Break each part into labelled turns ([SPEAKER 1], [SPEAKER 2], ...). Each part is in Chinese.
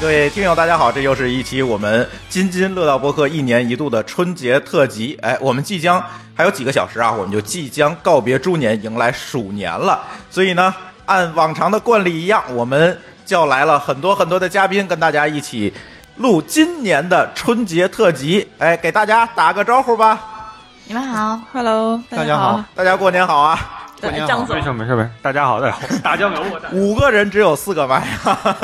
[SPEAKER 1] 各位听友，大家好，这又是一期我们津津乐道播客一年一度的春节特辑。哎，我们即将还有几个小时啊，我们就即将告别猪年，迎来鼠年了。所以呢，按往常的惯例一样，我们叫来了很多很多的嘉宾，跟大家一起录今年的春节特辑。哎，给大家打个招呼吧。
[SPEAKER 2] 你们好，
[SPEAKER 3] Hello，大家好。
[SPEAKER 1] 大家过年好啊！
[SPEAKER 2] 对，张总
[SPEAKER 4] 没，事没事没事，大家好，大家好，打酱油我的。
[SPEAKER 1] 五个人只有四个麦啊，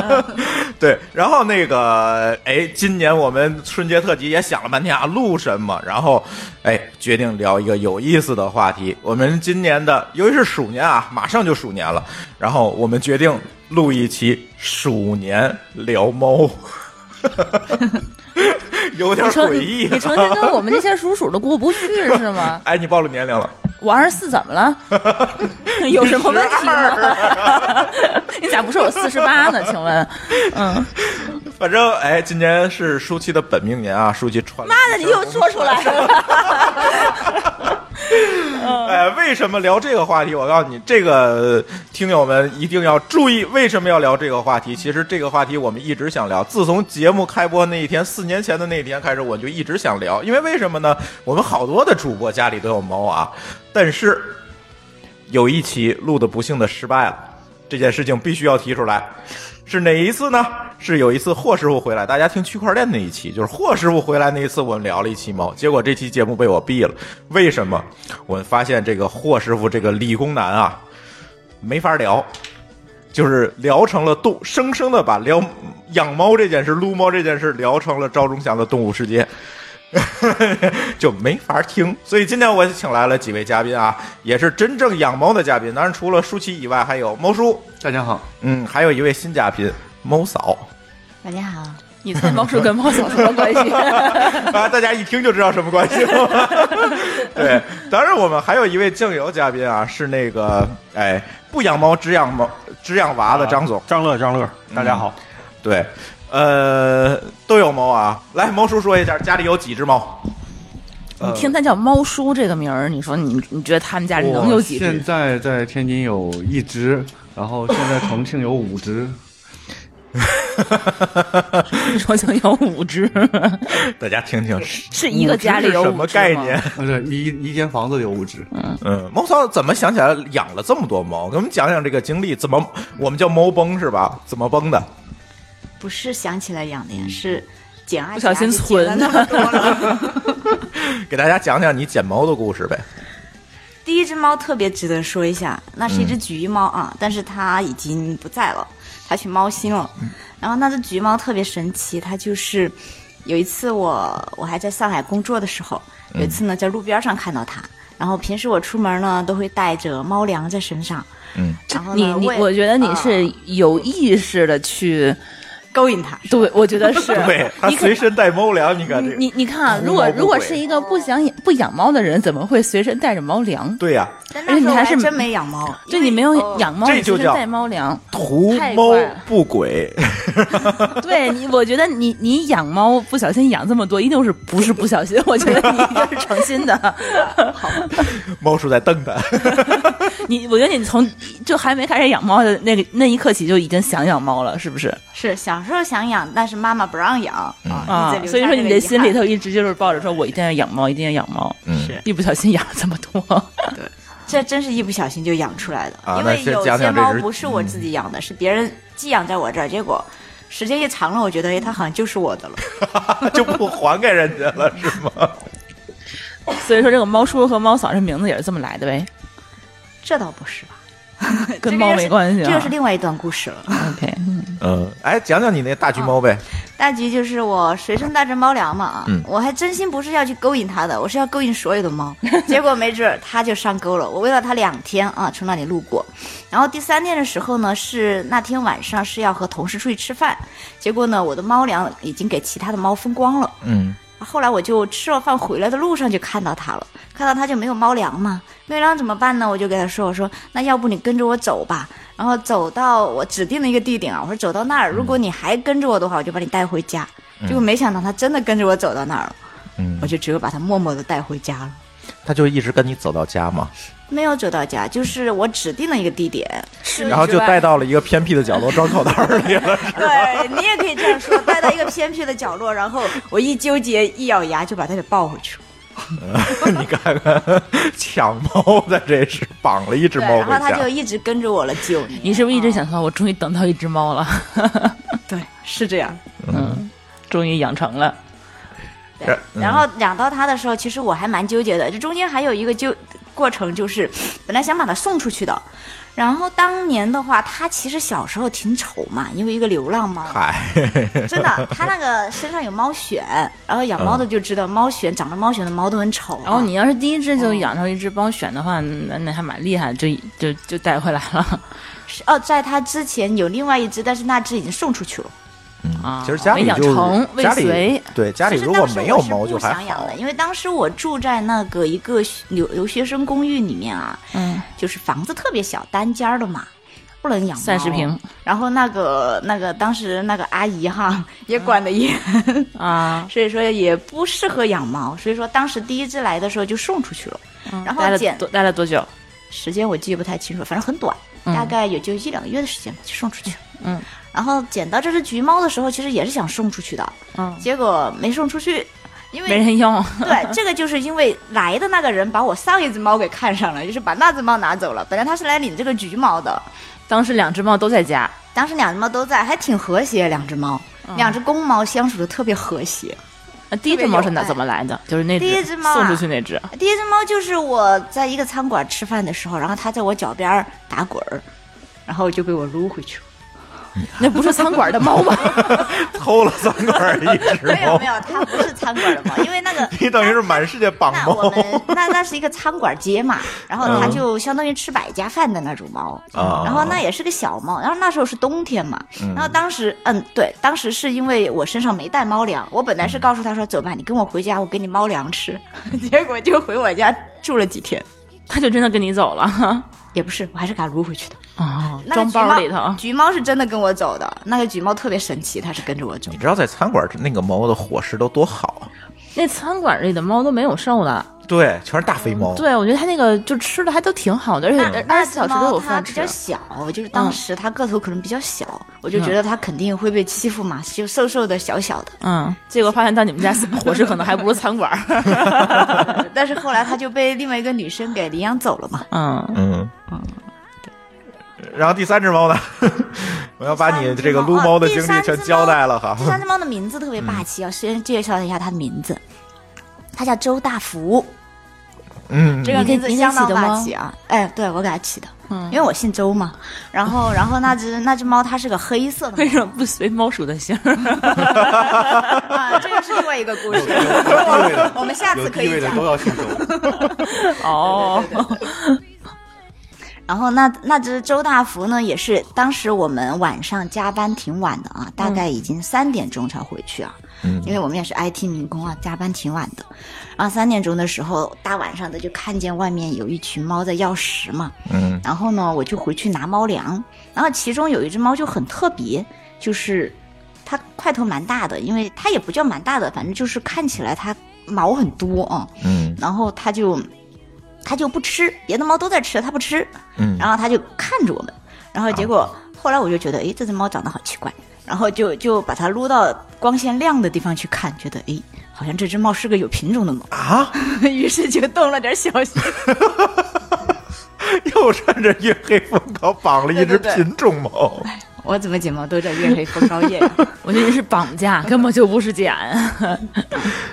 [SPEAKER 1] 对。然后那个，哎，今年我们春节特辑也想了半天啊，录什么？然后，哎，决定聊一个有意思的话题。我们今年的，由于是鼠年啊，马上就鼠年了，然后我们决定录一期鼠年聊 猫，有点
[SPEAKER 3] 你成
[SPEAKER 1] 诡异？
[SPEAKER 3] 你。成天跟我们这些属鼠的过不去是吗
[SPEAKER 1] 哎，你暴露年龄了。
[SPEAKER 3] 我二十四怎么了？有什么问题吗？你咋不说我四十八呢？请问，嗯，
[SPEAKER 1] 反正哎，今年是舒淇的本命年啊，舒淇穿了。
[SPEAKER 3] 妈的，你又说出来了。
[SPEAKER 1] 哎，为什么聊这个话题？我告诉你，这个呃听友们一定要注意，为什么要聊这个话题？其实这个话题我们一直想聊，自从节目开播那一天，四年前的那一天开始，我就一直想聊。因为为什么呢？我们好多的主播家里都有猫啊，但是有一期录的不幸的失败了，这件事情必须要提出来。是哪一次呢？是有一次霍师傅回来，大家听区块链那一期，就是霍师傅回来那一次，我们聊了一期猫，结果这期节目被我毙了。为什么？我们发现这个霍师傅这个理工男啊，没法聊，就是聊成了动，生生的把聊养猫这件事、撸猫这件事聊成了赵忠祥的《动物世界》。就没法听，所以今天我请来了几位嘉宾啊，也是真正养猫的嘉宾。当然，除了舒淇以外，还有猫叔，
[SPEAKER 4] 大家好，
[SPEAKER 1] 嗯，还有一位新嘉宾猫嫂。
[SPEAKER 2] 大家好，
[SPEAKER 3] 你这猫叔跟猫嫂什么关系？
[SPEAKER 1] 啊，大家一听就知道什么关系 了。对，当然我们还有一位酱油嘉宾啊，是那个哎不养猫只养猫只养娃的张总。
[SPEAKER 4] 张乐，张乐，
[SPEAKER 5] 嗯
[SPEAKER 4] 大家好，
[SPEAKER 1] 啊对，呃，都有猫啊。来，猫叔说一下家里有几只猫？
[SPEAKER 3] 你听他叫猫叔这个名儿，你说你你觉得他们家里能有几
[SPEAKER 1] 哦
[SPEAKER 5] 我现
[SPEAKER 3] 只？
[SPEAKER 5] 在在天津有一只，然后现在重庆有五 只。
[SPEAKER 3] 重庆有 五只，
[SPEAKER 1] 大家听听，
[SPEAKER 3] 是一个家里有
[SPEAKER 1] 是
[SPEAKER 3] 五只
[SPEAKER 1] 什么概
[SPEAKER 3] 吗
[SPEAKER 1] 念？？
[SPEAKER 5] 不是呃一一间房子里有五只，
[SPEAKER 1] 嗯，猫嫂怎么想起来养了这么多猫？给我们讲讲这个经历，怎么我们叫猫崩是吧？怎么崩的？
[SPEAKER 2] 不是想起来养的，是捡
[SPEAKER 3] 嗯
[SPEAKER 2] 爱
[SPEAKER 3] 不小心
[SPEAKER 2] 存
[SPEAKER 3] 存的
[SPEAKER 2] 的。
[SPEAKER 1] 给大家讲讲你捡猫的故事呗。
[SPEAKER 2] 第一只猫特别值得说一下，那是一只橘猫啊，
[SPEAKER 3] 嗯
[SPEAKER 2] 但是它已经不在了，它去猫星了。
[SPEAKER 3] 嗯
[SPEAKER 2] 然后那只橘猫特别神奇，它就是有一次我我还在上海工作的时候，
[SPEAKER 3] 嗯
[SPEAKER 2] 有一次呢在路边上看到它。然后平时我出门呢都会带着猫粮在身上，
[SPEAKER 1] 嗯，
[SPEAKER 2] 然后呢
[SPEAKER 3] 你你，
[SPEAKER 2] 为
[SPEAKER 3] 我觉得你
[SPEAKER 2] 啊
[SPEAKER 3] 是有意识的去，
[SPEAKER 2] 勾引它，
[SPEAKER 3] 对，我觉得是。
[SPEAKER 1] 对他
[SPEAKER 3] 你可
[SPEAKER 1] 随身带猫粮，你看这个。
[SPEAKER 3] 你你看啊，
[SPEAKER 1] 图谋
[SPEAKER 3] 如果
[SPEAKER 1] 不轨
[SPEAKER 3] 如果是一个不想养不养猫的人，怎么会随身带着猫粮？
[SPEAKER 1] 对呀、
[SPEAKER 2] 但
[SPEAKER 3] 而
[SPEAKER 2] 那
[SPEAKER 3] 且
[SPEAKER 2] 时
[SPEAKER 3] 你
[SPEAKER 2] 候
[SPEAKER 3] 还
[SPEAKER 2] 我
[SPEAKER 3] 是
[SPEAKER 2] 真没养猫，
[SPEAKER 3] 对
[SPEAKER 2] 因为哦
[SPEAKER 3] 你没有养猫，
[SPEAKER 1] 这
[SPEAKER 3] 你随
[SPEAKER 1] 就
[SPEAKER 3] 身
[SPEAKER 1] 叫
[SPEAKER 3] 带猫粮。
[SPEAKER 1] 图
[SPEAKER 3] 太
[SPEAKER 1] 猫
[SPEAKER 3] 怪了
[SPEAKER 1] 不轨，
[SPEAKER 3] 对你，我觉得你你养猫不小心养这么多，一定是不是不小心？我觉得你一定是诚心的。
[SPEAKER 1] 猫叔在瞪他。
[SPEAKER 3] 你我觉得你从就还没开始养猫的那个那一刻起就已经想养猫了，是不是？
[SPEAKER 2] 是小时候想养，但是妈妈不让养
[SPEAKER 1] 嗯
[SPEAKER 2] 啊
[SPEAKER 3] 啊
[SPEAKER 2] 一直留下这个遗憾，
[SPEAKER 3] 所以说你的心里头一直就是抱着说我一定要养猫，一定要养猫，
[SPEAKER 1] 嗯，
[SPEAKER 2] 是
[SPEAKER 3] 一不小心养了这么多。
[SPEAKER 2] 这真是一不小心就养出来的。
[SPEAKER 1] 啊
[SPEAKER 2] 因
[SPEAKER 1] 那
[SPEAKER 2] 为
[SPEAKER 1] 先
[SPEAKER 2] 有
[SPEAKER 1] 讲
[SPEAKER 2] 些
[SPEAKER 1] 讲这嗯
[SPEAKER 2] 猫
[SPEAKER 1] 只
[SPEAKER 2] 不是我自己养的，是别人寄养在我这儿，结果时间一长了，我觉得哎，它好像就是我的了。
[SPEAKER 1] 就不还给人家了是吗？
[SPEAKER 3] 所以说这个猫叔和猫嫂这名字也是这么来的呗，
[SPEAKER 2] 这倒不是吧？
[SPEAKER 3] 跟猫没关系、啊。
[SPEAKER 2] 这又是另外一段故事了。
[SPEAKER 3] OK，
[SPEAKER 1] 嗯，哎，讲讲你那大橘猫呗。
[SPEAKER 2] 大橘就是我随身带着猫粮嘛啊
[SPEAKER 1] 嗯，
[SPEAKER 2] 我还真心不是要去勾引它的，我是要勾引所有的猫。结果没准儿它就上钩了。我喂了它两天啊，从那里路过，然后第三天的时候呢，是那天晚上是要和同事出去吃饭，结果呢，我的猫粮已经给其他的猫分光了。
[SPEAKER 1] 嗯，
[SPEAKER 2] 啊后来我就吃了饭回来的路上就看到它了，看到它就没有猫粮嘛，没有粮怎么办呢？我就给它说，我说那要不你跟着我走吧，然后走到我指定的一个地点啊，我说走到那儿，如果你还跟着我的话，我就把你带回家。结果没想到它真的跟着我走到那儿了，
[SPEAKER 1] 嗯
[SPEAKER 2] 我就只有把它默默的带回家了。
[SPEAKER 1] 他就一直跟你走到家嘛，
[SPEAKER 2] 没有走到家，就是我指定了一个地点，
[SPEAKER 3] 是
[SPEAKER 1] 然后就带到了一个偏僻的角落装口袋儿 里了。
[SPEAKER 2] 对你也可以这样说，带到一个偏僻的角落，然后我一纠结，一咬牙就把它给抱回去了。
[SPEAKER 1] 你看看，抢猫的这是绑了一只
[SPEAKER 2] 对，
[SPEAKER 1] 猫
[SPEAKER 2] 然
[SPEAKER 1] 回
[SPEAKER 2] 后它就
[SPEAKER 1] 家，
[SPEAKER 2] 一直跟着我了九年。
[SPEAKER 3] 你是不是一直想到我终于等到一只猫了？
[SPEAKER 2] 对，是这样。
[SPEAKER 3] 嗯，终于养成了。
[SPEAKER 1] 这
[SPEAKER 2] 对，
[SPEAKER 1] 嗯
[SPEAKER 2] 然后养到它的时候，其实我还蛮纠结的。这中间还有一个纠过程，就是本来想把它送出去的，然后当年的话，它其实小时候挺丑嘛，因为一个流浪 猫，
[SPEAKER 1] 嗨，
[SPEAKER 2] 真的，它那个身上有猫癣，然后养猫的就知道，猫癣长了猫癣的猫都很丑啊。
[SPEAKER 3] 然后哦你要是第一只就养成一只猫选的话，那那还蛮厉害，就就就带回来了
[SPEAKER 2] 是哦，在它之前有另外一只，但是那只已经送出去了。
[SPEAKER 3] 啊。
[SPEAKER 1] 其实家
[SPEAKER 3] 没
[SPEAKER 1] 里
[SPEAKER 3] 养
[SPEAKER 1] 就
[SPEAKER 3] 成，未
[SPEAKER 1] 家
[SPEAKER 3] 遂
[SPEAKER 1] 里。对家里
[SPEAKER 2] 其实
[SPEAKER 1] 如果
[SPEAKER 2] 当时
[SPEAKER 1] 没有
[SPEAKER 2] 我是
[SPEAKER 1] 猫就
[SPEAKER 2] 不
[SPEAKER 1] 还
[SPEAKER 2] 想养
[SPEAKER 1] 好
[SPEAKER 2] 的，，因为当时我住在那个一个学留留学生公寓里面啊，
[SPEAKER 3] 嗯，
[SPEAKER 2] 就是房子特别小，单间儿的嘛，不能养猫
[SPEAKER 3] 三十平。
[SPEAKER 2] 然后那个那个当时那个阿姨
[SPEAKER 3] 嗯
[SPEAKER 2] 哈也管得严，
[SPEAKER 3] 啊，
[SPEAKER 2] 所以说也不适合养猫，所以说当时第一只来的时候就送出去了。然后
[SPEAKER 3] 嗯待了
[SPEAKER 2] 捡
[SPEAKER 3] 多待了多久？
[SPEAKER 2] 时间我记不太清楚，反正很短，
[SPEAKER 3] 嗯
[SPEAKER 2] 大概也就一两个月的时间吧就送出去。
[SPEAKER 3] 嗯，
[SPEAKER 2] 然后捡到这只橘猫的时候，其实也是想送出去的，
[SPEAKER 3] 嗯，
[SPEAKER 2] 结果没送出去，因为
[SPEAKER 3] 没人要。
[SPEAKER 2] 对，这个就是因为来的那个人把我上一只猫给看上了，就是把那只猫拿走了。本来他是来领这个橘猫的，
[SPEAKER 3] 当时两只猫都在家，
[SPEAKER 2] 当时两只猫都在，还挺和谐，两只猫。两只公猫相处的特别和谐。
[SPEAKER 3] 那第一只猫是哪怎么来的？就是那只
[SPEAKER 2] 第一只猫啊
[SPEAKER 3] 送出去那只。
[SPEAKER 2] 第一只猫就是我在一个餐馆吃饭的时候，然后它在我脚边儿打滚儿，然后就被我撸回去了。
[SPEAKER 3] 那不是餐馆的猫吧？
[SPEAKER 1] 偷了三个儿一只
[SPEAKER 2] 没有
[SPEAKER 1] 猫
[SPEAKER 2] 没，有，它不是餐馆的猫，因为那个
[SPEAKER 1] 你等于是满世界绑
[SPEAKER 2] 那我
[SPEAKER 1] 猫
[SPEAKER 2] 们那那是一个餐馆街嘛，然后
[SPEAKER 3] 嗯
[SPEAKER 2] 它就相当于吃百家饭的那种猫，
[SPEAKER 1] 啊
[SPEAKER 2] 然后那也是个小猫，然后那时候是冬天嘛，然后当时嗯对，当时是因为我身上没带猫粮，我本
[SPEAKER 3] 嗯
[SPEAKER 2] 来是告诉他说走吧，你跟我回家，我给你猫粮吃， 结果就回我家住了几天，
[SPEAKER 3] 它就真的跟你走了
[SPEAKER 2] 也不是，我还是给它撸回去的，
[SPEAKER 3] 啊，
[SPEAKER 2] 那个
[SPEAKER 3] 装
[SPEAKER 2] 橘猫
[SPEAKER 3] 包里头。
[SPEAKER 2] 橘猫是真的跟我走的，那个橘猫特别神奇，它是跟着我走
[SPEAKER 1] 你，知道在餐馆那个猫的伙食都多好啊？
[SPEAKER 3] 那餐馆里的猫都没有瘦的，
[SPEAKER 1] 对，全是大肥猫。
[SPEAKER 3] 对我觉得它那个就吃的还都挺好的，而且
[SPEAKER 2] 那
[SPEAKER 3] 二
[SPEAKER 2] 只
[SPEAKER 3] 十四小时
[SPEAKER 2] 猫
[SPEAKER 3] 都有
[SPEAKER 2] 它
[SPEAKER 3] 饭
[SPEAKER 2] 比
[SPEAKER 3] 吃啊
[SPEAKER 2] 较。小，就是当时它个头可能比较小，我就觉得它肯定会被欺负嘛，就瘦瘦的、小小的。
[SPEAKER 3] 嗯，结果发现到你们家伙食可能还不如餐馆。
[SPEAKER 2] 但是后来它就被另外一个女生给领养走了嘛。
[SPEAKER 3] 嗯，
[SPEAKER 1] 嗯，然后第三只猫呢？ 我要把你这个撸
[SPEAKER 2] 哦
[SPEAKER 1] 猫的经历全交代了哈
[SPEAKER 2] 第。三只猫的名字特别霸气，要啊先介绍一下它的名字，它叫周大福，
[SPEAKER 1] 嗯，
[SPEAKER 2] 这个
[SPEAKER 3] 你给
[SPEAKER 2] 名字
[SPEAKER 3] 你给
[SPEAKER 2] 相当
[SPEAKER 3] 起的
[SPEAKER 2] 霸
[SPEAKER 3] 吗
[SPEAKER 2] 气啊！哎，对我给它起的，因为我姓周嘛。然后，然后那只那只猫它是个黑色的
[SPEAKER 3] 为什么不随猫鼠的姓儿？
[SPEAKER 2] 猫啊，这个是另外一个故事。 我们下次
[SPEAKER 5] 有
[SPEAKER 2] 可
[SPEAKER 5] 地位
[SPEAKER 2] 以
[SPEAKER 5] 的
[SPEAKER 2] 讲。
[SPEAKER 5] 都要姓周。
[SPEAKER 3] 哦，
[SPEAKER 2] 然后那那只周大福呢，也是当时我们晚上加班挺晚的啊，大概已经三点钟才回去啊，因为我们也是 IT 民工啊，加班挺晚的。然后三点钟的时候，大晚上的就看见外面有一群猫在要食嘛，
[SPEAKER 1] 嗯，
[SPEAKER 2] 然后呢，我就回去拿猫粮，然后其中有一只猫就很特别，就是它块头蛮大的，因为它也不叫蛮大的，反正就是看起来它毛很多啊，
[SPEAKER 1] 嗯
[SPEAKER 2] 然后它就它就不吃，别的猫都在吃，它不吃，
[SPEAKER 1] 嗯
[SPEAKER 2] 然后它就看着我们，然后结果后来我就觉得，诶，这只猫长得好奇怪，然后就就把它撸到光线亮的地方去看，觉得诶，好像这只猫是个有品种的猫，
[SPEAKER 1] 啊，
[SPEAKER 2] 于是就动了点小心。
[SPEAKER 1] 又趁着月黑风高绑了一只
[SPEAKER 2] 对对对
[SPEAKER 1] 品种猫。
[SPEAKER 2] 我怎么剪毛都在月黑风高夜、
[SPEAKER 3] 我觉得是绑架，根本就不是捡。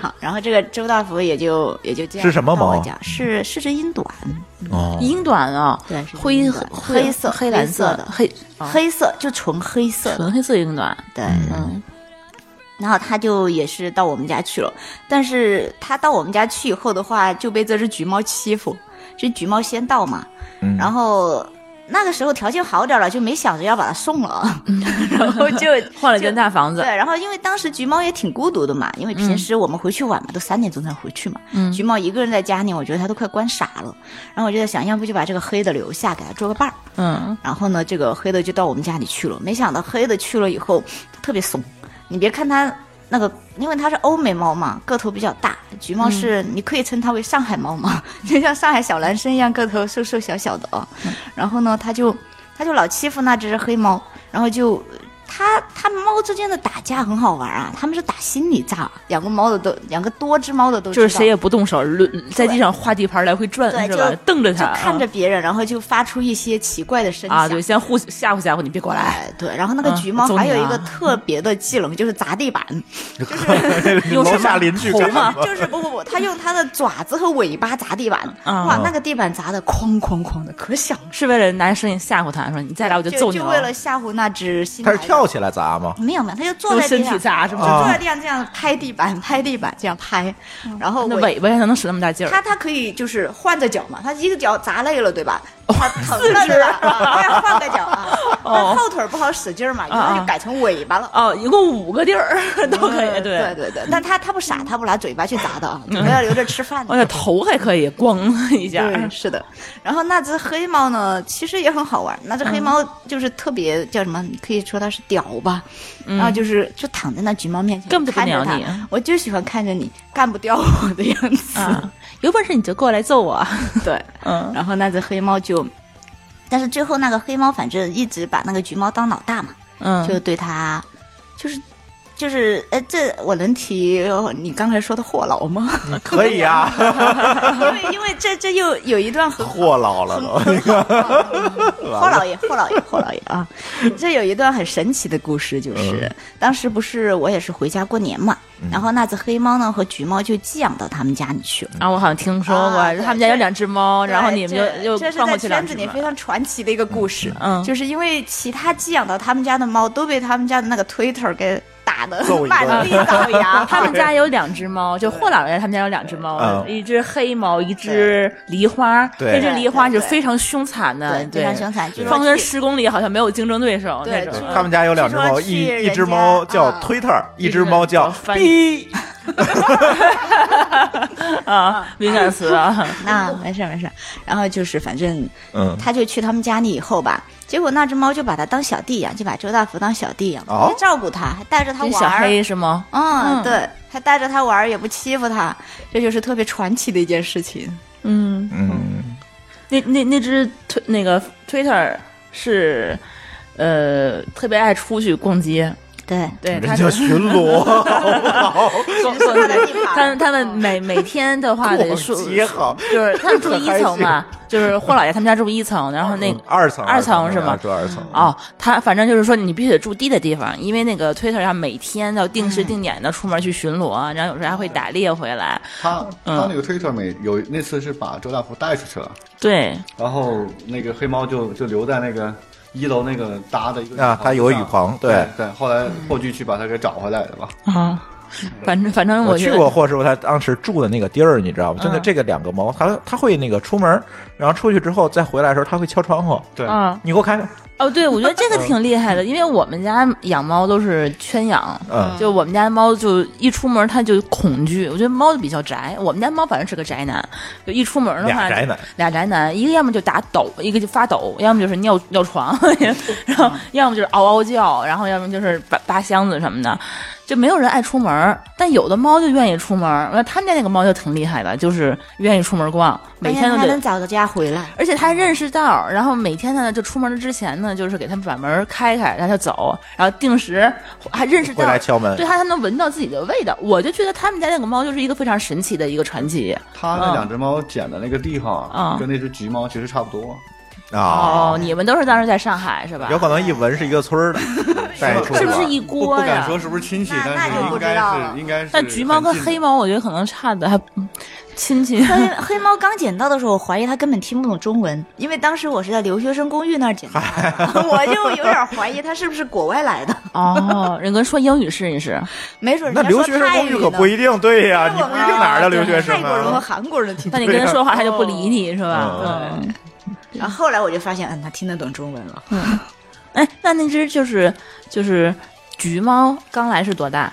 [SPEAKER 2] 好， 然后这个周大福也就也就这样
[SPEAKER 1] 是什么
[SPEAKER 2] 到我
[SPEAKER 1] 猫
[SPEAKER 2] 家是是只英短，
[SPEAKER 1] 哦
[SPEAKER 3] 英短啊，
[SPEAKER 2] 对是
[SPEAKER 3] 灰
[SPEAKER 2] 英
[SPEAKER 3] 黑
[SPEAKER 2] 短黑色
[SPEAKER 3] 黑蓝
[SPEAKER 2] 黑色的
[SPEAKER 3] 黑哦
[SPEAKER 2] 黑色就纯黑色的，
[SPEAKER 3] 纯黑色英短。
[SPEAKER 2] 对，嗯。然后他就也是到我们家去了，但是他到我们家去以后的话，就被这只橘猫欺负。这橘猫先到嘛，然后那个时候条件好点了，就没想着要把它送了，然后 就
[SPEAKER 3] 换了间大房子
[SPEAKER 2] 对，然后因为当时橘猫也挺孤独的嘛，因为平时我们回去晚嘛，都三点钟才回去嘛。橘猫一个人在家里，我觉得它都快关傻了。然后我就在想，要不就把这个黑的留下，给它做个伴儿。
[SPEAKER 3] 嗯，
[SPEAKER 2] 然后呢，这个黑的就到我们家里去了。没想到黑的去了以后特别怂，你别看它那个，因为它是欧美猫嘛，个头比较大，橘
[SPEAKER 3] 嗯
[SPEAKER 2] 猫是、你可以称它为上海猫嘛，就像上海小男生一样，个头瘦瘦小小的啊。
[SPEAKER 3] 嗯
[SPEAKER 2] 然后呢，它就它就老欺负那只黑猫，然后就它它们猫之间的打架很好玩啊，他们是打心理战，两个猫的都两个多只猫的都
[SPEAKER 3] 就是
[SPEAKER 2] 知道
[SPEAKER 3] 谁也不动手，抡在地上画地盘来回转
[SPEAKER 2] 对
[SPEAKER 3] 是吧
[SPEAKER 2] 就？
[SPEAKER 3] 瞪着
[SPEAKER 2] 就
[SPEAKER 3] 他，啊
[SPEAKER 2] 看着别人，然后就发出一些奇怪的声响
[SPEAKER 3] 啊，对，先互吓唬吓唬你，别过来。
[SPEAKER 2] 哎，对，然后那个
[SPEAKER 3] 嗯
[SPEAKER 2] 橘猫
[SPEAKER 3] 揍
[SPEAKER 2] 还
[SPEAKER 3] 你
[SPEAKER 2] 有一
[SPEAKER 3] 啊
[SPEAKER 2] 个特别的技能，就是砸地板，
[SPEAKER 3] 用什
[SPEAKER 1] 嗯楼
[SPEAKER 3] 么啊
[SPEAKER 1] 下邻居
[SPEAKER 3] 头
[SPEAKER 1] 干
[SPEAKER 3] 吗
[SPEAKER 1] 嘛？
[SPEAKER 2] 就是不不不，它用它的爪子和尾巴砸地板，
[SPEAKER 3] 啊
[SPEAKER 2] 哇，那个地板砸的哐哐哐的，可响了。
[SPEAKER 3] 是为了拿声音吓唬他，说你再来我
[SPEAKER 2] 就
[SPEAKER 3] 揍你啊
[SPEAKER 2] 就为了吓唬那只新
[SPEAKER 1] 他
[SPEAKER 2] 来
[SPEAKER 1] 是
[SPEAKER 2] 的。
[SPEAKER 1] 跳起来砸吗？
[SPEAKER 2] 没有没有，它就坐
[SPEAKER 3] 用
[SPEAKER 2] 在
[SPEAKER 3] 身
[SPEAKER 2] 地
[SPEAKER 3] 体
[SPEAKER 2] 上，
[SPEAKER 3] 砸是
[SPEAKER 2] 就
[SPEAKER 3] 吗？
[SPEAKER 1] 啊
[SPEAKER 2] 坐在地上这样拍地板，拍地板这样拍，然后
[SPEAKER 3] 嗯那
[SPEAKER 2] 尾。
[SPEAKER 3] 尾巴才能使那么大劲儿。
[SPEAKER 2] 它它可以就是换着脚嘛，它一个脚砸累了对吧？它疼了对吧？啊要换个脚啊，
[SPEAKER 3] 哦
[SPEAKER 2] 但后腿不好使劲儿嘛，以
[SPEAKER 3] 啊
[SPEAKER 2] 后就改成尾巴了。
[SPEAKER 3] 哦，一共五个地儿 都可以，
[SPEAKER 2] 对。对对，但它它不傻，它不拿嘴巴去砸 的啊，主要留着吃饭的
[SPEAKER 3] 我。的哎头还可以，咣一下，
[SPEAKER 2] 对，是的。然后那只黑猫呢，其实也很好玩。那只黑
[SPEAKER 3] 嗯
[SPEAKER 2] 猫就是特别叫什么？你可以说它是屌吧，然后就是就躺在那橘猫面前，
[SPEAKER 3] 嗯根本就不
[SPEAKER 2] 看着
[SPEAKER 3] 鸟
[SPEAKER 2] 它
[SPEAKER 3] 你
[SPEAKER 2] 我就喜欢看着你干不掉我的样子。
[SPEAKER 3] 啊，有本事你就过来揍我。
[SPEAKER 2] 对，
[SPEAKER 3] 嗯，
[SPEAKER 2] 然后那只黑猫就，但是最后那个黑猫反正一直把那个橘猫当老大嘛，
[SPEAKER 3] 嗯，
[SPEAKER 2] 就对它，就是。就是，呃，这我能提呃你刚才说的货痨吗？
[SPEAKER 1] 可以啊，
[SPEAKER 2] 因为因为这这又有一段很
[SPEAKER 1] 货老了 都。
[SPEAKER 2] 霍老爷，霍老爷，霍老爷 啊！这有一段很神奇的故事，就是、
[SPEAKER 3] 嗯
[SPEAKER 2] 当时不是我也是回家过年嘛，然后那只黑猫呢和橘猫就寄养到他们家里去了。
[SPEAKER 3] 啊，我好像听说过，
[SPEAKER 2] 啊对
[SPEAKER 3] 他们家有两只猫，哦然后你们
[SPEAKER 2] 对
[SPEAKER 3] 就
[SPEAKER 2] 这
[SPEAKER 3] 又
[SPEAKER 2] 这是
[SPEAKER 3] 放
[SPEAKER 2] 在
[SPEAKER 3] 过去两
[SPEAKER 2] 圈
[SPEAKER 3] 只
[SPEAKER 2] 子里
[SPEAKER 3] 猫
[SPEAKER 2] 非。常传奇的一个故事，
[SPEAKER 3] 嗯
[SPEAKER 2] 就是因为其他寄养到他们家的猫都被他们家的那个 Twitter 给打的
[SPEAKER 1] 揍一顿
[SPEAKER 2] 满地找牙，
[SPEAKER 3] 他们家有两只猫，就霍老爷他们家有两只猫，
[SPEAKER 1] 嗯
[SPEAKER 3] 一只黑猫，一只狸花。
[SPEAKER 1] 对
[SPEAKER 3] 那只狸花就
[SPEAKER 2] 对对
[SPEAKER 3] 非常凶残的，
[SPEAKER 2] 对非常凶残，据说
[SPEAKER 3] 方圆
[SPEAKER 2] 去
[SPEAKER 3] 十公里好像没有竞争对手那
[SPEAKER 2] 对
[SPEAKER 3] 种
[SPEAKER 2] 据。
[SPEAKER 1] 他们家有两只猫，
[SPEAKER 2] 据说
[SPEAKER 1] 一
[SPEAKER 2] 去人
[SPEAKER 1] 一
[SPEAKER 2] 家
[SPEAKER 1] 只猫叫
[SPEAKER 2] 啊
[SPEAKER 1] Twitter，一只猫叫
[SPEAKER 3] 翻
[SPEAKER 1] 哔。
[SPEAKER 3] 啊，敏感词啊，
[SPEAKER 2] 那没事儿没事儿，然后就是反正，
[SPEAKER 1] 嗯
[SPEAKER 2] 他就去他们家里以后吧，结果那只猫就把它当小弟养，就把周大福当小弟养，
[SPEAKER 1] 哦
[SPEAKER 2] 还照顾他，还带着他
[SPEAKER 3] 跟
[SPEAKER 2] 玩
[SPEAKER 3] 小
[SPEAKER 2] 儿，
[SPEAKER 3] 黑是吗？
[SPEAKER 2] 嗯，
[SPEAKER 3] 嗯
[SPEAKER 2] 对，还带着他玩儿，也不欺负他，这就是特别传奇的一件事情。
[SPEAKER 3] 嗯，
[SPEAKER 1] 嗯，
[SPEAKER 3] 那那那只推那个 Twitter 是，呃，特别爱出去逛街，
[SPEAKER 2] 对，
[SPEAKER 3] 对，它
[SPEAKER 1] 人家巡逻 好不好？
[SPEAKER 3] 逛逛街
[SPEAKER 2] 的地方
[SPEAKER 3] 他们他们每每天的话得住，
[SPEAKER 1] 逛街好
[SPEAKER 3] 就是他们住一层嘛，就是霍老爷他们家住一层，然后哦那
[SPEAKER 1] 嗯二层
[SPEAKER 3] 二层是吗
[SPEAKER 1] 住二层
[SPEAKER 3] 哦，他反正就是说你必须得住低的地方，因为那个 Twitter 上每天要定
[SPEAKER 1] 嗯
[SPEAKER 3] 时定点的出门去巡逻，然后有时候还会打猎回来。
[SPEAKER 5] 他他那个推特每有那次是把周大福带出去了，
[SPEAKER 3] 对，
[SPEAKER 5] 然后那个黑猫就就留在那个一楼那个搭的一个
[SPEAKER 1] 啊
[SPEAKER 5] 棚
[SPEAKER 1] 它有个
[SPEAKER 5] 上
[SPEAKER 1] 雨
[SPEAKER 3] 哦
[SPEAKER 1] 棚对
[SPEAKER 5] 对后来后继去把它给找回来的吧。
[SPEAKER 3] 啊，反正反
[SPEAKER 1] 嗯
[SPEAKER 3] 正
[SPEAKER 1] 我
[SPEAKER 3] 嗯觉
[SPEAKER 1] 去
[SPEAKER 3] 得嗯
[SPEAKER 1] 过霍师傅他当时住的那个地儿，你知道吗？真的，这个两个猫，它它会那个出门，然后出去之后再回来的时候，它会敲窗户，
[SPEAKER 5] 对，
[SPEAKER 3] 啊，
[SPEAKER 1] 你给我开开。
[SPEAKER 3] 哦，对，我觉得这个挺 厉害的，因为我们家养猫都是圈养，
[SPEAKER 1] 嗯
[SPEAKER 3] 就我们家猫就一出门它就恐惧。我觉得猫比较宅，我们家猫反正是个宅男，就一出嗯门的话，
[SPEAKER 1] 俩宅男，
[SPEAKER 3] 俩宅男，一个要么就打抖，一个就发抖，要么就是尿尿床， 然后
[SPEAKER 1] 嗯
[SPEAKER 3] 要么就是嗷嗷叫，然后要么就是扒扒箱子什么的，就没有人爱出门。但有的猫就愿意出门，那他们家那个猫就挺厉害的，就是愿意出门逛，每天都
[SPEAKER 2] 还
[SPEAKER 3] 得
[SPEAKER 2] 哎能找个家回来，
[SPEAKER 3] 而且他认识道儿，然后每天呢，就出门之前呢，就是给他们把门开开，让他走，然后定时还认识
[SPEAKER 1] 会
[SPEAKER 3] 道
[SPEAKER 1] 来
[SPEAKER 3] 儿，
[SPEAKER 1] 敲门
[SPEAKER 3] 对他还能闻到自己的味道。我就觉得他们家那个猫就是一个非常神奇的一个传奇。
[SPEAKER 5] 它那两只猫捡的那个地
[SPEAKER 3] 啊
[SPEAKER 5] 方
[SPEAKER 2] 嗯
[SPEAKER 5] 跟那只橘猫其实差不多。哦
[SPEAKER 1] 啊，
[SPEAKER 3] 哦你们都是当时在上海是吧？
[SPEAKER 1] 有可能一闻是一个村儿的，带出去
[SPEAKER 3] 是不是
[SPEAKER 1] 玩
[SPEAKER 3] 一
[SPEAKER 5] 不
[SPEAKER 3] 锅
[SPEAKER 5] 不敢
[SPEAKER 3] 呀？
[SPEAKER 5] 说是不是亲戚，
[SPEAKER 2] 那
[SPEAKER 5] 但
[SPEAKER 2] 那就是不
[SPEAKER 5] 应
[SPEAKER 2] 知道
[SPEAKER 5] 该
[SPEAKER 2] 了
[SPEAKER 5] 是应该是
[SPEAKER 3] 但橘猫
[SPEAKER 5] 很
[SPEAKER 3] 跟
[SPEAKER 5] 近的
[SPEAKER 3] 黑猫，我觉得可能差的还嗯亲 戚。
[SPEAKER 2] 黑黑猫刚捡到的时候，我怀疑它根本听不懂中文，因为当时我是在留学生公寓那儿捡到 的，我就有点怀疑它是不是国外来的，
[SPEAKER 3] 哦，人跟说英语试一试。
[SPEAKER 2] 没准人
[SPEAKER 1] 那
[SPEAKER 2] 家
[SPEAKER 1] 留
[SPEAKER 2] 说
[SPEAKER 1] 学生
[SPEAKER 2] 泰
[SPEAKER 1] 公
[SPEAKER 2] 语
[SPEAKER 1] 寓可
[SPEAKER 2] 呢。
[SPEAKER 1] 不一定，对呀，啊
[SPEAKER 2] 因
[SPEAKER 1] 你
[SPEAKER 2] 为我
[SPEAKER 1] 不
[SPEAKER 2] 们
[SPEAKER 1] 一定哪儿的留学
[SPEAKER 2] 泰
[SPEAKER 1] 生
[SPEAKER 2] 国人和
[SPEAKER 1] 啊？
[SPEAKER 2] 韩国人的听
[SPEAKER 3] 那
[SPEAKER 2] 懂。
[SPEAKER 3] 你跟他说话，他就不理你
[SPEAKER 5] 啊
[SPEAKER 3] 是吧？嗯。
[SPEAKER 2] 然后后来我就发现，嗯，他听得懂中文了。
[SPEAKER 3] 哎，那那只就是就是橘猫刚来是多大？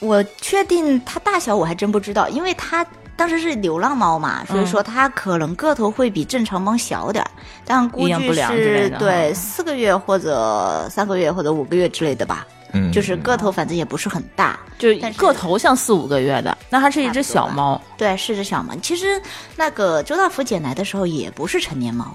[SPEAKER 2] 我确定它大小我还真不知道，因为它当时是流浪猫
[SPEAKER 3] 嗯
[SPEAKER 2] 嘛，所以说它可能个头会比正常猫小点儿，但估
[SPEAKER 3] 营养不
[SPEAKER 2] 计
[SPEAKER 3] 良之类
[SPEAKER 2] 是
[SPEAKER 3] 的
[SPEAKER 2] 对
[SPEAKER 3] 嗯
[SPEAKER 2] 四个月或者三个月或者五个月之类的吧。
[SPEAKER 1] 嗯
[SPEAKER 2] 就是个头反正也不是很大，
[SPEAKER 3] 就
[SPEAKER 2] 但是
[SPEAKER 3] 个头像四五个月的，那它是一只小猫，
[SPEAKER 2] 对，是只小猫。其实那个周大福捡来的时候也不是成年猫，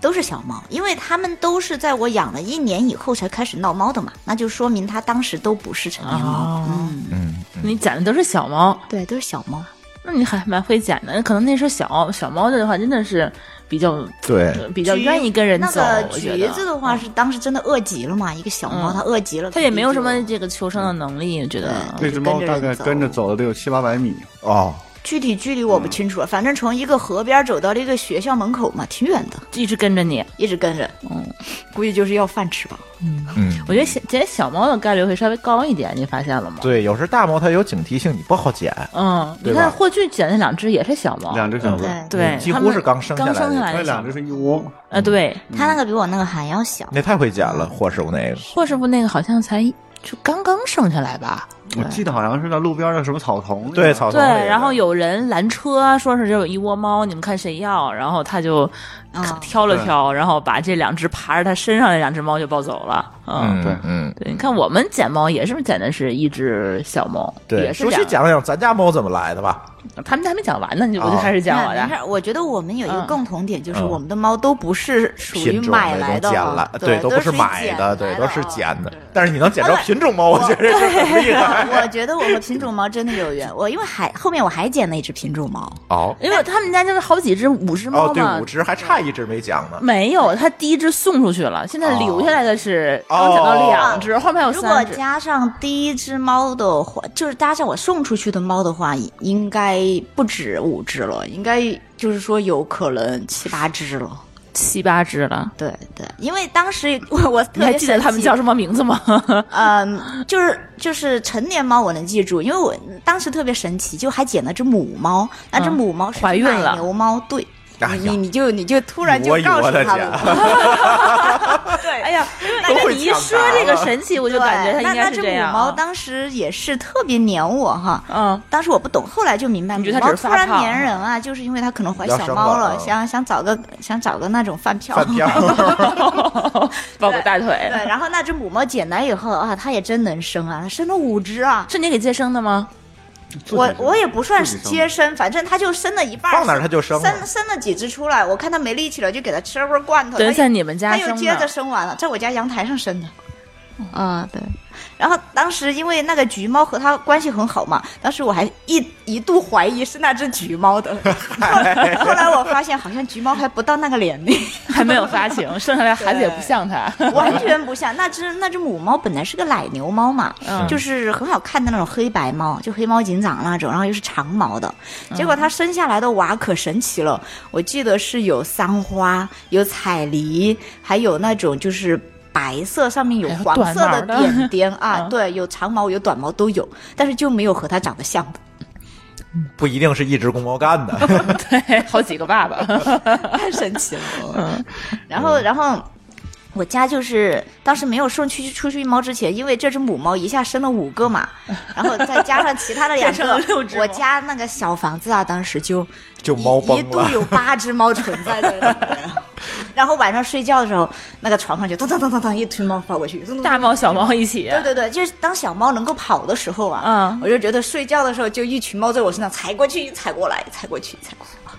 [SPEAKER 2] 都是小猫，因为它们都是在我养了一年以后才开始闹猫的嘛，那就说明它当时都不是成年猫。
[SPEAKER 3] 哦
[SPEAKER 2] 嗯，
[SPEAKER 1] 嗯，
[SPEAKER 3] 你捡的都是小猫，
[SPEAKER 2] 对，都是小猫。
[SPEAKER 3] 那你还蛮会捡的。可能那时候小小猫的话，真的是比较
[SPEAKER 1] 对，
[SPEAKER 3] 呃比较愿意跟人走。
[SPEAKER 2] 那个
[SPEAKER 3] 我觉
[SPEAKER 2] 橘
[SPEAKER 3] 得
[SPEAKER 2] 子的话是当时真的饿极了嘛，一个小猫
[SPEAKER 3] 嗯
[SPEAKER 2] 它饿极了，
[SPEAKER 3] 它也没有什么
[SPEAKER 2] 肯定
[SPEAKER 3] 这个求生的能力，我觉得
[SPEAKER 2] 对
[SPEAKER 5] 那只猫大概
[SPEAKER 2] 啊
[SPEAKER 5] 跟
[SPEAKER 2] 就跟着
[SPEAKER 5] 着
[SPEAKER 2] 人走
[SPEAKER 5] 走了得有七八百米，
[SPEAKER 1] 哦，
[SPEAKER 2] 就具体距离我
[SPEAKER 3] 嗯
[SPEAKER 2] 不清楚了，反正从一个河边走到了一个学校门口嘛，挺远的，
[SPEAKER 3] 一直跟着你。
[SPEAKER 2] 一直跟着，嗯，估计就是要饭吃吧。
[SPEAKER 1] 嗯，
[SPEAKER 3] 我觉得捡捡小猫的概率会稍微高一点，你发现了吗？
[SPEAKER 1] 对，有时大猫它有警惕性，你不好捡，
[SPEAKER 3] 嗯，你
[SPEAKER 1] 对吧
[SPEAKER 3] 看霍炬捡那两只也是小猫，
[SPEAKER 5] 两只小猫，
[SPEAKER 2] 对，
[SPEAKER 3] 对，
[SPEAKER 1] 几乎
[SPEAKER 3] 它们
[SPEAKER 1] 是刚生下来
[SPEAKER 3] 刚
[SPEAKER 1] 的
[SPEAKER 3] 生下来
[SPEAKER 5] 那
[SPEAKER 3] 的小
[SPEAKER 5] 两
[SPEAKER 3] 猫
[SPEAKER 5] 只是一窝。
[SPEAKER 3] 呃，对，
[SPEAKER 2] 它那个比我那个还要小。
[SPEAKER 1] 那太会捡了，霍师傅那个。
[SPEAKER 3] 霍师傅那个好像才就刚刚生下来吧？
[SPEAKER 5] 我记得好像是在路边的什么草丛里，
[SPEAKER 1] 对，草丛
[SPEAKER 3] 对，
[SPEAKER 1] 里的
[SPEAKER 3] 然后有人拦车，啊说是这有一窝猫，你们看谁要？然后他就
[SPEAKER 2] 啊
[SPEAKER 3] 挑了挑，然后把这两只爬着他身上那两只猫就抱走了。嗯，
[SPEAKER 1] 嗯
[SPEAKER 5] 对
[SPEAKER 1] 嗯，
[SPEAKER 3] 对，你看我们捡猫也是捡的是一只小猫，
[SPEAKER 1] 对，
[SPEAKER 3] 也是
[SPEAKER 1] 熟悉
[SPEAKER 3] 这样
[SPEAKER 1] 讲讲咱家猫怎么来的吧？
[SPEAKER 3] 他们还没讲完呢，你我就
[SPEAKER 1] 哦
[SPEAKER 3] 开始讲
[SPEAKER 2] 那
[SPEAKER 3] 我
[SPEAKER 2] 没事
[SPEAKER 3] 的。
[SPEAKER 2] 儿，我觉得我们有一个
[SPEAKER 3] 嗯
[SPEAKER 2] 共同点，就是
[SPEAKER 1] 嗯
[SPEAKER 2] 我们的猫都不是属于
[SPEAKER 1] 品种
[SPEAKER 2] 买来
[SPEAKER 1] 那
[SPEAKER 2] 的
[SPEAKER 1] 种捡
[SPEAKER 2] 嘛，
[SPEAKER 1] 了，
[SPEAKER 2] 对，
[SPEAKER 1] 都不是买
[SPEAKER 2] 的，啊
[SPEAKER 1] 对，都是 捡的
[SPEAKER 2] 的。。
[SPEAKER 1] 但是你能捡着品种猫，我觉得是很厉害。
[SPEAKER 2] 我觉得我和品种猫真的有缘，我因为还后面我还捡了一只品种猫，
[SPEAKER 1] 哦
[SPEAKER 3] 因为他们家就是好几只，五只猫
[SPEAKER 1] 哦，对，
[SPEAKER 3] 嘛
[SPEAKER 1] 五，只还差一只没讲呢。
[SPEAKER 3] 没有，他第一只送出去了，现在
[SPEAKER 1] 哦
[SPEAKER 3] 留下来的是
[SPEAKER 1] 哦
[SPEAKER 3] 刚捡到两只，后面还有
[SPEAKER 2] 如果
[SPEAKER 3] 哦三只。
[SPEAKER 2] 加上第一只猫的话，就是搭上我送出去的猫的话，应该不止五只了，应该就是说有可能七八只了。
[SPEAKER 3] 七八只了。
[SPEAKER 2] 对对，因为当时我我特
[SPEAKER 3] 你还
[SPEAKER 2] 别
[SPEAKER 3] 记得
[SPEAKER 2] 神
[SPEAKER 3] 他们
[SPEAKER 2] 奇
[SPEAKER 3] 叫什么名字吗？
[SPEAKER 2] 嗯，就是就是成年猫我能记住，因为我当时特别神奇，就还捡了只母猫，那只
[SPEAKER 3] 嗯
[SPEAKER 2] 母猫是
[SPEAKER 3] 怀孕
[SPEAKER 2] 奶
[SPEAKER 3] 了
[SPEAKER 2] 牛猫，对。
[SPEAKER 1] 哎
[SPEAKER 2] 你
[SPEAKER 1] 呀
[SPEAKER 2] 你就你就突然就
[SPEAKER 1] 我以
[SPEAKER 2] 告诉
[SPEAKER 1] 我的
[SPEAKER 2] 他
[SPEAKER 1] 姐
[SPEAKER 2] 们了，对，
[SPEAKER 3] 哎呀，
[SPEAKER 1] 都
[SPEAKER 3] 那
[SPEAKER 1] 会
[SPEAKER 3] 你一
[SPEAKER 1] 抢
[SPEAKER 3] 说
[SPEAKER 1] 答
[SPEAKER 3] 这个
[SPEAKER 1] 了
[SPEAKER 3] 神奇，我
[SPEAKER 2] 我
[SPEAKER 3] 就感觉它应该是
[SPEAKER 2] 那
[SPEAKER 3] 这
[SPEAKER 2] 那只
[SPEAKER 3] 样
[SPEAKER 2] 母猫
[SPEAKER 3] 啊。
[SPEAKER 2] 当时也是特别黏我哈，
[SPEAKER 3] 嗯，
[SPEAKER 2] 当时我不懂，后来就明白，
[SPEAKER 3] 你
[SPEAKER 2] 母
[SPEAKER 3] 觉得它
[SPEAKER 2] 猫
[SPEAKER 3] 只是
[SPEAKER 2] 突
[SPEAKER 3] 发
[SPEAKER 2] 然
[SPEAKER 3] 胖
[SPEAKER 2] 粘人啊，就是因为它可能怀
[SPEAKER 1] 要
[SPEAKER 2] 小
[SPEAKER 1] 生
[SPEAKER 2] 猫
[SPEAKER 1] 了
[SPEAKER 2] 了，
[SPEAKER 1] 嗯
[SPEAKER 2] 想想找个想找个那种饭票。
[SPEAKER 1] 饭票
[SPEAKER 3] 抱个大腿，
[SPEAKER 2] 对，然后那只母猫捡来以后啊，它也真能生啊，它生了五只啊。
[SPEAKER 3] 是你给接生的吗？
[SPEAKER 2] 我我也不算是
[SPEAKER 5] 自己生
[SPEAKER 2] 接生，反正它就生了一半儿，
[SPEAKER 1] 啊放哪儿它就生了
[SPEAKER 2] 生生了几只出来。我看它没力气了，就给它吃了块罐头。
[SPEAKER 3] 等于
[SPEAKER 2] 它
[SPEAKER 3] 在
[SPEAKER 2] 又
[SPEAKER 3] 你们家
[SPEAKER 2] 它又
[SPEAKER 3] 生
[SPEAKER 2] 接着
[SPEAKER 3] 的。
[SPEAKER 2] 生完了，在我家阳台上生的。啊、对。然后当时因为那个橘猫和它关系很好嘛，当时我还一一度怀疑是那只橘猫 的，后来后来我发现好像橘猫还不到那个年龄，
[SPEAKER 3] 还没有发情，生下来孩子也不像它。
[SPEAKER 2] 完全不像那只那只母猫，本来是个奶牛猫嘛，
[SPEAKER 3] 嗯
[SPEAKER 2] 就是很好看的那种黑白猫，就黑猫警长那种，然后又是长毛的。
[SPEAKER 3] 嗯
[SPEAKER 2] 结果它生下来的娃可神奇了，我记得是有三花，有彩梨，还有那种就是。白色上面有
[SPEAKER 3] 哎还有
[SPEAKER 2] 黄色
[SPEAKER 3] 短毛的
[SPEAKER 2] 点点啊，
[SPEAKER 3] 嗯
[SPEAKER 2] 对，有长毛有短毛都有，但是就没有和它长得像的。
[SPEAKER 1] 不一定是一只公猫干的。
[SPEAKER 3] 对，好几个爸 爸。
[SPEAKER 2] 太神 奇了。
[SPEAKER 3] 嗯
[SPEAKER 2] 然后，然后我家就是当时没有送出去出去猫之前，因为这只母猫一下生了五 个嘛，然后再加上其他的两
[SPEAKER 3] 变成了
[SPEAKER 2] 个
[SPEAKER 3] 六只，猫
[SPEAKER 2] 我家那个小房子啊，当时就
[SPEAKER 1] 就
[SPEAKER 2] 一
[SPEAKER 1] 猫崩了
[SPEAKER 2] 一度有八只猫存在在 里面。然后晚上睡觉的时候，那个床上就咚咚咚咚咚一推猫跑过去，咚咚咚
[SPEAKER 3] 大猫小猫一起，
[SPEAKER 2] 对对对，就是当小猫能够跑的时候啊，
[SPEAKER 3] 嗯
[SPEAKER 2] 我就觉得睡觉的时候就一群猫在我身上踩过去、踩过来、踩过去、踩过来。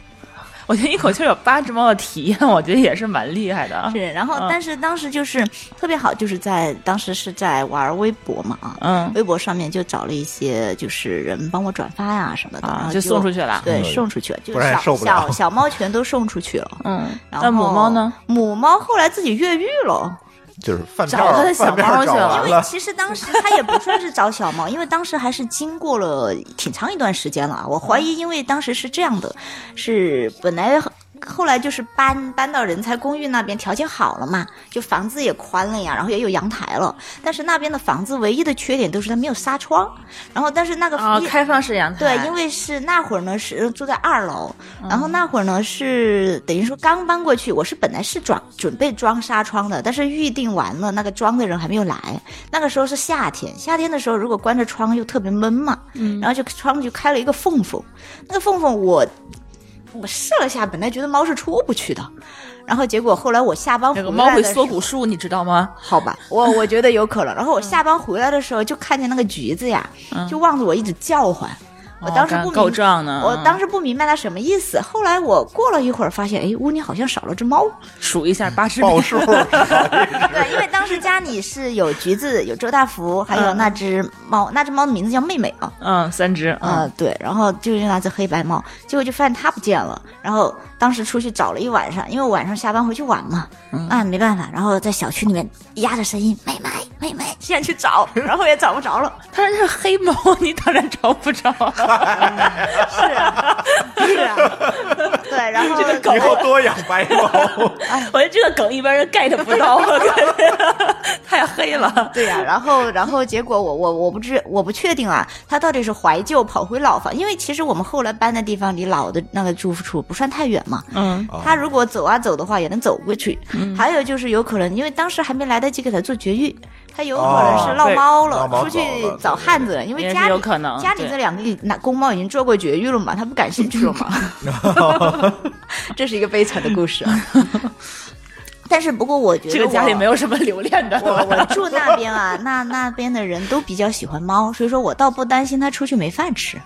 [SPEAKER 3] 我觉得一口气儿有八只猫的体验，我觉得也是蛮厉害的啊。
[SPEAKER 2] 是，然后
[SPEAKER 3] 嗯
[SPEAKER 2] 但是当时就是特别好，就是在当时是在玩微博嘛啊，
[SPEAKER 3] 嗯，
[SPEAKER 2] 微博上面就找了一些就是人帮我转发呀什么的，
[SPEAKER 3] 啊
[SPEAKER 2] 然后
[SPEAKER 3] 就送出去了
[SPEAKER 2] 对，
[SPEAKER 1] 嗯
[SPEAKER 2] 送出去了，就
[SPEAKER 1] 不然
[SPEAKER 2] 小
[SPEAKER 1] 受不了
[SPEAKER 2] 小小猫全都送出去了。
[SPEAKER 3] 嗯，
[SPEAKER 2] 然
[SPEAKER 3] 那母
[SPEAKER 2] 后
[SPEAKER 3] 猫呢？？
[SPEAKER 2] 母猫后来自己越狱了，
[SPEAKER 1] 就是饭票，
[SPEAKER 3] 找他的小
[SPEAKER 1] 饭票
[SPEAKER 3] 猫去
[SPEAKER 1] 找
[SPEAKER 3] 了
[SPEAKER 1] 完
[SPEAKER 2] 因为
[SPEAKER 1] 了，
[SPEAKER 2] 其实当时它也不算是找小猫，因为当时还是经过了挺长一段时间了啊。我怀疑，因为当时是这样的，是本来后来就是搬搬到人才公寓那边，条件好了嘛，就房子也宽了呀，然后也有阳台了。但是那边的房子唯一的缺点都是它没有纱窗，然后但是那个
[SPEAKER 3] 啊，
[SPEAKER 2] 一
[SPEAKER 3] 开放式阳台。嗯
[SPEAKER 2] 对，因为是那会儿呢是呃住在二楼，然后那会儿呢是等于说刚搬过去，我是本来是装准备装纱窗的，但是预定完了，那个装的人还没有来。那个时候是夏天，夏天的时候如果关着
[SPEAKER 3] 嗯
[SPEAKER 2] 窗又特别闷嘛，然后就窗就开了一个缝缝，那个缝缝我我试了下，本来觉得猫是出不去的，然后结果后来我下班回
[SPEAKER 3] 那
[SPEAKER 2] 来
[SPEAKER 3] 个
[SPEAKER 2] 的
[SPEAKER 3] 猫会
[SPEAKER 2] 时
[SPEAKER 3] 缩
[SPEAKER 2] 候
[SPEAKER 3] 骨术，你知道吗？
[SPEAKER 2] 好吧， 嗯我我觉得有可能。然后我下班回来的时候，就看见那个橘子呀，就望着我一直叫唤。我
[SPEAKER 3] 哦
[SPEAKER 2] 当时
[SPEAKER 3] 干
[SPEAKER 2] 不
[SPEAKER 3] 够
[SPEAKER 2] 明
[SPEAKER 3] 仗呢
[SPEAKER 2] 我
[SPEAKER 3] 嗯
[SPEAKER 2] 当时不明白它什么意思。后来我过了一会儿，发现哎，屋里好像少了只猫。
[SPEAKER 3] 数一下八只
[SPEAKER 1] 报数
[SPEAKER 2] 对，因为当时家里是有橘子、有周大福，还有
[SPEAKER 3] 嗯
[SPEAKER 2] 那只猫，那只猫的名字叫妹妹啊。
[SPEAKER 3] 嗯，三只，
[SPEAKER 2] 啊、
[SPEAKER 3] 嗯，
[SPEAKER 2] 对，然后就是那只黑白猫，结果就发现它不见了。然后当时出去找了一晚上，因为我晚上下班回去晚嘛，
[SPEAKER 3] 嗯
[SPEAKER 2] 啊，没办法，然后在小区里面压着声音，妹妹，妹妹，这样去找， 然后也找不着了。
[SPEAKER 3] 它是黑猫，你当然找不 着。
[SPEAKER 2] 是啊，是啊，对，然后
[SPEAKER 3] 这个狗
[SPEAKER 1] 以后多养白猫。
[SPEAKER 3] 我觉得这个梗一般人 get 不到， 太黑了。
[SPEAKER 2] 对呀、然后然后结果我我我不知我不确定啊，他到底是怀旧跑回老房，因为其实我们后来搬的地方离老的那个住处不算太远嘛，
[SPEAKER 3] 嗯，
[SPEAKER 2] 他如果走啊走的话，也能走过去。还有就是有可能，因为当时还没来得及给他做绝育，他有可能是落猫了，
[SPEAKER 1] 哦对
[SPEAKER 2] 出去找汉子了。因为
[SPEAKER 3] 也
[SPEAKER 2] 家
[SPEAKER 3] 是
[SPEAKER 2] 里
[SPEAKER 3] 有可能
[SPEAKER 2] 家里
[SPEAKER 3] 对
[SPEAKER 2] 这两个那公猫已经做过绝育了嘛，他不感兴趣了嘛。 这是一个悲惨的故事啊。 但是不过我觉得
[SPEAKER 3] 这个家里没
[SPEAKER 2] 有。
[SPEAKER 3] 有什么留恋的
[SPEAKER 2] 我
[SPEAKER 3] 了吧。
[SPEAKER 2] 我住那边啊，那那边的人都比较喜欢猫，所以说我倒不担心它出去没饭吃。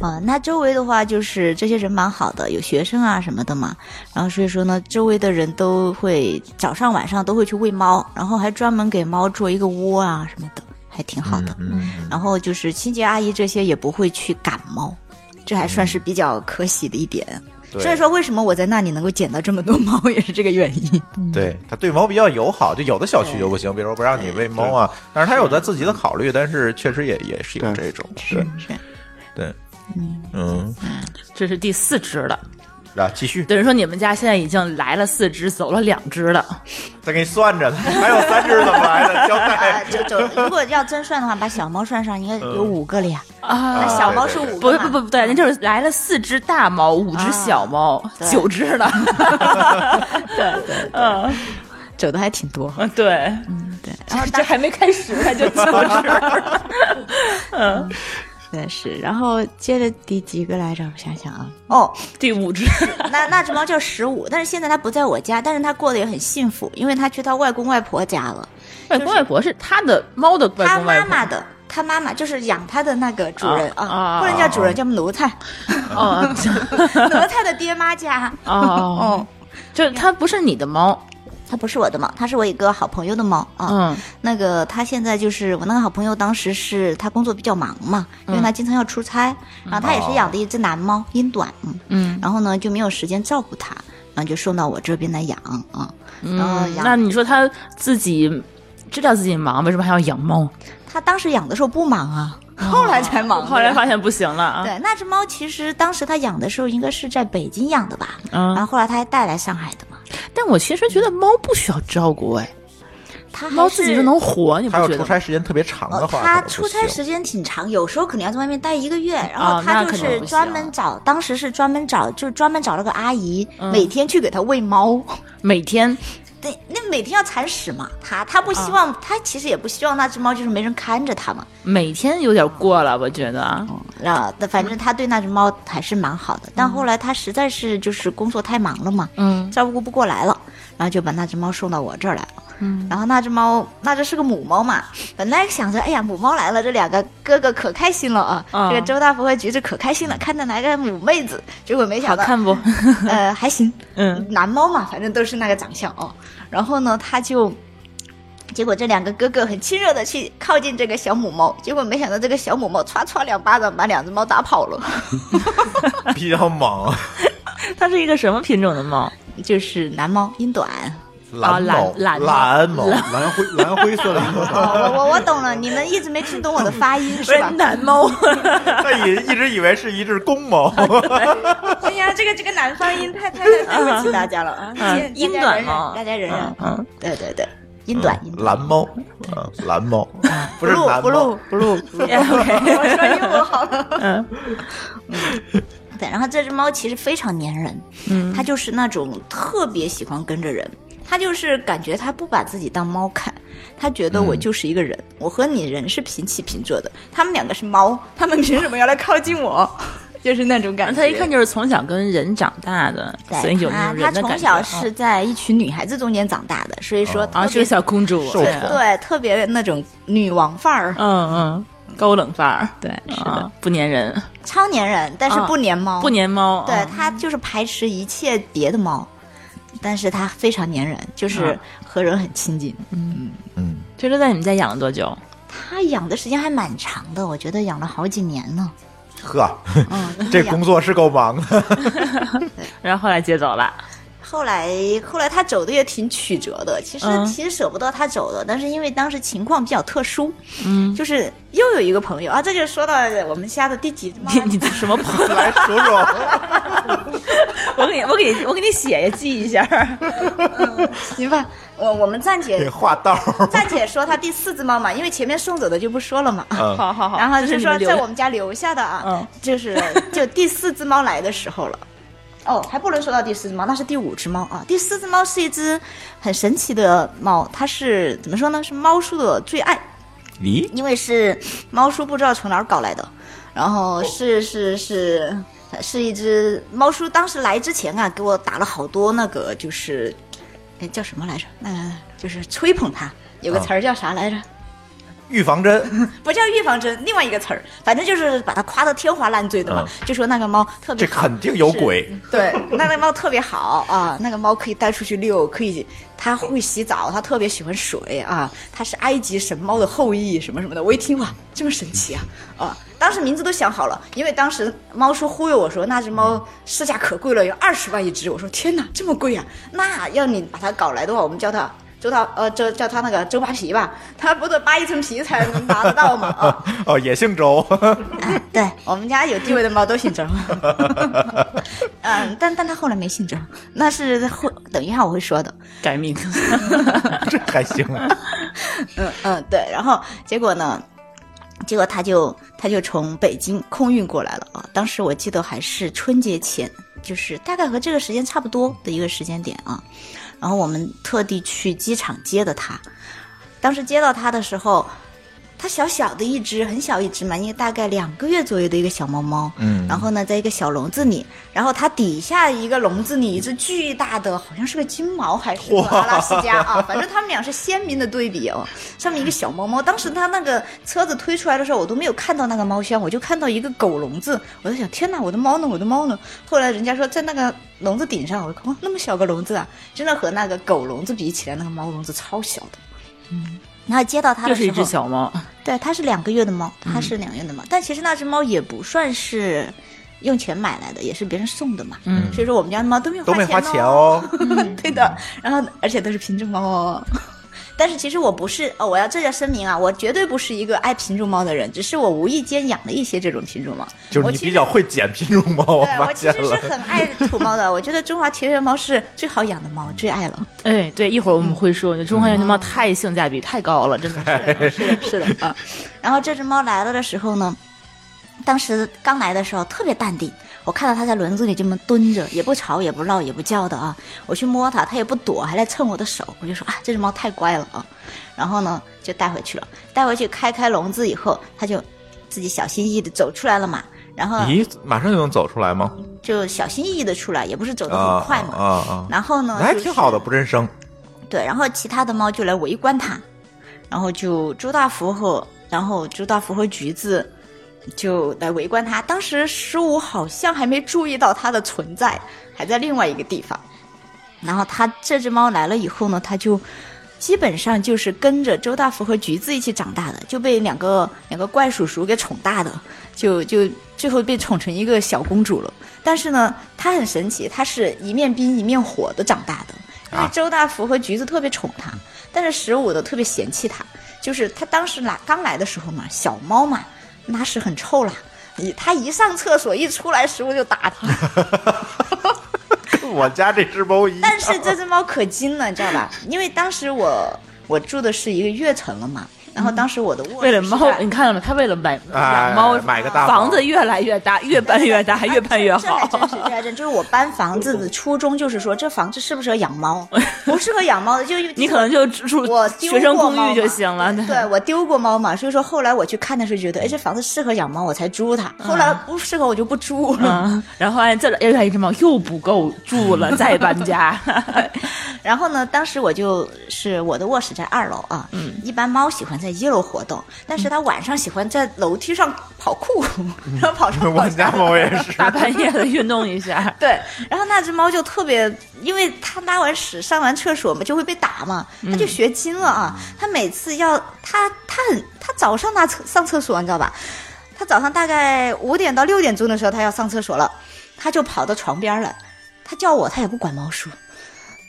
[SPEAKER 2] 啊、那周围的话就是这些人蛮好的，有学生啊什么的嘛。然后所以说呢，周围的人都会早上晚上都会去喂猫，然后还专门给猫做一个窝啊什么的，还挺好
[SPEAKER 1] 嗯
[SPEAKER 2] 的。然后就是清洁阿姨这些也不会去赶猫，这还算是比较可喜的一点。
[SPEAKER 1] 对
[SPEAKER 2] 所以说，为什么我在那里能够捡到这么多猫，也是这个原因。
[SPEAKER 1] 对它对猫比较友好，就有的小区就不行，比如说不让你喂猫啊，但是它有它自己的考虑，但是确实也也是有这种，对
[SPEAKER 2] 是
[SPEAKER 1] 对，嗯，
[SPEAKER 3] 这是第四只了，
[SPEAKER 1] 啊，继续，
[SPEAKER 3] 等于说你们家现在已经来了四只，走了两只了。
[SPEAKER 1] 再给你算着，还有三只怎么来的？交
[SPEAKER 2] 啊，
[SPEAKER 1] 代
[SPEAKER 2] 就就如果要真算的话，把小猫算上，应该有五个了呀。
[SPEAKER 3] 啊
[SPEAKER 2] 那小猫是五
[SPEAKER 3] 不
[SPEAKER 2] 个嘛
[SPEAKER 3] 不不不对，那就是来了四只大猫，五只小猫，
[SPEAKER 2] 啊对
[SPEAKER 3] 九只 了。
[SPEAKER 2] 对对，
[SPEAKER 3] 嗯，
[SPEAKER 2] 走的还挺 多。
[SPEAKER 3] 对，
[SPEAKER 2] 对，然后
[SPEAKER 3] 这还没开始呢，就九只了。
[SPEAKER 2] 对是，然后接着第几个来着？我想想啊。哦，
[SPEAKER 3] 第五只，
[SPEAKER 2] 那那只猫叫十五，但是现在它不在我家，但是它过得也很幸福，因为它去它外公外婆家了，
[SPEAKER 3] 外公外婆是他的猫的外
[SPEAKER 2] 它
[SPEAKER 3] 公外
[SPEAKER 2] 妈
[SPEAKER 3] 婆。
[SPEAKER 2] 妈的。它妈妈就是养它的那个主人
[SPEAKER 3] 啊
[SPEAKER 2] 啊，
[SPEAKER 3] 啊
[SPEAKER 2] 不能叫主人，叫 奴才，
[SPEAKER 3] 哦
[SPEAKER 2] 奴才的爹妈家。
[SPEAKER 3] 哦，
[SPEAKER 2] 哦，
[SPEAKER 3] 就是它不是你的猫。
[SPEAKER 2] 它不是我的猫，它是我一个好朋友的猫啊。
[SPEAKER 3] 嗯
[SPEAKER 2] 那个他现在就是我那个好朋友，当时是他工作比较忙嘛，
[SPEAKER 3] 嗯
[SPEAKER 2] 因为他经常要出差，然后他也是养的一只蓝猫英短，嗯，
[SPEAKER 3] 嗯
[SPEAKER 2] 然后呢就没有时间照顾它，然后就送到我这边来养啊，然后
[SPEAKER 3] 嗯，那
[SPEAKER 2] 养
[SPEAKER 3] 你说它自己知道自己忙，为什么还要养猫？
[SPEAKER 2] 他当时养的时候不忙啊，后来才忙的呀，
[SPEAKER 3] 哦后来发现不行了啊。
[SPEAKER 2] 对那只猫其实当时他养的时候应该是在北京养的吧，然
[SPEAKER 3] 嗯，
[SPEAKER 2] 后后来他还带来上海的嘛，
[SPEAKER 3] 但我其实觉得猫不需要照顾哎，
[SPEAKER 2] 他
[SPEAKER 3] 猫自己就能。活，你不
[SPEAKER 1] 他要
[SPEAKER 3] 觉
[SPEAKER 1] 出
[SPEAKER 3] 得吗？
[SPEAKER 1] 差时间特别长
[SPEAKER 2] 哦
[SPEAKER 1] 的，话，
[SPEAKER 2] 他
[SPEAKER 1] 可能
[SPEAKER 2] 出
[SPEAKER 1] 不
[SPEAKER 2] 差
[SPEAKER 1] 行嗯
[SPEAKER 2] 时间挺长，有时候可能要在外面待一个月，然后
[SPEAKER 3] 哦
[SPEAKER 2] 他
[SPEAKER 3] 那
[SPEAKER 2] 就
[SPEAKER 3] 肯定
[SPEAKER 2] 是
[SPEAKER 1] 啊
[SPEAKER 3] 不行
[SPEAKER 2] 专门找，当时是专门找，就是专门找了个阿姨，每天去给他 喂猫。
[SPEAKER 3] 每天
[SPEAKER 2] 对，那每天要铲屎嘛，他他不希望，
[SPEAKER 1] 啊
[SPEAKER 2] 他其实也不希望那只猫就是没人看着它嘛。
[SPEAKER 3] 每天有点过了，我觉得啊。
[SPEAKER 2] 然后，但反正他对那只猫还是蛮好的，但后来他实在是就是工作太忙了嘛，
[SPEAKER 3] 嗯，
[SPEAKER 2] 照顾不过来了，然后就把那只猫送到我这儿来了。嗯，然后那只猫，那只是个母猫嘛，本来想着，哎呀，母猫来了，这两个哥哥可开心了啊，
[SPEAKER 3] 嗯
[SPEAKER 2] 这个周大福和橘子可开心了，看着来个母妹子，结果没想
[SPEAKER 3] 好
[SPEAKER 2] 到，
[SPEAKER 3] 看不？
[SPEAKER 2] 呃，还行，
[SPEAKER 3] 嗯，
[SPEAKER 2] 男猫嘛，反正都是那个长相哦。然后呢，他就，结果这两个哥哥很亲热的去靠近这个小母猫，结果没想到这个小母猫歘歘两巴掌把两只猫打跑了，
[SPEAKER 1] 比较猛，
[SPEAKER 3] 它是一个什么品种的猫？
[SPEAKER 2] 就是男猫 英短。
[SPEAKER 1] 蓝猫，
[SPEAKER 3] 懒
[SPEAKER 1] 蓝
[SPEAKER 3] 懒
[SPEAKER 1] 猫，
[SPEAKER 5] 蓝灰蓝灰色的一 个
[SPEAKER 2] 哦，我我我懂了，你们一直没听懂我的发音 是吧？
[SPEAKER 3] 男猫。
[SPEAKER 1] 他以一直以为是一只公猫，
[SPEAKER 2] 哎呀，这个这个南方音太太 太对不起大家了啊！
[SPEAKER 3] 嗯
[SPEAKER 2] 大家
[SPEAKER 3] 英短猫
[SPEAKER 2] 大家忍忍，
[SPEAKER 3] 嗯，
[SPEAKER 2] 对对对，英短英短，
[SPEAKER 1] 蓝猫，啊，蓝猫，不是
[SPEAKER 2] 录
[SPEAKER 1] 蓝
[SPEAKER 2] 不
[SPEAKER 1] 猫
[SPEAKER 2] 录，不录 不录。
[SPEAKER 3] OK，
[SPEAKER 2] 我说英文好了。
[SPEAKER 3] 嗯
[SPEAKER 2] 对，然后这只猫其实非常粘人，嗯，它就是那种特别喜欢跟着人，它就是感觉它不把自己当猫看，它觉得
[SPEAKER 3] 嗯
[SPEAKER 2] 我就是一个人，我和你人是平起平坐的，他们两个是猫，他们凭什么要来靠近我？ 就是那种感觉。
[SPEAKER 3] 他嗯一看就是从小跟人长大的，所以有那
[SPEAKER 2] 他
[SPEAKER 3] 种
[SPEAKER 2] 他
[SPEAKER 3] 人的
[SPEAKER 2] 啊从
[SPEAKER 3] 感觉。嗯
[SPEAKER 2] 小是在一群女孩子中间长大的，所以说
[SPEAKER 3] 啊，
[SPEAKER 2] 特
[SPEAKER 3] 是个
[SPEAKER 2] 别
[SPEAKER 3] 小公主，
[SPEAKER 1] 受
[SPEAKER 3] 对
[SPEAKER 1] 宠
[SPEAKER 2] 对特别的那种女王范儿，
[SPEAKER 3] 嗯嗯，高冷范儿，
[SPEAKER 2] 对，是的
[SPEAKER 3] 啊，，不粘人，
[SPEAKER 2] 超粘人，但是
[SPEAKER 3] 啊
[SPEAKER 2] 不粘猫，
[SPEAKER 3] 不粘猫，
[SPEAKER 2] 对
[SPEAKER 3] 啊，
[SPEAKER 2] 它就是排斥一切别的猫，但是它非常粘人，就是
[SPEAKER 3] 啊
[SPEAKER 2] 和人很亲近。
[SPEAKER 1] 嗯，
[SPEAKER 3] 这都在你们家养了多久？
[SPEAKER 2] 它养的时间还蛮长的，我觉得养了好几年呢。
[SPEAKER 1] 呵，
[SPEAKER 2] 嗯，
[SPEAKER 1] 这
[SPEAKER 2] 养
[SPEAKER 1] 工作是够忙的。
[SPEAKER 3] 然后后来接走了，
[SPEAKER 2] 后来后来它走的也挺曲折的，其实、
[SPEAKER 3] 嗯
[SPEAKER 2] 其实舍不得它走的，但是因为当时情况比较特殊，
[SPEAKER 3] 嗯，
[SPEAKER 2] 就是又有一个朋友啊，这就说到我们家的第几只猫
[SPEAKER 3] 你你什么朋友？
[SPEAKER 1] 来数数，
[SPEAKER 3] 我给你我给你我给你写呀，记一下。
[SPEAKER 2] 行吧，我我们暂
[SPEAKER 1] 得
[SPEAKER 3] 哎
[SPEAKER 2] 且
[SPEAKER 1] 画道 儿。
[SPEAKER 2] 暂且说它第四只猫嘛，因为前面送走的就不说了嘛。
[SPEAKER 1] 嗯
[SPEAKER 3] 好好好，
[SPEAKER 2] 然后哦就
[SPEAKER 3] 这
[SPEAKER 2] 是
[SPEAKER 3] 你
[SPEAKER 2] 说
[SPEAKER 3] 们留
[SPEAKER 2] 在我们家留下的啊，
[SPEAKER 3] 嗯
[SPEAKER 2] 就是就第四只猫来的时候了。 哦，还不能说到第四只猫，那是第五只猫啊。第四只猫是一只很神奇的猫，它是怎么说呢？是猫叔的最爱，
[SPEAKER 1] 咦，
[SPEAKER 2] 因为是猫叔不知道从哪儿搞来的，然后是是是是一只猫叔，当时来之前啊，给我打了好多那个就是，哎叫什么来着？那、就是吹捧它，有个词儿叫啥来着？
[SPEAKER 1] 预防针，
[SPEAKER 2] 不叫预防针，另外一个词儿，反正就是把它夸得天花乱坠的嘛，就说那个猫特别
[SPEAKER 1] 这
[SPEAKER 2] 好，
[SPEAKER 1] 肯定有鬼。
[SPEAKER 2] 对，那个猫特别好啊，那个猫可以带出去遛，可以，它会洗澡，它特别喜欢水啊，它是埃及神猫的后裔什么什么的，我一听哇，这么神奇啊啊！当时名字都想好了，因为当时猫叔忽悠我说那只猫市价可贵了，有二十万一只，我说天哪，这么贵啊！那要你把它搞来的话，我们叫它。周大呃，叫叫它那个周扒皮吧，它不得扒一层皮才能拿得到嘛啊！
[SPEAKER 1] 哦，也姓周，
[SPEAKER 2] 啊，对 我们家有地位的猫都姓周。 嗯，但但他后来没姓周，那是后等一下我会说的。
[SPEAKER 3] 改 名，
[SPEAKER 1] 这还行啊。
[SPEAKER 2] 嗯嗯，对。然后结果呢，结果他就他就从北京空运过来了啊。当时我记得还是春节前，就是大概和这个时间差不多的一个时间点啊。然后我们特地去机场接的他。当时接到他的时候，他小小的一只，很小一只嘛，因为大概两个月左右的一个小猫猫。
[SPEAKER 1] 嗯
[SPEAKER 2] 然后呢，在一个小笼子里，然后它底下一个笼子里一只巨大的，好像是个金毛还是个阿拉斯加啊，反正他们俩是鲜明的对比哦。上面一个小猫猫，当时它那个车子推出来的时候，我都没有看到那个猫箱，我就看到一个狗笼子，我在想，天哪，我的猫呢？我的猫呢？后来人家说在那个笼子顶上，我一看哇，那么小个笼子啊，真的和那个狗笼子比起来，那个猫笼子超小的。嗯，然后接到它
[SPEAKER 3] 就
[SPEAKER 2] 的时
[SPEAKER 3] 是
[SPEAKER 2] 候，
[SPEAKER 3] 一只小猫，
[SPEAKER 2] 对，它是两个月的猫，
[SPEAKER 1] 嗯
[SPEAKER 2] 它是两个月的猫，但其实那只猫也不算是用钱买来的，也是别人送的嘛。
[SPEAKER 3] 嗯
[SPEAKER 2] 所以说我们家的猫都没有
[SPEAKER 1] 都没花
[SPEAKER 2] 钱
[SPEAKER 1] 钱。哦。
[SPEAKER 2] 对的，然后而且都是品种猫哦。 但是其实我不是，哦，我要这要声明啊，我绝对不是一个爱品种猫的人，只是我无意间养了一些这种品种猫。
[SPEAKER 1] 就是
[SPEAKER 2] 我
[SPEAKER 1] 你
[SPEAKER 2] 其
[SPEAKER 1] 比
[SPEAKER 2] 实
[SPEAKER 1] 较会捡品种猫，
[SPEAKER 2] 对，
[SPEAKER 1] 发
[SPEAKER 2] 我其
[SPEAKER 1] 现
[SPEAKER 2] 实是
[SPEAKER 1] 了。
[SPEAKER 2] 很爱土猫的，我觉得中华田园猫是最好养的猫，最爱了。
[SPEAKER 3] 哎，对，一会儿我们会说，中华园的猫太性价比太高了，真的是。
[SPEAKER 2] 是的，是的啊。然后这只猫来了的时候呢，当时刚来的时候特别淡定，我看到它在笼子里这么蹲着，也不吵，也不闹，也不叫的啊。我去摸它，它也不躲，还来蹭我的手，我就说啊，这只猫太乖了啊。然后呢，就带回去了。带回去开开笼子以后，它就自己小心翼翼的走出来了嘛。然后
[SPEAKER 1] 咦，马上就能走出来吗？
[SPEAKER 2] 就小心翼翼的出来，也不是走得
[SPEAKER 1] 啊
[SPEAKER 2] 嗯很快嘛。
[SPEAKER 1] 啊啊！
[SPEAKER 2] 然后呢，
[SPEAKER 1] 那还
[SPEAKER 2] 就是
[SPEAKER 1] 挺好的，不认 生。
[SPEAKER 2] 对，然后其他的猫就来围观它，然后就周大福和然后周大福和橘子就来围观它。当时十五好像还没注意到它的存在，还在另外一个地方。然后它这只猫来了以后呢，它就基本上就是跟着周大福和橘子一起长大的，就被两个两个怪叔叔给宠大的，就就最后被宠成一个小公主了。但是呢，它很神奇，它是一面冰一面火的长大的。因为
[SPEAKER 1] 啊
[SPEAKER 2] 周大福和橘子特别宠它，但是十五的特别嫌弃它。就是它当时来刚来的时候嘛，小猫嘛，那是很臭啦。一它一上厕所一出来，十五就打 它。
[SPEAKER 1] 我家这只猫一样
[SPEAKER 2] 但是这只猫可精了，你知道吧？因为当时我我住的是一个跃层了嘛，然后当时我的卧室
[SPEAKER 3] 为了猫
[SPEAKER 2] 是，在
[SPEAKER 3] 你看到没？他为了买
[SPEAKER 1] 哎
[SPEAKER 3] 养猫，
[SPEAKER 1] 买个大
[SPEAKER 3] 房
[SPEAKER 1] 房
[SPEAKER 3] 子越来越大，越办越 大，越办越好。
[SPEAKER 2] 这还真 是，这还真就是我搬房子的初衷就是说，这房子适不适合养 猫？不适合养猫的就
[SPEAKER 3] 你可能就住
[SPEAKER 2] 我丢
[SPEAKER 3] 学生
[SPEAKER 2] 过
[SPEAKER 3] 公
[SPEAKER 2] 猫
[SPEAKER 3] 寓就
[SPEAKER 2] 嘛
[SPEAKER 3] 行了。
[SPEAKER 2] 对，我丢过猫嘛，所以说后来我去看的时候觉得，哎，这房子适合养猫，我才租它。后来不适合我就不租了。
[SPEAKER 3] 嗯， 然后哎，这里又来一只猫，又不够住了，再搬家。
[SPEAKER 2] 然后呢，当时我就是我的卧室在二楼啊，嗯，一般猫喜欢在一楼活动，但是它晚上喜欢在楼梯上跑酷，
[SPEAKER 3] 嗯
[SPEAKER 2] 然后跑上
[SPEAKER 1] 我
[SPEAKER 2] 跑
[SPEAKER 1] 们家
[SPEAKER 2] 下。
[SPEAKER 1] 猫也是，
[SPEAKER 3] 大半夜的运动一 下，
[SPEAKER 2] 对，然后那只猫就特别，因为它拉完屎上完厕所嘛，就会被打嘛，它就学精了啊。它每次要它它很它早上拉厕上厕所，你知道吧？它早上大概五点到六点钟的时候，它要上厕所了，它就跑到床边儿了，它叫我，它也不管猫叔。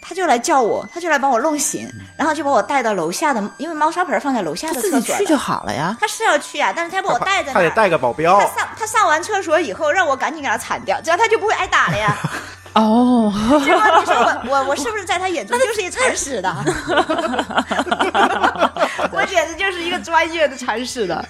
[SPEAKER 2] 它就来叫我，它就来把我弄醒，然后就把我带到楼下的，因为猫砂盆放在楼下的厕所了。
[SPEAKER 3] 好了呀。
[SPEAKER 2] 它是要去啊，但是它把我带在那
[SPEAKER 1] 他
[SPEAKER 2] 儿
[SPEAKER 1] 得带个保镖
[SPEAKER 2] 他。上他上完厕所以后，让我赶紧给他铲掉，这样他就不会挨打了呀。
[SPEAKER 3] 哦，
[SPEAKER 2] 结果你说我我 我是不是在他眼中就是一铲屎的？我简直就是一个专业的铲屎的。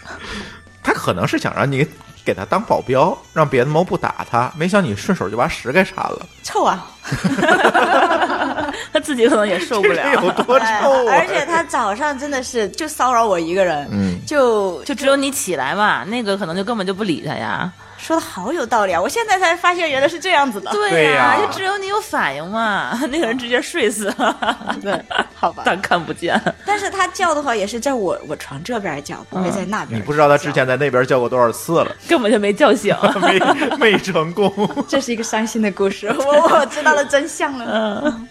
[SPEAKER 1] 他可能是想让你给他当保镖，让别的猫不打他，没想你顺手就把屎给铲了，
[SPEAKER 2] 臭啊！
[SPEAKER 3] 他自己可能也受不
[SPEAKER 1] 这 有
[SPEAKER 3] 了，
[SPEAKER 1] 多臭啊！
[SPEAKER 2] 哎而且他早上真的是就骚扰我一个人，
[SPEAKER 1] 嗯
[SPEAKER 2] 就
[SPEAKER 3] 就只有你起来嘛，那个可能就根本就不理他呀。
[SPEAKER 2] 说的好有道理啊！我现在才发现原来是这样子的。
[SPEAKER 1] 对呀
[SPEAKER 3] 就只有你有反应嘛，那个人直接睡死了，
[SPEAKER 2] 对，好吧。
[SPEAKER 3] 当看不见。
[SPEAKER 2] 但是他叫的话也是在我我床这边叫，不会在那边。
[SPEAKER 1] 你不知道他之前在那边叫过多少次了，
[SPEAKER 3] 根本就没叫醒。
[SPEAKER 1] 没没成 功。
[SPEAKER 2] 这是一个伤心的故事，我我知道了真相了。
[SPEAKER 3] 嗯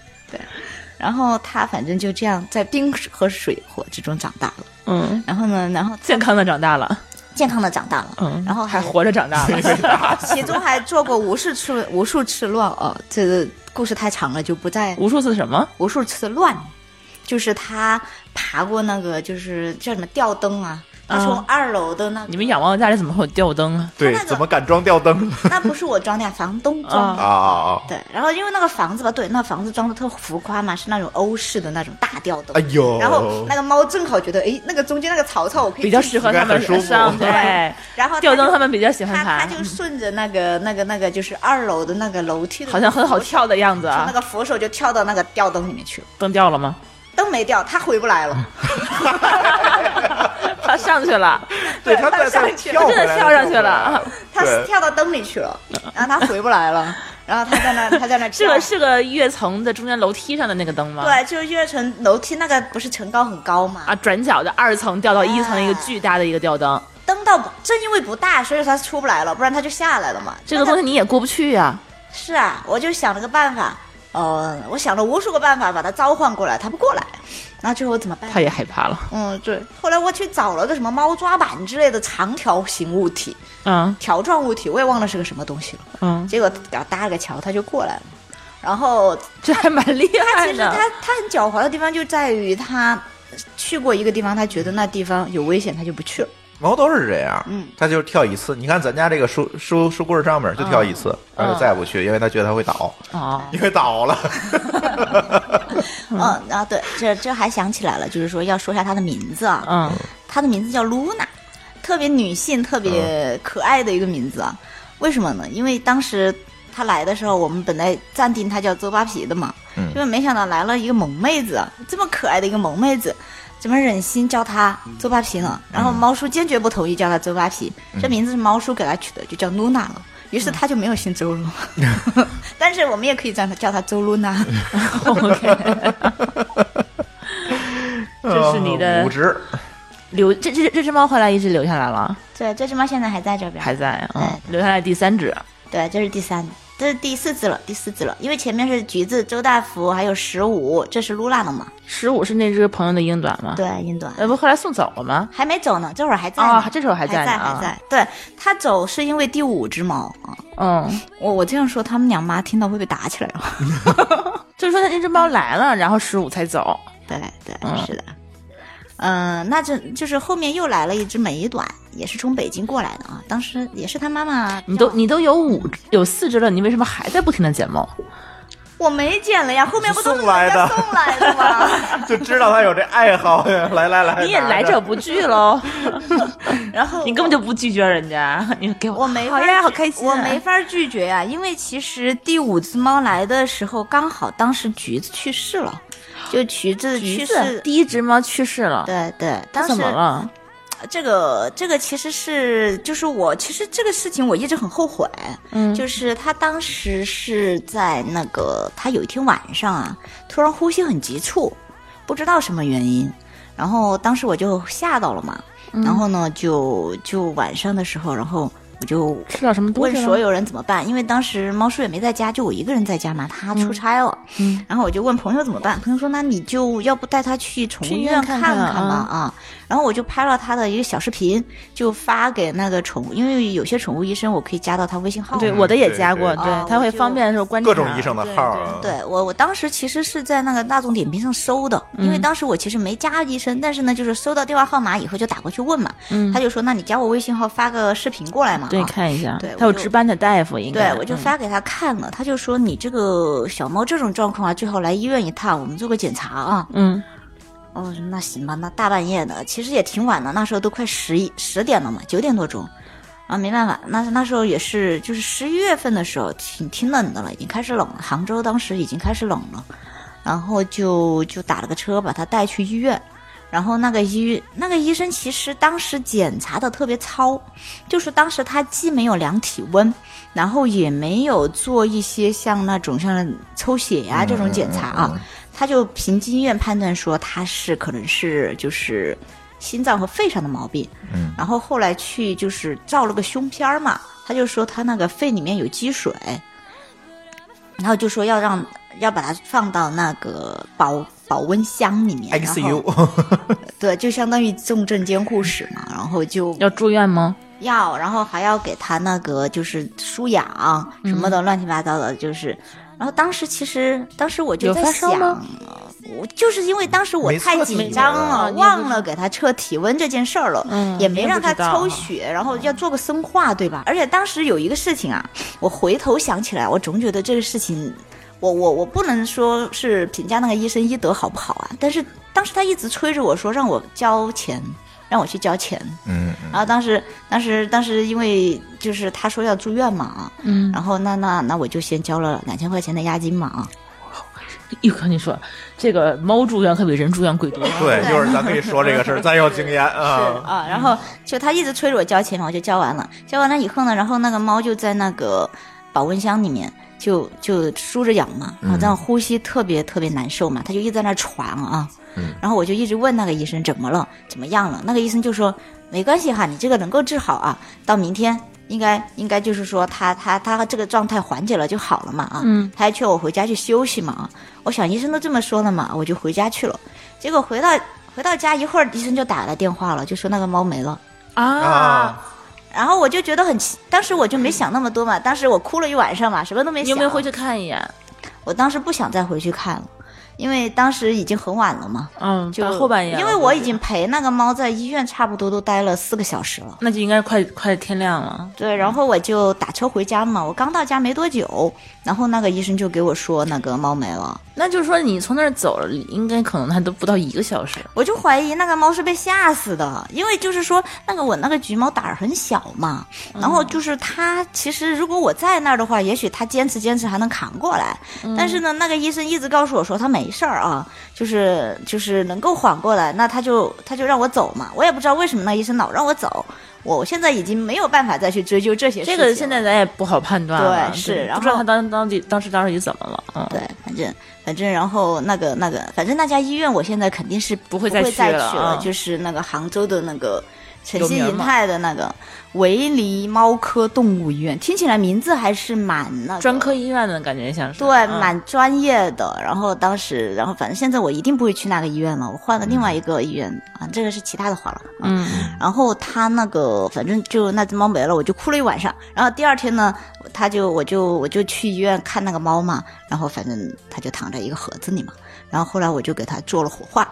[SPEAKER 2] 然后他反正就这样在冰和水火之中长大了。
[SPEAKER 3] 嗯，
[SPEAKER 2] 然后呢，然后
[SPEAKER 3] 健康的长大了，
[SPEAKER 2] 健康的长大了，
[SPEAKER 3] 嗯
[SPEAKER 2] 然后还
[SPEAKER 3] 还活着长大了。
[SPEAKER 2] 其中还做过无数次无数次乱哦，这个故事太长了，就不再
[SPEAKER 3] 无数次什么？
[SPEAKER 2] 无数次乱。就是他爬过那个，就是叫什么吊灯啊，他从
[SPEAKER 3] 嗯
[SPEAKER 2] 二楼的那个，
[SPEAKER 3] 你们养猫的家里怎么会有吊灯啊？
[SPEAKER 1] 对，怎么敢装吊 灯呢
[SPEAKER 2] 那不是我装的，房东装
[SPEAKER 3] 啊
[SPEAKER 2] 的。
[SPEAKER 1] 啊啊！啊
[SPEAKER 2] 对，然后因为那个房子吧，对，那房子装的特浮夸嘛，是那种欧式的那种大吊灯。
[SPEAKER 1] 哎呦，
[SPEAKER 2] 然后那个猫正好觉得，哎，那个中间那个槽槽我可以
[SPEAKER 3] 比较适
[SPEAKER 2] 进去，
[SPEAKER 3] 合他
[SPEAKER 1] 应
[SPEAKER 3] 们
[SPEAKER 1] 该很舒服
[SPEAKER 3] 上对
[SPEAKER 2] 对然后它
[SPEAKER 3] 吊灯，
[SPEAKER 2] 就
[SPEAKER 3] 他们比较喜欢
[SPEAKER 2] 它
[SPEAKER 3] 爬，
[SPEAKER 2] 它就顺着那个那个那个就是二楼的那个楼梯的，
[SPEAKER 3] 好像很好跳的样子
[SPEAKER 2] 从那
[SPEAKER 3] 啊。
[SPEAKER 2] 个扶手就跳到那个吊灯里面去了，
[SPEAKER 3] 灯掉了吗？
[SPEAKER 2] 灯没掉，它回不来了，
[SPEAKER 3] 他上去了，
[SPEAKER 1] 对
[SPEAKER 2] 对
[SPEAKER 1] 他
[SPEAKER 2] 它
[SPEAKER 1] 在
[SPEAKER 2] 上
[SPEAKER 1] 在
[SPEAKER 2] 去
[SPEAKER 1] 跳
[SPEAKER 3] 了
[SPEAKER 1] 回来
[SPEAKER 3] 真的跳上去了，
[SPEAKER 2] 它
[SPEAKER 1] 对
[SPEAKER 2] 跳到灯里去了，然后它回不来了，然后它在那它在那
[SPEAKER 3] 是
[SPEAKER 2] 跳
[SPEAKER 3] 个是个跃层的中间楼梯上的那个灯吗？
[SPEAKER 2] 对，就是跃层楼梯那个不是层高很高嘛，
[SPEAKER 3] 啊，转角的二层掉到一层，
[SPEAKER 2] 哎
[SPEAKER 3] 一个巨大的一个吊灯，
[SPEAKER 2] 灯到不正因为不大，所以它出不来了，不然它就下来了嘛。
[SPEAKER 3] 这个东西你也过不去呀。
[SPEAKER 2] 是啊，我就想了个办法，呃，我想了无数个办法把它召唤过来，它不过来，那最后怎么办？
[SPEAKER 3] 他也害怕了，
[SPEAKER 2] 嗯，对。后来我去找了个什么猫抓板之类的长条形物体、
[SPEAKER 3] 嗯
[SPEAKER 2] 条状物体，我也忘了是个什么东西了。
[SPEAKER 3] 嗯，
[SPEAKER 2] 结果给它搭了个桥，它就过来了。然后
[SPEAKER 3] 这还蛮厉
[SPEAKER 2] 它
[SPEAKER 3] 害
[SPEAKER 2] 其实它
[SPEAKER 3] 的。
[SPEAKER 2] 它很狡猾的地方就在于它去过一个地方，它觉得那地方有危险，它就不去了。
[SPEAKER 1] 猫都是这样，
[SPEAKER 2] 嗯，
[SPEAKER 1] 它就跳一次。你看咱家这个书书书柜上面就跳一次，然后就再也不去，因为它觉得它会倒，
[SPEAKER 3] 哦，
[SPEAKER 1] 因为倒 了。
[SPEAKER 2] 嗯，啊，对，这这还想起来了，就是说要说一下它的名字啊，
[SPEAKER 3] 嗯，
[SPEAKER 2] 它的名字叫露娜，特别女性、特别可爱的一个名字啊。为什么呢？因为当时她来的时候，我们本来暂定她叫周扒皮的嘛，
[SPEAKER 1] 嗯
[SPEAKER 2] 因为没想到来了一个萌妹子，啊这么可爱的一个萌妹子，怎么忍心叫她周扒皮呢？然后猫叔坚决不同意叫她周扒皮，这名字是猫叔给她取的，就叫露娜了。于是她就没有姓周了，但是我们也可以叫她叫她周露娜。
[SPEAKER 3] OK，这是你
[SPEAKER 1] 嗯
[SPEAKER 3] 的
[SPEAKER 2] 嗯
[SPEAKER 1] 五指，
[SPEAKER 3] 留这这这只猫后来一直留下来了，
[SPEAKER 2] 对，这只猫现在还在这边，
[SPEAKER 3] 还在，嗯
[SPEAKER 2] 哎，
[SPEAKER 3] 留下来第三只，
[SPEAKER 2] 对，这是第三，这是第四只了，第四只了，因为前面是橘子、周大福，还有十五，这是露娜的嘛？
[SPEAKER 3] 十五是那只朋友的英短吗？
[SPEAKER 2] 对，英短。
[SPEAKER 3] 呃，不，后来送走了吗？
[SPEAKER 2] 还没走呢，这会儿哦还在呢
[SPEAKER 3] 啊，这时候还
[SPEAKER 2] 还
[SPEAKER 3] 在呢
[SPEAKER 2] 在，
[SPEAKER 3] 啊
[SPEAKER 2] 还在。对他走是因为第五只猫啊，
[SPEAKER 3] 嗯，
[SPEAKER 2] 我我这样说，他们娘妈听到会被打起来了。
[SPEAKER 3] 就是说那只猫来了，然后十五才走。
[SPEAKER 2] 对对，
[SPEAKER 3] 嗯
[SPEAKER 2] 是的。嗯、那这就是后面又来了一只美短，也是从北京过来的啊。当时也是他妈妈叫，啊
[SPEAKER 3] 你都你都有五有四只了，你为什么还在不停的捡猫？
[SPEAKER 2] 我没捡了呀，后面不都是
[SPEAKER 1] 送来的
[SPEAKER 2] 人家送来的 吗？
[SPEAKER 1] 就知道他有这爱好。来来来，
[SPEAKER 3] 你也
[SPEAKER 1] 拿
[SPEAKER 3] 来
[SPEAKER 1] 着
[SPEAKER 3] 者不拒 喽，
[SPEAKER 2] 然后
[SPEAKER 3] 你根本就不拒绝人家，你给我
[SPEAKER 2] 我没法
[SPEAKER 3] 好呀，
[SPEAKER 2] 拒
[SPEAKER 3] 好开心啊，
[SPEAKER 2] 我没法拒绝呀、因为其实第五只猫来的时候，刚好当时橘子去世了，就橘子去
[SPEAKER 3] 橘
[SPEAKER 2] 世
[SPEAKER 3] 子，第一只猫去世了，
[SPEAKER 2] 对对，
[SPEAKER 3] 它
[SPEAKER 2] 当时
[SPEAKER 3] 怎么了？
[SPEAKER 2] 这个这个其实是就是我其实这个事情我一直很后悔，
[SPEAKER 3] 嗯
[SPEAKER 2] 就是他当时是在那个他有一天晚上啊，突然呼吸很急促，不知道什么原因，然后当时我就吓到了嘛，
[SPEAKER 3] 嗯
[SPEAKER 2] 然后呢就就晚上的时候，然后我就
[SPEAKER 3] 吃了什么东
[SPEAKER 2] 问
[SPEAKER 3] 西了？
[SPEAKER 2] 所有人怎么办，因为当时猫叔也没在家，就我一个人在家嘛，他出差了。
[SPEAKER 3] 嗯
[SPEAKER 2] 然后我就问朋友怎么办，朋友说那你就要不带他去宠物
[SPEAKER 3] 去医
[SPEAKER 2] 医
[SPEAKER 3] 院
[SPEAKER 2] 院
[SPEAKER 3] 看
[SPEAKER 2] 看
[SPEAKER 3] 看
[SPEAKER 2] 看吧
[SPEAKER 3] 啊
[SPEAKER 2] 啊。然后我就拍了他的一个小视频，就发给那个宠物，因为有些宠物医生我可以加到他微信号嘛。
[SPEAKER 3] 对，我的也加过，
[SPEAKER 1] 对
[SPEAKER 2] 对
[SPEAKER 3] 对，它会
[SPEAKER 2] 哦我就
[SPEAKER 3] 方便的时候关注
[SPEAKER 1] 各种
[SPEAKER 3] 它
[SPEAKER 1] 医生的号啊，
[SPEAKER 2] 对我，我当时其实是在那个大众点评上搜的，因
[SPEAKER 3] 嗯
[SPEAKER 2] 为当时我其实没加医生，但是呢，就是收到电话号码以后就打过去问嘛，
[SPEAKER 3] 嗯
[SPEAKER 2] 他就说那你加我微信号发个视频过来嘛，
[SPEAKER 3] 对，
[SPEAKER 2] 啊
[SPEAKER 3] 看一下
[SPEAKER 2] 对，
[SPEAKER 3] 它有
[SPEAKER 2] 我就
[SPEAKER 3] 值班的大夫，应该嗯
[SPEAKER 2] 对，我就发给他看了，他就说你这个小猫这种状况啊，最好来医院一趟，我们做个检查啊。
[SPEAKER 3] 嗯
[SPEAKER 2] 哦，那行吧，那大半夜的，其实也挺晚的，那时候都快十一十点了嘛，九点多钟。啊，没办法，那那时候也是，就是十一月份的时候，挺挺冷的了，已经开始冷了。杭州当时已经开始冷了，然后就就打了个车把他带去医院。然后那个医那个医生其实当时检查的特别糙，就是当时他既没有量体温，然后也没有做一些像那种像抽血呀、这种检查啊，他就凭经验判断说他是可能是就是心脏和肺上的毛病，
[SPEAKER 1] 嗯
[SPEAKER 2] 然后后来去就是照了个胸片儿嘛，他就说他那个肺里面有积水，然后就说要让要把它放到那个保保温箱里面 然后
[SPEAKER 1] ，ICU
[SPEAKER 2] 对，就相当于重症监护室嘛，然后就
[SPEAKER 3] 要住院吗？
[SPEAKER 2] 要，然后还要给他那个就是输氧
[SPEAKER 3] 嗯
[SPEAKER 2] 什么的，乱七八糟的，就是。然后当时其实，当时我就
[SPEAKER 3] 有
[SPEAKER 2] 在
[SPEAKER 3] 发烧
[SPEAKER 2] 想
[SPEAKER 3] 吗，
[SPEAKER 2] 我就是因为当时我
[SPEAKER 1] 没
[SPEAKER 2] 太
[SPEAKER 1] 测体
[SPEAKER 2] 紧
[SPEAKER 1] 温
[SPEAKER 2] 张
[SPEAKER 1] 啊
[SPEAKER 2] 了，
[SPEAKER 3] 你也
[SPEAKER 2] 忘
[SPEAKER 3] 不
[SPEAKER 2] 了
[SPEAKER 3] 知
[SPEAKER 2] 给他测体温这件事儿了，
[SPEAKER 3] 嗯
[SPEAKER 2] 也
[SPEAKER 3] 你
[SPEAKER 2] 没
[SPEAKER 3] 也
[SPEAKER 2] 让
[SPEAKER 3] 不
[SPEAKER 2] 他
[SPEAKER 3] 知道
[SPEAKER 2] 抽
[SPEAKER 3] 啊
[SPEAKER 2] 血，然后要做个生化，对吧？而且当时有一个事情啊，我回头想起来，我总觉得这个事情，我我我不能说是评价那个医生医德好不好啊，但是当时他一直催着我说让我交钱，让我去交钱，
[SPEAKER 1] 嗯，
[SPEAKER 2] 然后当时，当时，当时因为就是他说要住院嘛，啊
[SPEAKER 3] 嗯，
[SPEAKER 2] 然后那那那我就先交了两千块钱的押金嘛啊，
[SPEAKER 3] 又跟你说，这个猫住院可比人住院贵多了。
[SPEAKER 1] 对，一会儿咱可以说这个事儿，咱有经验 啊。
[SPEAKER 2] 啊，然后就他一直催着我交钱嘛，我就交完了，交完了以后呢，然后那个猫就在那个保温箱里面就就输着氧嘛，然后这样呼吸特别特别难受嘛，它就一直在那喘啊，然后我就一直问那个医生怎么了，怎么样了，那个医生就说没关系哈，你这个能够治好啊，到明天。应该应该就是说他他他这个状态缓解了就好了嘛啊，
[SPEAKER 3] 嗯
[SPEAKER 2] 他还劝我回家去休息嘛啊，我想医生都这么说了嘛，我就回家去了。结果回到回到家一会儿，医生就打来电话了，就说那个猫没了。
[SPEAKER 3] 啊，
[SPEAKER 1] 啊，
[SPEAKER 2] 然后我就觉得很奇，当时我就没想那么多嘛，当时我哭了一晚上嘛，什么都没想。
[SPEAKER 3] 你有没有回去？看一眼？
[SPEAKER 2] 我当时不想再回去看了，因为当时已经很晚了嘛，
[SPEAKER 3] 嗯，
[SPEAKER 2] 就
[SPEAKER 3] 到后半夜了，
[SPEAKER 2] 因为我已经陪那个猫在医院差不多都待了四个小时了。
[SPEAKER 3] 那就应该快快天亮了。
[SPEAKER 2] 对，然后我就打车回家嘛，我刚到家没多久，然后那个医生就给我说那个猫没了，
[SPEAKER 3] 那就是说，你从那儿走了，应该可能还都不到一个小时。
[SPEAKER 2] 我就怀疑那个猫是被吓死的，因为就是说那个我那个橘猫胆儿很小嘛，
[SPEAKER 3] 嗯
[SPEAKER 2] 然后就是它其实如果我在那儿的话，也许它坚持坚持还能扛过来，
[SPEAKER 3] 嗯
[SPEAKER 2] 但是呢，那个医生一直告诉我说它没事儿啊，就是就是能够缓过来，那他就他就让我走嘛，我也不知道为什么那医生老让我走，我我现在已经没有办法再去追究这些事
[SPEAKER 3] 这
[SPEAKER 2] 情
[SPEAKER 3] 个现
[SPEAKER 2] 了
[SPEAKER 3] 在咱也不好判断了，
[SPEAKER 2] 对是然
[SPEAKER 3] 不知道
[SPEAKER 2] 后
[SPEAKER 3] 他当当地当时当时怎么了，嗯，
[SPEAKER 2] 对，反正反正，然后那个那个，反正那家医院我现在肯定是
[SPEAKER 3] 不会
[SPEAKER 2] 不
[SPEAKER 3] 再
[SPEAKER 2] 会
[SPEAKER 3] 去
[SPEAKER 2] 再去
[SPEAKER 3] 了啊
[SPEAKER 2] 就是那个杭州的那个城
[SPEAKER 3] 有
[SPEAKER 2] 西
[SPEAKER 3] 名儿
[SPEAKER 2] 银
[SPEAKER 3] 吗
[SPEAKER 2] 泰的那个维尼猫科动物医院，听起来名字还是蛮那个
[SPEAKER 3] 专科。医院的感觉像是，
[SPEAKER 2] 对，
[SPEAKER 3] 嗯
[SPEAKER 2] 蛮专业的。然后当时，然后反正现在我一定不会去那个医院了，我换了另外一个医院啊，这个是其他的话了。啊
[SPEAKER 3] 嗯，
[SPEAKER 2] 然后他那个反正就那只猫没了，我就哭了一晚上。然后第二天呢，他就我就我就去医院看那个猫嘛，然后反正它就躺在一个盒子里嘛。然后后来我就给它做了火化，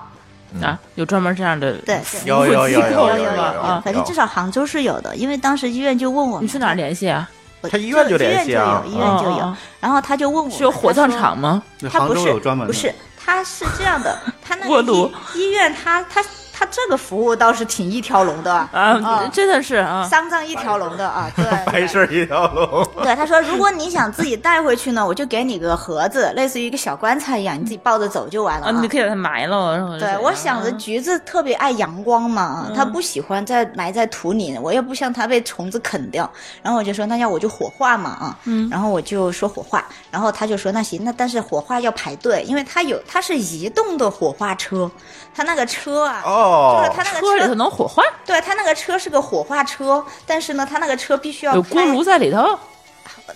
[SPEAKER 3] 啊，有专门这样的
[SPEAKER 2] 嗯对
[SPEAKER 3] 服务
[SPEAKER 1] 有
[SPEAKER 5] 哎
[SPEAKER 1] 有有
[SPEAKER 3] 机
[SPEAKER 1] 有
[SPEAKER 3] 构
[SPEAKER 1] 有
[SPEAKER 3] 是
[SPEAKER 1] 有
[SPEAKER 3] 吧？
[SPEAKER 1] 有
[SPEAKER 3] 啊，
[SPEAKER 2] 反正至少杭州是有的，因为当时医院就问我
[SPEAKER 3] 你
[SPEAKER 2] 们
[SPEAKER 3] 去哪儿联系啊？
[SPEAKER 2] 我
[SPEAKER 1] 他医院就
[SPEAKER 2] 就
[SPEAKER 1] 联系啊
[SPEAKER 2] 医院就有，医院就有。
[SPEAKER 3] 嗯嗯
[SPEAKER 2] 然后他就问我，
[SPEAKER 3] 是有火葬场吗？
[SPEAKER 5] 那
[SPEAKER 2] 他
[SPEAKER 5] 杭
[SPEAKER 2] 不
[SPEAKER 5] 州
[SPEAKER 2] 是
[SPEAKER 5] 有专门的，
[SPEAKER 2] 不是，他是这样的，他那
[SPEAKER 3] 锅
[SPEAKER 2] 个
[SPEAKER 3] 炉
[SPEAKER 2] 医医院他他他这个服务倒是挺一条龙的啊，
[SPEAKER 3] 啊，真的是啊，
[SPEAKER 2] 丧葬一条龙的啊，对，
[SPEAKER 1] 白事儿一条龙。
[SPEAKER 2] 对，他说如果你想自己带回去呢，我就给你个盒子，类似于一个小棺材一样，你自己抱着走就完了、
[SPEAKER 3] 啊，你可以把它嗯埋了。然后啊
[SPEAKER 2] 对，我想着橘子特别爱阳光嘛，
[SPEAKER 3] 嗯
[SPEAKER 2] 它不喜欢在埋在土里，我又不想它被虫子啃掉，然后我就说那要我就火化嘛啊，
[SPEAKER 3] 嗯
[SPEAKER 2] 然后我就说火化，然后他就说那行，那但是火化要排队，因为它有它是移动的火化车，它那个车啊，
[SPEAKER 1] 哦
[SPEAKER 2] 就是它那个
[SPEAKER 3] 车里头能火化，
[SPEAKER 2] 对，它那个车是个火化车，但是呢，它那个车必须要
[SPEAKER 3] 有锅
[SPEAKER 2] 开
[SPEAKER 3] 炉在里头。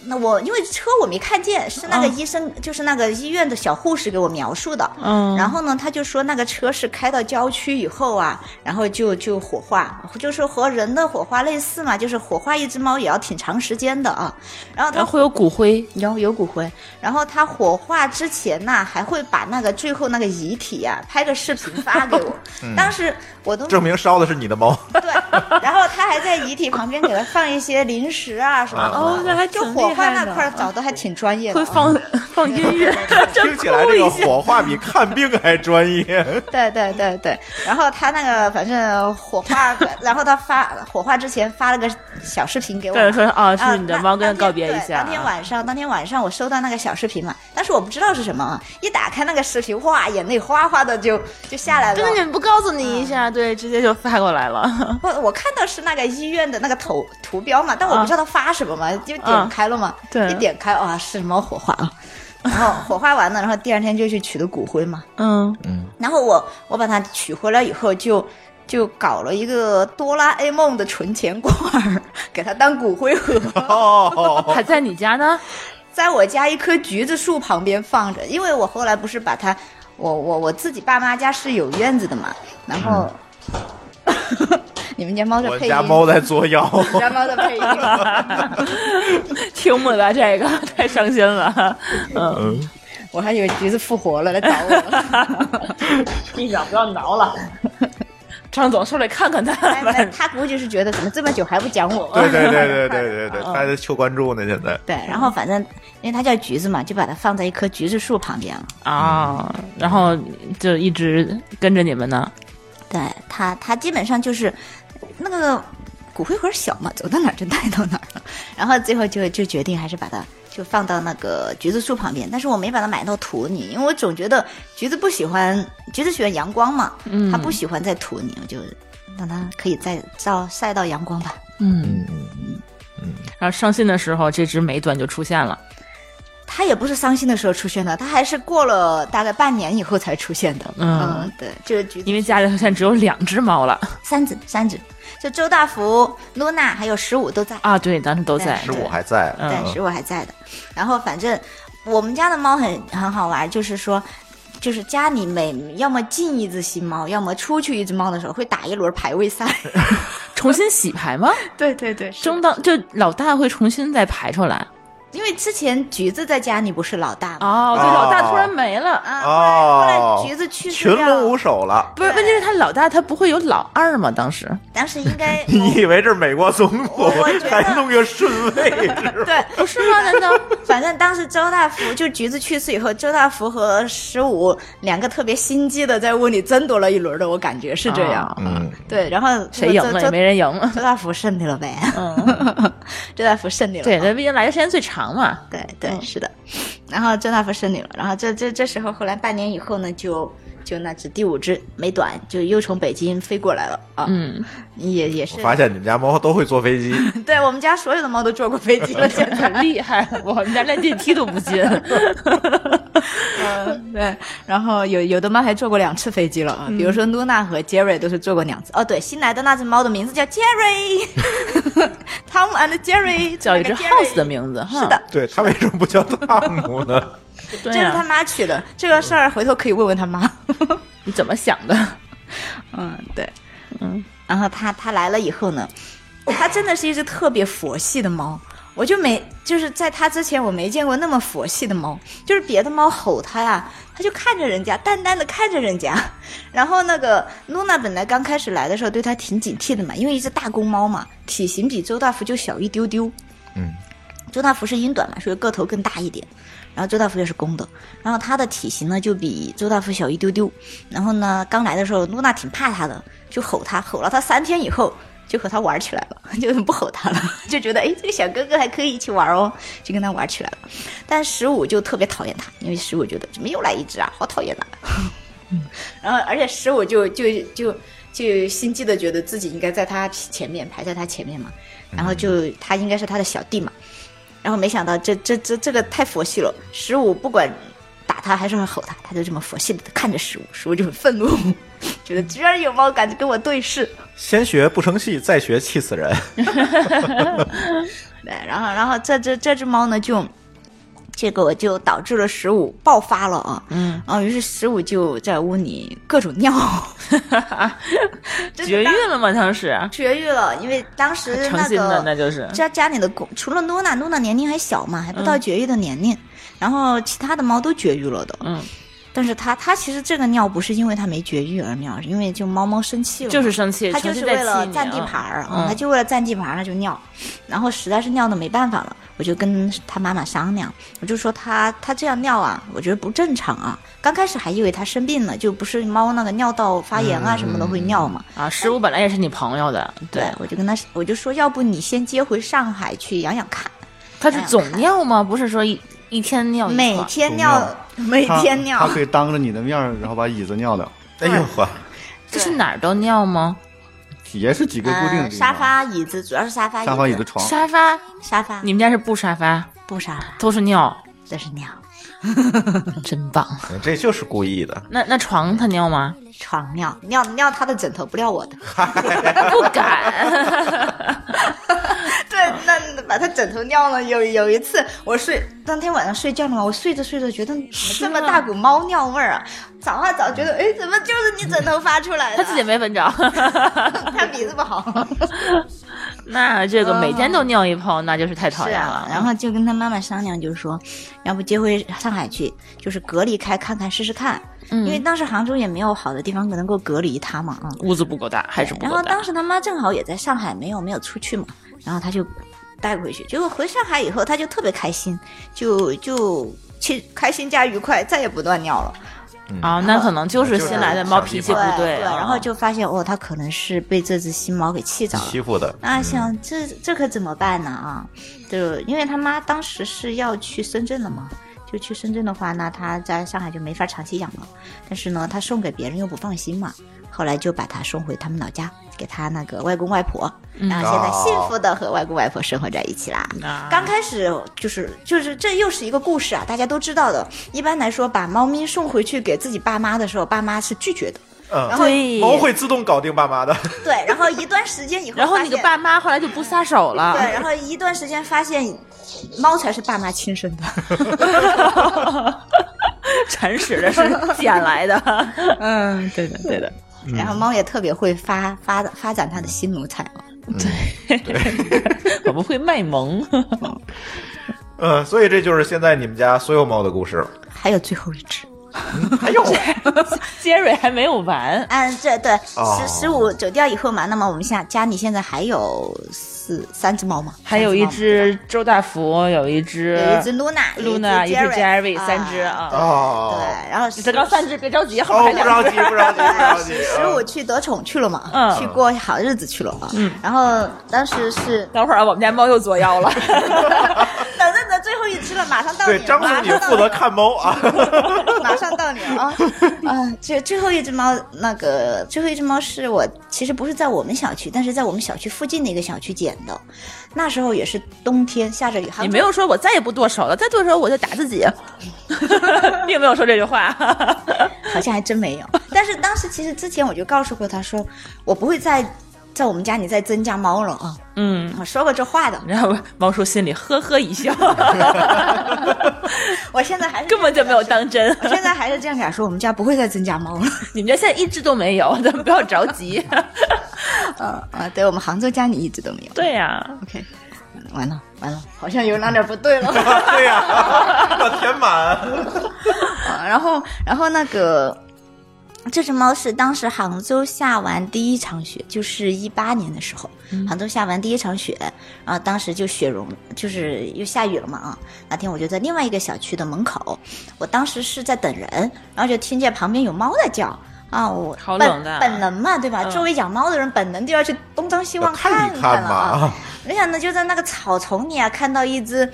[SPEAKER 2] 那我因为车我没看见，是那个医生，就是那个医院的小护士给我描述的。
[SPEAKER 3] 嗯
[SPEAKER 2] 然后呢，他就说那个车是开到郊区以后啊，然后就就火化，就是和人的火化类似嘛，就是火化一只猫也要挺长时间的啊。然后
[SPEAKER 3] 然
[SPEAKER 2] 他
[SPEAKER 3] 后会有骨灰，
[SPEAKER 2] 有有骨灰，然后他火化之前呐，还会把那个最后那个遗体呀、拍个视频发给我。
[SPEAKER 3] 嗯
[SPEAKER 2] 当时我都
[SPEAKER 1] 证明烧的是你的猫，
[SPEAKER 2] 对，然后他还在遗体旁边给他放一些零食啊什么的。
[SPEAKER 3] 哦那还挺
[SPEAKER 2] 就火
[SPEAKER 3] 厉
[SPEAKER 2] 化
[SPEAKER 3] 害
[SPEAKER 2] 那
[SPEAKER 3] 的
[SPEAKER 2] 块儿找的还挺专业的
[SPEAKER 3] 会
[SPEAKER 2] 啊。
[SPEAKER 3] 放放音乐，真
[SPEAKER 1] 听起 来这
[SPEAKER 3] 酷
[SPEAKER 1] 个
[SPEAKER 3] 一些。
[SPEAKER 1] 火化比看病还专业。
[SPEAKER 2] 对对对对，然后他那个反正火化，然后他发火化之前发了个小视频给我嘛。
[SPEAKER 3] 对，说啊，
[SPEAKER 2] 啊
[SPEAKER 3] 是你的猫跟告别一下。啊
[SPEAKER 2] 当天对当天晚上，当天晚上我收到那个小视频嘛，但是我不知道是什么啊。一打开那个视频，哇，眼泪哗哗的就就下来了。
[SPEAKER 3] 对，你不告诉你一
[SPEAKER 2] 嗯
[SPEAKER 3] 下，对，直接就发过来了。
[SPEAKER 2] 我我看到是那个医院的那个头图标嘛，但我不知道他发什么嘛，就点开了嘛，
[SPEAKER 3] 对
[SPEAKER 2] 一点开啊是猫火化啊，然后火化完了，然后第二天就去取的骨灰嘛，
[SPEAKER 3] 嗯，
[SPEAKER 2] 然后我我把它取回来以后就。就搞了一个哆啦 A 梦的存钱罐儿，给它当骨灰盒，
[SPEAKER 1] 哦，
[SPEAKER 3] 还在你家呢？
[SPEAKER 2] 在我家一棵橘子树旁边放着。因为我后来不是把它，我我我自己爸妈家是有院子的嘛，然后、 你们家猫在
[SPEAKER 1] 我
[SPEAKER 2] 配音，
[SPEAKER 1] 家猫在作 妖。
[SPEAKER 2] 你家猫在配音。
[SPEAKER 3] 听不得这个， 太伤心了。嗯，
[SPEAKER 2] 我还以为橘子复活 了来找我了，
[SPEAKER 6] 地上不要挠了。
[SPEAKER 3] 张总说来看看
[SPEAKER 2] 哎没
[SPEAKER 3] 他。
[SPEAKER 2] 他估计是觉得怎么这么久还不讲我。
[SPEAKER 1] 对对对对对对对，他在求关注呢，现在。
[SPEAKER 2] 对然后反正因为它叫橘子嘛，就把它放在一棵橘子树旁边了。
[SPEAKER 3] 啊、然后就一直跟着你们呢。
[SPEAKER 2] 对它，它基本上就是那个骨灰盒小嘛，走到哪儿就带到哪儿了。 然后最后就就决定还是把它就放到那个橘子树旁边，但是我没把它埋到土里，因为我总觉得橘子不喜欢，橘子喜欢阳光嘛，
[SPEAKER 3] 嗯
[SPEAKER 2] 它不喜欢在土里，我就让它可以再照晒到阳光吧。
[SPEAKER 3] 嗯，然后伤心的时候，这只美短就出现了。
[SPEAKER 2] 他也不是伤心的时候出现的，他还是过了大概半年以后才出现的。
[SPEAKER 3] 嗯
[SPEAKER 2] 对，就是橘子
[SPEAKER 3] 因为家里头现在只有两只猫了
[SPEAKER 2] 三子三子，就周大福、露娜还有十五都在，
[SPEAKER 3] 啊，对，当时都在
[SPEAKER 1] 十
[SPEAKER 2] 对
[SPEAKER 1] 五还在，
[SPEAKER 3] 嗯
[SPEAKER 2] 对，十五还在的。然后反正我们家的猫很很好玩，就是说。就是家里每要么进一只新猫，要么出去一只猫的时候，会打一轮排 位赛。
[SPEAKER 3] 重新洗牌吗？
[SPEAKER 2] 对对对，
[SPEAKER 3] 争当就老大会重新再排出来。
[SPEAKER 2] 因为之前橘子在家里不是老大吗？
[SPEAKER 3] 哦，对，
[SPEAKER 1] 哦
[SPEAKER 3] 老大突然没了。
[SPEAKER 2] 啊，后来后
[SPEAKER 1] 哦
[SPEAKER 2] 来橘子去世
[SPEAKER 1] 群
[SPEAKER 2] 掉
[SPEAKER 1] 龙无
[SPEAKER 2] 了，
[SPEAKER 1] 首了。
[SPEAKER 3] 不是，问题是他老大他不会有老二吗？当时
[SPEAKER 2] 当时应 该
[SPEAKER 1] 你以为这是美国总统
[SPEAKER 2] 我我觉得
[SPEAKER 1] 还弄个顺位置？
[SPEAKER 2] 对，
[SPEAKER 3] 不是吗？难道
[SPEAKER 2] 反正当时周大福就橘子去世以后，周大福和十五两个特别心机的在屋里争夺了一轮的，我感觉是这样。
[SPEAKER 3] 啊
[SPEAKER 1] 嗯，
[SPEAKER 2] 对，然后
[SPEAKER 3] 谁赢了
[SPEAKER 2] 周
[SPEAKER 3] 也没人赢了。
[SPEAKER 2] 周大福胜利了呗，
[SPEAKER 3] 嗯，
[SPEAKER 2] 周大福胜利了。
[SPEAKER 3] 对，嗯那毕竟来的时间最长 嘛。
[SPEAKER 2] 对对，是的。然后周大福胜利了，然后这这这时候后来半年以后呢，就就那只第五只美短就又从北京飞过来了啊，
[SPEAKER 3] 嗯，
[SPEAKER 2] 也也是
[SPEAKER 1] 我。发现你们家猫都会坐飞机，
[SPEAKER 2] 对我们家所有的猫都坐过飞机了，现在。
[SPEAKER 3] 很厉害，我们家连电梯都不进。
[SPEAKER 2] 嗯， 对，然后有有的猫还坐过两次飞机了啊，比如
[SPEAKER 3] 嗯
[SPEAKER 2] 说露娜和杰瑞都是坐过两次。哦，对，新来的那只猫的名字叫杰 瑞，汤姆 and 杰瑞，
[SPEAKER 3] 叫一只 house 的 名字，哈
[SPEAKER 2] 是的，，
[SPEAKER 1] 对它为什么不叫汤姆呢？
[SPEAKER 3] 对啊
[SPEAKER 2] 这是他
[SPEAKER 3] 呀，
[SPEAKER 2] 妈取的。这个事儿回头可以问问他妈。
[SPEAKER 3] 你怎么想的？
[SPEAKER 2] 嗯，对，嗯，然后他他来了以后呢，他真的是一只特别佛系的猫。我就没，就是在他之前我没见过那么佛系的猫，就是别的猫吼它呀，它就看着人家，淡淡的看着人家。然后那个露娜本来刚开始来的时候对它挺警惕的嘛，因为一只大公猫嘛，体型比周大福就小一丢丢。
[SPEAKER 1] 嗯，
[SPEAKER 2] 周大福是英短嘛，所以个头更大一点。然后周大福也是公的，然后它的体型呢就比周大福小一丢丢。然后呢，刚来的时候露娜挺怕它的，就吼它，吼了它三天以后。就和它玩起来了， 就不吼它了，就觉得哎，这个小哥哥还可以一起玩哦，就跟它玩起来了。但十五就特别讨厌它，因为十五觉得怎么又来一只啊，好讨厌它、 然后而且十五就就就就心机的觉得自己应该在他前面排在他前面嘛，然后就他应该是他的小弟嘛，然后没想到这这这这个太佛系了，十五不管打他还是吼他，他就这么佛系的看着十五，十五就很愤怒，觉得居然有猫敢跟我对视，
[SPEAKER 1] 先学不成器，再学气死人。
[SPEAKER 2] 对，然后然后这这这只猫呢就。结果就导致了十五爆发了啊，嗯，然后于是十五就在屋里各 种尿，真的
[SPEAKER 3] 绝育了吗？当时
[SPEAKER 2] 绝育了，因为当时
[SPEAKER 3] 诚
[SPEAKER 2] 那
[SPEAKER 3] 心的，那
[SPEAKER 2] 个
[SPEAKER 3] 就是
[SPEAKER 2] 家家里的公，除了露娜，露娜年龄还小嘛，还不
[SPEAKER 3] 嗯
[SPEAKER 2] 到绝育的年龄，然后其他的猫都绝育了的。
[SPEAKER 3] 嗯，
[SPEAKER 2] 但是它它其实这个尿不是因为它没绝育而尿，是因为就猫猫生气了嘛，
[SPEAKER 3] 就是生气，
[SPEAKER 2] 它就
[SPEAKER 3] 诚
[SPEAKER 2] 是
[SPEAKER 3] 心
[SPEAKER 2] 为
[SPEAKER 3] 在
[SPEAKER 2] 了
[SPEAKER 3] 气你
[SPEAKER 2] 占地
[SPEAKER 3] 啊
[SPEAKER 2] 盘儿，
[SPEAKER 3] 嗯
[SPEAKER 2] 它就为了占地盘儿，它就尿，然后实在是尿的没办法了，我就跟他妈妈商量，我就说他他这样尿啊，我觉得不正常啊。刚开始还以为他生病了，就不是猫那个尿道发炎啊什么的会尿嘛，
[SPEAKER 3] 啊，十五本来也是你朋友的，
[SPEAKER 2] 对，我就跟他我就说，要不你先接回上海去养养看，
[SPEAKER 3] 他是总尿吗？不是说一一天尿一
[SPEAKER 2] 每
[SPEAKER 3] 串
[SPEAKER 2] 天
[SPEAKER 5] 总
[SPEAKER 2] 尿，每
[SPEAKER 5] 他
[SPEAKER 2] 天尿
[SPEAKER 5] 他，可以当着你的面儿，然后把椅子尿了，
[SPEAKER 1] 哎呦呵，
[SPEAKER 3] 这是哪儿都尿吗？
[SPEAKER 5] 也是几个固定的
[SPEAKER 2] 嗯，
[SPEAKER 5] 地
[SPEAKER 2] 沙
[SPEAKER 5] 方，
[SPEAKER 2] 发椅子主要是沙发
[SPEAKER 5] 沙发、椅子、床，
[SPEAKER 3] 沙发，
[SPEAKER 2] 沙发，
[SPEAKER 3] 你们家是布沙发，
[SPEAKER 2] 不沙发
[SPEAKER 3] 都是尿，
[SPEAKER 2] 这是尿，
[SPEAKER 3] 真棒。
[SPEAKER 1] 这就是故意的。
[SPEAKER 3] 那那床他尿 吗？
[SPEAKER 2] 床尿尿尿他的枕头，不尿我的。
[SPEAKER 3] 不敢，
[SPEAKER 2] 对，那把他枕头尿了。有有一次我睡当天晚上睡觉嘛，我睡着睡着觉得怎么这么大股猫尿味儿啊，早啊早觉得哎怎么就是你枕头发出来
[SPEAKER 3] 他
[SPEAKER 2] 的？
[SPEAKER 3] 自己没闻 着。
[SPEAKER 2] 他鼻子不好。
[SPEAKER 3] 那这个每天都尿一泡，那就是太讨
[SPEAKER 2] 嗯是
[SPEAKER 3] 厌
[SPEAKER 2] 啊
[SPEAKER 3] 了。，
[SPEAKER 2] 然后就跟他妈妈商量，就是说，要不接回上海去，就是隔离开看看试试看，因为当时杭州也没有好的地方能够隔离他嘛啊。
[SPEAKER 3] 屋子不够大，还是不
[SPEAKER 2] 然
[SPEAKER 3] 够
[SPEAKER 2] 后
[SPEAKER 3] 大
[SPEAKER 2] 当。时他妈正好也在上海，没有没有出去嘛，然后他就带回去。结果回上海以后，他就特别开心，就就去开心加愉快，再也不乱尿了。
[SPEAKER 3] 啊，那可能就是新来的猫脾气不
[SPEAKER 2] 对
[SPEAKER 3] 对，啊
[SPEAKER 2] 然后就发现哦，他可能是被这只新猫给气着了。
[SPEAKER 1] 欺负的，
[SPEAKER 2] 啊，想这这可怎么办呢？啊，就因为他妈当时是要去深圳了嘛，就去深圳的话，那他在上海就没法长期养了。但是呢，他送给别人又不放心嘛，后来就把他送回他们老家，给他那个外公外婆，然后现在幸福的和外公外婆生活在一起啦。
[SPEAKER 3] 嗯啊
[SPEAKER 2] 刚开始就是就是这又是一个故事啊，大家都知道的。一般来说，把猫咪送回去给自己爸妈的时候，爸妈是拒绝的。然
[SPEAKER 1] 嗯，
[SPEAKER 2] 后
[SPEAKER 3] 对，
[SPEAKER 1] 猫会自动搞定爸妈的。
[SPEAKER 2] 对，然后一段时间以后，
[SPEAKER 3] 然后
[SPEAKER 2] 发
[SPEAKER 3] 你的
[SPEAKER 2] 现
[SPEAKER 3] 爸妈后来就不撒手了，
[SPEAKER 2] 对，然后一段时间发现，猫才是爸妈亲 生的。
[SPEAKER 3] 铲屎的是捡来的，
[SPEAKER 2] 嗯，对的，对的。
[SPEAKER 3] 嗯
[SPEAKER 2] 然后猫也特别会发发发展它的新奴才嘛。
[SPEAKER 3] 我们会卖萌。
[SPEAKER 1] 嗯，所以这就是现在你们家所有猫的故事。
[SPEAKER 2] 还有最后一只，
[SPEAKER 1] 还有，
[SPEAKER 3] 杰瑞还没有完，
[SPEAKER 2] 嗯，对对，
[SPEAKER 1] 哦
[SPEAKER 2] 十十五走掉以后嘛，那么我们现在家里现在还有四三只猫嘛，
[SPEAKER 3] 还有一
[SPEAKER 2] 三
[SPEAKER 3] 只呃周大福，有一只
[SPEAKER 2] 猫嘛，有一只露娜，
[SPEAKER 3] 露娜，一只 Jerry，
[SPEAKER 2] Jerry，
[SPEAKER 3] 三只
[SPEAKER 2] 啊。
[SPEAKER 3] 啊。
[SPEAKER 2] 对
[SPEAKER 1] 哦，，
[SPEAKER 2] 然后
[SPEAKER 3] 这刚三只，别着急，后面
[SPEAKER 1] 哦，
[SPEAKER 3] 还
[SPEAKER 1] 不着急，
[SPEAKER 3] 两只。
[SPEAKER 1] 不着急，不着急。
[SPEAKER 2] 十五去得宠去了嘛，
[SPEAKER 3] 嗯
[SPEAKER 2] 去过好日子去了啊。然后当时是
[SPEAKER 3] 等会儿啊，我们家猫又作妖了。
[SPEAKER 2] 等着等最后一只了，马上
[SPEAKER 1] 嗯
[SPEAKER 2] 到
[SPEAKER 1] 对，
[SPEAKER 2] 了
[SPEAKER 1] 张总
[SPEAKER 2] 马
[SPEAKER 1] 你
[SPEAKER 2] 上到
[SPEAKER 1] 负责
[SPEAKER 2] 了
[SPEAKER 1] 看猫 啊。
[SPEAKER 2] 马上到你 了啊！啊，最最后一只猫，那个最后一只猫是我其实不是在我们小区，但是在我们小区附近的一个小区捡的。那时候也是冬天，下着雨，
[SPEAKER 3] 你
[SPEAKER 2] 杭
[SPEAKER 3] 没
[SPEAKER 2] 州
[SPEAKER 3] 有说我再也不剁手了，再剁手我就打自 己，并没有说这句话。
[SPEAKER 2] 好像还真没 有。但是当时其实之前我就告诉过他说，我不会再在我们家里再增加猫了啊，
[SPEAKER 3] 嗯，
[SPEAKER 2] 我说过这话的。
[SPEAKER 3] 然后猫叔心里呵呵一笑，
[SPEAKER 2] 我现在还 是
[SPEAKER 3] 根本就没有当真。
[SPEAKER 2] 我现在还是这样敢说，我们家不会再增加 猫了。
[SPEAKER 3] 你们家现在一只都没 有，咱们不要着急。
[SPEAKER 2] 呃呃，对我们杭州家里一直都没有。
[SPEAKER 3] 对呀、
[SPEAKER 2] ，OK，完了完了，好像有哪点不对了。啊
[SPEAKER 1] 对呀， 要填满。
[SPEAKER 2] 啊，然后然后那个这只猫是当时杭州下完第一场雪，就是一八年的时候，
[SPEAKER 3] 嗯
[SPEAKER 2] 杭州下完第一场雪，然后当时就雪融，就是又下雨了嘛啊。那天我就在另外一个小区的门口，我当时是在等人，然后就听见旁边有猫在叫。啊，我
[SPEAKER 3] 好
[SPEAKER 2] 本
[SPEAKER 3] 冷淡啊
[SPEAKER 2] 本能嘛，对吧？
[SPEAKER 3] 嗯
[SPEAKER 2] 周围养猫的人本能就要去东张西望
[SPEAKER 1] 看一
[SPEAKER 2] 看
[SPEAKER 1] 看
[SPEAKER 2] 了
[SPEAKER 1] 嘛
[SPEAKER 2] 啊。
[SPEAKER 1] 啊，
[SPEAKER 2] 没想到就在那个草丛里啊，看到一只，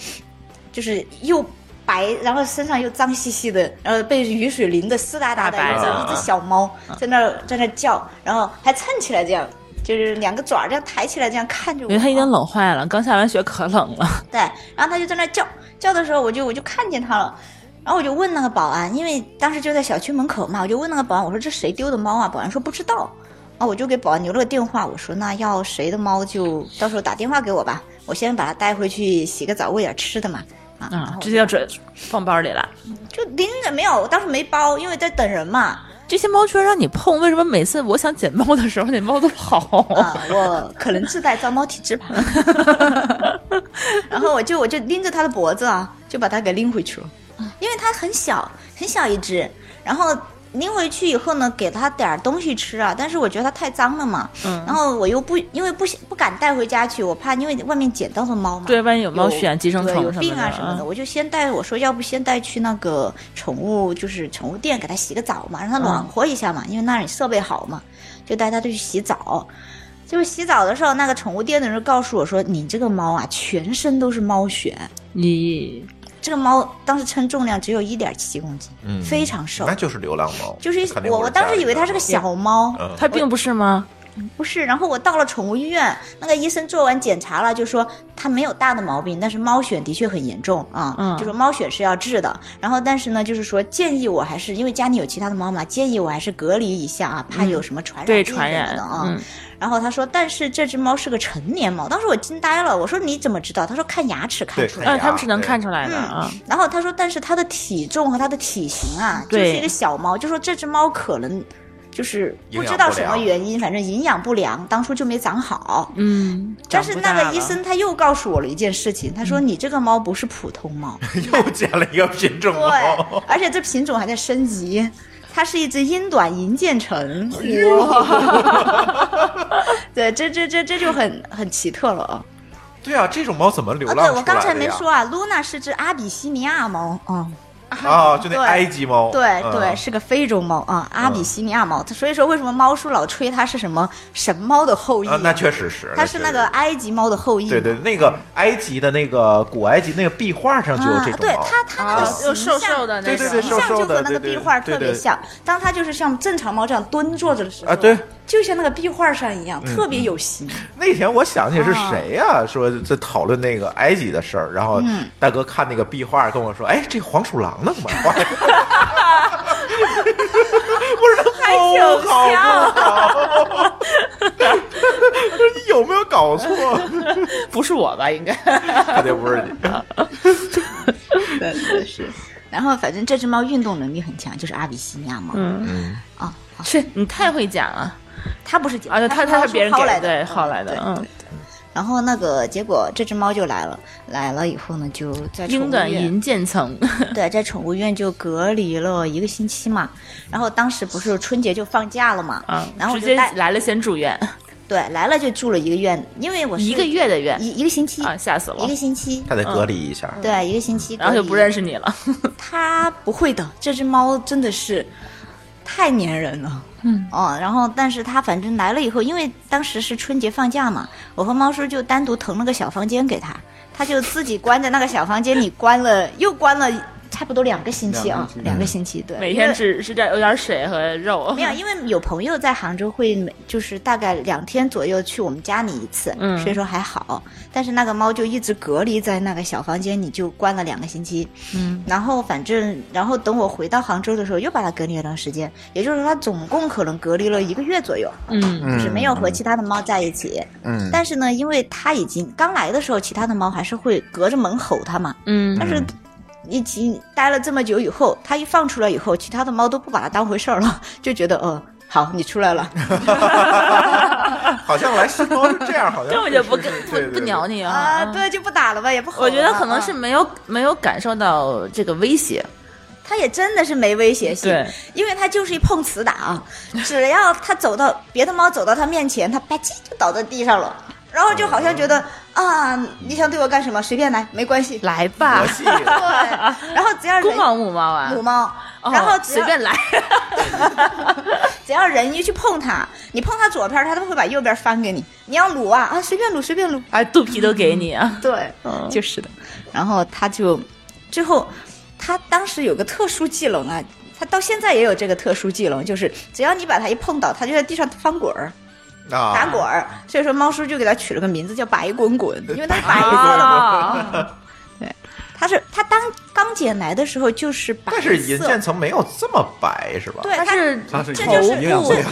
[SPEAKER 2] 就是又白，然后身上又脏兮兮的，然后被雨水淋得湿哒哒
[SPEAKER 3] 大
[SPEAKER 2] 的，
[SPEAKER 3] 白啊
[SPEAKER 2] 一只
[SPEAKER 1] 的
[SPEAKER 2] 一只小猫在那儿在那儿叫，然后还蹭起来这样。就是两个爪儿这样抬起来，这样看着我。
[SPEAKER 3] 因为它已经冷坏了，刚下完雪可冷了。
[SPEAKER 2] 对，然后他就在那叫叫的时候，我就我就看见他了，然后我就问那个保安，因为当时就在小区门口嘛，我就问那个保安，我说这谁丢的猫啊？保安说不知道，啊，我就给保安留了个电话，我说那要谁的猫就到时候打电话给我吧，我先把它带回去洗个澡，喂点吃的嘛，啊，然
[SPEAKER 3] 啊
[SPEAKER 2] 后，
[SPEAKER 3] 直接要准放包里了。
[SPEAKER 2] 就拎着没有，我当时没包，因为在等人嘛，
[SPEAKER 3] 这些猫圈让你碰，为什么每次我想捡猫的时候，那猫都跑？
[SPEAKER 2] 啊，我可能自带造猫体质吧， 然后我就我就拎着它的脖子啊，就把它给拎回去了，
[SPEAKER 3] 嗯
[SPEAKER 2] 因为它很小，很小一只，然后拎回去以后呢，给它点儿东西吃啊，但是我觉得它太脏了嘛，
[SPEAKER 3] 嗯
[SPEAKER 2] 然后我又不因为不不敢带回家去，我怕因为外面捡到的猫嘛，
[SPEAKER 3] 对，万一有猫癣、寄生虫
[SPEAKER 2] 对
[SPEAKER 3] 什
[SPEAKER 2] 有
[SPEAKER 3] 么的，
[SPEAKER 2] 病啊什么
[SPEAKER 1] 嗯
[SPEAKER 2] 的，我就先带我说要不先带去那个宠物就是宠物店给它洗个澡嘛，让它
[SPEAKER 1] 嗯
[SPEAKER 2] 暖和一下嘛，因为那里设备好嘛，就带它去洗澡。就是洗澡的时候，那个宠物店的人告诉我说：“你这个猫啊，全身都是猫癣。
[SPEAKER 3] 你
[SPEAKER 2] 这个猫当时称重量只有一点七公斤，
[SPEAKER 1] 嗯
[SPEAKER 2] 非常瘦
[SPEAKER 1] 那，就是流浪猫，
[SPEAKER 2] 就是
[SPEAKER 1] 肯定
[SPEAKER 2] 我
[SPEAKER 1] 不
[SPEAKER 2] 我
[SPEAKER 1] 家
[SPEAKER 2] 当时
[SPEAKER 1] 里
[SPEAKER 2] 以为它
[SPEAKER 1] 的
[SPEAKER 2] 是
[SPEAKER 1] 猫，
[SPEAKER 2] 个小猫，
[SPEAKER 1] 嗯
[SPEAKER 3] 它并不是吗？
[SPEAKER 2] 不是，然后我到了宠物医院，那个医生做完检查了，就说它没有大的毛病，但是猫癣的确很严重啊，
[SPEAKER 3] 嗯
[SPEAKER 2] 就说猫癣是要治的。然后但是呢，就是说建议我还是因为家里有其他的猫嘛，建议我还是隔离一下啊，怕有什么传染
[SPEAKER 3] 嗯对，
[SPEAKER 2] 病
[SPEAKER 3] 传
[SPEAKER 2] 什
[SPEAKER 3] 染
[SPEAKER 2] 么的啊。
[SPEAKER 3] 嗯，
[SPEAKER 2] 然后他说，但是这只猫是个成年猫，当时我惊呆了，我说你怎么知道？他说看牙齿看
[SPEAKER 1] 对
[SPEAKER 2] 出来
[SPEAKER 1] 看。
[SPEAKER 3] 啊，他们是能
[SPEAKER 1] 对
[SPEAKER 3] 看出来
[SPEAKER 2] 嗯
[SPEAKER 3] 的啊。
[SPEAKER 2] 然后他说，但是它的体重和它的体型啊，就
[SPEAKER 3] 对
[SPEAKER 2] 是一个小猫，就说这只猫可能就是
[SPEAKER 1] 营
[SPEAKER 2] 不知
[SPEAKER 1] 养
[SPEAKER 2] 道
[SPEAKER 1] 不
[SPEAKER 2] 什么
[SPEAKER 1] 良
[SPEAKER 2] 原因，反正营养不良，当初就没长好。
[SPEAKER 3] 嗯，
[SPEAKER 2] 但
[SPEAKER 3] 长
[SPEAKER 2] 是
[SPEAKER 3] 不
[SPEAKER 2] 那
[SPEAKER 3] 大
[SPEAKER 2] 个医
[SPEAKER 3] 了嗯
[SPEAKER 2] 生他又告诉我了一件事情，他说你这个猫不是普 通猫，
[SPEAKER 1] 又捡了一个品种
[SPEAKER 2] 对
[SPEAKER 1] 猫，，
[SPEAKER 2] 而且这品种还在升级。它是一只英短银渐层，
[SPEAKER 3] 哎
[SPEAKER 2] 对，这这这这就很很奇特了啊！
[SPEAKER 1] 对啊，这种猫怎么流
[SPEAKER 2] 哦，
[SPEAKER 1] 浪
[SPEAKER 2] 对，
[SPEAKER 1] 出
[SPEAKER 2] 我刚才
[SPEAKER 1] 来的
[SPEAKER 2] 没
[SPEAKER 1] 呀
[SPEAKER 2] 说啊，Luna 是只阿比西尼亚猫，嗯，
[SPEAKER 1] 啊，就那
[SPEAKER 2] 对
[SPEAKER 1] 埃及猫，
[SPEAKER 2] 对
[SPEAKER 1] 嗯
[SPEAKER 2] 对，，是个非洲猫啊，阿比西尼亚猫。它所以说，为什么猫叔老吹它是什么神猫的后裔
[SPEAKER 1] 啊，？那确实是，
[SPEAKER 2] 它是
[SPEAKER 1] 确
[SPEAKER 2] 那
[SPEAKER 1] 实
[SPEAKER 2] 个埃及猫的后裔。
[SPEAKER 1] 对对，那个埃及的那个古埃及那个壁画上就有
[SPEAKER 2] 啊
[SPEAKER 1] 这，种
[SPEAKER 2] 对
[SPEAKER 1] 猫，
[SPEAKER 2] 它它那个
[SPEAKER 1] 啊
[SPEAKER 2] 形象，
[SPEAKER 3] 的
[SPEAKER 1] 对对对
[SPEAKER 2] 形
[SPEAKER 1] 瘦
[SPEAKER 2] 象
[SPEAKER 1] 瘦
[SPEAKER 2] 就
[SPEAKER 1] 的
[SPEAKER 2] 和那
[SPEAKER 1] 对
[SPEAKER 2] 个
[SPEAKER 1] 对
[SPEAKER 2] 壁画
[SPEAKER 1] 对
[SPEAKER 2] 特别
[SPEAKER 1] 对
[SPEAKER 2] 像。当它就是像正常猫这样蹲坐着的时候
[SPEAKER 1] 啊对，嗯
[SPEAKER 2] 就像那个壁画上一样，特别有型。
[SPEAKER 1] 那天我想起是
[SPEAKER 3] 啊
[SPEAKER 1] 谁呀、说在讨论那个埃及的事儿，然后
[SPEAKER 3] 嗯
[SPEAKER 1] 大哥看那个壁画跟我说：“哎，这个黄鼠狼呢怎么画呀？” 我说：“哦还
[SPEAKER 3] 挺
[SPEAKER 1] 好
[SPEAKER 3] 像
[SPEAKER 1] 不好？”我说：“嗯你有没有搞错？
[SPEAKER 3] 不是我吧？应该
[SPEAKER 1] 肯定不是你。
[SPEAKER 2] 对对是。然后反正这只猫运动能力很强，就是阿比西尼亚猫。嗯
[SPEAKER 1] 嗯
[SPEAKER 2] 啊，好
[SPEAKER 3] 是你太会讲了
[SPEAKER 2] 它不是捡
[SPEAKER 3] 啊！他
[SPEAKER 2] 它是
[SPEAKER 3] 他
[SPEAKER 2] 猫
[SPEAKER 3] 是
[SPEAKER 2] 叔
[SPEAKER 3] 别人
[SPEAKER 2] 薅
[SPEAKER 3] 给
[SPEAKER 2] 来的，
[SPEAKER 3] 对
[SPEAKER 2] 嗯
[SPEAKER 3] 薅来的，
[SPEAKER 2] 对
[SPEAKER 3] 嗯，
[SPEAKER 2] 然后那个结果这只猫就来了，来了以后呢，就在宠
[SPEAKER 3] 英
[SPEAKER 2] 物
[SPEAKER 3] 短
[SPEAKER 2] 院
[SPEAKER 3] 银渐 层，
[SPEAKER 2] 对，在宠物医院就隔离了一个星期嘛。然后当时不是春节就放假了嘛，
[SPEAKER 3] 啊，
[SPEAKER 2] 然后我
[SPEAKER 3] 直
[SPEAKER 2] 就
[SPEAKER 3] 接
[SPEAKER 2] 带
[SPEAKER 3] 来了先住院，
[SPEAKER 2] 对来了就住了一个院，因为我是
[SPEAKER 3] 一个月的院
[SPEAKER 2] 一一个星期、
[SPEAKER 3] 啊，吓死
[SPEAKER 2] 一
[SPEAKER 3] 了
[SPEAKER 2] 个，星期”，
[SPEAKER 1] 他得隔离一下。
[SPEAKER 2] 对一个星期，
[SPEAKER 3] 然后就不认。识你了。
[SPEAKER 2] 它不会的，这只猫真的是太粘人了。嗯哦，然后但是它反正来了以后，因为当时是春节放假嘛，我和猫叔就单独腾了个小房间给它，它就自己关在那个小房间里关了，又关了差不多两个星期啊，两个星期，对，
[SPEAKER 3] 每
[SPEAKER 2] 因
[SPEAKER 3] 天
[SPEAKER 2] 为
[SPEAKER 3] 只是点有点水和肉，嗯
[SPEAKER 2] 没有，因为有朋友在杭州会每就是大概两天左右去我们家里一次，
[SPEAKER 3] 嗯
[SPEAKER 2] 所以说还好。但是那个猫就一直隔离在那个小房间里，就关了两个星期。
[SPEAKER 3] 嗯，
[SPEAKER 2] 然后反正，然后等我回到杭州的时候，又把它隔离了一段时间，也就是说它总共可能隔离了一个月左右，
[SPEAKER 3] 嗯，
[SPEAKER 2] 就是没有和其他的猫在一起。
[SPEAKER 1] 嗯
[SPEAKER 2] 但是呢，因为它已经刚来的时候，其他的猫还是会隔着门吼它嘛，
[SPEAKER 3] 嗯
[SPEAKER 2] 但是一起待了这么久以后，它一放出来以后，其他的猫都不把它当回事儿了，就觉得呃，好，你出来了
[SPEAKER 1] 好像来新猫是这样，好像
[SPEAKER 3] 根本就不
[SPEAKER 1] 是
[SPEAKER 3] 跟
[SPEAKER 1] 是
[SPEAKER 3] 不
[SPEAKER 1] 对对
[SPEAKER 3] 不
[SPEAKER 1] 对
[SPEAKER 3] 鸟你
[SPEAKER 2] 啊啊，。对，就不打了吧，也不吼
[SPEAKER 3] 啊
[SPEAKER 2] 了
[SPEAKER 3] 我
[SPEAKER 2] 吧。
[SPEAKER 3] 觉得可能是
[SPEAKER 2] 啊
[SPEAKER 3] 没有没有感受到这个威胁，
[SPEAKER 2] 它也真的是没威胁性
[SPEAKER 3] 对，
[SPEAKER 2] 因为它就是一碰瓷打，啊 只要它走到别的猫走到它面前，它吧唧就倒在地上了，然后就好像觉得啊，你想对我干什么，随便来，没关系。
[SPEAKER 3] 哦来吧
[SPEAKER 1] 佛，系，对
[SPEAKER 2] 对，然后只要人
[SPEAKER 3] 公猫母猫啊
[SPEAKER 2] 母，猫，
[SPEAKER 3] 哦
[SPEAKER 2] 然后只
[SPEAKER 3] 随
[SPEAKER 2] 要
[SPEAKER 3] 便来，
[SPEAKER 2] 只要人一去碰它，你碰它左边，它都会把右边翻给你。你要撸啊啊，随便撸，随便撸。
[SPEAKER 3] 啊，肚皮都给你啊，
[SPEAKER 2] 对，就是的。然后他就最后，他当时有个特殊技能啊，他到现在也有这个特殊技能，就是只要你把它一碰倒，它就在地上翻滚儿、
[SPEAKER 1] 啊，
[SPEAKER 2] 打滚儿。所以说，猫叔就给它取了个名字叫“白滚滚”，因为它 是白色的嘛。
[SPEAKER 3] 啊，
[SPEAKER 2] 它是它当刚捡来的时候就是白色，
[SPEAKER 1] 但是银啊渐层没有这么白是 吧？
[SPEAKER 2] 对
[SPEAKER 3] 它是
[SPEAKER 5] 它是
[SPEAKER 2] 这就是
[SPEAKER 5] 营养
[SPEAKER 2] 物
[SPEAKER 5] 不良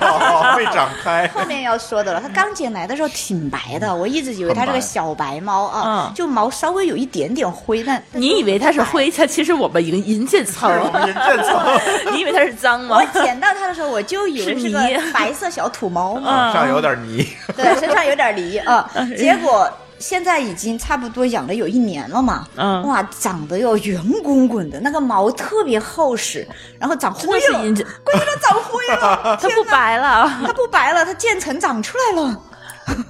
[SPEAKER 1] 哦，会长开。
[SPEAKER 2] 后面要说的了，它刚捡来的时候挺白的，我一直以为它是个小白猫啊，
[SPEAKER 3] 嗯
[SPEAKER 2] 就毛稍微有一点点灰，但
[SPEAKER 3] 你以为它是？灰，它 其实我们已经银渐层
[SPEAKER 1] 是 我
[SPEAKER 3] 了，
[SPEAKER 1] 们银渐层
[SPEAKER 3] 你以为它是脏吗
[SPEAKER 2] 我？捡到它的时候，我就以为是个
[SPEAKER 3] 是泥嗯
[SPEAKER 2] 白色小土猫嘛，
[SPEAKER 1] 啊上有点泥，
[SPEAKER 2] 对，身上有点泥啊。结果现在已经差不多养了有一年了嘛，
[SPEAKER 3] 嗯
[SPEAKER 2] 哇，长得哟圆滚滚的，那个毛特别厚实，然后长灰
[SPEAKER 3] 真的
[SPEAKER 2] 了，
[SPEAKER 3] 是银渐
[SPEAKER 2] 关键它长灰了，
[SPEAKER 3] 它
[SPEAKER 2] 天
[SPEAKER 3] 不
[SPEAKER 2] 哪，
[SPEAKER 3] 白了，
[SPEAKER 2] 它不白了，它渐层长出来了。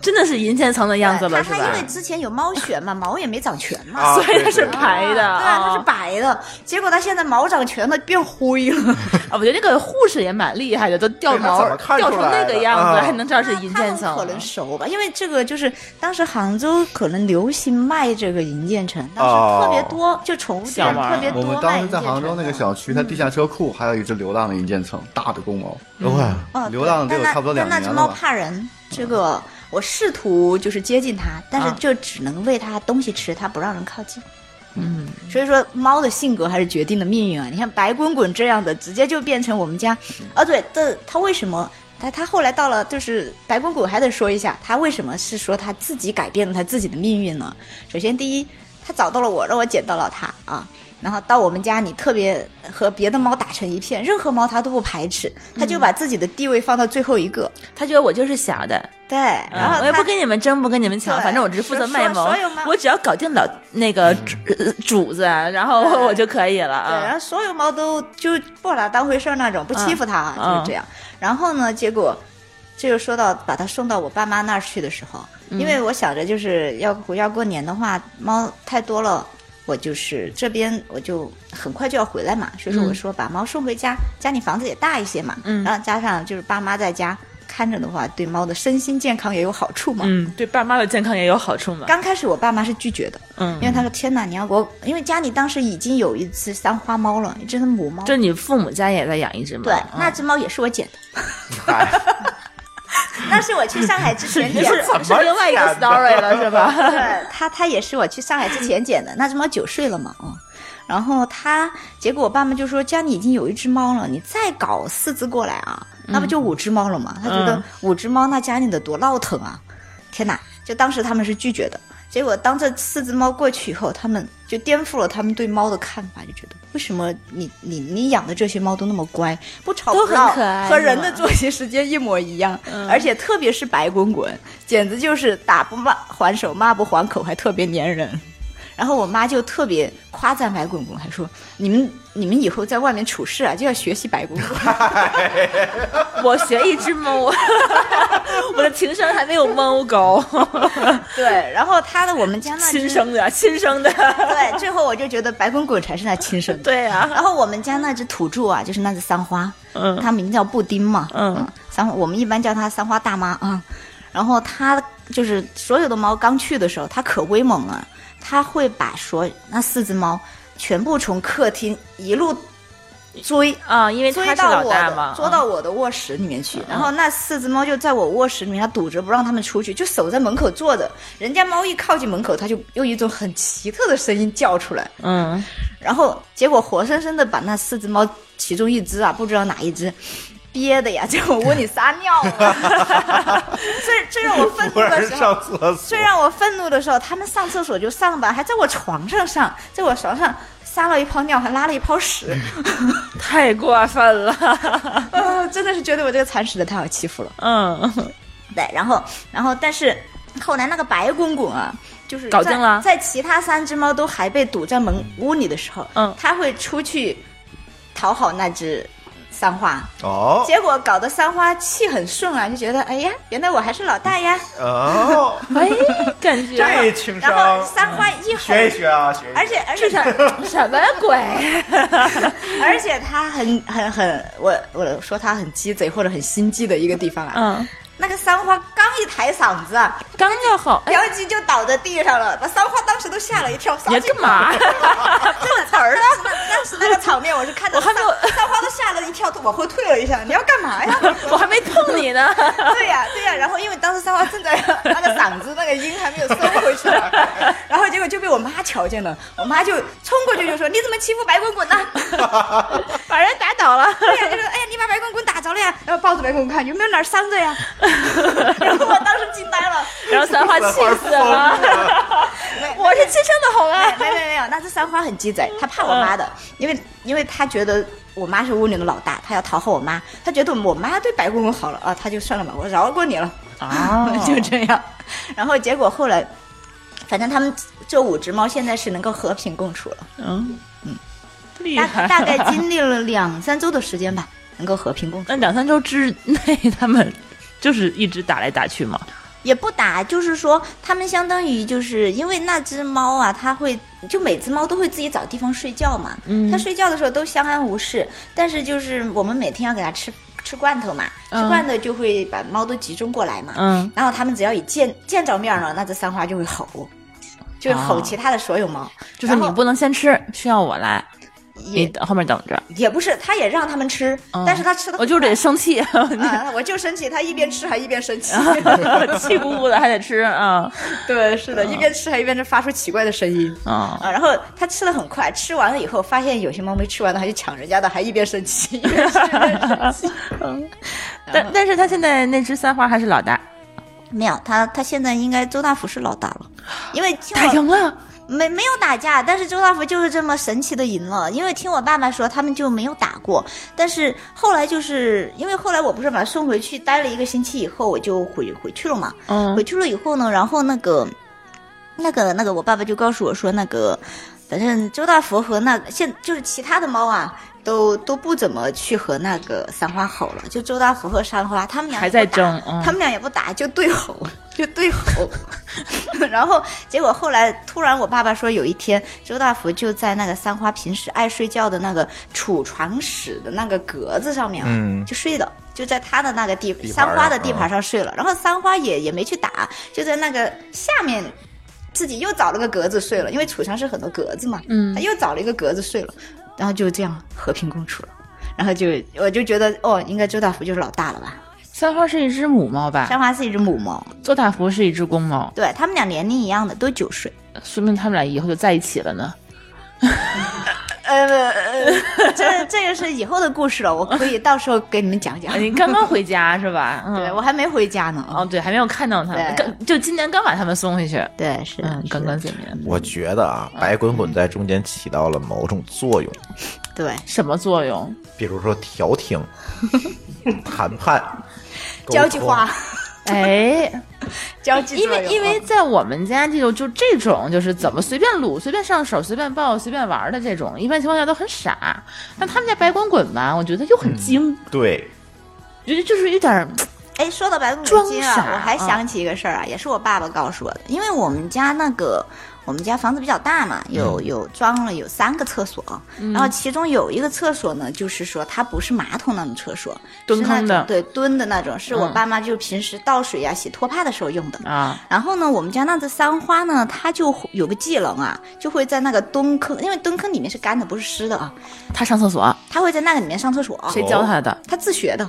[SPEAKER 3] 真的是银渐层的样子了，
[SPEAKER 2] 它
[SPEAKER 3] 是
[SPEAKER 2] 它因
[SPEAKER 3] 吧
[SPEAKER 2] 为？之前有猫癣嘛，毛也没长全嘛，
[SPEAKER 1] 啊
[SPEAKER 3] 所以它是
[SPEAKER 1] 对对对
[SPEAKER 3] 白的，
[SPEAKER 2] 对啊，它
[SPEAKER 3] 啊
[SPEAKER 2] 是白的，结果它现在毛长全了，变灰了。
[SPEAKER 3] 啊，我觉得这个护士也蛮厉害的，都掉
[SPEAKER 1] 对她
[SPEAKER 3] 毛
[SPEAKER 1] 怎么看
[SPEAKER 3] 掉
[SPEAKER 1] 出
[SPEAKER 3] 成那
[SPEAKER 1] 来
[SPEAKER 3] 个
[SPEAKER 1] 的
[SPEAKER 3] 样子，
[SPEAKER 1] 啊
[SPEAKER 3] 还能知道是银
[SPEAKER 2] 它
[SPEAKER 3] 渐
[SPEAKER 2] 们
[SPEAKER 3] 层
[SPEAKER 2] 可。能熟吧，因为这个就是当时杭州可能流行卖这个银渐层，当
[SPEAKER 3] 啊
[SPEAKER 2] 时特别多，就宠物
[SPEAKER 3] 小
[SPEAKER 2] 店
[SPEAKER 3] 玩意儿
[SPEAKER 2] 特
[SPEAKER 5] 我
[SPEAKER 2] 别多
[SPEAKER 5] 们当
[SPEAKER 2] 卖
[SPEAKER 5] 时
[SPEAKER 2] 银
[SPEAKER 5] 在
[SPEAKER 2] 渐
[SPEAKER 5] 杭州
[SPEAKER 2] 层
[SPEAKER 5] 那
[SPEAKER 2] 的
[SPEAKER 5] 个小区，它地下车库还有一只流浪的银渐层，大的公猫。
[SPEAKER 1] 哇，
[SPEAKER 2] 嗯
[SPEAKER 5] 流浪得
[SPEAKER 2] 对
[SPEAKER 5] 有
[SPEAKER 2] 但
[SPEAKER 5] 差不多
[SPEAKER 2] 那
[SPEAKER 5] 两
[SPEAKER 2] 但那
[SPEAKER 5] 年
[SPEAKER 2] 只
[SPEAKER 5] 了
[SPEAKER 2] 猫
[SPEAKER 5] 吧
[SPEAKER 2] 怕人，这个我试图就是接近它，但是
[SPEAKER 3] 啊
[SPEAKER 2] 就只能喂它东西吃，它不让人靠近。嗯，所以说猫的性格还是决定了命运啊！你看白滚滚这样的，直接就变成我们家。啊，对，这它为什么？它它后来到了，就是白滚滚还得说一下，它为什么是说它自己改变了它自己的命运呢？首先，第一，它找到了我，让我捡到了它啊。然后到我们家，你特别和别的猫打成一片，任何猫它都不排斥，它就把自己的地位放到最后一个。
[SPEAKER 3] 他觉得我就是小的，啊
[SPEAKER 2] 对，然后
[SPEAKER 3] 我也
[SPEAKER 2] 它
[SPEAKER 3] 不跟你们争，不跟你们抢，
[SPEAKER 2] 啊对
[SPEAKER 3] 反正我只是负责卖
[SPEAKER 2] 所
[SPEAKER 3] 萌
[SPEAKER 2] 所有猫，
[SPEAKER 3] 我只要搞定老那个主呃主子，然后
[SPEAKER 2] 对
[SPEAKER 3] 我就可以了
[SPEAKER 2] 对，然
[SPEAKER 3] 啊。
[SPEAKER 2] 后所有猫都就不把它当回事儿那种，不欺负它啊，
[SPEAKER 3] 嗯
[SPEAKER 2] 就是这样。然后呢，结果这就说到把它送到我爸妈那儿去的时候，
[SPEAKER 3] 嗯
[SPEAKER 2] 因为我想着就是要要过年的话，猫太多了。我就是这边，我就很快就要回来嘛，所以说我说把猫送回家，家里房子也大一些嘛，
[SPEAKER 3] 嗯
[SPEAKER 2] 然后加上就是爸妈在家看着的话，对猫的身心健康也有好处嘛。
[SPEAKER 3] 嗯，对爸妈的健康也有好处嘛。
[SPEAKER 2] 刚开始我爸妈是拒绝的，
[SPEAKER 3] 嗯
[SPEAKER 2] 因，为他说天哪，你要给我，因为家里当时已经有一只三花猫了，一只是母猫，
[SPEAKER 3] 就你父母家也在养一只猫，
[SPEAKER 2] 对，
[SPEAKER 3] 嗯
[SPEAKER 2] 那只猫也是我捡的。
[SPEAKER 1] 嗨
[SPEAKER 2] 那是我去上海之 前捡的，
[SPEAKER 3] 嗯是另外一个 story 了，是吧？
[SPEAKER 2] 对，它它也是我去上海之前捡的。那只猫九岁了嘛，嗯，然后它结果我爸妈就说家里已经有一只猫了，你再搞四只过来啊，那不就五只猫了吗？他觉得
[SPEAKER 3] 嗯
[SPEAKER 2] 五只猫那家里得多闹腾啊！天哪，就当时他们是拒绝的。结果当这四只猫过去以后，他们就颠覆了他们对猫的看法，就觉得为什么你你你养的这些猫都那么乖，不吵
[SPEAKER 3] 都
[SPEAKER 2] 不闹
[SPEAKER 3] 很可爱
[SPEAKER 2] 和人
[SPEAKER 3] 是
[SPEAKER 2] 的
[SPEAKER 3] 吧
[SPEAKER 2] 作息时间一模一样，
[SPEAKER 3] 嗯
[SPEAKER 2] 而且特别是白滚滚，简直就是打不骂还手，骂不还口，还特别粘人。然后我妈就特别夸赞白滚滚，还说：“你们你们以后在外面处事啊，就要学习白滚滚。
[SPEAKER 3] 我学一只猫，我的情商还没有猫高，”
[SPEAKER 2] 对，然后她的我 们家那只
[SPEAKER 3] 亲生的，亲生的，
[SPEAKER 2] 对，最后我就觉得白滚滚才是她亲生的。
[SPEAKER 3] 对啊，
[SPEAKER 2] 然后我们家那只土著啊，就是那只三花，
[SPEAKER 3] 嗯
[SPEAKER 2] 它名字叫布丁嘛，
[SPEAKER 3] 嗯
[SPEAKER 2] 三花我们一般叫它三花大妈啊、嗯然后它就是所有的猫刚去的时候，它可威猛了，它会把所那四只猫全部从客厅一路追。
[SPEAKER 3] 啊，因为
[SPEAKER 2] 追
[SPEAKER 3] 他是
[SPEAKER 2] 到
[SPEAKER 3] 老
[SPEAKER 2] 我
[SPEAKER 3] 大嘛嗯啊
[SPEAKER 2] 的，，捉到我的卧室里面去，然后那四只猫就在我卧室里面，它堵着不让它们出去，就守在门口坐着。人家猫一靠近门口，它就用一种很奇特的声音叫出来，
[SPEAKER 3] 嗯，
[SPEAKER 2] 然后结果活生生的把那四只猫其中一只啊，不知道哪一只。憋的呀，在我屋里撒尿了， 最最让我愤
[SPEAKER 1] 忽
[SPEAKER 2] 怒的
[SPEAKER 1] 然
[SPEAKER 2] 时候，
[SPEAKER 1] 上厕所
[SPEAKER 2] 最，让我愤怒的时候，他们上厕所就上吧，还在我床上上，在我床上撒了一泡尿，还拉了一 泡屎，
[SPEAKER 3] 太过分了，
[SPEAKER 2] 啊真的是觉得我这个铲屎的太好欺负了。
[SPEAKER 3] 嗯。
[SPEAKER 2] 对，然后然后但是后来那个白滚滚啊，就是
[SPEAKER 3] 搞
[SPEAKER 2] 在
[SPEAKER 3] 定了
[SPEAKER 2] 在其他三只猫都还被堵在门屋里的时候，
[SPEAKER 3] 嗯
[SPEAKER 2] 它会出去讨好那只三花，
[SPEAKER 1] 哦
[SPEAKER 2] 结果搞得三花气很顺啊，就觉得哎呀，原来我还是老大呀。
[SPEAKER 1] 哦，
[SPEAKER 3] 哎，感觉
[SPEAKER 1] 这情
[SPEAKER 2] 然后
[SPEAKER 1] 商，
[SPEAKER 2] 三花一吼，
[SPEAKER 1] 学一学啊，学一学。
[SPEAKER 2] 而且而且它
[SPEAKER 3] 什么鬼？
[SPEAKER 2] 而且它很很很，我我说它很鸡贼或者很心机的一个地方啊，
[SPEAKER 3] 嗯，
[SPEAKER 2] 那个三花刚一抬嗓子啊，
[SPEAKER 3] 刚要好，哎，
[SPEAKER 2] 苗姬就倒在地上了，把三花当时都吓了一跳。
[SPEAKER 3] 你干嘛？
[SPEAKER 2] 碰瓷儿呢？当时那个场面，我是看到
[SPEAKER 3] 啊我还没有
[SPEAKER 2] 三三花都吓了一跳，往后退了一下。你要干 嘛呀？
[SPEAKER 3] 我还没碰你呢。
[SPEAKER 2] 对呀、对呀、然后因为当时三花正在那个嗓子那个音还没有收回去呢， 然后结果就被我妈瞧见了，我妈就冲过去就说：“你怎么欺负白滚滚呢？”
[SPEAKER 3] 把人打倒了。
[SPEAKER 2] 对呀、就说：“哎呀，你把白滚滚打着了呀！”然后抱着白滚滚看有没有哪儿伤着呀。 然后我当时惊呆了，
[SPEAKER 3] 然后三花气死了，
[SPEAKER 2] 没
[SPEAKER 3] 我是亲生的红啊！
[SPEAKER 2] 没没没没有，那是三花很鸡贼，她怕我妈的，因为因为她觉得我妈是屋里的老大，她要讨好我妈，她觉得我妈对白公公好了啊，她就算了吧，我饶过你了，
[SPEAKER 3] 啊
[SPEAKER 2] 就这样。然后结果后来，反正他们这五只猫现在是能够和平共处了，
[SPEAKER 3] 嗯厉 害
[SPEAKER 2] 大。大概经历了两三周的时间吧，能够和平共处
[SPEAKER 3] 那，两三周之内，他们就是一直打来打去嘛。
[SPEAKER 2] 也不打，就是说他们相当于就是因为那只猫啊，它会就每只猫都会自己找地方睡觉嘛，
[SPEAKER 3] 嗯
[SPEAKER 2] 它睡觉的时候都相安无事，但是就是我们每天要给它吃吃罐头嘛，吃
[SPEAKER 3] 嗯
[SPEAKER 2] 罐头就会把猫都集中过来嘛。
[SPEAKER 3] 嗯，
[SPEAKER 2] 然后它们只要一见见着面了，那这三花就会吼，就会吼
[SPEAKER 3] 哦
[SPEAKER 2] 其他的所有猫。
[SPEAKER 3] 就是你不能先吃，需要我来，你
[SPEAKER 2] 也
[SPEAKER 3] 等后面等着。
[SPEAKER 2] 也不是，它也让它们吃，
[SPEAKER 3] 嗯
[SPEAKER 2] 但是它吃的
[SPEAKER 3] 我就是得生 气，
[SPEAKER 2] 啊，我就生气，它一边吃还一边生气。
[SPEAKER 3] 气鼓鼓的还得吃啊
[SPEAKER 2] 对，是
[SPEAKER 3] 嗯
[SPEAKER 2] 的，一边吃还一边就发出奇怪的声音。
[SPEAKER 3] 啊！
[SPEAKER 2] 啊，然后它吃的很快，吃完了以后发现有些猫没吃完的，还去抢人家的，还一边生气一边吃一边生气。
[SPEAKER 3] 但但是他现在那只三花还是老大，
[SPEAKER 2] 没有，它它现在应该周大福是老大了，因为听
[SPEAKER 3] 打
[SPEAKER 2] 我
[SPEAKER 3] 赢了。
[SPEAKER 2] 没没有打架，但是周大福就是这么神奇的赢了。因为听我爸爸说，他们就没有打过，但是后来就是因为后来我不是把它送回去待了一个星期以后，我就回回去了嘛。
[SPEAKER 3] 嗯
[SPEAKER 2] 回去了以后呢，然后那个那个那个，我爸爸就告诉我说，那个反正周大福和那现就是其他的猫啊，都都不怎么去和那个三花吼了，就周大福和三花他们俩也
[SPEAKER 3] 还在
[SPEAKER 2] 不打
[SPEAKER 3] 争嗯
[SPEAKER 2] 他们俩也不打，就对吼， 就对吼。 然后结果后来突然我爸爸说，有一天周大福就在那个三花平时爱睡觉的那个储藏室的那个格子上面啊，
[SPEAKER 1] 嗯
[SPEAKER 2] 就睡了。就在他的那个地
[SPEAKER 1] 地盘
[SPEAKER 2] 三
[SPEAKER 1] 儿啊
[SPEAKER 2] 花的地
[SPEAKER 1] 嗯
[SPEAKER 2] 盘上睡了，然后三花也也没去打，就在那个下面自己又找了个格子睡了，因为储藏室很多格子嘛，
[SPEAKER 3] 嗯
[SPEAKER 2] 他又找了一个格子睡了，然后就这样和平共处了。然后就我就觉得哦，应该周大福就是老大了吧？
[SPEAKER 3] 三花是一只母猫吧？
[SPEAKER 2] 三花是一只母猫，
[SPEAKER 3] 周大福是一只公猫，
[SPEAKER 2] 对他们俩年龄一样的，都九岁。
[SPEAKER 3] 说明他们俩以后就在一起了呢。
[SPEAKER 2] 呃，呃这这个是以后的故事了，我可以到时候给你们讲讲
[SPEAKER 3] 啊。你刚刚回家是吧？嗯，
[SPEAKER 2] 对我还没回家呢。
[SPEAKER 3] 哦，对，还没有看到他们，
[SPEAKER 2] 对
[SPEAKER 3] 刚就今年刚把他们送回去。
[SPEAKER 2] 对，是
[SPEAKER 3] 嗯，
[SPEAKER 2] 是
[SPEAKER 3] 刚刚见面，
[SPEAKER 1] 我觉得啊，白滚滚在中间起到了某种作用，
[SPEAKER 2] 对，
[SPEAKER 3] 什么作用？
[SPEAKER 1] 比如说调停、 谈判、沟
[SPEAKER 2] 交际
[SPEAKER 1] 通
[SPEAKER 2] 花，
[SPEAKER 3] 哎，
[SPEAKER 2] 交际
[SPEAKER 3] 因
[SPEAKER 2] 作
[SPEAKER 3] 为
[SPEAKER 2] 用
[SPEAKER 3] 因为
[SPEAKER 2] 嗯
[SPEAKER 3] 在我们家就就这种就是怎么随便撸、随便上手、随便抱、随便玩的这种，一般情况下都很傻。那他们家白滚滚吧，我觉得又很精，
[SPEAKER 1] 对，
[SPEAKER 3] 觉得就是有点儿
[SPEAKER 2] 哎，说到白骨
[SPEAKER 3] 装
[SPEAKER 2] 精啊
[SPEAKER 3] 傻，
[SPEAKER 2] 我还
[SPEAKER 3] 啊
[SPEAKER 2] 想起一个事儿啊，也是我爸爸告诉我的，因为我们家那个。我们家房子比较大嘛，有有装了有三个厕所，然后其中有一个厕所呢，就是说它不是马桶那种厕所，
[SPEAKER 3] 蹲
[SPEAKER 2] 是那
[SPEAKER 3] 坑的
[SPEAKER 2] 种对蹲的那种，是我
[SPEAKER 3] 嗯
[SPEAKER 2] 爸妈就平时倒水呀、啊洗拖把的时候用的。
[SPEAKER 3] 啊，
[SPEAKER 2] 然后呢，我们家那只三花呢，它就有个技能啊，就会在那个蹲坑，因为蹲坑里面是干的，不是湿的啊，
[SPEAKER 3] 他上厕所
[SPEAKER 2] 它会在那个里面上厕所。
[SPEAKER 3] 哦谁教他的？
[SPEAKER 2] 它自学的，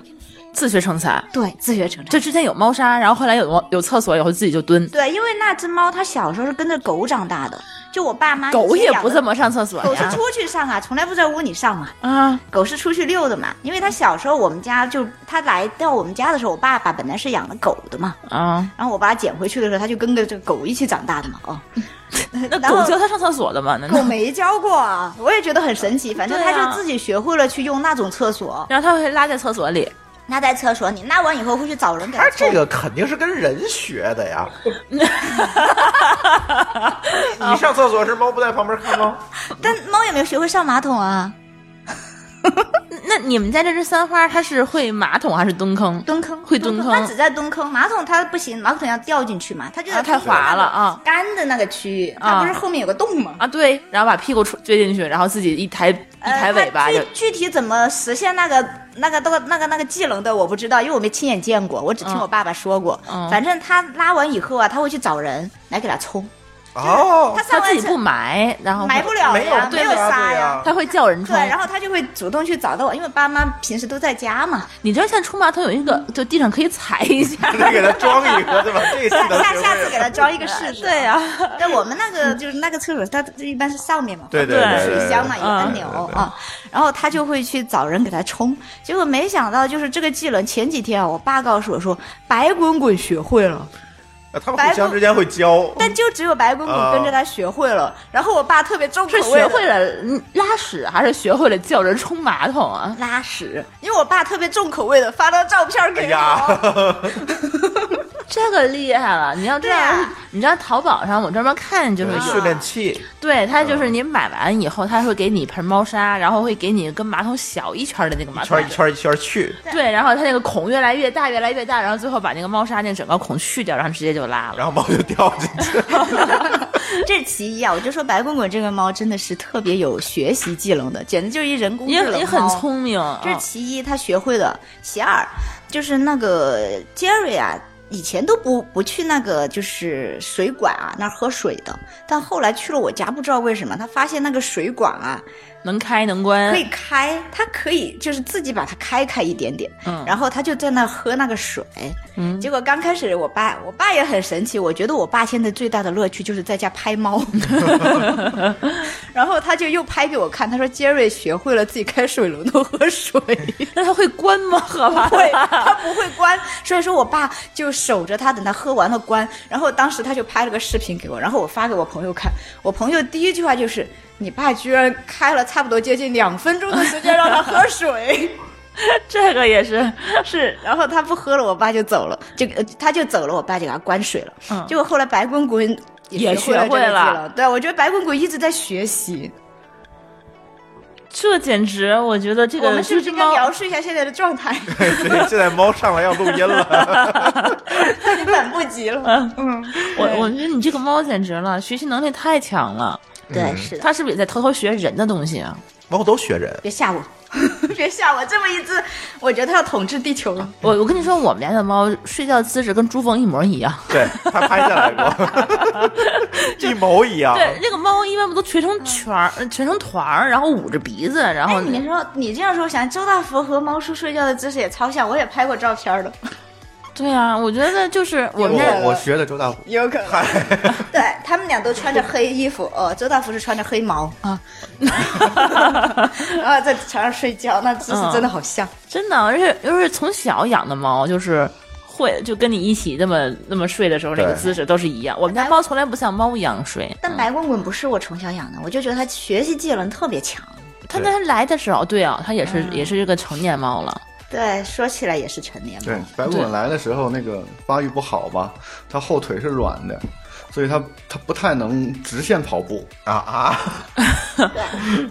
[SPEAKER 3] 自学成才。
[SPEAKER 2] 对，自学成才。
[SPEAKER 3] 就之前有猫砂，然后后来有猫有厕所以后自己就蹲。
[SPEAKER 2] 对，因为那只猫它小时候是跟着狗长大的，就我爸妈以前
[SPEAKER 3] 狗也
[SPEAKER 2] 养
[SPEAKER 3] 不
[SPEAKER 2] 的
[SPEAKER 3] 怎么上厕所
[SPEAKER 2] 狗是
[SPEAKER 3] 呀
[SPEAKER 2] 出去上啊，从来不在屋里上嘛。
[SPEAKER 3] 啊，
[SPEAKER 2] 狗是出去溜的嘛，因为它小时候我们家就它来到我们家的时候，我爸爸本来是养了狗的嘛，
[SPEAKER 3] 啊，
[SPEAKER 2] 然后我把它捡回去的时候，它就跟着这个狗一起长大的嘛。哦，
[SPEAKER 3] 那
[SPEAKER 2] 然
[SPEAKER 3] 狗
[SPEAKER 2] 后
[SPEAKER 3] 教他上厕所的吗？难道
[SPEAKER 2] 狗？没教过啊，我也觉得很神奇。反正
[SPEAKER 3] 对
[SPEAKER 2] 它
[SPEAKER 3] 啊
[SPEAKER 2] 就自己学会了去用那种厕所，
[SPEAKER 3] 然后他会拉在厕所里，
[SPEAKER 2] 拉在厕所里，拉完以后会去找人给它
[SPEAKER 1] 他这
[SPEAKER 2] 冲。
[SPEAKER 1] 个肯定是跟人学的呀，你上厕所时猫不在旁边看吗？
[SPEAKER 2] 但猫也没有学会上马桶啊，
[SPEAKER 3] 那你们家这只三花，它是会马桶还是蹲坑？
[SPEAKER 2] 蹲坑
[SPEAKER 3] 会蹲坑
[SPEAKER 2] 它只在蹲坑，马桶它不行，马桶要掉进去嘛，它就在
[SPEAKER 3] 啊太
[SPEAKER 2] 蹲坑那
[SPEAKER 3] 滑了啊
[SPEAKER 2] 个干的那个区域，
[SPEAKER 3] 啊
[SPEAKER 2] 它不是后面有个洞吗？
[SPEAKER 3] 啊，对，然后把屁股撅进去，然后自己一抬一
[SPEAKER 2] 呃
[SPEAKER 3] 抬尾巴
[SPEAKER 2] 它
[SPEAKER 3] 就
[SPEAKER 2] 具具体怎么实现那个那个那个那个那个技能的，我不知道，因为我没亲眼见过，我只听
[SPEAKER 3] 嗯
[SPEAKER 2] 我爸爸说过。
[SPEAKER 3] 嗯
[SPEAKER 2] 反正他拉完以后啊，他会去找人来给他冲。
[SPEAKER 1] 哦
[SPEAKER 2] 他，
[SPEAKER 3] 它
[SPEAKER 2] 上
[SPEAKER 3] 自
[SPEAKER 2] 完
[SPEAKER 3] 己不
[SPEAKER 2] 厕
[SPEAKER 3] 埋，然后
[SPEAKER 2] 埋不了
[SPEAKER 1] 啊没有
[SPEAKER 2] 呀，
[SPEAKER 1] 对
[SPEAKER 2] 有
[SPEAKER 1] 呀
[SPEAKER 2] 沙
[SPEAKER 1] 对呀
[SPEAKER 2] 呀。
[SPEAKER 3] 它会叫人
[SPEAKER 2] 对，
[SPEAKER 3] 冲。
[SPEAKER 2] 然后他就会主动去找到我，因为爸妈平时都在家嘛。
[SPEAKER 3] 你知道现在冲马桶有一个，就地上可以踩一下。
[SPEAKER 1] 再给他装一个，对吧？这
[SPEAKER 2] 下
[SPEAKER 1] 次能
[SPEAKER 2] 下
[SPEAKER 1] 学
[SPEAKER 2] 下
[SPEAKER 1] 会
[SPEAKER 2] 次给
[SPEAKER 1] 了。
[SPEAKER 2] 他装一个试试。
[SPEAKER 3] 对啊，
[SPEAKER 2] 但我们那个就是那个厕所，它一般是上面嘛，
[SPEAKER 1] 对对
[SPEAKER 3] 对
[SPEAKER 1] 对对，
[SPEAKER 2] 水箱嘛，有按钮
[SPEAKER 1] 对对对
[SPEAKER 2] 啊，然后他就会去找人给他冲，结果没想到就是这个技能，前几天啊，我爸告诉我说白滚滚学会了，
[SPEAKER 1] 啊他们互相之间会教。啊
[SPEAKER 2] 但就只有白滚滚跟着他学会了，然后我爸特别重口
[SPEAKER 3] 是
[SPEAKER 2] 味
[SPEAKER 3] 学
[SPEAKER 2] 地
[SPEAKER 3] 会了嗯拉屎，还是学会了叫人冲马桶啊？
[SPEAKER 2] 拉屎，因为我爸特别重口味的发张照片
[SPEAKER 1] 哎
[SPEAKER 2] 给 我，
[SPEAKER 1] 呀，
[SPEAKER 3] 这个厉害了！你要这样，
[SPEAKER 2] 对啊
[SPEAKER 3] 你知道淘宝上我专门看就是有，
[SPEAKER 1] 训练器，
[SPEAKER 3] 对它就是
[SPEAKER 2] 嗯
[SPEAKER 3] 你买完以后，它会给你一盆猫砂，然后会给你跟马桶小一圈的那个马
[SPEAKER 1] 一
[SPEAKER 3] 桶
[SPEAKER 1] 圈一。圈一圈去。
[SPEAKER 3] 对，然后它那个孔越来越大，越来越大，然后最后把那个猫砂那整个孔去掉，然后直接就拉了。
[SPEAKER 1] 然后猫就掉进去，
[SPEAKER 2] 这是其一啊，我就说白滚滚这个猫真的是特别有学习技能的，简直就是一人工智
[SPEAKER 3] 也
[SPEAKER 2] 能
[SPEAKER 3] 也很
[SPEAKER 2] 猫
[SPEAKER 3] 聪明，
[SPEAKER 2] 这是
[SPEAKER 3] 嗯
[SPEAKER 2] 其一，他学会了。其二，就是那个 Jerry 啊，以前都不不去那个就是水管啊那儿喝水的，但后来去了我家，不知道为什么，他发现那个水管啊
[SPEAKER 3] 能开能关，
[SPEAKER 2] 可以开，他可以就是自己把它开开一点点，
[SPEAKER 3] 嗯
[SPEAKER 2] 然后他就在那儿喝那个水。
[SPEAKER 3] 嗯
[SPEAKER 2] 结果刚开始我爸，我爸也很神奇，我觉得我爸现在最大的乐趣就是在家 拍猫，然后他就又拍给我看，他说 Jerry 学会了自己开水龙头喝水。
[SPEAKER 3] 那 它会关吗？喝完
[SPEAKER 2] 会，他不会关，所以说我爸就守着他，等他喝完了关。然后当时他就拍了个视频给我，然后我发给我朋友看。我朋友第一句话就是：“你爸居然开了差不多接近两分钟的时间让他喝水。
[SPEAKER 3] 这个也是，”
[SPEAKER 2] 是，然后他不喝了，我爸就走了，这个呃他就走了，我爸就给他关水了。
[SPEAKER 3] 嗯
[SPEAKER 2] 结果后来白滚滚
[SPEAKER 3] 也
[SPEAKER 2] 学
[SPEAKER 3] 学会
[SPEAKER 2] 了这个技
[SPEAKER 3] 了
[SPEAKER 2] 能。对，我觉得白滚滚一直在学习。
[SPEAKER 3] 这简直，我觉得这个
[SPEAKER 2] 我们是不是
[SPEAKER 3] 这
[SPEAKER 2] 应
[SPEAKER 3] 只
[SPEAKER 2] 该
[SPEAKER 3] 猫
[SPEAKER 2] 描述一下现在的状态？
[SPEAKER 1] 对，现在猫上来要录音 了。
[SPEAKER 2] 有点反不及了。嗯，
[SPEAKER 3] 我我觉得你这个猫简直了，学习能力太强了。
[SPEAKER 2] 对，是的。
[SPEAKER 3] 它是不是也在偷偷学人的东西啊？
[SPEAKER 1] 猫都学人，
[SPEAKER 2] 别吓我， 别吓我！这么一只，我觉得它要统治地球了。
[SPEAKER 3] 我我跟你说，我们家的猫睡觉姿势跟朱峰一模一样。
[SPEAKER 1] 对，它拍下来过， 一模一样。
[SPEAKER 3] 对，那个猫一般不都蜷成圈儿、蜷成团儿，然后捂着鼻子，然后
[SPEAKER 2] 嗯哎，你说你这样说，我想周大福和猫叔睡觉的姿势也超像，我也拍过照片的，
[SPEAKER 3] 对啊，我觉得就是我们家
[SPEAKER 5] 我我学的周大虎，
[SPEAKER 2] 有可能。对他们俩都穿着黑衣 服，呃，周大福是穿着黑毛啊， 然后在床上睡觉，那姿势真的好像。
[SPEAKER 3] 真的，而且又是从小养的猫，就是会就跟你一起那么那么睡的时候，那个
[SPEAKER 1] 对
[SPEAKER 3] 姿势都是一样。我们
[SPEAKER 2] 哎
[SPEAKER 3] 家猫从来不像猫一样睡，
[SPEAKER 2] 但白滚滚不是我从小养的，我就觉得它学习技能特别强。
[SPEAKER 3] 它那它来的时候，对啊，它也
[SPEAKER 2] 嗯
[SPEAKER 3] 是、也是这个成年猫了。
[SPEAKER 2] 对，说起来也是成年
[SPEAKER 5] 对
[SPEAKER 2] 猫，，
[SPEAKER 5] 白滚滚来的时候那个发育不好吧，他后腿是软的，所以他他不太能直线跑步，
[SPEAKER 1] 啊啊，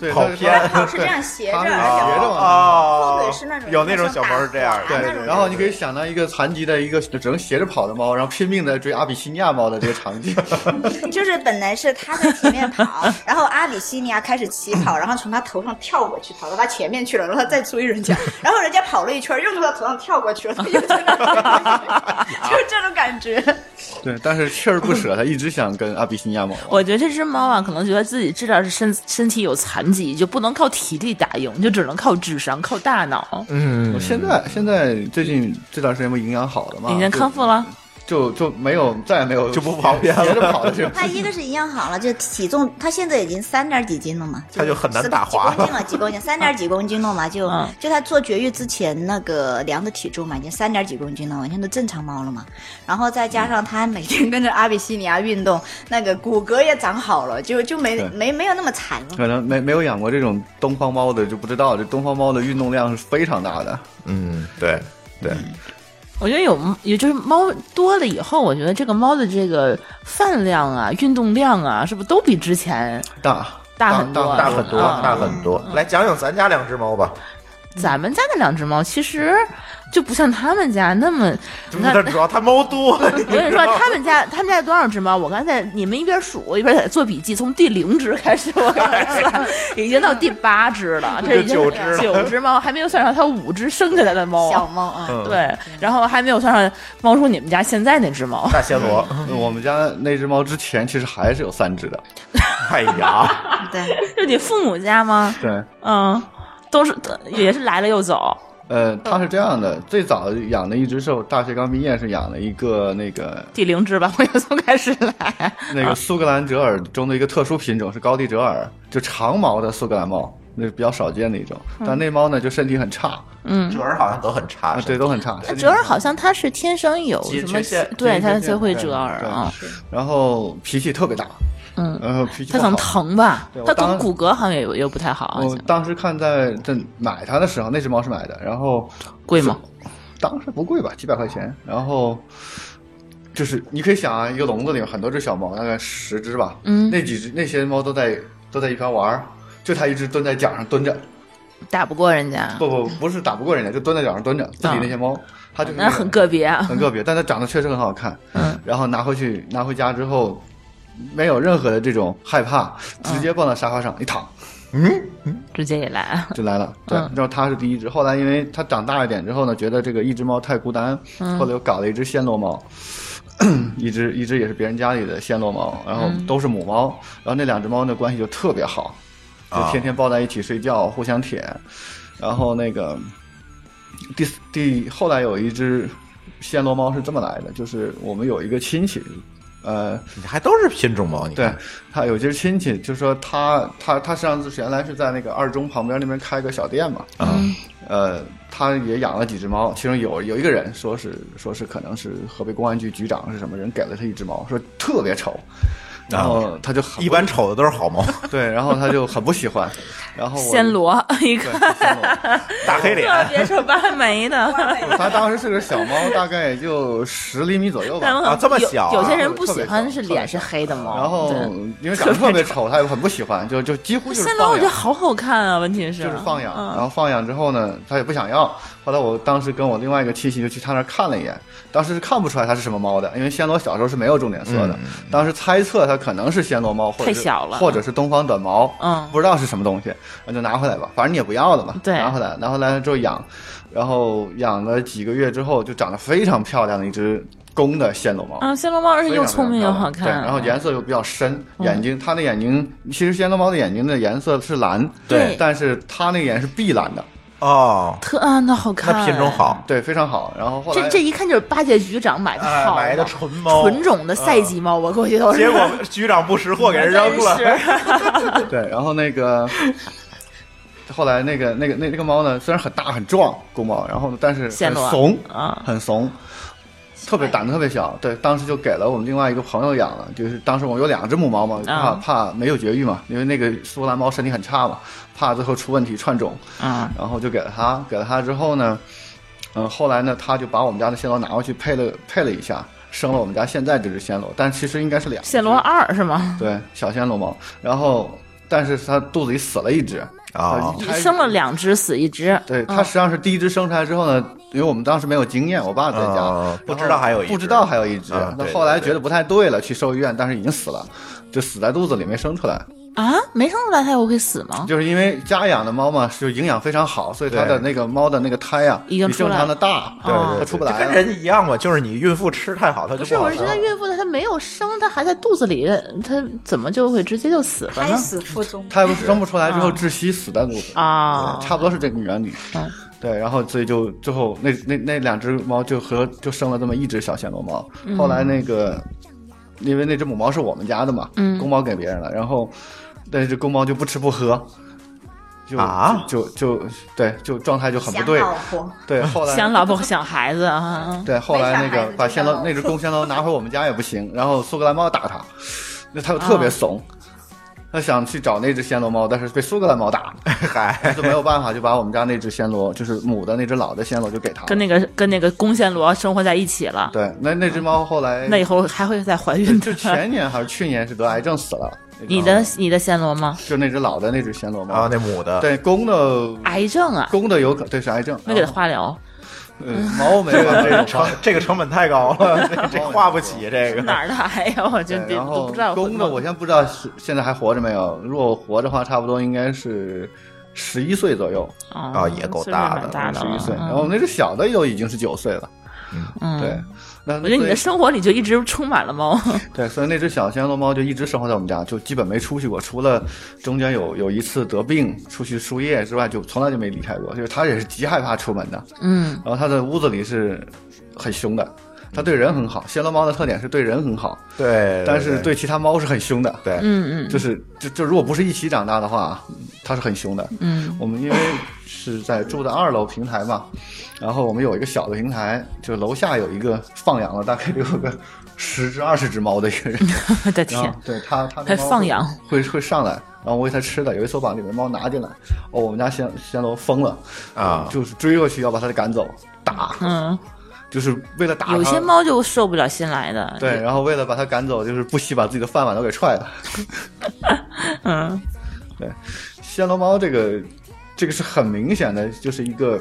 [SPEAKER 5] 对，啊
[SPEAKER 1] 跑
[SPEAKER 5] 它是
[SPEAKER 1] 偏
[SPEAKER 2] 它是这样斜着，
[SPEAKER 5] 它
[SPEAKER 2] 而
[SPEAKER 5] 是
[SPEAKER 1] 啊
[SPEAKER 2] 且
[SPEAKER 5] 斜着往
[SPEAKER 1] 哦，
[SPEAKER 2] 后腿是那种
[SPEAKER 1] 有那种小猫是这样的，
[SPEAKER 2] 像
[SPEAKER 5] 对
[SPEAKER 2] 那
[SPEAKER 5] 对
[SPEAKER 2] 种
[SPEAKER 5] 对，然后你可以想到一个残疾的一个只能斜着跑的猫，然后拼命的追阿比西尼亚猫的这个场 景。
[SPEAKER 2] 就是本来是他在前面跑，然后阿比西尼亚开始起跑，然后从他头上跳过去，跑到他前面去了，然后再追人家，然后人家跑了一圈，又从他头上跳过去了，他又在那儿追， 就是这种感觉。
[SPEAKER 5] 对，但是锲而不舍，他一直想跟阿比西尼亚猫。
[SPEAKER 3] 我觉得这只猫啊，可能觉得自己知道是身身体有残疾，就不能靠体力打赢，就只能靠智商、靠大脑。
[SPEAKER 1] 嗯
[SPEAKER 5] 我现在现在最近这段时间不营养好了吗？
[SPEAKER 3] 已经康复了，
[SPEAKER 5] 就，就就没有再也没有
[SPEAKER 1] 就不跑偏了
[SPEAKER 5] 斜着跑的 这种。
[SPEAKER 2] 他一个是营养好了，就体重，他现在已经三点几斤了嘛，
[SPEAKER 1] 他就很难打滑
[SPEAKER 2] 几公斤了，几公斤，三点几公斤了嘛，就
[SPEAKER 3] 嗯
[SPEAKER 2] 就他做绝育之前那个量的体重嘛，已经三点几公斤了，完全都正常猫了嘛。然后再加上他每天跟着阿比西尼亚啊运动，那个骨骼也长好了，就就没
[SPEAKER 5] 对
[SPEAKER 2] 没没有那么惨了。
[SPEAKER 5] 可能没没有养过这种东方猫的就不知道，这东方猫的运动量是非常大的。
[SPEAKER 1] 嗯，对对，
[SPEAKER 3] 我觉得有，也就是猫多了以后，我觉得这个猫的这个饭量啊、运动量啊，是不是都比之前？
[SPEAKER 5] 大
[SPEAKER 3] 大很多
[SPEAKER 1] 大很多，
[SPEAKER 3] 啊
[SPEAKER 1] 大很多。嗯来讲讲咱家两只猫吧，
[SPEAKER 3] 咱们家那两只猫其实就不像他们家 那么，那
[SPEAKER 1] 它主要它猫多。我
[SPEAKER 3] 我跟你说，他们家他们家有多少只猫？我刚才你们一边数，我一边在做笔记，从第零只开始，我刚才算，已经到第八只了，这已经
[SPEAKER 1] 九只了
[SPEAKER 3] 九只猫，还没有算上它五只生下来的
[SPEAKER 5] 哦
[SPEAKER 3] 猫。
[SPEAKER 2] 小猫啊，
[SPEAKER 1] 嗯，
[SPEAKER 3] 对，然后还没有算上猫叔你们家现在那只 猫。
[SPEAKER 1] 大暹罗，
[SPEAKER 5] 我们家那只猫之前其实还是有三只的，
[SPEAKER 1] 哎呀，
[SPEAKER 5] 嗯
[SPEAKER 2] 对，
[SPEAKER 3] 就你父母家吗？
[SPEAKER 5] 对，
[SPEAKER 3] 嗯，都是都也是来了又走。
[SPEAKER 5] 呃，它是这样的，最早养的一只是我大学刚毕业时养了一个那个
[SPEAKER 3] 第零只吧，我 就从开始来。
[SPEAKER 5] 那个苏格兰折耳中的一个特殊品种是高地折耳，就长毛的苏格兰猫，那是比较少见的一种。但那猫呢，就身体很差，
[SPEAKER 3] 嗯，
[SPEAKER 1] 折儿好像都很差
[SPEAKER 5] 啊，，对，都很差。
[SPEAKER 3] 那
[SPEAKER 5] 身体
[SPEAKER 3] 折
[SPEAKER 5] 很
[SPEAKER 3] 耳好像它是天生有
[SPEAKER 1] 脊
[SPEAKER 3] 什么
[SPEAKER 1] 椎线？
[SPEAKER 3] 对，
[SPEAKER 5] 脊椎
[SPEAKER 3] 它
[SPEAKER 5] 线
[SPEAKER 3] 最会
[SPEAKER 5] 对
[SPEAKER 3] 折耳
[SPEAKER 5] 对
[SPEAKER 3] 啊。
[SPEAKER 5] 然后脾气特别大，
[SPEAKER 3] 嗯
[SPEAKER 5] 然后脾气
[SPEAKER 3] 它
[SPEAKER 5] 不
[SPEAKER 3] 可能
[SPEAKER 5] 好。
[SPEAKER 3] 疼吧
[SPEAKER 5] 对，我
[SPEAKER 3] 它
[SPEAKER 5] 当
[SPEAKER 3] 跟
[SPEAKER 5] 时
[SPEAKER 3] 骨骼好像也有也不太好，好
[SPEAKER 5] 我
[SPEAKER 3] 像
[SPEAKER 5] 当时看在这买它的时候，那只猫是买的，然后
[SPEAKER 3] 贵吗？
[SPEAKER 5] 当时不贵吧，几百块钱。然后就是你可以想啊，一个笼子里有很多只小猫，大概十只吧，
[SPEAKER 3] 嗯
[SPEAKER 5] 那几只那些猫都在都在一边玩儿，就它一只蹲在脚上蹲着，
[SPEAKER 3] 打不过人家，
[SPEAKER 5] 不不不是打不过人家，就蹲在脚上蹲着，自己那些猫，它就是
[SPEAKER 3] 啊那很个别啊。
[SPEAKER 5] 很个别，但它长得确实很好看。
[SPEAKER 3] 嗯，
[SPEAKER 5] 然后拿回去拿回家之后，没有任何的这种害怕，直
[SPEAKER 3] 嗯
[SPEAKER 5] 接抱到沙发上一躺
[SPEAKER 3] 直接也来，
[SPEAKER 5] 就来了。对，
[SPEAKER 3] 嗯
[SPEAKER 5] 然后它是第一只，后来因为它长大一点之后呢，觉得这个一只猫太孤单，后来又搞了一只暹罗猫。一只一只也是别人家里的暹罗猫，然后都是母猫，然后那两只猫呢关系就特别好，就
[SPEAKER 1] 啊
[SPEAKER 5] 天天抱在一起睡觉，互相舔。然后那个第四第后来有一只暹罗猫是这么来的，就是我们有一个亲戚，呃，
[SPEAKER 1] 你还都是品种猫，你
[SPEAKER 5] 对
[SPEAKER 1] 看
[SPEAKER 5] 他有一只亲戚，就说他他他上次原来是在那个二中旁边那边开个小店嘛，
[SPEAKER 1] 啊，
[SPEAKER 5] 呃，他也养了几只猫，其中有有一个人说是说是可能是河北公安局局长是什么人给了他一只猫，说特别丑，然后他就很不
[SPEAKER 1] 啊一般丑的都是好猫，
[SPEAKER 5] 对，然后他就很不喜欢，然后 我
[SPEAKER 3] 暹罗一
[SPEAKER 5] 对
[SPEAKER 3] 个
[SPEAKER 5] 暹罗。
[SPEAKER 1] 大黑脸，
[SPEAKER 3] 特别丑八眉 的。
[SPEAKER 5] 它当时是个小猫，大概也就十厘米左右
[SPEAKER 3] 咱
[SPEAKER 5] 吧。
[SPEAKER 3] 们
[SPEAKER 1] 啊这么小啊
[SPEAKER 3] 有有些人不喜欢是
[SPEAKER 5] 特别小
[SPEAKER 3] 脸是黑的猫。
[SPEAKER 5] 然后
[SPEAKER 3] 对
[SPEAKER 5] 因为长得特别丑，它又很不喜欢，就就几乎就是
[SPEAKER 3] 暹罗我
[SPEAKER 5] 放
[SPEAKER 3] 觉得
[SPEAKER 5] 养，
[SPEAKER 3] 好好看啊，问题是
[SPEAKER 5] 就是放养。然
[SPEAKER 3] 嗯
[SPEAKER 5] 后放养之后呢，它也不想要。后来我当时跟我另外一个亲戚就去他那儿看了一眼，当时是看不出来它是什么猫的，因为暹罗小时候是没有重点色的。当时猜测它可能是暹罗猫，或者是
[SPEAKER 3] 嗯太小了
[SPEAKER 5] 或者是东方短毛，
[SPEAKER 3] 嗯
[SPEAKER 5] 不知道是什么东西，那就拿回来吧，反正你也不要了嘛，
[SPEAKER 3] 对
[SPEAKER 5] 拿回来，拿回来之后养，然后养了几个月之后，就长得非常漂亮的一只公的暹罗猫。
[SPEAKER 3] 啊，暹罗猫而且
[SPEAKER 5] 非
[SPEAKER 3] 又
[SPEAKER 5] 常非
[SPEAKER 3] 聪
[SPEAKER 5] 常
[SPEAKER 3] 明又
[SPEAKER 5] 漂亮
[SPEAKER 3] 好看，啊嗯
[SPEAKER 5] 对，然后颜色又比较深，眼睛它那眼睛，其实暹罗猫的眼睛的颜色是蓝，
[SPEAKER 3] 对
[SPEAKER 5] 但是它那个眼是碧蓝的，
[SPEAKER 1] 哦，
[SPEAKER 3] 特啊，那好看，
[SPEAKER 1] 那品种。好，
[SPEAKER 5] 对，非常好。然后后来
[SPEAKER 3] 这这一看就是八戒局长买的
[SPEAKER 1] 哎
[SPEAKER 3] 好嘛，
[SPEAKER 1] 买的纯猫
[SPEAKER 3] 纯种的赛季猫，我过去都是
[SPEAKER 1] 结果局长不识货，给人扔了。
[SPEAKER 3] 真是
[SPEAKER 5] 对，然后那个后来那个那个那那个猫呢，虽然很大很壮，公猫，然后呢，但是
[SPEAKER 3] 暹
[SPEAKER 5] 很
[SPEAKER 3] 罗
[SPEAKER 5] 怂，
[SPEAKER 3] 啊，
[SPEAKER 5] 很怂，特别胆子特别小。对，当时就给了我们另外一个朋友养了，就是当时我有两只母猫嘛，怕
[SPEAKER 3] 啊
[SPEAKER 5] 怕没有绝育嘛，因为那个苏格兰猫身体很差嘛，怕最后出问题串种，
[SPEAKER 3] 啊，
[SPEAKER 5] 然后就给了它，给了它之后呢，嗯，后来呢，他就把我们家的暹罗拿回去配了配了一下，生了我们家现在这只暹罗，但其实应该是两只
[SPEAKER 3] 暹罗二是吗？
[SPEAKER 5] 对小暹罗猫，然后但是它肚子里死了一只
[SPEAKER 1] 啊
[SPEAKER 5] 它一开始
[SPEAKER 3] 生了两只死一只，
[SPEAKER 5] 对，它实际上是第一只生出来之后呢，因为我们当时没有经验，我爸在家，
[SPEAKER 1] 啊不
[SPEAKER 5] 然后
[SPEAKER 1] 知道还有一只
[SPEAKER 5] 哦不知道还有一只
[SPEAKER 1] 啊，
[SPEAKER 5] 那
[SPEAKER 1] 对
[SPEAKER 5] 后来
[SPEAKER 1] 对
[SPEAKER 5] 觉得不太对了，去兽医院，但是已经死了，就死在肚子里没生出来，
[SPEAKER 3] 啊，没生出来它也会死吗？
[SPEAKER 5] 就是因为家养的猫嘛，就营养非常好，所以它
[SPEAKER 1] 对
[SPEAKER 5] 的那个猫的那个胎啊，
[SPEAKER 3] 已经
[SPEAKER 5] 比
[SPEAKER 3] 出来
[SPEAKER 5] 正常的大，
[SPEAKER 3] 对对对
[SPEAKER 5] 哦它出不
[SPEAKER 1] 就
[SPEAKER 5] 来
[SPEAKER 1] 跟
[SPEAKER 5] 了。
[SPEAKER 1] 人一样嘛，就是你孕妇吃太好，它
[SPEAKER 3] 不，
[SPEAKER 1] 就是好
[SPEAKER 3] 我是觉
[SPEAKER 1] 了
[SPEAKER 3] 得。孕妇的她没有生，她还在肚子里，她怎么就会直接就死了
[SPEAKER 2] 胎
[SPEAKER 3] 呢？
[SPEAKER 2] 死腹中，
[SPEAKER 5] 它生不出来之后窒息死在肚子，
[SPEAKER 3] 啊，
[SPEAKER 5] 差不多是这个原理。
[SPEAKER 3] 嗯
[SPEAKER 5] 对，然后所以就最后那那那两只猫就和就生了这么一只小暹罗猫。
[SPEAKER 3] 嗯
[SPEAKER 5] 后来那个，因为那只母猫是我们家的嘛，
[SPEAKER 3] 嗯
[SPEAKER 5] 公猫给别人了，然后那只公猫就不吃不喝，就
[SPEAKER 1] 啊
[SPEAKER 5] 就就就对，就状态就很不对
[SPEAKER 2] 想。老婆，
[SPEAKER 5] 对，后来
[SPEAKER 3] 想老婆想孩子啊，
[SPEAKER 5] 对，后来那
[SPEAKER 2] 没啥孩
[SPEAKER 5] 个
[SPEAKER 2] 子
[SPEAKER 5] 把
[SPEAKER 2] 知道
[SPEAKER 5] 暹
[SPEAKER 2] 了
[SPEAKER 5] 罗那只公暹罗拿回我们家也不行，然后苏格兰猫打它，那它又特别
[SPEAKER 3] 啊
[SPEAKER 5] 怂，他想去找那只暹罗猫，但是被苏格兰猫打，
[SPEAKER 1] 嗨，
[SPEAKER 5] 就没有办法，就把我们家那只暹罗，就是母的那只老的暹罗就给他了。
[SPEAKER 3] 跟那个跟那个公暹罗生活在一起了。
[SPEAKER 5] 对，那那只猫后来
[SPEAKER 3] 那以后还会再怀孕
[SPEAKER 5] 就
[SPEAKER 3] 的。
[SPEAKER 5] 前年还是去年是得癌症死了。那只
[SPEAKER 3] 你
[SPEAKER 5] 猫
[SPEAKER 3] 的你的暹罗吗？
[SPEAKER 5] 就那只老的那只暹罗
[SPEAKER 1] 然后
[SPEAKER 5] 猫，
[SPEAKER 1] 啊哦那母的，
[SPEAKER 5] 对公的
[SPEAKER 3] 癌症啊，
[SPEAKER 5] 公的有可对是癌症，
[SPEAKER 3] 没给他化 疗，
[SPEAKER 5] 嗯猫 没办法这种
[SPEAKER 1] 成这个成本太高 了，这这花不起这
[SPEAKER 3] 哪
[SPEAKER 1] 个。
[SPEAKER 3] 儿的癌呀？我真
[SPEAKER 5] 对
[SPEAKER 3] 的
[SPEAKER 5] 然
[SPEAKER 3] 都
[SPEAKER 5] 后
[SPEAKER 3] 不知道。
[SPEAKER 5] 公的，我现在不知道是现在还活着没有。如果活着的话，差不多应该是十一岁左右，
[SPEAKER 3] 啊
[SPEAKER 1] 也够
[SPEAKER 3] 大
[SPEAKER 1] 大的
[SPEAKER 3] 大的
[SPEAKER 5] 十
[SPEAKER 3] 了
[SPEAKER 5] 一岁。然
[SPEAKER 3] 嗯
[SPEAKER 5] 后我们那只小的都已经是九岁了。
[SPEAKER 3] 嗯
[SPEAKER 5] 对，那
[SPEAKER 3] 我觉得你的生活里就一直充满了 猫。
[SPEAKER 5] 对，所以那只小暹罗猫就一直生活在我们家，就基本没出去过，除了中间有有一次得病出去输液之外，就从来就没离开过。就是它也是极害怕出门的，
[SPEAKER 3] 嗯，
[SPEAKER 5] 然后它的屋子里是很凶的。它对人很好，暹罗猫的特点是对人很好，
[SPEAKER 1] 对，
[SPEAKER 5] 但是对其他猫是很凶的。
[SPEAKER 1] 对，
[SPEAKER 3] 嗯嗯
[SPEAKER 5] 就是就就如果不是一起长大的话，啊它是很凶的。
[SPEAKER 3] 嗯
[SPEAKER 5] 我们因为是在住的二楼平台嘛，然后我们有一个小的平台，就楼下有一个放养了大概得有个十至二十只猫的一个人，
[SPEAKER 3] 我的
[SPEAKER 5] 然后
[SPEAKER 3] 嗯天，
[SPEAKER 5] 对它它
[SPEAKER 3] 还
[SPEAKER 5] 的猫
[SPEAKER 3] 放养
[SPEAKER 5] 会会上来，然后我给它吃的，有一次我把里面猫拿进来，哦，我们家暹暹罗疯了
[SPEAKER 1] 啊
[SPEAKER 5] 就是追过去要把它赶走，打，
[SPEAKER 3] 嗯，
[SPEAKER 5] 就是为了打它。
[SPEAKER 3] 有些猫就受不了新来的。
[SPEAKER 5] 对，，然后为了把它赶走，就是不惜把自己的饭碗都给踹了。
[SPEAKER 3] 嗯，
[SPEAKER 5] 暹罗猫这个，这个是很明显的，就是一个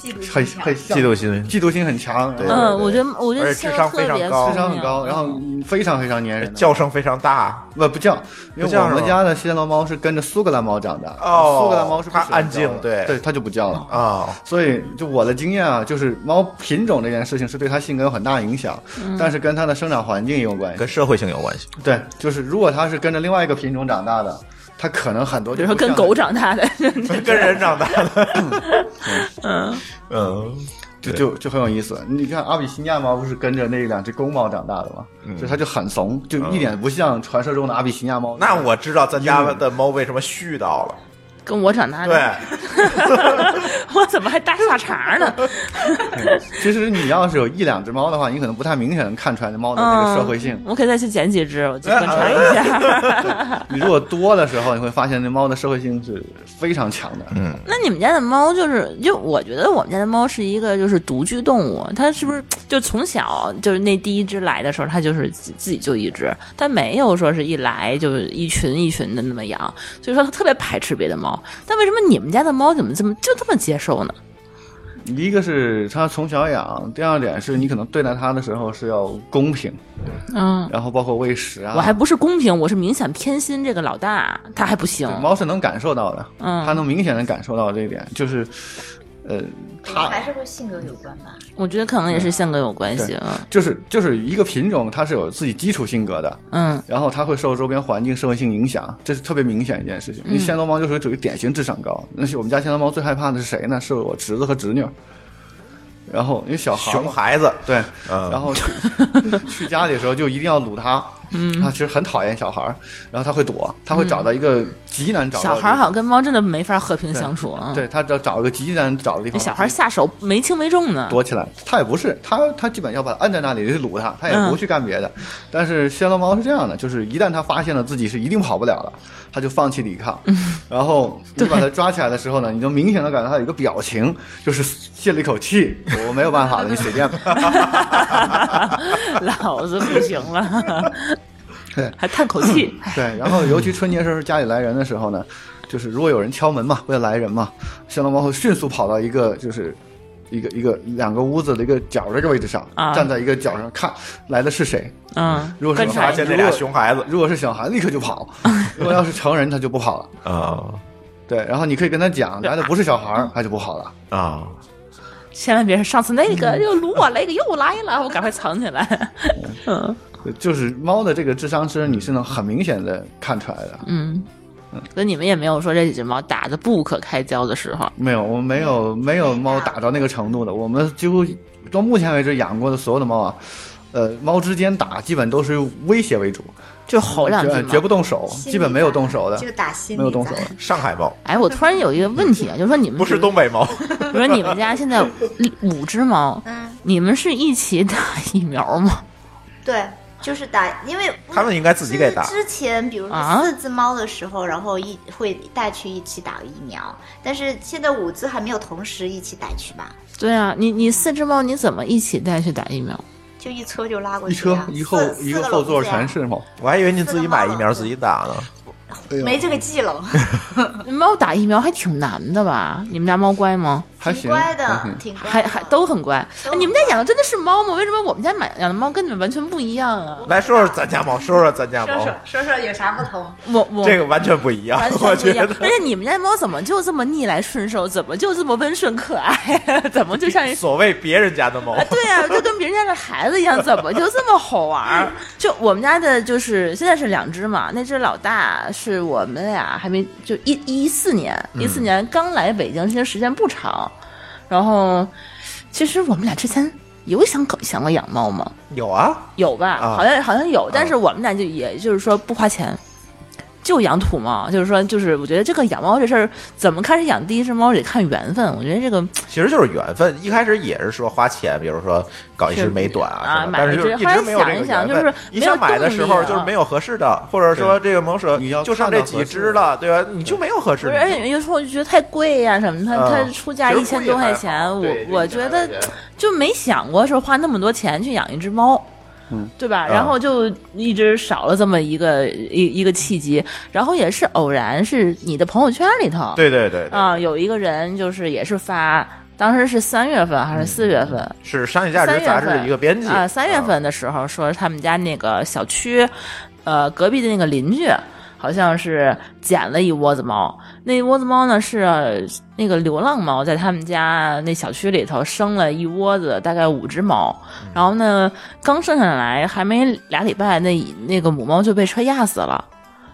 [SPEAKER 2] 嫉妒
[SPEAKER 5] 很
[SPEAKER 2] 心强
[SPEAKER 5] 很
[SPEAKER 1] 嫉妒心
[SPEAKER 5] 嫉妒心很强，
[SPEAKER 1] 对
[SPEAKER 5] 然后
[SPEAKER 3] 嗯，我觉得我觉得
[SPEAKER 1] 而且
[SPEAKER 3] 暹
[SPEAKER 1] 智
[SPEAKER 3] 罗
[SPEAKER 1] 商
[SPEAKER 3] 特
[SPEAKER 1] 非
[SPEAKER 3] 别
[SPEAKER 1] 常
[SPEAKER 3] 啊
[SPEAKER 1] 高
[SPEAKER 5] 智商很高，然后非常非常粘人的。
[SPEAKER 1] 叫声非常大。
[SPEAKER 5] 不不叫，
[SPEAKER 1] 不
[SPEAKER 5] 因为
[SPEAKER 1] 叫
[SPEAKER 5] 我
[SPEAKER 1] 是
[SPEAKER 5] 们
[SPEAKER 1] 吧
[SPEAKER 5] 家的暹罗猫是跟着苏格兰猫长大，
[SPEAKER 1] 哦
[SPEAKER 5] 苏格兰猫是不喜欢
[SPEAKER 1] 它安静
[SPEAKER 5] 叫的
[SPEAKER 1] 对
[SPEAKER 5] 对，它就不叫了。
[SPEAKER 1] 哦，
[SPEAKER 5] 所以，就我的经验啊，就是猫品种这件事情是对它性格有很大影响，
[SPEAKER 3] 嗯
[SPEAKER 5] 但是跟它的生长环境也有关系。
[SPEAKER 1] 跟社会性有关 系。
[SPEAKER 5] 对，就是如果它是跟着另外一个品种长大的，它可能很多
[SPEAKER 3] 比
[SPEAKER 5] 就
[SPEAKER 3] 如说
[SPEAKER 5] 不像
[SPEAKER 3] 跟狗长大的，
[SPEAKER 1] 跟人长大 的。嗯
[SPEAKER 5] 就就就很有意思。你看阿比西尼亚猫不是跟着那两只公猫长大的吗？
[SPEAKER 1] 嗯
[SPEAKER 5] 就它就很怂，就一点不像传说中的阿比西尼亚猫。
[SPEAKER 1] 嗯那我知道咱家
[SPEAKER 5] 嗯
[SPEAKER 1] 的猫为什么絮叨了。
[SPEAKER 3] 跟我长大的，
[SPEAKER 1] 对，
[SPEAKER 5] 嗯
[SPEAKER 3] 我怎么还搭下茬呢？
[SPEAKER 5] 其实你要是有一两只猫的话，你可能不太明显能看出来猫的那个社会
[SPEAKER 1] 嗯
[SPEAKER 5] 性。
[SPEAKER 3] 我可以再去捡几只，我去观察一 下。
[SPEAKER 5] 你如果多的时候，你会发现那猫的社会性是非常强的。嗯，
[SPEAKER 3] 那你们家的猫就是，就我觉得我们家的猫是一个就是独居动物，它是不是就从小就是那第一只来的时候，它就是自自己就一只，它没有说是一来就是一群一群的那么养，所以说它特别排斥别的猫。但为什么你们家的猫怎么这么就这么接受呢？
[SPEAKER 5] 一个是它从小养，第二点是你可能对待它的时候是要公平，
[SPEAKER 3] 嗯，
[SPEAKER 5] 然后包括喂食啊。
[SPEAKER 3] 我还不是公平，我是明显偏心这个老大，它还不行
[SPEAKER 5] 对。猫是能感受到的，
[SPEAKER 3] 嗯
[SPEAKER 5] 它能明显的感受到这一点，就是，呃，它
[SPEAKER 2] 还是和性格有关吧。
[SPEAKER 3] 我觉得可能也是性格有关系。
[SPEAKER 5] 就是就是一个品种，它是有自己基础性格的，
[SPEAKER 3] 嗯
[SPEAKER 5] 然后它会受周边环境社会性影响，这是特别明显一件事
[SPEAKER 3] 嗯
[SPEAKER 5] 情。你暹罗猫就是属于典型智商高，那是我们家暹罗猫最害怕的是谁呢？是我侄子和侄女儿。然后因为小孩儿嘛
[SPEAKER 1] 熊孩子。
[SPEAKER 5] 对，
[SPEAKER 1] 嗯
[SPEAKER 5] 然后去去家里的时候就一定要撸它，嗯，它其实很讨厌小孩儿，然后它会躲，它会找到一个极难找
[SPEAKER 3] 嗯
[SPEAKER 5] 到
[SPEAKER 3] 小
[SPEAKER 5] 的
[SPEAKER 3] 孩儿好像跟猫真的没法和平
[SPEAKER 5] 对
[SPEAKER 3] 相处啊。
[SPEAKER 5] 地方，，对，它找找一个极难找的地
[SPEAKER 3] 那
[SPEAKER 5] 方，
[SPEAKER 3] 小孩儿下手没轻没重呢。
[SPEAKER 5] 躲起来，它也不是，它它基本要把它摁在那里就撸它，它也不去干别的。但是暹罗猫是这样的，就是一旦它发现了自己是一定跑不了了，它就放弃抵抗。然后你把它抓起来的时候呢，你就明显的感到它有一个表情，就是泄了一口气，我没有办法了，你随便吧。
[SPEAKER 3] 老子不行了，
[SPEAKER 5] 对
[SPEAKER 3] 还叹口气。
[SPEAKER 5] 对，然后尤其春节时候家里来人的时候呢，就是如果有人敲门嘛，为了来人嘛，暹罗猫会迅速跑到一个就是。一个一个两个屋子的一个角这个位置上，
[SPEAKER 3] 啊
[SPEAKER 5] 站在一个角上看来的是谁，
[SPEAKER 3] 嗯，
[SPEAKER 5] 如果是
[SPEAKER 3] 观
[SPEAKER 5] 我
[SPEAKER 1] 发
[SPEAKER 3] 察
[SPEAKER 5] 发
[SPEAKER 1] 现
[SPEAKER 5] 现
[SPEAKER 1] 那
[SPEAKER 5] 那
[SPEAKER 1] 俩
[SPEAKER 5] 俩
[SPEAKER 1] 熊
[SPEAKER 5] 熊
[SPEAKER 1] 孩子
[SPEAKER 5] 如果是小孩，立刻 就跑；如果要是成人，他就不跑了。
[SPEAKER 1] 啊
[SPEAKER 5] 对，然后你可以跟他讲，来的不是小孩，儿，他就不跑了。
[SPEAKER 1] 啊！
[SPEAKER 3] 千万别是上次那个又撸我那个又来了，我赶快藏起来。嗯
[SPEAKER 5] 就是猫的这个智商是你是能很明显的看出来的。
[SPEAKER 3] 嗯，那你们也没有说这几只猫打的不可开交的时候。
[SPEAKER 5] 没有，我们没有没有猫打到那个程度的。我们几乎到目前为止养过的所有的猫啊，呃，猫之间打基本都是威胁为主，
[SPEAKER 3] 就吼两句
[SPEAKER 5] 绝
[SPEAKER 3] 嘛
[SPEAKER 5] 绝不动手，基本没有动手的，
[SPEAKER 2] 就打心
[SPEAKER 5] 没有动
[SPEAKER 2] 理
[SPEAKER 5] 手
[SPEAKER 2] 战
[SPEAKER 5] 的。
[SPEAKER 1] 上海猫
[SPEAKER 3] 哎，我突然有一个问题啊，就是说你们
[SPEAKER 1] 不是东北 猫，
[SPEAKER 3] 比如说你们家现在五只猫，
[SPEAKER 2] 嗯，
[SPEAKER 3] 你们是一起打疫苗吗？
[SPEAKER 2] 对，就是打，因为
[SPEAKER 1] 他们应该自己给打
[SPEAKER 2] 之之前比如
[SPEAKER 3] 啊
[SPEAKER 2] 说四只猫的时候，然后一会带去一起打疫苗，但是现在五只还没有同时一起带去吧？
[SPEAKER 3] 对啊，你你四只猫你怎么一起带去打疫苗？
[SPEAKER 2] 就一车就拉过
[SPEAKER 5] 一
[SPEAKER 2] 去
[SPEAKER 5] 车
[SPEAKER 2] 啊，
[SPEAKER 5] 一后
[SPEAKER 2] 四
[SPEAKER 5] 一个后座全。
[SPEAKER 2] 四笼子
[SPEAKER 5] 是猫，
[SPEAKER 1] 我还以为你自己买疫苗自己打呢。
[SPEAKER 2] 呀没这个技能，
[SPEAKER 3] 猫打疫苗还挺难的吧？你们家猫乖吗？
[SPEAKER 5] 还嗯
[SPEAKER 2] 挺
[SPEAKER 5] 行，
[SPEAKER 2] 乖的
[SPEAKER 5] 还行，
[SPEAKER 2] 挺乖的
[SPEAKER 3] 还还都很乖。
[SPEAKER 2] 都
[SPEAKER 3] 哎你们家养的真的是猫吗？为什么我们家买养的猫跟你们完全不一样啊？
[SPEAKER 1] 来说说咱家猫，说说咱家
[SPEAKER 2] 说
[SPEAKER 1] 猫
[SPEAKER 2] 说，说说有啥不同？
[SPEAKER 3] 我我
[SPEAKER 1] 这个完全不一样
[SPEAKER 3] 完，全
[SPEAKER 1] 我
[SPEAKER 3] 不
[SPEAKER 1] 觉
[SPEAKER 3] 一样。
[SPEAKER 1] 得
[SPEAKER 3] 而。且你们家猫怎么就这么逆来顺受？怎么就这么温顺可爱？ 怎么就像一
[SPEAKER 1] 所谓别人家的猫，
[SPEAKER 3] 对啊，就跟别人家的孩子一样，怎么就这么好玩儿？ 就我们家的，就是现在是两只嘛，那只老大是我们俩还没就一一四年，一
[SPEAKER 1] 嗯
[SPEAKER 3] 四年刚来北京，其实时间不长。然后，其实我们俩之前有想搞想过养猫吗？
[SPEAKER 1] 有啊，
[SPEAKER 3] 有吧？
[SPEAKER 1] 啊
[SPEAKER 3] 好像好像有，但是我们俩就也就是说不花钱，就养土猫，就是说就是我觉得这个养猫这事儿，怎么开始养第一只猫得看缘分。我觉得这个
[SPEAKER 1] 其实就是缘分。一开始也是说花钱，比如说搞一
[SPEAKER 3] 是
[SPEAKER 1] 只美短啊
[SPEAKER 3] 啊
[SPEAKER 1] 什么的，
[SPEAKER 3] 买
[SPEAKER 1] 但是
[SPEAKER 3] 一
[SPEAKER 1] 就
[SPEAKER 3] 只
[SPEAKER 1] 是一
[SPEAKER 3] 后来
[SPEAKER 1] 直没有这个
[SPEAKER 3] 想一
[SPEAKER 1] 缘分。
[SPEAKER 3] 想就是没
[SPEAKER 1] 一
[SPEAKER 3] 有
[SPEAKER 1] 想买的时
[SPEAKER 3] 动力啊
[SPEAKER 1] 候
[SPEAKER 3] 了
[SPEAKER 1] 就是没有合适的，或者说这个猛舍
[SPEAKER 5] 你要
[SPEAKER 1] 就剩这几只了，对吧？你就没有合适
[SPEAKER 3] 不是，而且
[SPEAKER 1] 的。
[SPEAKER 3] 有时候我就觉得太贵呀、什么的，它、
[SPEAKER 1] 嗯
[SPEAKER 3] 它出价
[SPEAKER 1] 其
[SPEAKER 3] 一
[SPEAKER 1] 实贵
[SPEAKER 3] 千
[SPEAKER 1] 也
[SPEAKER 3] 多块
[SPEAKER 1] 还好
[SPEAKER 3] 钱，我
[SPEAKER 5] 对
[SPEAKER 3] 我觉得就没想过说花那么多钱去养一只猫。
[SPEAKER 5] 嗯，
[SPEAKER 3] 对吧？
[SPEAKER 1] 嗯
[SPEAKER 3] 然后就一直少了这么一个一一个契机，然后也是偶然，是你的朋友圈里头，
[SPEAKER 1] 对对对，对
[SPEAKER 3] 啊，有一个人就是也是发，当时是三月份还是四月份？
[SPEAKER 1] 是商业价
[SPEAKER 3] 三
[SPEAKER 1] 值
[SPEAKER 3] 月
[SPEAKER 1] 杂
[SPEAKER 3] 份
[SPEAKER 1] 志的一个编辑
[SPEAKER 3] 啊，三月份的时候说他们家那个小区，呃，隔壁的那个邻居好像是捡了一窝子猫，那一窝子猫呢是呃那个流浪猫在他们家那小区里头生了一窝子，大概五只猫，然后呢刚生下来还没俩礼拜，那那个母猫就被车压死了。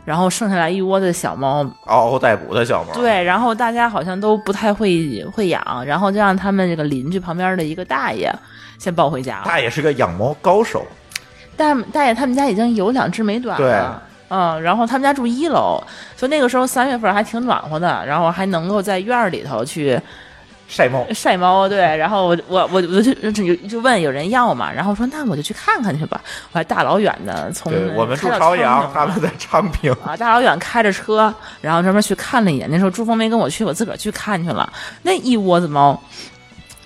[SPEAKER 3] 然后剩下来一窝子小猫，
[SPEAKER 1] 啊嗷嗷待哺的小猫。，
[SPEAKER 3] 对，然后大家好像都不太会会养，然后就让他们这个邻居旁边的一个大爷先抱回家了。
[SPEAKER 1] 他也是个养猫高手。
[SPEAKER 3] 大大爷他们家已经有两只美短了。嗯，然后他们家住一楼，就那个时候三月份还挺暖和的，然后还能够在院儿里头去
[SPEAKER 1] 晒猫，
[SPEAKER 3] 晒猫，对。然后我我我我就就就问有人要嘛，然后说那我就去看看去吧。我还大老远的从
[SPEAKER 1] 对我们住
[SPEAKER 3] 开到
[SPEAKER 1] 朝
[SPEAKER 3] 昌
[SPEAKER 1] 阳，
[SPEAKER 3] 平
[SPEAKER 1] 他们在昌平。
[SPEAKER 3] 啊，大老远开着车，然后专门去看了一眼。那时候朱峰没跟我去，我自个儿去看去了。那一窝子猫，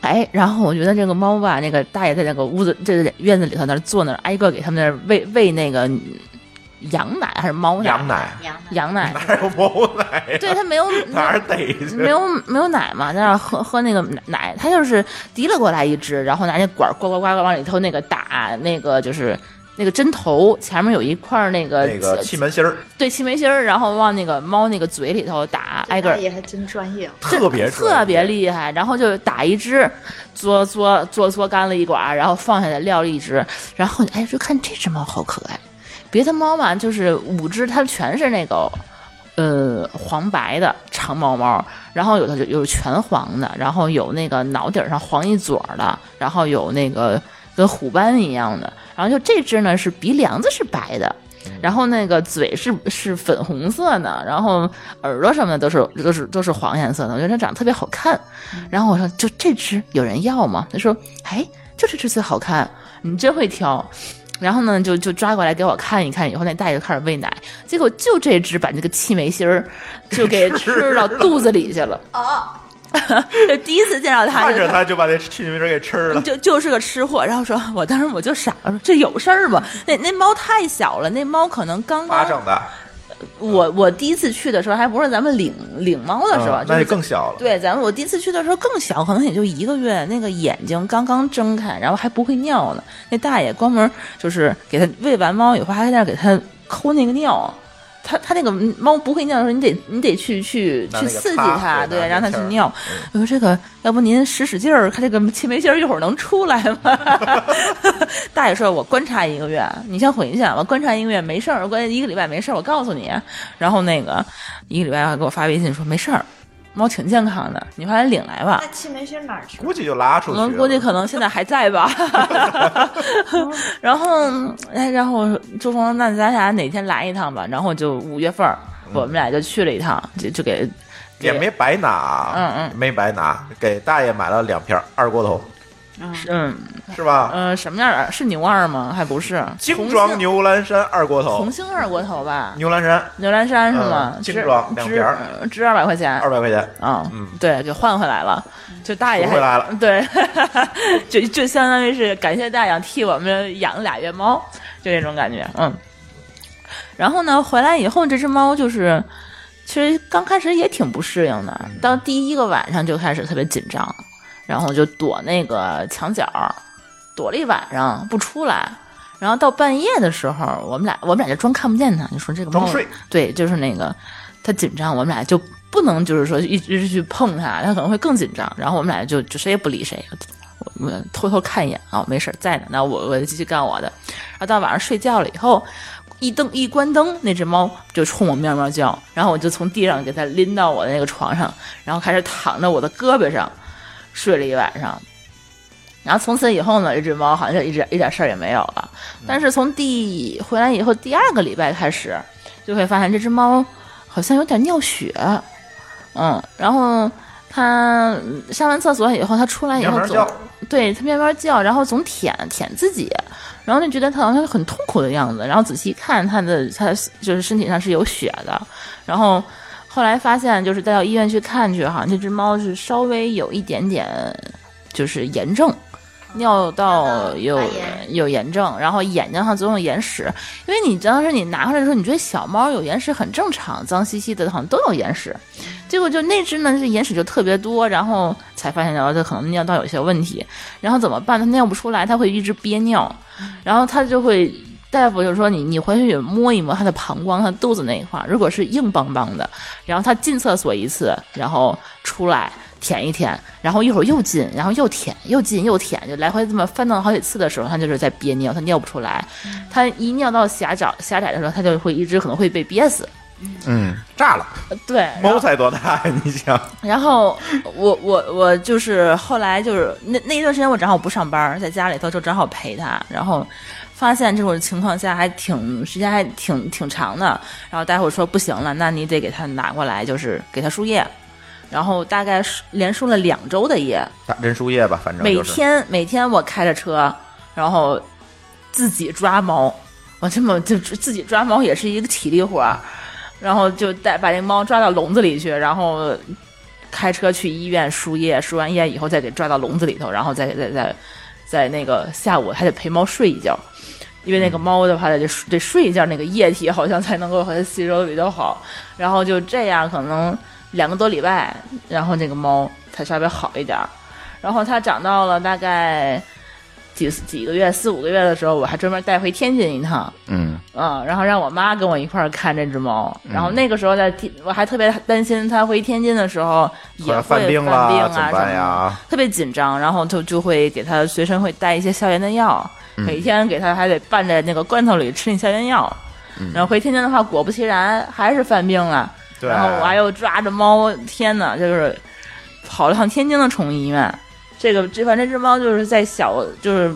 [SPEAKER 3] 哎，然后我觉得这个猫吧，那个大爷在那个屋子、这个院子里头那儿坐那儿，挨个给他们那儿喂喂那个羊奶还是猫奶？
[SPEAKER 1] 羊奶
[SPEAKER 2] 羊奶
[SPEAKER 3] 羊奶，
[SPEAKER 1] 哪有猫奶呀？
[SPEAKER 3] 对 他没有
[SPEAKER 1] 哪儿逮去？
[SPEAKER 3] 没有没有奶嘛，在那儿喝喝那个奶，他就是提了过来一只，然后拿那管儿呱呱呱呱往里头那个打，那个就是那个针头前面有一块儿那个
[SPEAKER 1] 那个气门芯儿
[SPEAKER 3] 对气门芯儿，然后往那个猫那个嘴里头打，挨个儿
[SPEAKER 2] 也还真专业哦。
[SPEAKER 1] 特别
[SPEAKER 3] 特别厉害，然后就打一只，嘬嘬嘬嘬干了一管儿，然后放下来撂了一只，然后哎就看这只猫好可爱，别的猫嘛就是五只，它全是那个。呃，黄白的长毛猫，然后有的就有全黄的，然后有那个脑顶上黄一撮儿的，然后有那个跟虎斑一样的，然后就这只呢是鼻梁子是白的，然后那个嘴是是粉红色的，然后耳朵什么的都是都是都是黄颜色的，我觉得它长得特别好看。然后我说就这只有人要吗？他说哎，就这只最好看，你真会挑。然后呢，就就抓过来给我看一看，以后那大爷就开始喂奶，结果就这只把那个气眉芯儿就给吃到肚子里去了。哦， 这第一次见到它
[SPEAKER 1] 看
[SPEAKER 3] 就
[SPEAKER 1] 着他就把那气门芯儿给吃了。
[SPEAKER 3] 就就是个吃货。然后说，我当时我就傻了，说这有事儿吗？那那猫太小了，那猫可能刚
[SPEAKER 1] 巴
[SPEAKER 3] 刚
[SPEAKER 1] 掌大，
[SPEAKER 3] 我我第一次去的时候，还不是咱们领领猫的时候，
[SPEAKER 1] 嗯
[SPEAKER 3] 就
[SPEAKER 1] 那
[SPEAKER 3] 是
[SPEAKER 1] 就更小了。
[SPEAKER 3] 对，咱们我第一次去的时候更小，可能也就一个月，那个眼睛刚刚睁开，然后还不会尿呢。那大爷关门就是给它喂完猫以后，还在那儿给它抠那个尿。它它那个猫不会尿的时候，你得你得去去
[SPEAKER 1] 拿
[SPEAKER 3] 去
[SPEAKER 1] 那个
[SPEAKER 3] 刺激
[SPEAKER 1] 擦
[SPEAKER 3] 它，
[SPEAKER 1] 对拿
[SPEAKER 3] 对，让
[SPEAKER 1] 那个
[SPEAKER 3] 它去
[SPEAKER 1] 签儿嗯
[SPEAKER 3] 尿。我说这个，要不您使使劲儿，看这个气门芯儿一会儿能出来 吗？大爷说：“我观察一个月，你先回去，我观察一个月没事儿，我观察一个礼拜没事儿，我告诉你。”然后那个一个礼拜还给我发微信说没事儿，猫挺健康的，你快来领来吧
[SPEAKER 2] 那。气门芯哪儿去？
[SPEAKER 1] 估计就拉出
[SPEAKER 3] 我
[SPEAKER 1] 去了。
[SPEAKER 3] 们估计可能现在还在吧。 然后，哎，然后周峰，那咱俩哪天来一趟吧？然后就五月份儿，我们俩就去了一趟，就就给
[SPEAKER 1] 也没白拿，
[SPEAKER 3] 嗯
[SPEAKER 1] 嗯，没白拿，给大爷买了两瓶二锅头，
[SPEAKER 3] 嗯
[SPEAKER 1] 是吧？
[SPEAKER 3] 嗯、呃什么样儿是牛二吗？还不是
[SPEAKER 1] 精装牛栏山二锅头
[SPEAKER 3] 红，星二锅头吧？
[SPEAKER 1] 牛栏山
[SPEAKER 3] 牛栏山是吗？
[SPEAKER 1] 嗯
[SPEAKER 3] 值
[SPEAKER 1] 精装两瓶儿
[SPEAKER 3] 值值二百块钱，
[SPEAKER 1] 二百块钱，
[SPEAKER 3] 啊，
[SPEAKER 1] 嗯，
[SPEAKER 3] 对，给换回来了，就大爷
[SPEAKER 1] 赎回来了，
[SPEAKER 3] 对，就就相当于是感谢大洋替我们养了俩月猫，就这种感觉，嗯。然后呢，回来以后这只猫就是，其实刚开始也挺不适应的，
[SPEAKER 1] 嗯
[SPEAKER 3] 到第一个晚上就开始特别紧张，然后就躲那个墙角，躲了一晚上不出来。然后到半夜的时候，我们俩我们俩就装看不见它，就说这个猫
[SPEAKER 1] 装睡，
[SPEAKER 3] 对，就是那个它紧张，我们俩就不能就是说一直去碰它，它可能会更紧张。然后我们俩就就谁也不理谁，我们偷偷看一眼啊、没事儿在呢，那我我就继续干我的。然后到晚上睡觉了以后，一灯一关灯，那只猫就冲我喵喵叫，然后我就从地上给它拎到我的那个床上，然后开始躺着我的胳膊上睡了一晚上。然后从此以后呢，这只猫好像就一直一点事儿也没有了。
[SPEAKER 1] 嗯
[SPEAKER 3] 但是从第回来以后第二个礼拜开始，就会发现这只猫好像有点尿血，嗯，然后它嗯上完厕所以后，它出来以
[SPEAKER 1] 喵
[SPEAKER 3] 后
[SPEAKER 1] 喵
[SPEAKER 3] 总
[SPEAKER 1] 叫
[SPEAKER 3] 对它喵喵叫，然后总舔舔自己，然后就觉得它好像很痛苦的样子，然后仔细看它的它就是身体上是有血的，然后后来发现就是带到医院去看去，好像这只猫是稍微有一点点就是炎症。尿道有
[SPEAKER 2] 发炎
[SPEAKER 3] 有炎症，然后眼睛上总有眼屎，因为你当时你拿回来的时候，你觉得小猫有眼屎很正常，脏兮兮的，好像都有眼屎。结果就那只呢，是眼屎就特别多，然后才发现然后它可能尿道有些问题，然后怎么办？它尿不出来，它会一直憋尿，然后它就会。大夫就说你，你回去摸一摸它的膀胱、它肚子那一块儿，如果是硬邦邦的，然后它进厕所一次，然后出来舔一舔，然后一会儿又进，然后又舔，又进又舔，就来回这么翻腾好几次的时候，它就是在憋尿，它尿不出来，它一尿到狭窄狭窄的时候，它就会一直可能会被憋死。
[SPEAKER 1] 嗯，炸了，
[SPEAKER 3] 呃对，然后
[SPEAKER 1] 猫才多大呀？ 你想，
[SPEAKER 3] 然后我我我就是后来就是那那一段时间我正好不上班，在家里头就正好陪他，然后发现这种情况下还挺时间还挺挺长的，然后大夫说不行了，那你得给他拿过来，就是给他输液，然后大概输连输了两周的液，
[SPEAKER 1] 打针输液吧，反正
[SPEAKER 3] 每
[SPEAKER 1] 就是
[SPEAKER 3] 天每天我开着车，然后自己抓猫，我这么就自己抓猫也是一个体力活儿，然后就带把那猫抓到笼子里去，然后开车去医院输液，输完液以后再给抓到笼子里头，然后再再再再那个下午还得陪猫睡一觉。因为那个
[SPEAKER 1] 嗯
[SPEAKER 3] 猫的话，得得睡一觉，那个液体好像才能够和它吸收的比较好。然后就这样，可能两个多礼拜，然后那个猫才稍微好一点儿。然后它长到了大概几几个月、四五个月的时候，我还专门带回天津一趟，
[SPEAKER 1] 嗯，
[SPEAKER 3] 嗯，然后让我妈跟我一块儿看这只猫。然后那个时候在天，我还特别担心它回天津的时候也
[SPEAKER 1] 后来
[SPEAKER 3] 会
[SPEAKER 1] 犯
[SPEAKER 3] 犯
[SPEAKER 1] 病
[SPEAKER 3] 病
[SPEAKER 1] 了
[SPEAKER 3] 啊
[SPEAKER 1] 怎
[SPEAKER 3] 什
[SPEAKER 1] 么
[SPEAKER 3] 么的
[SPEAKER 1] 办呀？
[SPEAKER 3] 特别紧张，然后就就会给他随身会带一些消炎的药，
[SPEAKER 1] 嗯
[SPEAKER 3] 每天给他还得拌在那个罐头里吃那消炎药。
[SPEAKER 1] 嗯
[SPEAKER 3] 然后回天津的话，果不其然还是犯病了。
[SPEAKER 1] 对，
[SPEAKER 3] 然后我还又抓着猫，天哪，就是跑了趟天津的宠物医院。这个这反正这只猫就是在小就是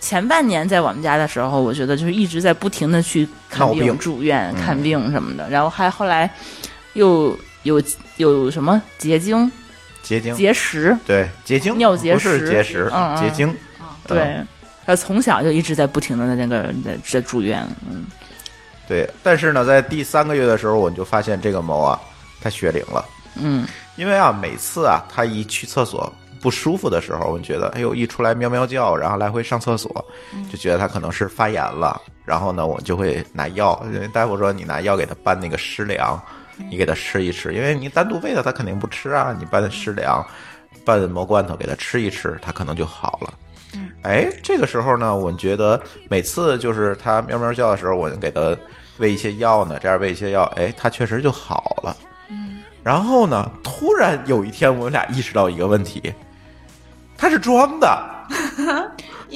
[SPEAKER 3] 前半年在我们家的时候，我觉得就是一直在不停的去看
[SPEAKER 1] 闹病嗯
[SPEAKER 3] 住院、看病什么的，然后还后来又有有什么结晶、
[SPEAKER 1] 结晶，嗯
[SPEAKER 3] 结石，
[SPEAKER 1] 对结晶，
[SPEAKER 3] 尿结
[SPEAKER 1] 不是
[SPEAKER 3] 石
[SPEAKER 1] 结石
[SPEAKER 3] 嗯，嗯
[SPEAKER 1] 结晶，
[SPEAKER 3] 对，
[SPEAKER 1] 嗯
[SPEAKER 3] 然后从小就一直在不停的在那个在在住院，嗯，
[SPEAKER 1] 对。但是呢，在第三个月的时候，我就发现这个猫啊，它血灵了。
[SPEAKER 3] 嗯，
[SPEAKER 1] 因为啊，每次啊，它一去厕所不舒服的时候，我就觉得，哎呦，一出来喵喵叫，然后来回上厕所，就觉得它可能是发炎了。然后呢，我就会拿药，因为大夫说你拿药给它拌那个湿粮，你给它吃一吃，因为你单独喂它，它肯定不吃啊。你拌湿粮，拌蘑菇罐头给它吃一吃，它可能就好了。哎，这个时候呢，我觉得每次就是它喵喵叫的时候，我就给它喂一些药呢，这样喂一些药，哎，它确实就好了。然后呢，突然有一天，我们俩意识到一个问题，他是装的，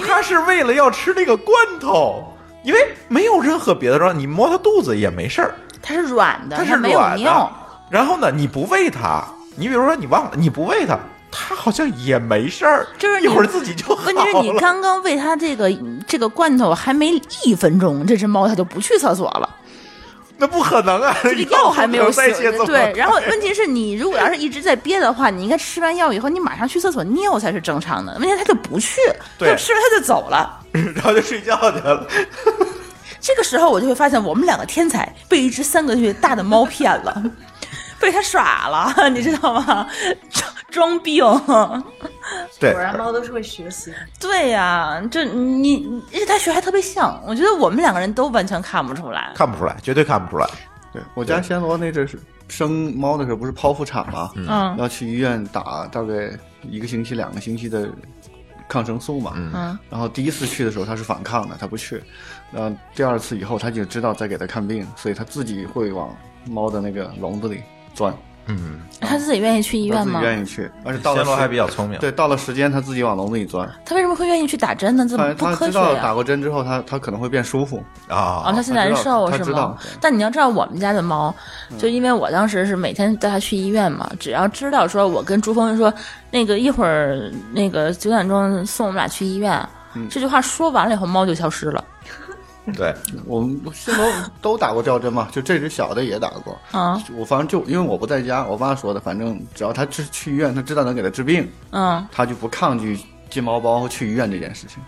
[SPEAKER 1] 他是为了要吃那个罐头，因为没有任何别的装，你摸他肚子也没事儿，
[SPEAKER 3] 它是软的，
[SPEAKER 1] 它是
[SPEAKER 3] 没有
[SPEAKER 1] 软的
[SPEAKER 3] 尿，。
[SPEAKER 1] 然后呢，你不喂它，你比如说你忘了，你不喂它，它好像也没事儿，
[SPEAKER 3] 就是你
[SPEAKER 1] 一会儿自己就好了。
[SPEAKER 3] 问题是你刚刚喂 它这个这个罐头还没一分钟，这只猫它就不去厕所了，
[SPEAKER 1] 那不可能啊！
[SPEAKER 3] 这个药还没有醒
[SPEAKER 1] 再接，怎么
[SPEAKER 3] 对。然后问题是你如果要是一直在憋的话，你应该吃完药以后，你马上去厕所尿才是正常的。问题他就不去，他
[SPEAKER 1] 对
[SPEAKER 3] 就吃完他就走了。
[SPEAKER 1] 然后就睡觉去了。
[SPEAKER 3] 这个时候我就会发现，我们两个天才被一只三个月大的猫骗了， 被他耍了， 你知道吗？装装病。
[SPEAKER 1] 对
[SPEAKER 6] 果，然猫都是会学习的。
[SPEAKER 3] 对呀、这你，你而且他学还特别像，我觉得我们两个人都完全看不出来。
[SPEAKER 1] 看不出来，绝对看不出来。
[SPEAKER 5] 对我家暹罗那阵是生猫的时候不是剖腹产嘛，
[SPEAKER 3] 嗯
[SPEAKER 5] 要去医院打大概一个星期、两个星期的抗生素嘛。
[SPEAKER 3] 嗯
[SPEAKER 5] 然后第一次去的时候他是反抗的，他不去。然后第二次以后他就知道在给他看病，所以他自己会往猫的那个笼子里钻，
[SPEAKER 1] 嗯，
[SPEAKER 3] 他自己愿意去医
[SPEAKER 5] 他
[SPEAKER 3] 院
[SPEAKER 5] 自己
[SPEAKER 3] 吗？
[SPEAKER 5] 愿意去，而且到
[SPEAKER 1] 暹
[SPEAKER 5] 了
[SPEAKER 1] 罗还比
[SPEAKER 5] 较
[SPEAKER 1] 较聪明，
[SPEAKER 5] 对，到了时间他自己往笼子里钻。
[SPEAKER 3] 他为什么会愿意去打针呢？这
[SPEAKER 5] 反
[SPEAKER 3] 么
[SPEAKER 5] 正
[SPEAKER 3] 不
[SPEAKER 5] 他
[SPEAKER 3] 科
[SPEAKER 5] 知
[SPEAKER 3] 学
[SPEAKER 5] 道
[SPEAKER 3] 呀、
[SPEAKER 5] 打过针之后，他他可能会变舒服。
[SPEAKER 1] 啊
[SPEAKER 3] 哦，它是难受
[SPEAKER 5] 他
[SPEAKER 3] 是
[SPEAKER 5] 知道他知
[SPEAKER 3] 吗
[SPEAKER 5] 道？嗯
[SPEAKER 3] 但你要知道，我们家的猫，就因为我当时是每天带它去医院嘛，只要知道说我跟朱峰说那个一会儿那个九点钟送我们俩去医院，
[SPEAKER 5] 嗯
[SPEAKER 3] 这句话说完了以后，猫就消失了。
[SPEAKER 1] 对，
[SPEAKER 5] 我们新楼都打过吊针嘛，就这只小的也打过。
[SPEAKER 3] 嗯
[SPEAKER 5] 我反正就因为我不在家，我爸说的，反正只要他去去医院，他知道能给他治病，
[SPEAKER 3] 嗯
[SPEAKER 5] 他就不抗拒进猫包和去医院这件事情。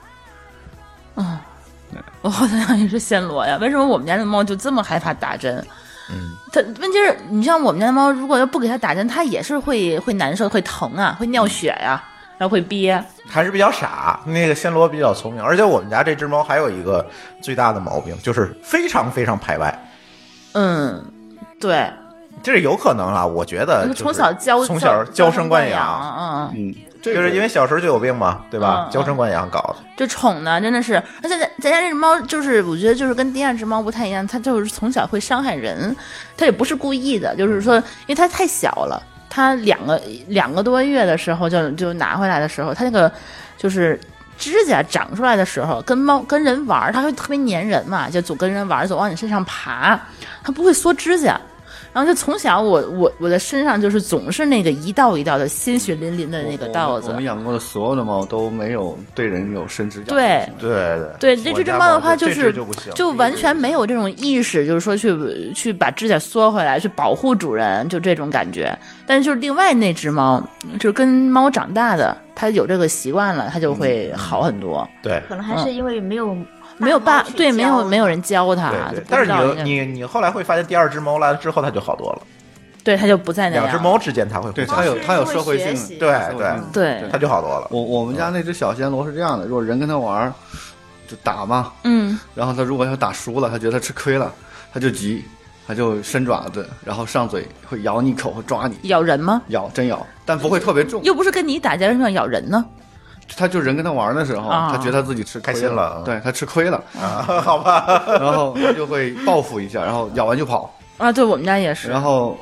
[SPEAKER 3] 嗯， 我好想也是暹罗呀，为什么我们家的猫就这么害怕打针？
[SPEAKER 1] 嗯，
[SPEAKER 3] 它问题是，你像我们家的猫，如果要不给它打针，它也是会会难受、会疼啊，会尿血呀、然后会憋。
[SPEAKER 1] 还是比较傻。那个暹罗比较聪明，而且我们家这只猫还有一个最大的毛病，就是非常非常排外。
[SPEAKER 3] 嗯，对，
[SPEAKER 1] 这是有可能啊，我觉得
[SPEAKER 3] 就
[SPEAKER 1] 就是
[SPEAKER 3] 从小娇
[SPEAKER 1] 从小娇
[SPEAKER 3] 娇
[SPEAKER 1] 生
[SPEAKER 3] 惯
[SPEAKER 1] 惯养，
[SPEAKER 3] 嗯，
[SPEAKER 5] 嗯，这
[SPEAKER 1] 就是因
[SPEAKER 5] 为
[SPEAKER 1] 为小时候就有病嘛，对吧？
[SPEAKER 3] 嗯
[SPEAKER 1] 娇生惯养搞的。
[SPEAKER 3] 这宠呢真的是，而且咱咱家这只猫就是，我觉得就是跟第二只猫不太一样，它就是从小会伤害人，它也不是故意的，就是说，因为它太小了，它两个两个多月的时候就就拿回来的时候，它那个就是。指甲长出来的时候，跟猫跟人玩儿，它会特别粘人嘛，就总跟人玩儿，总往你身上爬，它不会缩指甲。然后就从小我我我的身上就是总是那个一道一道的鲜血淋淋的那个道
[SPEAKER 5] 我
[SPEAKER 3] 子
[SPEAKER 5] 们。养过的所有的猫都没有对人有伸指甲。
[SPEAKER 3] 对，
[SPEAKER 1] 对对
[SPEAKER 3] 对，这这只猫的话
[SPEAKER 1] 就
[SPEAKER 3] 就是
[SPEAKER 1] 就不行，
[SPEAKER 3] 就完全没有这种意识，就是说去去把指甲缩回来，去保护主人，就这种感觉。但是就是另外那只猫，就是跟猫长大的，它有这个习惯了，它就会好很多。
[SPEAKER 1] 对。
[SPEAKER 2] 可能还是因为没有、
[SPEAKER 3] 没有爸，对，没有没
[SPEAKER 2] 有，
[SPEAKER 3] 有人教它，
[SPEAKER 1] 对对
[SPEAKER 3] 啊就，不
[SPEAKER 1] 但
[SPEAKER 3] 知道
[SPEAKER 1] 是
[SPEAKER 3] 人家
[SPEAKER 1] 你你你后来会发现，第二只猫来了之后，它就好多了。
[SPEAKER 3] 对它就不再那样。
[SPEAKER 1] 两只，猫之间它会互
[SPEAKER 5] 对，
[SPEAKER 1] 相
[SPEAKER 5] 它有它有
[SPEAKER 2] 猫是
[SPEAKER 5] 社会
[SPEAKER 2] 会学
[SPEAKER 5] 性
[SPEAKER 2] 习
[SPEAKER 5] 的，它
[SPEAKER 1] 对
[SPEAKER 5] 有社会性的
[SPEAKER 3] 对
[SPEAKER 1] 它就好多了。
[SPEAKER 5] 我我们家那只小暹罗是这
[SPEAKER 1] 嗯
[SPEAKER 5] 样的，如果人跟它玩儿，就打嘛，
[SPEAKER 3] 嗯，
[SPEAKER 5] 然后他如果要打输了，他觉得他吃亏了，他就急，他就伸爪子，然后上嘴会咬你一口，会抓你，
[SPEAKER 3] 咬人吗？
[SPEAKER 5] 咬真咬，但不会特别重。
[SPEAKER 3] 又不是跟你打架，为什么要咬人呢？
[SPEAKER 5] 他就人跟他玩的时候，
[SPEAKER 3] 啊
[SPEAKER 5] 他觉得他自己吃亏
[SPEAKER 1] 开心了啊
[SPEAKER 5] 对他吃亏了，
[SPEAKER 1] 好吧，
[SPEAKER 5] 然后他就会报复一下，然后咬完就跑，
[SPEAKER 3] 啊，对我们家也是
[SPEAKER 5] 然，后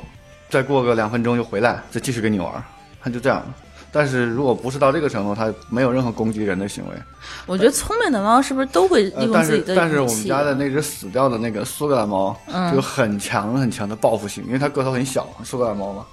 [SPEAKER 5] 再过个两分钟就回来，再继续跟你玩，他就这样。但是如果不是到这个程度，他没有任何攻击人的行为。
[SPEAKER 3] 我觉得聪明的猫是不是都会利
[SPEAKER 5] 呃，
[SPEAKER 3] 用
[SPEAKER 5] 但
[SPEAKER 3] 自
[SPEAKER 5] 是
[SPEAKER 3] 己的
[SPEAKER 5] 但是
[SPEAKER 3] 勇
[SPEAKER 5] 我们
[SPEAKER 3] 气
[SPEAKER 5] 家的那只死掉的那个苏格兰猫，
[SPEAKER 3] 嗯
[SPEAKER 5] 就有很强很强的报复性，因为它个头很小，苏格兰猫嘛。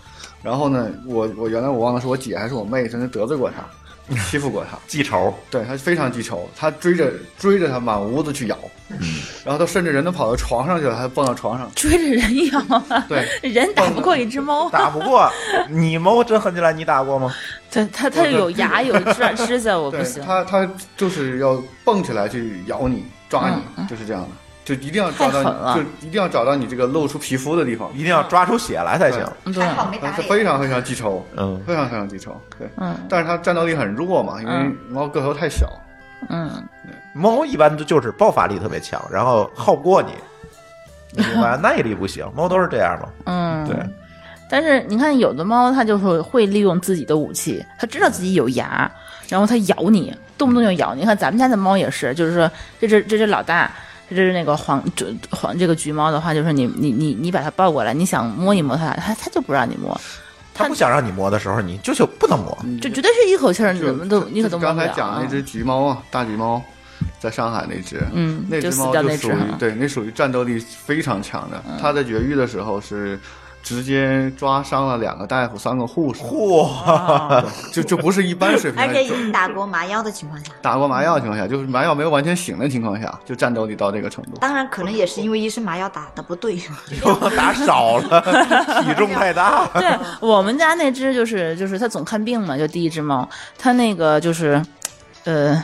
[SPEAKER 5] 然后呢，我我原来我忘了是我姐还是我妹曾经得罪过它， 欺负过它，
[SPEAKER 1] 记仇。
[SPEAKER 5] 对它非常记仇，它追着追着它满屋子去咬，
[SPEAKER 3] 嗯
[SPEAKER 5] 然后它甚至人都跑到床上去了，它还蹦到床 上，
[SPEAKER 3] 追着人咬 啊，
[SPEAKER 5] 对，
[SPEAKER 3] 人打不过一只猫。
[SPEAKER 1] 打不过你猫真狠起来，你打过吗？
[SPEAKER 3] 它它它有 牙有指指甲，我不
[SPEAKER 5] 对
[SPEAKER 3] 行。
[SPEAKER 5] 它它就是要蹦起来去咬你抓你，就是这样的，就一定要找
[SPEAKER 3] 嗯太狠
[SPEAKER 5] 到
[SPEAKER 3] 了
[SPEAKER 5] 你，就一定要找到你这个露出皮肤的地方，
[SPEAKER 1] 一定要抓出血来才行。
[SPEAKER 3] 对
[SPEAKER 2] 还，好没
[SPEAKER 5] 它
[SPEAKER 2] 打
[SPEAKER 5] 嗯是
[SPEAKER 2] 脸
[SPEAKER 5] 非常非常记仇。
[SPEAKER 1] 嗯，
[SPEAKER 5] 非常非常记仇，对，
[SPEAKER 3] 嗯
[SPEAKER 5] 但是它战斗力很弱嘛，因为
[SPEAKER 3] 嗯
[SPEAKER 5] 猫个头太小，
[SPEAKER 3] 嗯，
[SPEAKER 1] 猫一般就是爆发力特别强，然后好过你，你明 白吗？耐力不行，猫都是这样嘛。
[SPEAKER 3] 嗯，
[SPEAKER 1] 对。
[SPEAKER 3] 但是你看，有的猫它就是会利用自己的武器，它知道自己有牙，然后它咬你，动不动就咬你。你看咱们家的猫也是，就是说这只这只老大，这只那个黄这黄这个橘猫的话，就是你你你你把它抱过来，你想摸一摸它，它它就不让你摸，
[SPEAKER 1] 它不想让你摸的时候，你就就不能摸。
[SPEAKER 3] 这绝对是一口气儿，你
[SPEAKER 5] 嗯就
[SPEAKER 3] 怎么都你可都
[SPEAKER 5] 就
[SPEAKER 3] 摸
[SPEAKER 5] 刚
[SPEAKER 3] 不
[SPEAKER 5] 才
[SPEAKER 3] 了
[SPEAKER 5] 讲的
[SPEAKER 3] 啊
[SPEAKER 5] 那。只橘猫啊，大橘猫，在上海那只，
[SPEAKER 3] 嗯
[SPEAKER 5] 那
[SPEAKER 3] 就
[SPEAKER 5] 只
[SPEAKER 3] 死
[SPEAKER 5] 猫
[SPEAKER 3] 掉
[SPEAKER 5] 就
[SPEAKER 3] 那只
[SPEAKER 5] 属于
[SPEAKER 3] 哈嗯
[SPEAKER 5] 对，那属于战斗力非常强的，它在绝育的时候是。直接抓伤了两个大夫、三个护士，
[SPEAKER 1] 嚯，
[SPEAKER 3] 啊
[SPEAKER 5] 就就不是一般水平
[SPEAKER 2] 而
[SPEAKER 5] 的。
[SPEAKER 2] 且有打过麻药的情况下，
[SPEAKER 5] 打过麻药的情况下，就是麻药没有完全醒的情况下，就战斗力到这个程度。
[SPEAKER 1] 啊
[SPEAKER 2] 当然可能也是因为医生麻药打的不对，
[SPEAKER 1] 打少了， 体重太大。
[SPEAKER 3] 对 我们家那只就是就是它总看病嘛，就第一只猫，它那个就是，呃，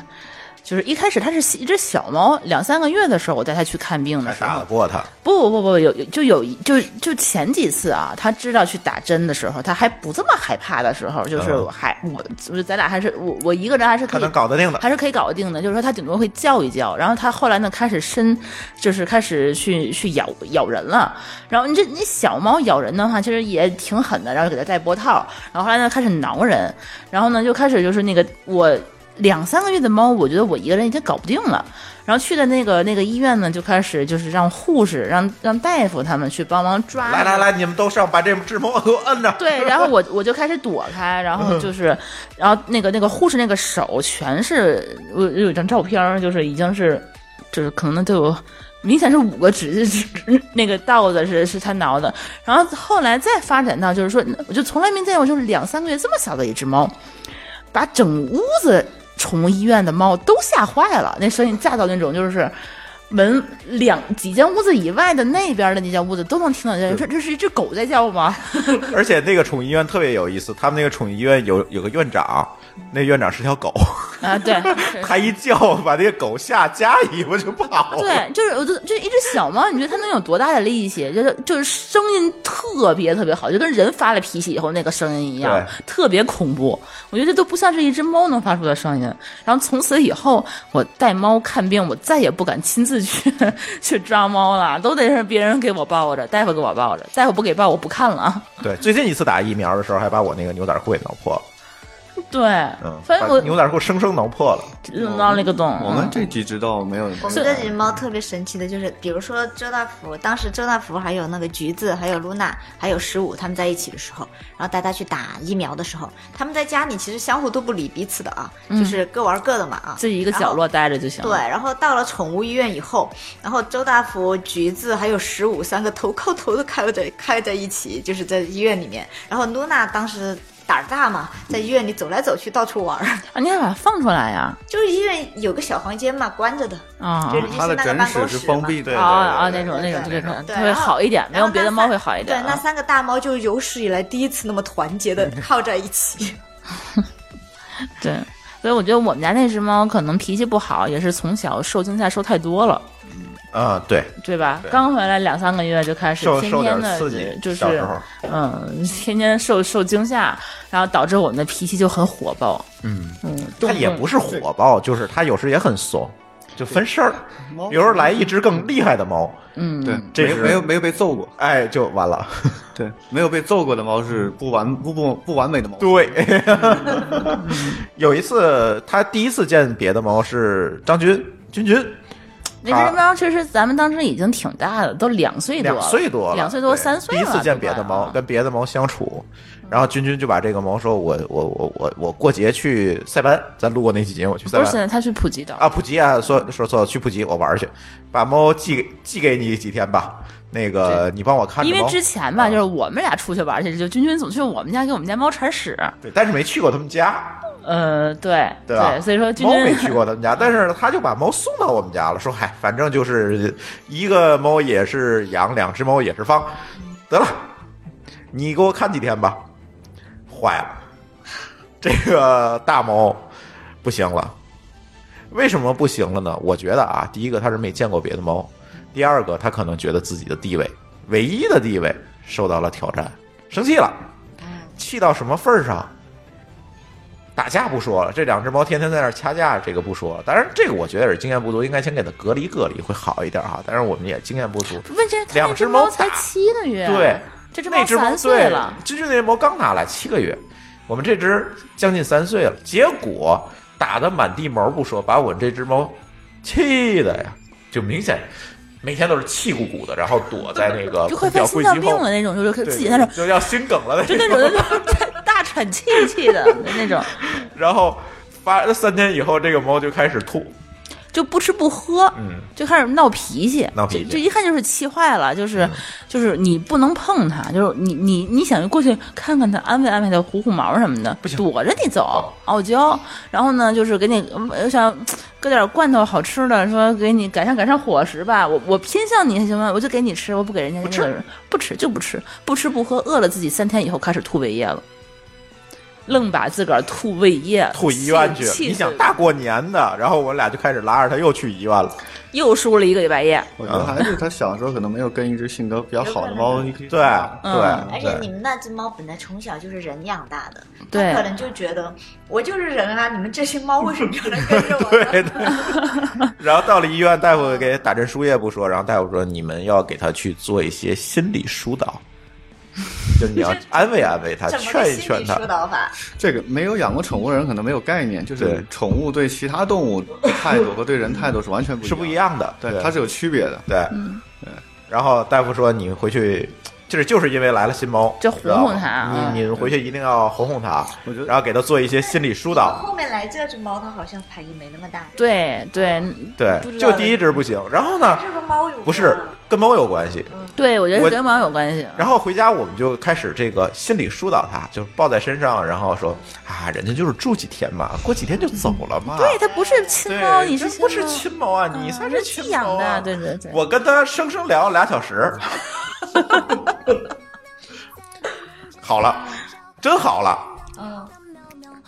[SPEAKER 3] 就是一开始它是一只小猫，两三个月的时候我带它去看病的时
[SPEAKER 1] 打
[SPEAKER 3] 候
[SPEAKER 1] 得，过 他，
[SPEAKER 3] 不不不不有有就有一就就前几次啊，他知道去打针的时候，他还不这么害怕的时候，就是
[SPEAKER 1] 嗯
[SPEAKER 3] 我还我就是咱俩还是我我一个人还是可
[SPEAKER 1] 他
[SPEAKER 3] 以
[SPEAKER 1] 能搞得定的。
[SPEAKER 3] 还是可以搞定的，就是说他顶多会叫一叫，然后他后来呢开始伸，就是开始去去咬咬人了。然后你这你小猫咬人的话，其实也挺狠的，然后给它戴脖套，然后后来呢开始挠人，然后呢就开始就是那个我两三个月的猫，我觉得我一个人已经搞不定了。然后去的那个那个医院呢，就开始就是让护士、让让大夫他们去帮忙抓。
[SPEAKER 1] 来来来，你们都上，把这只猫给我摁 着。
[SPEAKER 3] 对，然后我我就开始躲开，然后 就是，然后那个那个护士那个手全是，我有一张照片儿，就是已经是，就是可能都有。明显是五个指指指那个道子是是他挠的，然后后来再发展到就是说，我就从来没见过就是两三个月这么小的一只猫，把整屋子宠物医院的猫都吓坏了，那声音炸到那种就是门两几间屋子以外的那边的那间屋子都能听到这这这是一只狗在叫吗？
[SPEAKER 1] 而且那个宠物医院特别有意思，他们那个宠物医院有有个院长，那院长是条狗，
[SPEAKER 3] 啊，对，是
[SPEAKER 1] 他一叫把那个狗吓夹尾巴就跑了。
[SPEAKER 3] 对，就是我就就一只小猫，你觉得它能有多大的力气？就是就是声音特别特别好，就跟人发了脾气以后那个声音一样
[SPEAKER 1] 对，
[SPEAKER 3] 特别恐怖。我觉得这都不像是一只猫能发出的声音。然后从此以后，我带猫看病，我再也不敢亲自去 去抓猫了，都得是别人给我抱着，大夫给我抱着，大夫不给抱我不看了。啊。
[SPEAKER 1] 对最近一次打疫苗的时候，还把我那个牛仔裤给挠破了，
[SPEAKER 3] 对，
[SPEAKER 1] 嗯，
[SPEAKER 3] 反正
[SPEAKER 1] 把
[SPEAKER 3] 我
[SPEAKER 1] 牛仔裤生生挠破了。
[SPEAKER 3] 闹了个洞。嗯
[SPEAKER 5] 我们这几只倒没有，
[SPEAKER 2] 我们这只猫特别神奇的就是，比如说周大福，当时周大福还有那个橘子，还有露娜，还有十五，他们在一起的时候，然后带他去打疫苗的时候，他们在家里其实相互都不理彼此的啊，就是各玩各的嘛啊，
[SPEAKER 3] 嗯自己一个角落待着就行
[SPEAKER 2] 对，
[SPEAKER 3] 了。
[SPEAKER 2] 然后到了宠物医院以后，然后周大福、橘子还有十五三个头靠头的开在开在一起，就是在医院里面。然后露娜当时胆儿大嘛，在医院里走来走去，到处玩儿。
[SPEAKER 3] 啊，你还把它放出来呀？
[SPEAKER 2] 就是医院有个小房间嘛，关着的，
[SPEAKER 3] 啊，
[SPEAKER 2] 就是医
[SPEAKER 5] 它的
[SPEAKER 2] 生那个
[SPEAKER 5] 诊
[SPEAKER 2] 办
[SPEAKER 5] 室
[SPEAKER 2] 公
[SPEAKER 5] 是
[SPEAKER 2] 室
[SPEAKER 5] 封
[SPEAKER 2] 嘛
[SPEAKER 5] 闭的。
[SPEAKER 1] 对
[SPEAKER 3] 啊啊，那种
[SPEAKER 2] 对
[SPEAKER 3] 那种
[SPEAKER 2] 对
[SPEAKER 3] 特别特别
[SPEAKER 2] 对然后
[SPEAKER 3] 好一点，没
[SPEAKER 2] 然后
[SPEAKER 3] 有别
[SPEAKER 2] 那
[SPEAKER 3] 的猫
[SPEAKER 2] 三
[SPEAKER 3] 会好一点啊。
[SPEAKER 2] 对，那三个大猫就有史以来第一次那么团结的靠在一起。
[SPEAKER 3] 对，所以我觉得我们家那只猫可能脾气不好，也是从小受惊吓受太多了，
[SPEAKER 1] 啊、对，
[SPEAKER 3] 对吧？
[SPEAKER 1] 对
[SPEAKER 3] 刚回来两三个月就开始
[SPEAKER 1] 受
[SPEAKER 3] 天
[SPEAKER 1] 受
[SPEAKER 3] 天
[SPEAKER 1] 点
[SPEAKER 3] 的
[SPEAKER 1] 刺激，
[SPEAKER 3] 就
[SPEAKER 1] 小时
[SPEAKER 3] 是
[SPEAKER 1] 候，
[SPEAKER 3] 嗯，天天受受惊吓，然后导致我们的脾气就很火爆。
[SPEAKER 1] 嗯，
[SPEAKER 3] 嗯，动
[SPEAKER 1] 它也
[SPEAKER 3] 动
[SPEAKER 1] 不是火爆，就是它有时也很怂，就分事儿。比如说来一只更厉害的猫，
[SPEAKER 3] 嗯
[SPEAKER 5] 对，
[SPEAKER 1] 这
[SPEAKER 5] 没有
[SPEAKER 1] 是
[SPEAKER 5] 没有没有被揍过，
[SPEAKER 1] 哎，就完了。
[SPEAKER 5] 对，没有被揍过的猫是不完不不不完美的猫。
[SPEAKER 1] 对， 有一次他第一次见别的猫是张军，军军
[SPEAKER 3] 那只猫其实咱们当时已经挺大的，都两岁多
[SPEAKER 1] 两
[SPEAKER 3] 了，
[SPEAKER 1] 岁多了，
[SPEAKER 3] 两岁多
[SPEAKER 1] 对
[SPEAKER 3] 三岁
[SPEAKER 1] 第
[SPEAKER 3] 了，嗯
[SPEAKER 1] 一次见别的猫，
[SPEAKER 3] 对吧
[SPEAKER 1] 跟别的猫相处，然后君君就把这个猫说我，我我我我我过节去塞班，咱录过那期节目，我去塞
[SPEAKER 3] 不是现
[SPEAKER 1] 班
[SPEAKER 3] 在它去普吉岛
[SPEAKER 1] 啊，普吉啊，说说错了，去普吉我玩儿去，把猫寄给寄给你几天吧，那个你帮我看着
[SPEAKER 3] 因
[SPEAKER 1] 猫，
[SPEAKER 3] 为之前吧，
[SPEAKER 1] 啊
[SPEAKER 3] 就是我们俩出去玩去，就君君总去我们家给我们家猫铲屎，
[SPEAKER 1] 对，但是没去过他们家，
[SPEAKER 3] 呃，对
[SPEAKER 1] 对吧？
[SPEAKER 3] 所以说君
[SPEAKER 1] 猫没
[SPEAKER 3] 君
[SPEAKER 1] 去过他们家，但是他就把猫送到我们家了，说嗨，反正就是一个猫也是养，两只猫也是放，得了，你给我看几天吧。坏了，这个大猫不行了。为什么不行了呢？我觉得啊，第一个它是没见过别的猫，第二个它可能觉得自己的地位，唯一的地位受到了挑战，生气了，气到什么份儿上？打架不说了，这两只猫天天在那儿掐架，这个不说了。当然，这个我觉得也是经验不足，应该先给它隔离隔离会好一点哈。但是我们也经验不足，
[SPEAKER 3] 问题是它
[SPEAKER 1] 两
[SPEAKER 3] 那
[SPEAKER 1] 只
[SPEAKER 3] 只
[SPEAKER 1] 猫
[SPEAKER 3] 猫才
[SPEAKER 1] 打
[SPEAKER 3] 七个月，
[SPEAKER 1] 对，
[SPEAKER 3] 这只
[SPEAKER 1] 那
[SPEAKER 3] 猫
[SPEAKER 1] 只猫
[SPEAKER 3] 三岁了，
[SPEAKER 1] 对，君君那只猫刚拿来七个月，我们这只将近三岁了，结果打的满地毛不说，把我们这只猫气的呀，就明显每天都是气鼓鼓的，然后躲在那个
[SPEAKER 3] 就快
[SPEAKER 1] 表
[SPEAKER 3] 犯
[SPEAKER 1] 柜
[SPEAKER 3] 心
[SPEAKER 1] 机
[SPEAKER 3] 脏病
[SPEAKER 1] 后
[SPEAKER 3] 了，那种，就是
[SPEAKER 1] 对
[SPEAKER 3] 自己在那儿
[SPEAKER 1] 就要心梗了
[SPEAKER 3] 就
[SPEAKER 1] 那
[SPEAKER 3] 那
[SPEAKER 1] 种，
[SPEAKER 3] 种就 大喘气气的那种。
[SPEAKER 1] 然后发三天以后，这个猫就开始吐，
[SPEAKER 3] 就不吃不喝，
[SPEAKER 1] 嗯，
[SPEAKER 3] 就开始闹脾气，
[SPEAKER 1] 闹脾气嗯
[SPEAKER 3] 这这一看就是气坏了，就是、就是你不能碰它，就是你你你想过去看看它，安慰安慰它，护护毛什么的，
[SPEAKER 1] 不行哦
[SPEAKER 3] 躲着你走，傲娇，然后呢就是给你呃想搁点罐头好吃的，说给你改善改善伙食吧，我我偏向你行吗？我就给你吃，我不给人家不
[SPEAKER 1] 吃
[SPEAKER 3] 不吃就不吃，不吃不喝，饿了自己三天以后开始吐胃液了。愣把自个儿吐胃液，
[SPEAKER 1] 吐医院去。
[SPEAKER 3] 气
[SPEAKER 1] 你
[SPEAKER 3] 死
[SPEAKER 1] 想大过年的，然后我俩就开始拉着他又去医院了。
[SPEAKER 3] 又输了一个礼拜夜。
[SPEAKER 5] 我觉得还是他小时候可能没有跟一只性格比较好的猫，你啊可以
[SPEAKER 1] 对
[SPEAKER 3] 嗯
[SPEAKER 1] 对
[SPEAKER 2] 而且你
[SPEAKER 1] 对，
[SPEAKER 2] 们那只猫本来从小就是人养大的，
[SPEAKER 3] 对
[SPEAKER 2] 它可能就觉得我就是人啊，你们这些猫为什么要来跟着我呢？
[SPEAKER 1] 对对。然后到了医院，大夫给打针输液不说，然后大夫说你们要给他去做一些心理疏导，就是你要安慰安慰他，
[SPEAKER 2] 怎么
[SPEAKER 1] 劝
[SPEAKER 2] 个
[SPEAKER 1] 一
[SPEAKER 2] 心
[SPEAKER 1] 劝
[SPEAKER 2] 理
[SPEAKER 1] 他
[SPEAKER 2] 疏。导法？
[SPEAKER 5] 这个没有养过宠物的人可能没有概念，就
[SPEAKER 1] 对
[SPEAKER 5] 是宠物对其他动物的态度和对人态度是完全不
[SPEAKER 1] 是不一
[SPEAKER 5] 样
[SPEAKER 1] 样的，
[SPEAKER 5] 的，对，它是有区别的。
[SPEAKER 1] 对，嗯，然后大夫说你回去，就是就是因为来了新猫，
[SPEAKER 3] 就哄哄它
[SPEAKER 1] 知道吗你你回去一定要哄哄它，
[SPEAKER 5] 我觉得
[SPEAKER 1] 然后给它做一些心理疏导。
[SPEAKER 2] 后面来这只猫，它好像反应没那么大。
[SPEAKER 3] 对对
[SPEAKER 1] 对
[SPEAKER 3] 不，知道
[SPEAKER 1] 就第一只不行，然后呢，
[SPEAKER 2] 这个猫有
[SPEAKER 1] 不是跟猫有关系。
[SPEAKER 3] 对，我觉得
[SPEAKER 1] 我
[SPEAKER 3] 是跟网友有关系。
[SPEAKER 1] 然后回家我们就开始这个心理疏导它，就是抱在身上，然后说啊，人家就是住几天嘛，过几天就走了嘛。
[SPEAKER 3] 对，它不是亲
[SPEAKER 1] 对，
[SPEAKER 3] 猫，你是
[SPEAKER 1] 这不是
[SPEAKER 3] 猫
[SPEAKER 1] 亲猫啊？你
[SPEAKER 3] 啊
[SPEAKER 1] 才
[SPEAKER 3] 人
[SPEAKER 1] 是
[SPEAKER 3] 家
[SPEAKER 1] 亲
[SPEAKER 3] 养
[SPEAKER 1] 猫啊！
[SPEAKER 3] 的对对对
[SPEAKER 1] 我跟他生生聊了俩小时， 好了，真好了，
[SPEAKER 2] 嗯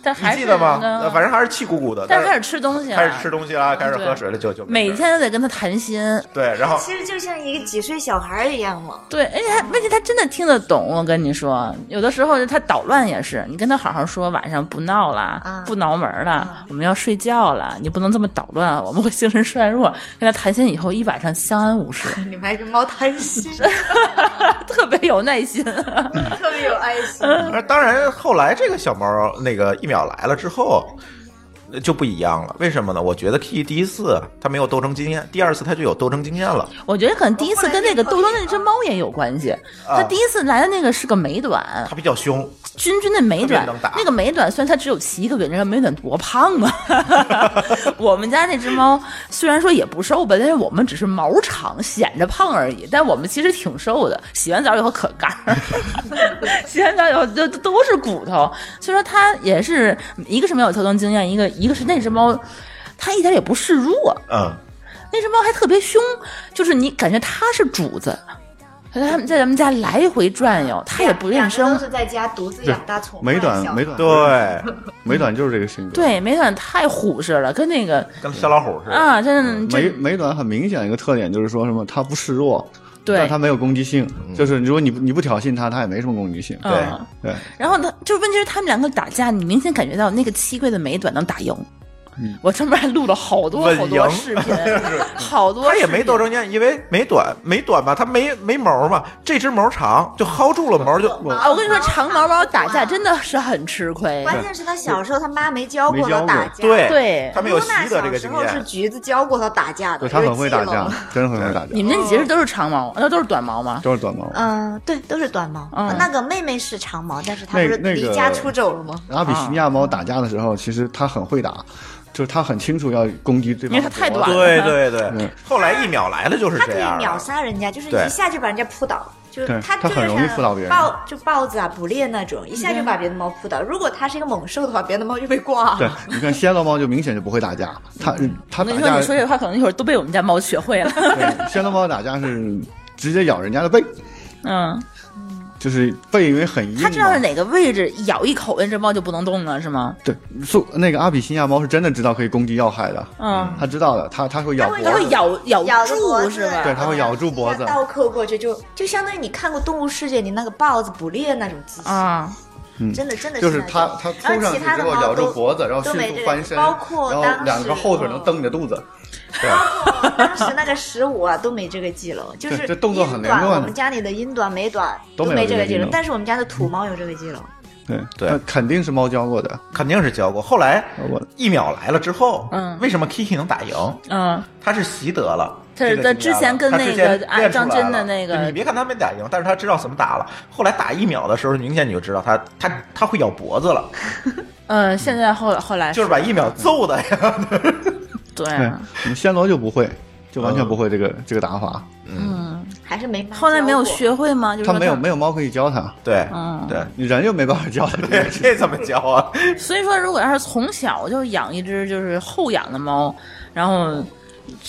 [SPEAKER 3] 但
[SPEAKER 1] 你
[SPEAKER 3] 还
[SPEAKER 1] 记
[SPEAKER 3] 是
[SPEAKER 1] 得吗？
[SPEAKER 3] 呢
[SPEAKER 1] 呃反正还是气鼓鼓的，
[SPEAKER 3] 但
[SPEAKER 1] 但
[SPEAKER 3] 是开始吃东西了，
[SPEAKER 1] 开始吃东西啦，开始
[SPEAKER 3] 对
[SPEAKER 1] 喝水了，就就没
[SPEAKER 3] 每
[SPEAKER 1] 事儿
[SPEAKER 3] 天都得跟它谈心。
[SPEAKER 1] 对，然后
[SPEAKER 2] 其实就像一个几岁小孩一样嘛。
[SPEAKER 3] 对，而且它问题它真的听得懂。我跟你说，有的时候它捣乱也是，你跟它好好说，晚上不闹了，
[SPEAKER 2] 啊
[SPEAKER 3] 不挠门了，我们要睡觉了，你不能这么捣乱，我们会精神衰弱。跟它谈心以后，一晚上相安无事，
[SPEAKER 2] 你们还跟猫谈心，
[SPEAKER 3] 特别有耐心。
[SPEAKER 2] 特别有爱心。
[SPEAKER 1] 而当然，后来这个小猫那个一秒来了之后呃就不一样了。为什么呢？我觉得 Kitty 第一次它没有斗争经验，第二次它就有斗争经验了。
[SPEAKER 3] 我觉得可能第一次跟那个兜兜那只猫也有关系。它第一次来的那个是个美短，
[SPEAKER 1] 它比较凶，
[SPEAKER 3] 君君的美短
[SPEAKER 1] 特别能打，
[SPEAKER 3] 那个美短虽然它只有七个月，你知道美短多胖吗？ 我们家那只猫虽然说也不瘦吧，但是我们只是毛长，显着胖而已。但我们其实挺瘦的，洗完澡以后可干儿， 洗完澡以后就都是骨头。所以说它也是一个是没有特征经验，一个一个是那只猫，它一点也不示弱。
[SPEAKER 1] 嗯，
[SPEAKER 3] 那只猫还特别凶，就是你感觉它是主子，它在他们在咱们家来回转悠，它也不认
[SPEAKER 2] 两个
[SPEAKER 3] 生
[SPEAKER 2] 都。是在家独自养大宠物的
[SPEAKER 5] 美
[SPEAKER 2] 小
[SPEAKER 5] 短
[SPEAKER 2] 孩
[SPEAKER 5] 美短
[SPEAKER 1] 对，
[SPEAKER 5] 美短就是这个性格。
[SPEAKER 3] 对，美短太虎实了，跟那个
[SPEAKER 1] 跟小老虎似的。
[SPEAKER 3] 啊，
[SPEAKER 1] 嗯
[SPEAKER 3] 真的
[SPEAKER 5] 美
[SPEAKER 3] 这
[SPEAKER 5] 美短很明显一个特点就是说什么，它不示弱，但
[SPEAKER 3] 对
[SPEAKER 5] 它。没有攻击性，就是如果你不你不挑衅它，它也没什么攻击性。
[SPEAKER 3] 嗯
[SPEAKER 1] 对
[SPEAKER 5] 对，
[SPEAKER 3] 然后他就是问题是他们两个打架，你明显感觉到那个七贵的美短能打赢。
[SPEAKER 5] 嗯
[SPEAKER 3] 我专门还录了好多
[SPEAKER 1] 稳
[SPEAKER 3] 好多
[SPEAKER 1] 赢
[SPEAKER 3] 视 频， 好多
[SPEAKER 1] 它也
[SPEAKER 3] 视频
[SPEAKER 1] 没斗争经验，因为没短没短吧，它没没毛嘛，这只毛长就薅住了毛就
[SPEAKER 3] 啊！我跟你说，长毛猫打架真的是很吃亏。
[SPEAKER 2] 关键是他小时候他妈没教过
[SPEAKER 5] 没教
[SPEAKER 2] 他
[SPEAKER 5] 过
[SPEAKER 2] 打架，
[SPEAKER 1] 对
[SPEAKER 3] 对
[SPEAKER 1] 它没有习得这个经
[SPEAKER 2] 露娜小时候是
[SPEAKER 1] 验。
[SPEAKER 2] 橘子教过他打架的，
[SPEAKER 5] 对，它很会打
[SPEAKER 2] 有
[SPEAKER 5] 架
[SPEAKER 2] 技能。，
[SPEAKER 5] 真很会打架
[SPEAKER 3] 你，们啊那几其实都是长毛，那都是短毛吗？
[SPEAKER 5] 都是短毛。
[SPEAKER 2] 嗯，对，都是短毛。
[SPEAKER 3] 嗯
[SPEAKER 2] 那个妹妹是长毛，但是她不
[SPEAKER 5] 那
[SPEAKER 2] 是
[SPEAKER 5] 那
[SPEAKER 2] 离
[SPEAKER 5] 个
[SPEAKER 2] 家出走了吗？
[SPEAKER 5] 阿比西尼亚猫打架的时候，其实它很会打，就是它很清楚要攻击对方
[SPEAKER 3] 因为
[SPEAKER 5] 的脖子。
[SPEAKER 3] 它太短了
[SPEAKER 1] 对对对
[SPEAKER 5] 嗯，
[SPEAKER 1] 后来一秒来了就是
[SPEAKER 2] 她可
[SPEAKER 1] 这
[SPEAKER 2] 以
[SPEAKER 5] 啊
[SPEAKER 1] 样
[SPEAKER 2] 秒
[SPEAKER 1] 了。
[SPEAKER 2] 杀人家，就是
[SPEAKER 1] 对
[SPEAKER 2] 一下就把人家扑倒。就是
[SPEAKER 5] 对
[SPEAKER 2] 她
[SPEAKER 5] 她
[SPEAKER 2] 就是
[SPEAKER 5] 很容易
[SPEAKER 2] 像
[SPEAKER 5] 扑倒别人
[SPEAKER 2] 豹就豹子啊，捕猎那种，一下就把别的猫扑倒。如果她是一个猛兽的话，别的猫就被挂
[SPEAKER 5] 对
[SPEAKER 2] 了。，
[SPEAKER 5] 你看暹罗猫就明显就不会打架，它它
[SPEAKER 3] 我跟
[SPEAKER 5] 打
[SPEAKER 3] 你说，嗯
[SPEAKER 5] 架
[SPEAKER 3] 你，说这话可能一会儿都被我们家猫学会了。
[SPEAKER 5] 对暹罗猫打架是直接咬人家的背，
[SPEAKER 3] 嗯，
[SPEAKER 5] 就是背因为很硬嘛。
[SPEAKER 3] 它知道是哪个位置咬一口，那只猫就不能动了，是吗？
[SPEAKER 5] 对，素那个阿比西尼亚猫是真的知道可以攻击要害的，
[SPEAKER 3] 嗯，
[SPEAKER 5] 它知道的，它它会咬脖
[SPEAKER 3] 它会
[SPEAKER 5] 子，
[SPEAKER 3] 咬
[SPEAKER 2] 咬
[SPEAKER 3] 咬
[SPEAKER 2] 着脖
[SPEAKER 3] 住
[SPEAKER 2] 子啊
[SPEAKER 3] 是吧？
[SPEAKER 5] 对，它会咬住脖
[SPEAKER 2] 一
[SPEAKER 5] 子
[SPEAKER 2] 下。倒扣过去就就相当于你看过《动物世界》里那个豹子捕猎那种姿势，
[SPEAKER 3] 啊，
[SPEAKER 2] 真的真的
[SPEAKER 5] 就是
[SPEAKER 2] 那种
[SPEAKER 5] 它，它
[SPEAKER 2] 然
[SPEAKER 5] 扑
[SPEAKER 2] 后
[SPEAKER 5] 上
[SPEAKER 2] 其
[SPEAKER 5] 去
[SPEAKER 2] 他
[SPEAKER 5] 之
[SPEAKER 2] 的
[SPEAKER 5] 后
[SPEAKER 2] 猫
[SPEAKER 5] 咬住
[SPEAKER 2] 都
[SPEAKER 5] 脖子，然后
[SPEAKER 2] 都
[SPEAKER 5] 迅
[SPEAKER 2] 没这
[SPEAKER 5] 速
[SPEAKER 2] 个
[SPEAKER 5] 翻身，
[SPEAKER 2] 包括
[SPEAKER 5] 然后
[SPEAKER 2] 当
[SPEAKER 5] 两个
[SPEAKER 2] 时
[SPEAKER 5] 后腿能
[SPEAKER 2] 嗯
[SPEAKER 5] 蹬着肚子，
[SPEAKER 2] 当时那个十五啊都没这个技能，就是
[SPEAKER 5] 对这动作很
[SPEAKER 2] 英
[SPEAKER 5] 连贯
[SPEAKER 2] 短
[SPEAKER 5] 的
[SPEAKER 2] 我们家里的英短、美短
[SPEAKER 5] 都没有
[SPEAKER 2] 没
[SPEAKER 5] 这个
[SPEAKER 2] 个技
[SPEAKER 5] 技
[SPEAKER 2] 能
[SPEAKER 5] 能，
[SPEAKER 2] 但是我们家的土猫有这个技能。
[SPEAKER 5] 对
[SPEAKER 1] 对
[SPEAKER 5] 它肯定是猫教过的，
[SPEAKER 1] 肯定是教过。后来
[SPEAKER 5] 教过的。
[SPEAKER 1] 一秒来了之后，
[SPEAKER 3] 嗯
[SPEAKER 1] 为什么 Kiki 能打赢？
[SPEAKER 3] 嗯，
[SPEAKER 1] 他是习得了。
[SPEAKER 3] 他是
[SPEAKER 1] 这个
[SPEAKER 3] 在之前
[SPEAKER 1] 经验了他
[SPEAKER 3] 跟那
[SPEAKER 1] 之前
[SPEAKER 3] 个啊
[SPEAKER 1] 练出
[SPEAKER 3] 张
[SPEAKER 1] 来
[SPEAKER 3] 真的
[SPEAKER 1] 了
[SPEAKER 3] 那个
[SPEAKER 1] 你别看他没打赢，但是他知道怎么打了。后来打一秒的时候，明显你就知道他他他会咬脖子了，
[SPEAKER 3] 呃，现在后后来
[SPEAKER 1] 就是把一秒揍的呀。
[SPEAKER 3] 对，
[SPEAKER 5] 对，我们暹罗就不会，就完全不会这个、这个打法。
[SPEAKER 7] 还是没妈
[SPEAKER 3] 后来没有
[SPEAKER 7] 教过
[SPEAKER 3] 学会吗？就是
[SPEAKER 5] 它
[SPEAKER 3] 说
[SPEAKER 5] 没有没有猫可以教它，
[SPEAKER 1] 对
[SPEAKER 3] 嗯
[SPEAKER 1] 对
[SPEAKER 5] 人又没办法教它。
[SPEAKER 1] 对，这怎么教啊？
[SPEAKER 3] 所以说，如果要是从小就养一只就是后养的猫，然后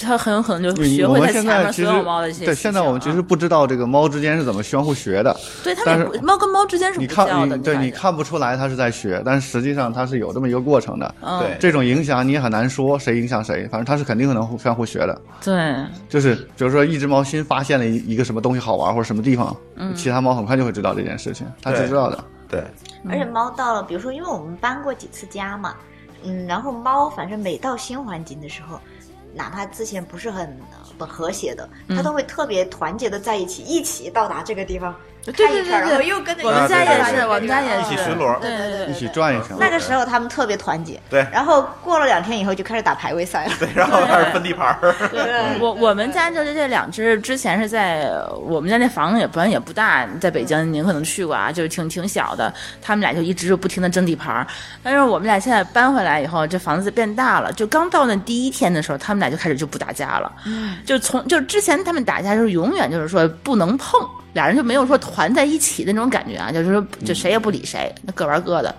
[SPEAKER 3] 它很有可能就
[SPEAKER 5] 你
[SPEAKER 3] 学
[SPEAKER 5] 我
[SPEAKER 3] 会
[SPEAKER 5] 们
[SPEAKER 3] 它前
[SPEAKER 5] 现在
[SPEAKER 3] 面
[SPEAKER 5] 其
[SPEAKER 3] 所
[SPEAKER 5] 实
[SPEAKER 3] 有猫的一些
[SPEAKER 5] 对，
[SPEAKER 3] 习
[SPEAKER 5] 现在我们
[SPEAKER 3] 性啊
[SPEAKER 5] 其实不知道这个猫之间是怎么相互学的。
[SPEAKER 3] 对它
[SPEAKER 5] 但
[SPEAKER 3] 们
[SPEAKER 5] 是
[SPEAKER 3] 也不猫跟猫之间是
[SPEAKER 5] 你
[SPEAKER 3] 不
[SPEAKER 5] 看，
[SPEAKER 3] 叫的，
[SPEAKER 5] 你对
[SPEAKER 3] 感
[SPEAKER 5] 你
[SPEAKER 3] 觉，
[SPEAKER 5] 看不出来它是在学，但实际上它是有这么一个过程的。
[SPEAKER 3] 嗯
[SPEAKER 1] 对
[SPEAKER 5] 这种影响你也很难说谁影响谁，反正它是肯定能互相互学的。
[SPEAKER 3] 对，
[SPEAKER 5] 就是比如说一只猫新发现了一一个什么东西好玩或者什么地方，其他猫很快就会知道这件事情，它是
[SPEAKER 1] 对
[SPEAKER 5] 知道的。
[SPEAKER 1] 对，
[SPEAKER 3] 嗯
[SPEAKER 2] 而且猫到了，比如说，因为我们搬过几次家嘛，嗯，然后猫反正每到新环境的时候，哪怕之前不是很很和谐的，
[SPEAKER 3] 嗯
[SPEAKER 2] 它都会特别团结的在一起，一起到达这个地方
[SPEAKER 3] 对
[SPEAKER 2] 看
[SPEAKER 3] 对
[SPEAKER 2] 一圈，
[SPEAKER 3] 对
[SPEAKER 2] 然后
[SPEAKER 3] 对
[SPEAKER 2] 又跟着
[SPEAKER 3] 我
[SPEAKER 1] 们
[SPEAKER 2] 一起
[SPEAKER 1] 家
[SPEAKER 2] 到达
[SPEAKER 1] 也
[SPEAKER 2] 这
[SPEAKER 1] 是
[SPEAKER 2] 个地方
[SPEAKER 3] 我们家也
[SPEAKER 1] 一起
[SPEAKER 3] 是
[SPEAKER 1] 巡逻
[SPEAKER 2] 对对对对
[SPEAKER 5] 一
[SPEAKER 2] 对
[SPEAKER 5] 起转一圈。
[SPEAKER 2] 那个时候他们特别团结，
[SPEAKER 1] 对
[SPEAKER 2] 然后过了两天以后就开始打排位赛了。
[SPEAKER 1] 对，嗯然后开始分地盘儿。
[SPEAKER 2] 对
[SPEAKER 3] 我我们家就是这两只，之前是在我们家那房子也反正也不大，在北京您可能去过啊，就是挺挺小的。他们俩就一直就不停的争地盘儿，但是我们俩现在搬回来以后，这房子变大了。就刚到那第一天的时候，他们俩就开始就不打架了，就从就之前他们打架就是永远就是说不能碰。俩人就没有说团在一起的那种感觉啊，就是说就谁也不理谁，那各玩各的。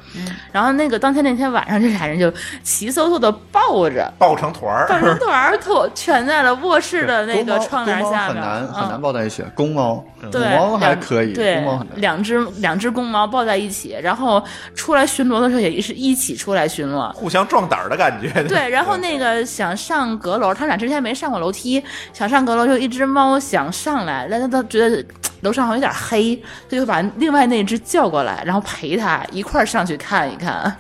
[SPEAKER 3] 然后那个当天那天晚上，这俩人就齐嗖嗖的抱着，
[SPEAKER 1] 抱成团
[SPEAKER 3] 放成
[SPEAKER 1] 儿，
[SPEAKER 3] 团儿妥全在了卧室的那
[SPEAKER 5] 公
[SPEAKER 3] 个
[SPEAKER 5] 猫
[SPEAKER 3] 窗帘
[SPEAKER 5] 公猫
[SPEAKER 3] 下
[SPEAKER 5] 很
[SPEAKER 3] 边儿，
[SPEAKER 5] 难很难
[SPEAKER 3] 嗯。
[SPEAKER 5] 抱在一起，公猫、母
[SPEAKER 3] 对，
[SPEAKER 5] 猫还
[SPEAKER 3] 两
[SPEAKER 5] 可以，
[SPEAKER 3] 对
[SPEAKER 5] 公猫很，难。
[SPEAKER 3] 两只两只公猫抱在一起，然后出来巡逻的时候也是一起出来巡逻。
[SPEAKER 1] 互相壮胆儿的感觉。
[SPEAKER 3] 对，然后那个想上阁楼，他们俩之前没上过楼梯，想上阁楼就一只猫想上来，但是它觉得嘖楼上好像有点黑，它就把另外那只叫过来，然后陪它一块儿上去看一看。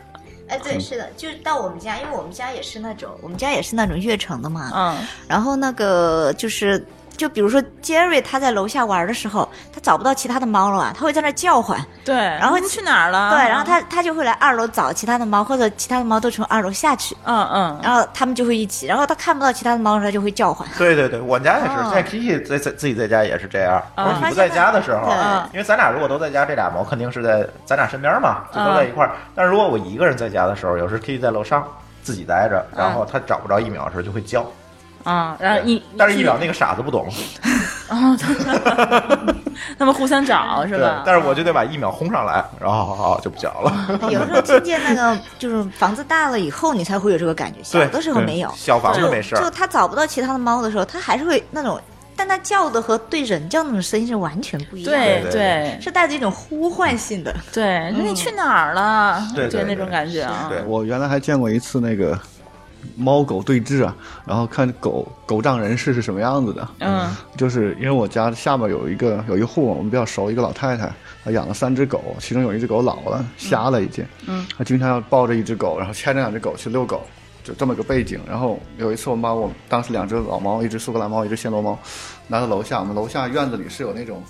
[SPEAKER 2] 哎，对，是的，就是到我们家，因为我们家也是那种，我们家也是那种越城的嘛，
[SPEAKER 3] 嗯，
[SPEAKER 2] 然后那个就是，就比如说 Jerry 他在楼下玩的时候，他找不到其他的猫了啊，他会在那儿叫唤。
[SPEAKER 3] 对。然
[SPEAKER 2] 后
[SPEAKER 3] 你去哪儿了？
[SPEAKER 2] 对，然后他他就会来二楼找其他的猫，或者其他的猫都从二楼下去，
[SPEAKER 3] 嗯嗯，
[SPEAKER 2] 然后他们就会一起。然后他看不到其他的猫的时候，他就会叫 唤。
[SPEAKER 1] 对对对，我们家也是，
[SPEAKER 2] 哦
[SPEAKER 1] 现在 Kiki 在在自己在家也是这样。
[SPEAKER 3] 嗯
[SPEAKER 1] 我说你不在家的时候
[SPEAKER 2] 发现
[SPEAKER 3] 了
[SPEAKER 1] 因
[SPEAKER 3] 对，
[SPEAKER 1] 为咱俩如果都在家，这俩毛肯定是在咱俩身边嘛，就都在一块儿。但是如果我一个人在家的时候，有时 Kiki 在楼上自己待着，然后他找不着一秒的时候就会叫，
[SPEAKER 3] 啊，然后一，
[SPEAKER 1] 但是一秒那个傻子不懂，
[SPEAKER 3] 哦，他们互相找是
[SPEAKER 1] 对
[SPEAKER 3] 吧，？
[SPEAKER 1] 但是我就得把一秒轰上来，然后好好好就不叫了。
[SPEAKER 2] 有的时候听见那个就是房子大了以后，你才会有这个感觉，小
[SPEAKER 1] 对
[SPEAKER 2] 的时候没有。
[SPEAKER 1] 小房子
[SPEAKER 2] 就
[SPEAKER 1] 哦没事
[SPEAKER 2] 就
[SPEAKER 1] 儿，
[SPEAKER 2] 他找不到其他的猫的时候，他还是会那种，但他叫的和对人叫那种声音是完全不一样的，
[SPEAKER 3] 对嗯
[SPEAKER 1] 对
[SPEAKER 3] 对
[SPEAKER 2] 是带着一种呼唤性的。
[SPEAKER 3] 对，那你去哪儿了？
[SPEAKER 1] 对对
[SPEAKER 3] 那
[SPEAKER 1] 对
[SPEAKER 3] 种感觉啊。
[SPEAKER 1] 对
[SPEAKER 5] 我原来还见过一次那个猫狗对峙啊，然后看狗狗仗人势是什么样子的。
[SPEAKER 3] 嗯
[SPEAKER 5] 就是因为我家下面有一个有一户我们比较熟一个老太太，她养了三只狗，其中有一只狗老了，瞎了已经。
[SPEAKER 3] 嗯，
[SPEAKER 5] 她经常要抱着一只狗，然后牵着两只狗去遛狗，就这么个背景。然后有一次我们把我们当时两只老猫，一只苏格兰猫，一只暹罗猫，拿到楼下，我们楼下院子里是有那种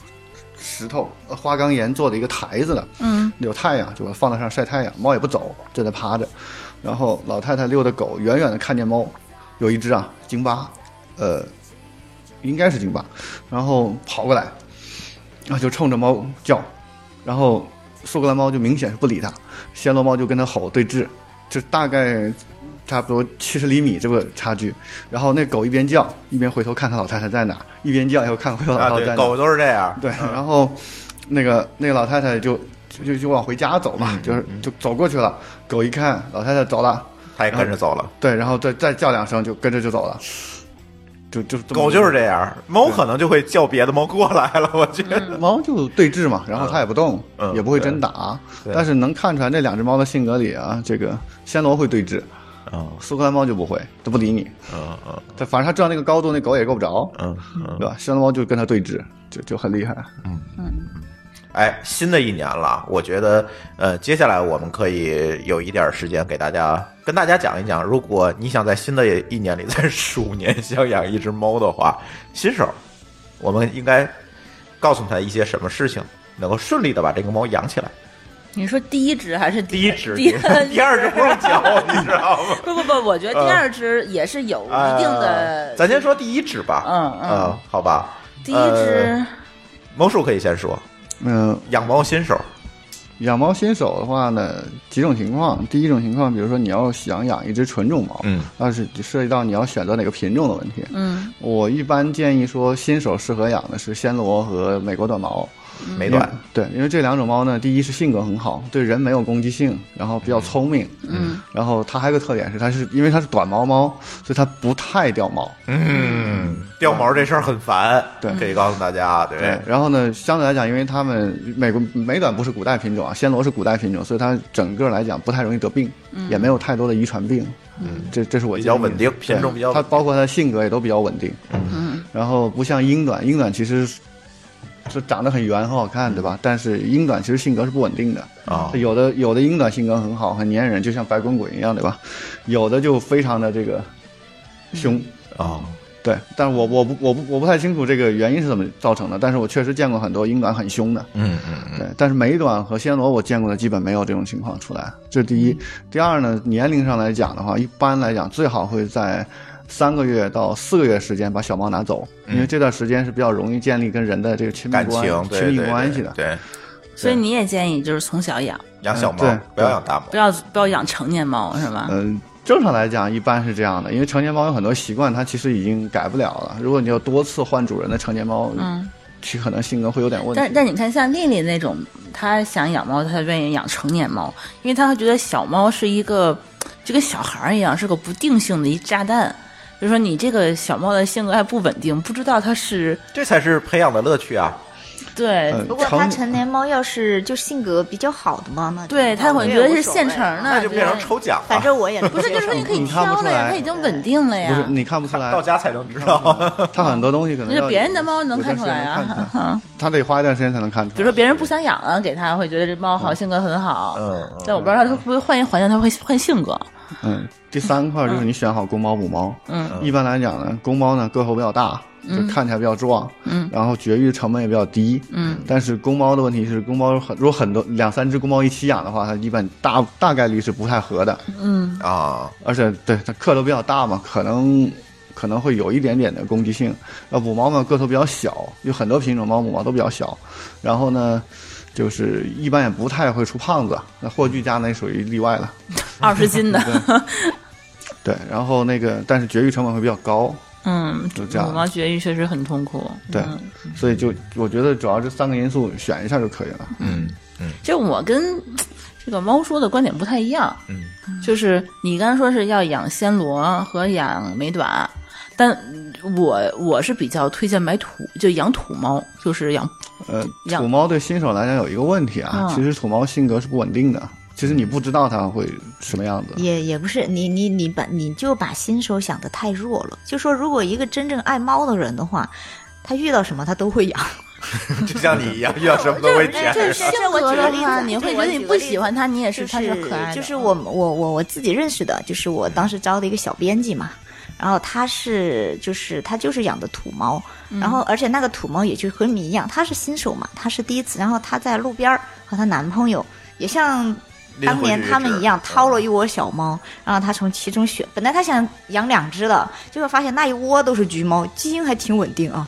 [SPEAKER 5] 石头呃花岗岩做的一个台子的，
[SPEAKER 3] 嗯，
[SPEAKER 5] 有太阳，就把它放在上晒太阳，猫也不走，就在趴着。然后老太太遛的狗，远远的看见猫，有一只啊京巴，呃，应该是京巴，然后跑过来，然后就冲着猫叫，然后苏格兰猫就明显是不理它，暹罗猫就跟它吼对峙，就大概差不多七十厘米这个差距。然后那狗一边叫一边回头看它老太太在哪儿，一边叫又看回头老
[SPEAKER 1] 啊，
[SPEAKER 5] 太太
[SPEAKER 1] 对，
[SPEAKER 5] 在哪儿。
[SPEAKER 1] 狗都是这样。
[SPEAKER 5] 对，然后那个那个老太太就就就就往回家走
[SPEAKER 1] 嗯
[SPEAKER 5] 嘛，就是就走过去了。狗一看老太太走了，
[SPEAKER 1] 他也跟着走了。
[SPEAKER 5] 对，然后再再叫两声就跟着就走了，就就这么
[SPEAKER 1] 狗就是这嗯样，猫可能就会叫别的猫过来了。我觉得，
[SPEAKER 5] 猫就对峙嘛，然后它也不动，
[SPEAKER 1] 嗯
[SPEAKER 5] 也不会真打，
[SPEAKER 1] 对对
[SPEAKER 5] 但是能看出来这两只猫的性格里啊，这个暹罗会对峙，
[SPEAKER 1] 嗯
[SPEAKER 5] 苏格兰猫就不会，都不理你。
[SPEAKER 1] 嗯嗯
[SPEAKER 5] 它反正它知道那个高度，那狗也够不着，
[SPEAKER 1] 嗯嗯。
[SPEAKER 5] 对吧？暹罗猫就跟它对峙，就就很厉害。
[SPEAKER 1] 哎，新的一年了，我觉得，呃，接下来我们可以有一点时间给大家跟大家讲一讲，如果你想在新的一年里，在十五年想养一只猫的话，新手，我们应该告诉他一些什么事情，能够顺利的把这个猫养起来。
[SPEAKER 3] 你说第一只还是
[SPEAKER 1] 第一只，
[SPEAKER 3] 第
[SPEAKER 1] 第二只不用教，你知道吗？
[SPEAKER 3] 不不不，我觉得第二只也是有一定的
[SPEAKER 1] 呃。咱先说第一只吧，
[SPEAKER 3] 嗯嗯
[SPEAKER 1] 呃好吧，
[SPEAKER 3] 第一只
[SPEAKER 1] 呃，，猫叔可以先说
[SPEAKER 5] 嗯、
[SPEAKER 1] 养猫新手，
[SPEAKER 5] 养猫新手的话呢，几种情况。第一种情况，比如说你要想养一只纯种猫，
[SPEAKER 1] 嗯，
[SPEAKER 5] 那是涉及到你要选择哪个品种的问题。
[SPEAKER 3] 嗯，
[SPEAKER 5] 我一般建议说，新手适合养的是暹罗和美国短毛。
[SPEAKER 1] 美短，
[SPEAKER 5] 对，因为这两种猫呢，第一是性格很好，对人没有攻击性，然后比较聪明，嗯，然后它还有个特点是，它是因为它是短毛猫，所以它不太掉毛，
[SPEAKER 1] 嗯，掉毛这事儿很烦，
[SPEAKER 5] 对
[SPEAKER 1] 可以告诉大家，啊对，
[SPEAKER 5] 然后呢，相对来讲，因为它们美国美短不是古代品种啊，暹罗是古代品种，所以它整个来讲不太容易得病，也没有太多的遗传病。嗯，这这是我
[SPEAKER 1] 比较
[SPEAKER 5] 建议的
[SPEAKER 1] 稳定
[SPEAKER 5] 对
[SPEAKER 1] 品种比较稳定
[SPEAKER 5] 它包括它的性格也都比较稳定。嗯，然后不像英短，英短其实是长得很圆很好看，对吧？但是英短其实性格是不稳定的。
[SPEAKER 1] 啊
[SPEAKER 5] 有的有的英短性格很好，很粘人，就像白滚滚一样，对吧？有的就非常的这个凶。
[SPEAKER 1] 啊，
[SPEAKER 5] 对，但是我我不我不我不太清楚这个原因是怎么造成的，但是我确实见过很多英短很凶的，
[SPEAKER 1] 嗯嗯
[SPEAKER 5] 对，但是美短和暹罗我见过的基本没有这种情况出来，这是第一。
[SPEAKER 1] 嗯
[SPEAKER 5] 第二呢，年龄上来讲的话，一般来讲最好会在三个月到四个月时间把小猫拿走，因为这段时间是比较容易建立跟人的这个亲
[SPEAKER 1] 嗯
[SPEAKER 5] 密
[SPEAKER 1] 感
[SPEAKER 5] 关
[SPEAKER 1] 情对
[SPEAKER 5] 亲密
[SPEAKER 1] 对
[SPEAKER 5] 关
[SPEAKER 1] 对
[SPEAKER 5] 系的。
[SPEAKER 1] 对，
[SPEAKER 3] 所以你也建议就是从小养，
[SPEAKER 1] 养小猫
[SPEAKER 5] 嗯对
[SPEAKER 1] 不要养大猫
[SPEAKER 3] 不，要不要养成年猫是吧？
[SPEAKER 5] 嗯，正常来讲一般是这样的，因为成年猫有很多习惯，它其实已经改不了了。如果你要多次换主人的成年猫，
[SPEAKER 3] 嗯，
[SPEAKER 5] 其可能性格会有点问题。
[SPEAKER 3] 但但你看，像丽丽那种，她想养猫，她愿意养成年猫，因为她觉得小猫是一个就跟小孩儿一样，是个不定性的一炸弹。就是说，你这个小猫的性格还不稳定，不知道它是
[SPEAKER 1] 这才是培养的乐趣啊，
[SPEAKER 3] 对、
[SPEAKER 5] 嗯
[SPEAKER 2] 不过它成年猫要是就性格比较好的嘛，那
[SPEAKER 3] 对，它
[SPEAKER 1] 嗯
[SPEAKER 3] 会觉得是现成
[SPEAKER 2] 的。
[SPEAKER 3] 的，
[SPEAKER 1] 啊那就变成
[SPEAKER 3] 对
[SPEAKER 1] 抽奖啊
[SPEAKER 2] 嗯反
[SPEAKER 1] 了，
[SPEAKER 2] 正我也
[SPEAKER 3] 不是，就是说你可以
[SPEAKER 5] 你嗯看不
[SPEAKER 3] 挑
[SPEAKER 5] 出
[SPEAKER 3] 了呀，
[SPEAKER 5] 来哎
[SPEAKER 3] 它已经稳定了呀。
[SPEAKER 5] 不是你看不出来，
[SPEAKER 1] 到家才能知道。
[SPEAKER 5] 它很多东西可能
[SPEAKER 3] 那
[SPEAKER 5] 要
[SPEAKER 3] 别人的猫能看出来
[SPEAKER 5] 有段时间能看嗯
[SPEAKER 3] 啊
[SPEAKER 5] 出，来它得花一段时间才能看出来。
[SPEAKER 3] 比如说别人不想养了，给它会觉得这猫好，性格很好。
[SPEAKER 1] 嗯嗯
[SPEAKER 3] 但我不知道它会不会换一环境，它会换性 格。
[SPEAKER 5] 嗯，第三块就是你选好公猫母猫。
[SPEAKER 3] 嗯，
[SPEAKER 5] 一般来讲呢，公猫呢个头比较大，就看起来比较壮，
[SPEAKER 3] 嗯，
[SPEAKER 5] 然后绝育成本也比较低，
[SPEAKER 3] 嗯。
[SPEAKER 5] 但是公猫的问题是，公猫很如果很多两三只公猫一起养的话，它一般大大概率是不太合的，
[SPEAKER 1] 啊，
[SPEAKER 5] 而且对它个头比较大嘛，可能。可能会有一点点的攻击性，呃，母猫嘛个头比较小，有很多品种猫母猫都比较小，然后呢，就是一般也不太会出胖子，那霍炬家那属于例外了。
[SPEAKER 3] 二十斤的，
[SPEAKER 5] 对，然后那个，但是绝育成本会比较高，
[SPEAKER 3] 嗯，
[SPEAKER 5] 就这样
[SPEAKER 3] 母猫绝育确实很痛苦。
[SPEAKER 5] 对，
[SPEAKER 3] 嗯
[SPEAKER 5] 所以就我觉得主要这三个因素选一下就可以了。
[SPEAKER 1] 嗯
[SPEAKER 3] 就我跟这个猫说的观点不太一样，
[SPEAKER 1] 嗯，
[SPEAKER 3] 就是你刚才说是要养暹罗和养美短，但我我是比较推荐买土，就养土猫，就是养
[SPEAKER 5] 呃，
[SPEAKER 3] 养
[SPEAKER 5] 土猫对新手来讲有一个问题啊，
[SPEAKER 3] 嗯
[SPEAKER 5] 其实土猫性格是不稳定的，其实你不知道它会什么样子。
[SPEAKER 2] 也也不是你你你把你就把新手想的太弱了，就说如果一个真正爱猫的人的话，他遇到什么他都会养。
[SPEAKER 1] 就像你一
[SPEAKER 2] 嗯
[SPEAKER 1] 样，遇到什么都会舔。
[SPEAKER 2] 这
[SPEAKER 3] 性
[SPEAKER 2] 哎这我
[SPEAKER 3] 格
[SPEAKER 2] 举
[SPEAKER 3] 的
[SPEAKER 2] 个例子
[SPEAKER 3] 话，
[SPEAKER 2] 啊
[SPEAKER 3] 你
[SPEAKER 2] 这
[SPEAKER 3] 会觉
[SPEAKER 2] 我
[SPEAKER 3] 得
[SPEAKER 2] 举
[SPEAKER 3] 你
[SPEAKER 2] 个
[SPEAKER 3] 不
[SPEAKER 2] 例
[SPEAKER 3] 喜
[SPEAKER 2] 子
[SPEAKER 3] 欢它，你也
[SPEAKER 2] 就是
[SPEAKER 3] 它是可爱的，嗯
[SPEAKER 2] 就是我我我我自己认识的，就是我当时招的一个小编辑嘛，然后他是就是他就是养的土猫，然后而且那个土猫也就和你一样，他是新手嘛，他是第一次，然后他在路边儿和她男朋友也像。
[SPEAKER 1] 拎
[SPEAKER 2] 当
[SPEAKER 1] 回去
[SPEAKER 2] 年
[SPEAKER 1] 一
[SPEAKER 2] 他们
[SPEAKER 1] 只
[SPEAKER 2] 一样
[SPEAKER 1] 嗯
[SPEAKER 2] 掏 了一窝小猫，然后他从其中选，本来他想养两只的，结果发现那一窝都是橘猫，基因还挺稳 定啊。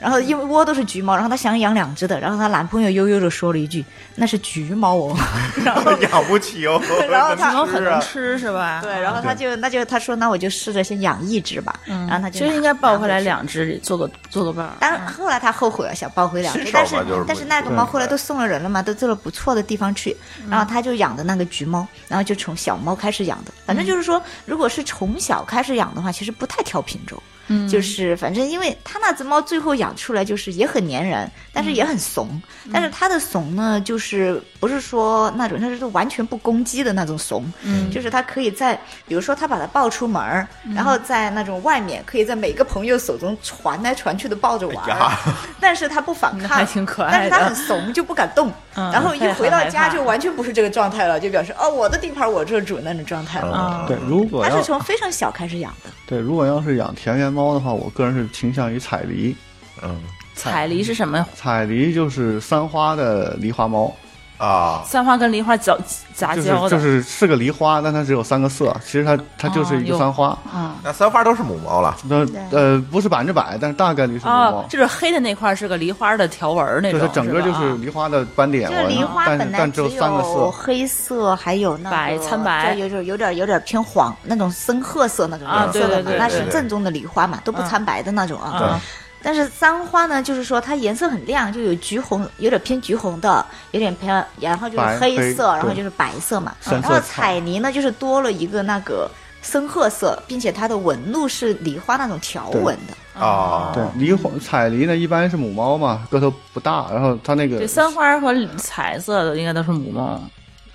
[SPEAKER 2] 然后一窝都是橘猫，然后他想养两只的，然后她男朋友悠悠的说了一句：“那是橘猫哦。”
[SPEAKER 1] 养不起哦，
[SPEAKER 2] 然后它
[SPEAKER 1] 能
[SPEAKER 3] 很
[SPEAKER 1] 吃
[SPEAKER 3] 能
[SPEAKER 1] 啊，
[SPEAKER 3] 吃是吧？
[SPEAKER 2] 对，然后他就那就他说那我就试着先养一只吧，然后他
[SPEAKER 3] 嗯其
[SPEAKER 2] 就
[SPEAKER 3] 实
[SPEAKER 2] 拿
[SPEAKER 3] 应该嗯抱
[SPEAKER 2] 拿
[SPEAKER 3] 回来
[SPEAKER 2] 去。
[SPEAKER 3] 两只，做个做个伴儿。
[SPEAKER 2] 当然后来他后悔了，想抱回两
[SPEAKER 1] 新
[SPEAKER 2] 只，
[SPEAKER 1] 手嘛
[SPEAKER 2] 但是
[SPEAKER 1] 就是
[SPEAKER 2] 但是
[SPEAKER 1] 不
[SPEAKER 2] 那个猫
[SPEAKER 1] 对
[SPEAKER 2] 后来都送了人了嘛，都做了不错的地方去，然后
[SPEAKER 3] 嗯
[SPEAKER 2] 他就养的那个橘猫，然后就从小猫开始养的，反正就是说，如果是从小开始养的话，其实不太挑品种，
[SPEAKER 3] 嗯
[SPEAKER 2] 就是反正因为他那只猫最后养出来就是也很粘人，但是也很怂，
[SPEAKER 3] 嗯
[SPEAKER 2] 但是它的怂呢，就是不是说那种，它是完全不攻击的那种怂，
[SPEAKER 3] 嗯
[SPEAKER 2] 就是它可以在，比如说它把它抱出门儿，然后在那种外面，可以在每个朋友手中传来传去的抱着玩儿，
[SPEAKER 1] 哎呀
[SPEAKER 2] 但是它不反
[SPEAKER 3] 那
[SPEAKER 2] 抗，
[SPEAKER 3] 还挺可
[SPEAKER 2] 但
[SPEAKER 3] 爱
[SPEAKER 2] 是
[SPEAKER 3] 的
[SPEAKER 2] 它很怂，就不敢动，
[SPEAKER 3] 嗯
[SPEAKER 2] 然后一
[SPEAKER 3] 它也很
[SPEAKER 2] 回到
[SPEAKER 3] 害
[SPEAKER 2] 家
[SPEAKER 3] 怕
[SPEAKER 2] 就完全不是这个状态了，就表示哦，我的地盘我做主那种状态了。
[SPEAKER 3] 啊，
[SPEAKER 5] 对，如果
[SPEAKER 2] 它
[SPEAKER 5] 要
[SPEAKER 2] 是从非常小开始养的，
[SPEAKER 5] 对如果要是养田园猫的话，我个人是倾向于彩梨。
[SPEAKER 1] 嗯，
[SPEAKER 3] 彩梨是什么？
[SPEAKER 5] 彩梨就是三花的狸花猫，
[SPEAKER 1] 啊，
[SPEAKER 3] 三花跟梨花搅杂
[SPEAKER 5] 就是
[SPEAKER 3] 交的，
[SPEAKER 5] 就是是个梨花，但它只有三个色，其实它它就是一
[SPEAKER 3] 哦有
[SPEAKER 5] 个三花。
[SPEAKER 3] 啊
[SPEAKER 1] 那三花都是母猫了，
[SPEAKER 5] 那呃不是百分之百，但是大概率是母
[SPEAKER 3] 啊
[SPEAKER 5] 猫，，
[SPEAKER 3] 就是黑的那块是个梨花的条纹儿那
[SPEAKER 5] 就
[SPEAKER 3] 种，
[SPEAKER 5] 它整个
[SPEAKER 3] 吧
[SPEAKER 5] 就是
[SPEAKER 3] 啊
[SPEAKER 5] 梨花的斑点
[SPEAKER 2] 就
[SPEAKER 5] 纹，
[SPEAKER 2] 梨花
[SPEAKER 5] 啊但
[SPEAKER 2] 本来
[SPEAKER 5] 但只
[SPEAKER 2] 只
[SPEAKER 5] 有三个
[SPEAKER 2] 有
[SPEAKER 5] 色。
[SPEAKER 2] 黑色，还有那个
[SPEAKER 3] 白参白
[SPEAKER 2] 就有点有点有点偏黄那种深褐色那种
[SPEAKER 3] 啊
[SPEAKER 2] 颜色
[SPEAKER 3] 对对
[SPEAKER 2] 的嘛
[SPEAKER 3] 对，
[SPEAKER 2] 那
[SPEAKER 1] 对
[SPEAKER 2] 是
[SPEAKER 1] 对
[SPEAKER 2] 正宗的梨花嘛，都不
[SPEAKER 3] 嗯
[SPEAKER 2] 参白的那种啊。
[SPEAKER 3] 啊
[SPEAKER 2] 但是三花呢，就是说它颜色很亮，就有橘红，有点偏橘红的，有点偏，然后就是
[SPEAKER 5] 白
[SPEAKER 2] 黑色，
[SPEAKER 5] 黑
[SPEAKER 2] 然后
[SPEAKER 5] 对
[SPEAKER 2] 就是白色嘛。嗯
[SPEAKER 5] 深
[SPEAKER 2] 然
[SPEAKER 5] 色彩
[SPEAKER 2] 后彩泥呢，就是多了一个那个深褐色，并且它的纹路是梨花那种条纹的。
[SPEAKER 1] 啊，
[SPEAKER 5] 对，梨花彩梨呢一般是母猫嘛，个头不大，然后它那个
[SPEAKER 3] 对三花和彩色的应该都是母猫，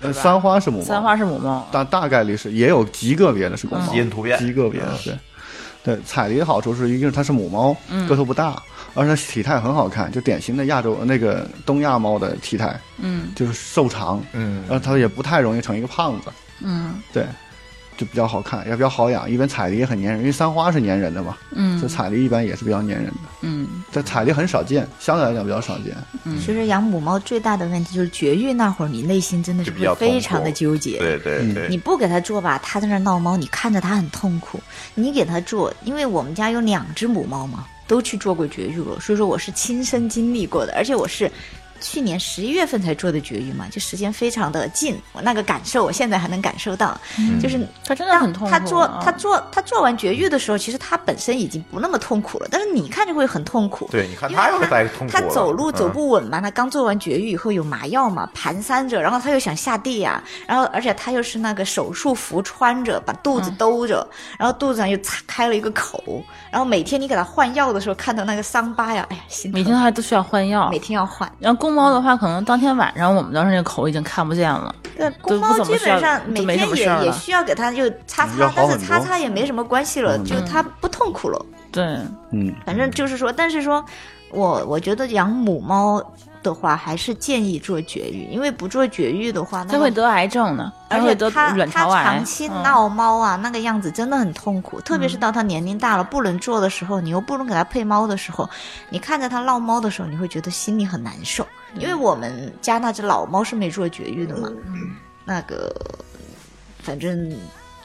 [SPEAKER 5] 呃三花是母猫，
[SPEAKER 3] 三花嗯是母猫，
[SPEAKER 5] 但大概率是也有极个别的是公猫，
[SPEAKER 1] 基因突变
[SPEAKER 5] 极个别的对。对，彩梨的好处是，一个是它是母猫，个头不大，而且它体态很好看，就典型的亚洲那个东亚猫的体态，
[SPEAKER 3] 嗯
[SPEAKER 5] 就是瘦长，
[SPEAKER 1] 嗯
[SPEAKER 5] 然后它也不太容易成一个胖子，
[SPEAKER 3] 嗯
[SPEAKER 5] 对，就比较好看，也比较好养。一般彩梨也很粘人，因为三花是粘人的嘛，所以
[SPEAKER 3] 嗯
[SPEAKER 5] 彩梨一般也是比较粘人的。
[SPEAKER 3] 嗯，
[SPEAKER 5] 但彩梨很少见，相对来讲比较少见。
[SPEAKER 2] 其实养母猫最大的问题就是绝育那会儿，你内心真的是
[SPEAKER 1] 就比较
[SPEAKER 2] 会
[SPEAKER 1] 痛苦
[SPEAKER 2] 非常的纠结。
[SPEAKER 1] 对对对，
[SPEAKER 2] 你不给它做吧，它在那儿闹猫，你看着它很痛苦；你给它做，因为我们家有两只母猫嘛，都去做过绝育了，所以说我是亲身经历过的，而且我是去年十一月份才做的绝育嘛，就时间非常的近，我那个感受我现在还能感受到，就是
[SPEAKER 3] 它真的
[SPEAKER 2] 当
[SPEAKER 3] 很痛苦啊。
[SPEAKER 2] 他做他做他做完绝育的时候，其实他本身已经不那么痛苦了，但是你看就会很痛苦。
[SPEAKER 1] 对你看
[SPEAKER 2] 因为
[SPEAKER 1] 他又是在痛苦
[SPEAKER 2] 他
[SPEAKER 1] 了
[SPEAKER 2] 走路走
[SPEAKER 1] 嗯
[SPEAKER 2] 不稳嘛，他刚做完绝育以后有麻药嘛，蹒跚着，然后他又想下地呀、然后而且他又是那个手术服穿着，把肚
[SPEAKER 1] 嗯
[SPEAKER 2] 子兜着，然后肚子上又擦开了一个口，然后每天你给他换药的时候，看到那个伤疤呀，哎呀，心疼
[SPEAKER 3] 每天还都需要换药
[SPEAKER 2] 每。天要换。
[SPEAKER 3] 然后公猫的话，可能当天晚上我们当时那个口已经看不见了，
[SPEAKER 2] 对，
[SPEAKER 3] 都
[SPEAKER 2] 公
[SPEAKER 3] 不
[SPEAKER 2] 猫
[SPEAKER 3] 怎么
[SPEAKER 2] 基
[SPEAKER 3] 事儿
[SPEAKER 2] 本上
[SPEAKER 3] 了
[SPEAKER 2] 每
[SPEAKER 3] 就没什
[SPEAKER 2] 天
[SPEAKER 3] 么
[SPEAKER 2] 也
[SPEAKER 3] 事儿
[SPEAKER 2] 也
[SPEAKER 3] 了
[SPEAKER 2] 需要给它就擦
[SPEAKER 5] 要
[SPEAKER 2] 擦，
[SPEAKER 5] 好
[SPEAKER 2] 但是
[SPEAKER 5] 很
[SPEAKER 2] 擦
[SPEAKER 5] 多
[SPEAKER 2] 擦也没什么关系
[SPEAKER 1] 嗯
[SPEAKER 2] 了，就它不痛苦了。
[SPEAKER 3] 对，
[SPEAKER 5] 嗯，
[SPEAKER 2] 反正就是说，但是说我我觉得养母猫的话，还是建议做绝育，因为不做绝育的话，那
[SPEAKER 3] 它会
[SPEAKER 2] 个。
[SPEAKER 3] 得癌症的，它
[SPEAKER 2] 而
[SPEAKER 3] 会
[SPEAKER 2] 且
[SPEAKER 3] 得
[SPEAKER 2] 它
[SPEAKER 3] 卵
[SPEAKER 2] 它
[SPEAKER 3] 巢癌。
[SPEAKER 2] 长期闹猫啊，那个样子真的很痛苦，特别是到它年龄大了不能做的时候，你又不能给它配猫的时候，你看着它闹猫的时候，你会觉得心里很难受。因为我们家那只老猫是没做绝育的嘛，那个反正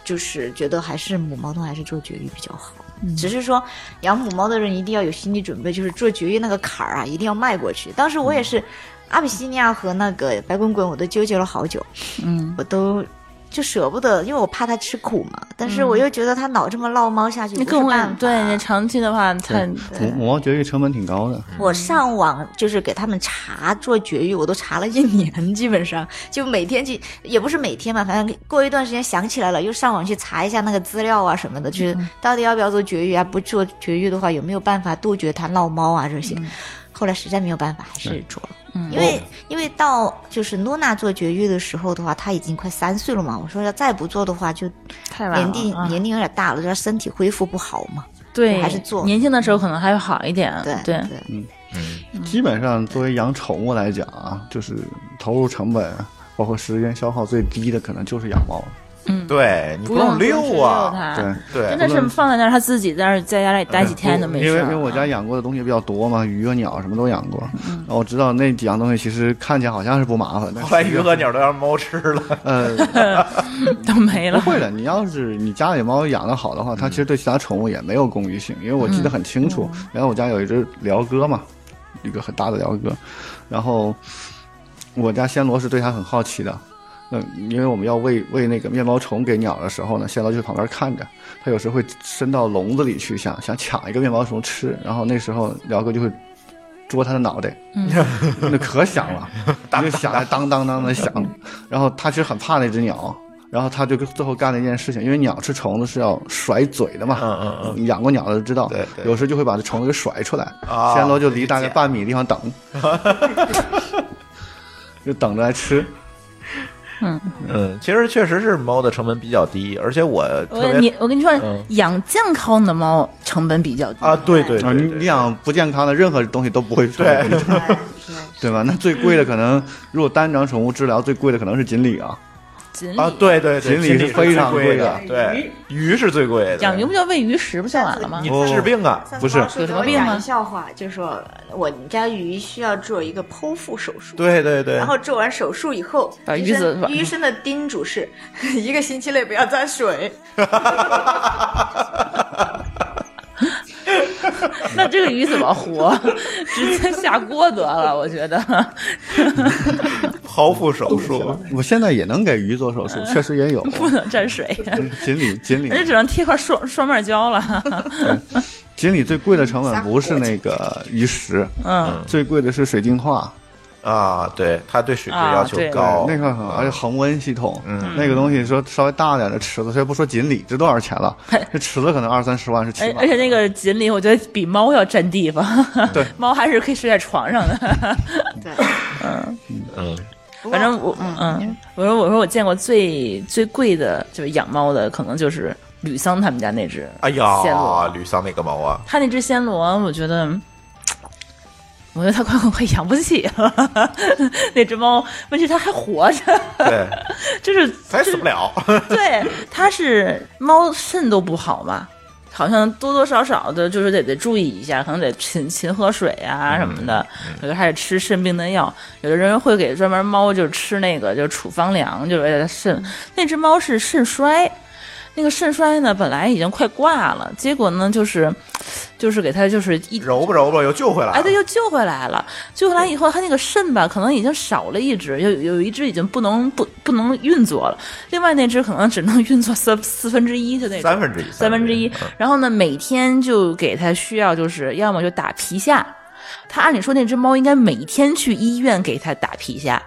[SPEAKER 2] 就是觉得还是母猫都还是做绝育比较好。只是说，养母猫的人一定要有心理准备，就是做绝育那个坎儿啊，一定要迈过去。当时我也是，阿比西尼亚和那个白滚滚，我都纠结了好久，
[SPEAKER 3] 嗯，
[SPEAKER 2] 我都就舍不得，因为我怕它吃苦嘛。但是我又觉得它老这么闹猫下去
[SPEAKER 3] 嗯你
[SPEAKER 2] 不是
[SPEAKER 3] 更会
[SPEAKER 2] 办法。
[SPEAKER 3] 对你长期的话，它
[SPEAKER 5] 母母猫绝育成本挺高的，
[SPEAKER 2] 我上网就是给他们查做绝育，我都查了一年，基本上就每天去，也不是每天吧，反正过一段时间想起来了，又上网去查一下那个资料啊什么的，就是
[SPEAKER 3] 嗯
[SPEAKER 2] 到底要不要做绝育啊？不做绝育的话，有没有办法杜绝它闹猫啊这些？
[SPEAKER 3] 嗯
[SPEAKER 2] 后来实在没有办法，还是做了。因为因为到就是露娜做绝育的时候的话，她已经快三岁了嘛。我说要再不做的话，就
[SPEAKER 3] 太晚
[SPEAKER 2] 年
[SPEAKER 3] 了
[SPEAKER 2] 龄
[SPEAKER 3] 啊。
[SPEAKER 2] 年龄有点大了，就她身体恢复不好嘛。
[SPEAKER 3] 对，
[SPEAKER 2] 还是做
[SPEAKER 3] 年轻的时候可能还会好一点。
[SPEAKER 2] 对
[SPEAKER 3] 对，
[SPEAKER 2] 对
[SPEAKER 5] 基本上作为养宠物来讲啊，就是投入成本包括时间消耗最低的，可能就是养猫。
[SPEAKER 1] 对你不
[SPEAKER 3] 嗯用
[SPEAKER 1] 遛啊，
[SPEAKER 3] 它，
[SPEAKER 5] 对，
[SPEAKER 1] 对
[SPEAKER 3] 真的是
[SPEAKER 5] 不能
[SPEAKER 3] 放在那儿，它自己在那儿在家里待几天都没事
[SPEAKER 5] 因
[SPEAKER 3] 儿。啊
[SPEAKER 5] 为因为我家养过的东西比较多嘛，鱼和鸟什么都养过。
[SPEAKER 3] 嗯
[SPEAKER 5] 然后我知道那几样东西其实看起来好像是不麻烦，但
[SPEAKER 1] 后来
[SPEAKER 5] 是
[SPEAKER 1] 鱼和鸟都让猫吃了，
[SPEAKER 5] 呃
[SPEAKER 3] 都没了
[SPEAKER 5] 不。会的。你要是你家里猫养的好的话，它
[SPEAKER 1] 嗯
[SPEAKER 5] 其实对其他宠物也没有攻击性，因为我
[SPEAKER 3] 嗯
[SPEAKER 5] 记得很清楚，原来我家有一只鹩哥嘛，一个很大的鹩哥，然后我家暹罗是对它很好奇的。嗯，因为我们要喂喂那个面包虫给鸟的时候呢，暹罗就在旁边看着，它有时候会伸到笼子里去，想想抢一个面包虫吃，然后那时候鹩哥就会捉它的脑袋，那可响了，就响得当当当的响，然后它其实很怕那只鸟。然后它就最后干了一件事情，因为鸟吃虫子是要甩嘴的嘛，
[SPEAKER 1] 嗯嗯嗯
[SPEAKER 5] 嗯，养过鸟的都知道，
[SPEAKER 1] 对对
[SPEAKER 5] 有时就会把这虫子给甩出来，
[SPEAKER 1] 啊
[SPEAKER 5] 暹罗就离大概
[SPEAKER 1] 理解
[SPEAKER 5] 半米地方等，就等着来吃。
[SPEAKER 1] 嗯， 其实确实是猫的成本比较低，而且我
[SPEAKER 3] 我
[SPEAKER 1] 特
[SPEAKER 3] 跟
[SPEAKER 1] 别
[SPEAKER 3] 你，我跟你说
[SPEAKER 1] 嗯，
[SPEAKER 3] 养健康的猫成本比较低
[SPEAKER 1] 啊，对对
[SPEAKER 5] 啊，
[SPEAKER 1] 对
[SPEAKER 5] 你
[SPEAKER 1] 对
[SPEAKER 5] 你养不健康的任何东西都不会成本低
[SPEAKER 1] 对
[SPEAKER 2] 对对。
[SPEAKER 5] 对吧？那最贵的可能，如果单张宠物治疗最贵的可能是锦鲤啊，
[SPEAKER 3] 锦
[SPEAKER 1] 啊，
[SPEAKER 3] 鲤，
[SPEAKER 1] 对对对，
[SPEAKER 5] 锦鲤
[SPEAKER 1] 锦
[SPEAKER 5] 是
[SPEAKER 1] 是
[SPEAKER 5] 非
[SPEAKER 1] 最
[SPEAKER 5] 常
[SPEAKER 1] 贵
[SPEAKER 5] 贵
[SPEAKER 1] 的
[SPEAKER 5] 的，
[SPEAKER 1] 对，鱼是最贵的。
[SPEAKER 3] 养鱼不就喂鱼食不就完了吗
[SPEAKER 1] 你？
[SPEAKER 5] 哦
[SPEAKER 1] 治病啊？
[SPEAKER 8] 上次
[SPEAKER 5] 不是
[SPEAKER 8] 猫叔
[SPEAKER 3] 有什么
[SPEAKER 8] 给我
[SPEAKER 3] 病
[SPEAKER 8] 讲
[SPEAKER 3] 吗
[SPEAKER 8] 一笑话，就说我们家鱼需要做一个剖腹手术。
[SPEAKER 1] 对对对
[SPEAKER 8] 然，后做完手术以后，
[SPEAKER 3] 把
[SPEAKER 8] 医
[SPEAKER 3] 鱼子
[SPEAKER 8] 生医生的叮嘱是， 一个星期内不要沾水。
[SPEAKER 3] 那这个鱼怎 么活？直接下锅得了，我觉得。
[SPEAKER 1] 剖腹手术，
[SPEAKER 5] 我现在也能给鱼做手术，确实也有
[SPEAKER 3] 不能沾水，
[SPEAKER 1] 嗯
[SPEAKER 5] 锦鲤，锦鲤
[SPEAKER 3] 那就只能贴块双双面胶了。
[SPEAKER 5] 锦鲤最贵的成本不是那个鱼食，
[SPEAKER 3] 嗯，
[SPEAKER 5] 最贵的是水净化，
[SPEAKER 1] 啊，对，它对水质
[SPEAKER 3] 啊
[SPEAKER 1] 要求
[SPEAKER 3] 对
[SPEAKER 1] 高。
[SPEAKER 5] 那个很而且恒温系统，
[SPEAKER 1] 嗯
[SPEAKER 5] 那个东西说稍微大点的池子，先不说锦鲤值多少钱了，这池子可能二三十万是起
[SPEAKER 3] 而
[SPEAKER 5] 码的。
[SPEAKER 3] 哎而且那个锦鲤，我觉得比猫要占地方。
[SPEAKER 5] 对，
[SPEAKER 3] 猫还是可以睡在床上的。
[SPEAKER 8] 对，
[SPEAKER 1] 嗯，
[SPEAKER 8] 不过
[SPEAKER 3] 反正我嗯，我说我说我见过最最贵的就是养猫的，可能就是吕桑他们家那只。
[SPEAKER 1] 哎
[SPEAKER 3] 暹罗
[SPEAKER 1] 呀，吕桑那个毛啊，
[SPEAKER 3] 他那只暹罗，我觉得，我觉得他快快快养不起了。 那只猫，问题它还活着，
[SPEAKER 1] 对，
[SPEAKER 3] 就是
[SPEAKER 1] 咱死不了。
[SPEAKER 3] 对，它是猫肾都不好嘛，好像多多少少的，就是得得注意一下，可能得勤勤喝水啊什么的，有的还得吃肾病的药，有的人会给专门猫就吃那个就是处方粮，就是为了肾。那只猫是肾衰，那个肾衰呢本来已经快挂了，结果呢就是就是给它就是一
[SPEAKER 1] 揉吧揉吧，又救回来了。
[SPEAKER 3] 哎，对，又救回来了。救回来以后，它那个肾吧，可能已经少了一只，有有一只已经不能不不能运作了，另外那只可能只能运作 四四分之一，就那种
[SPEAKER 1] 三分之一，
[SPEAKER 3] 三分之一。嗯然后呢，每天就给它需要就是要么就打皮下，它按理说那只猫应该每天去医院给它打皮下，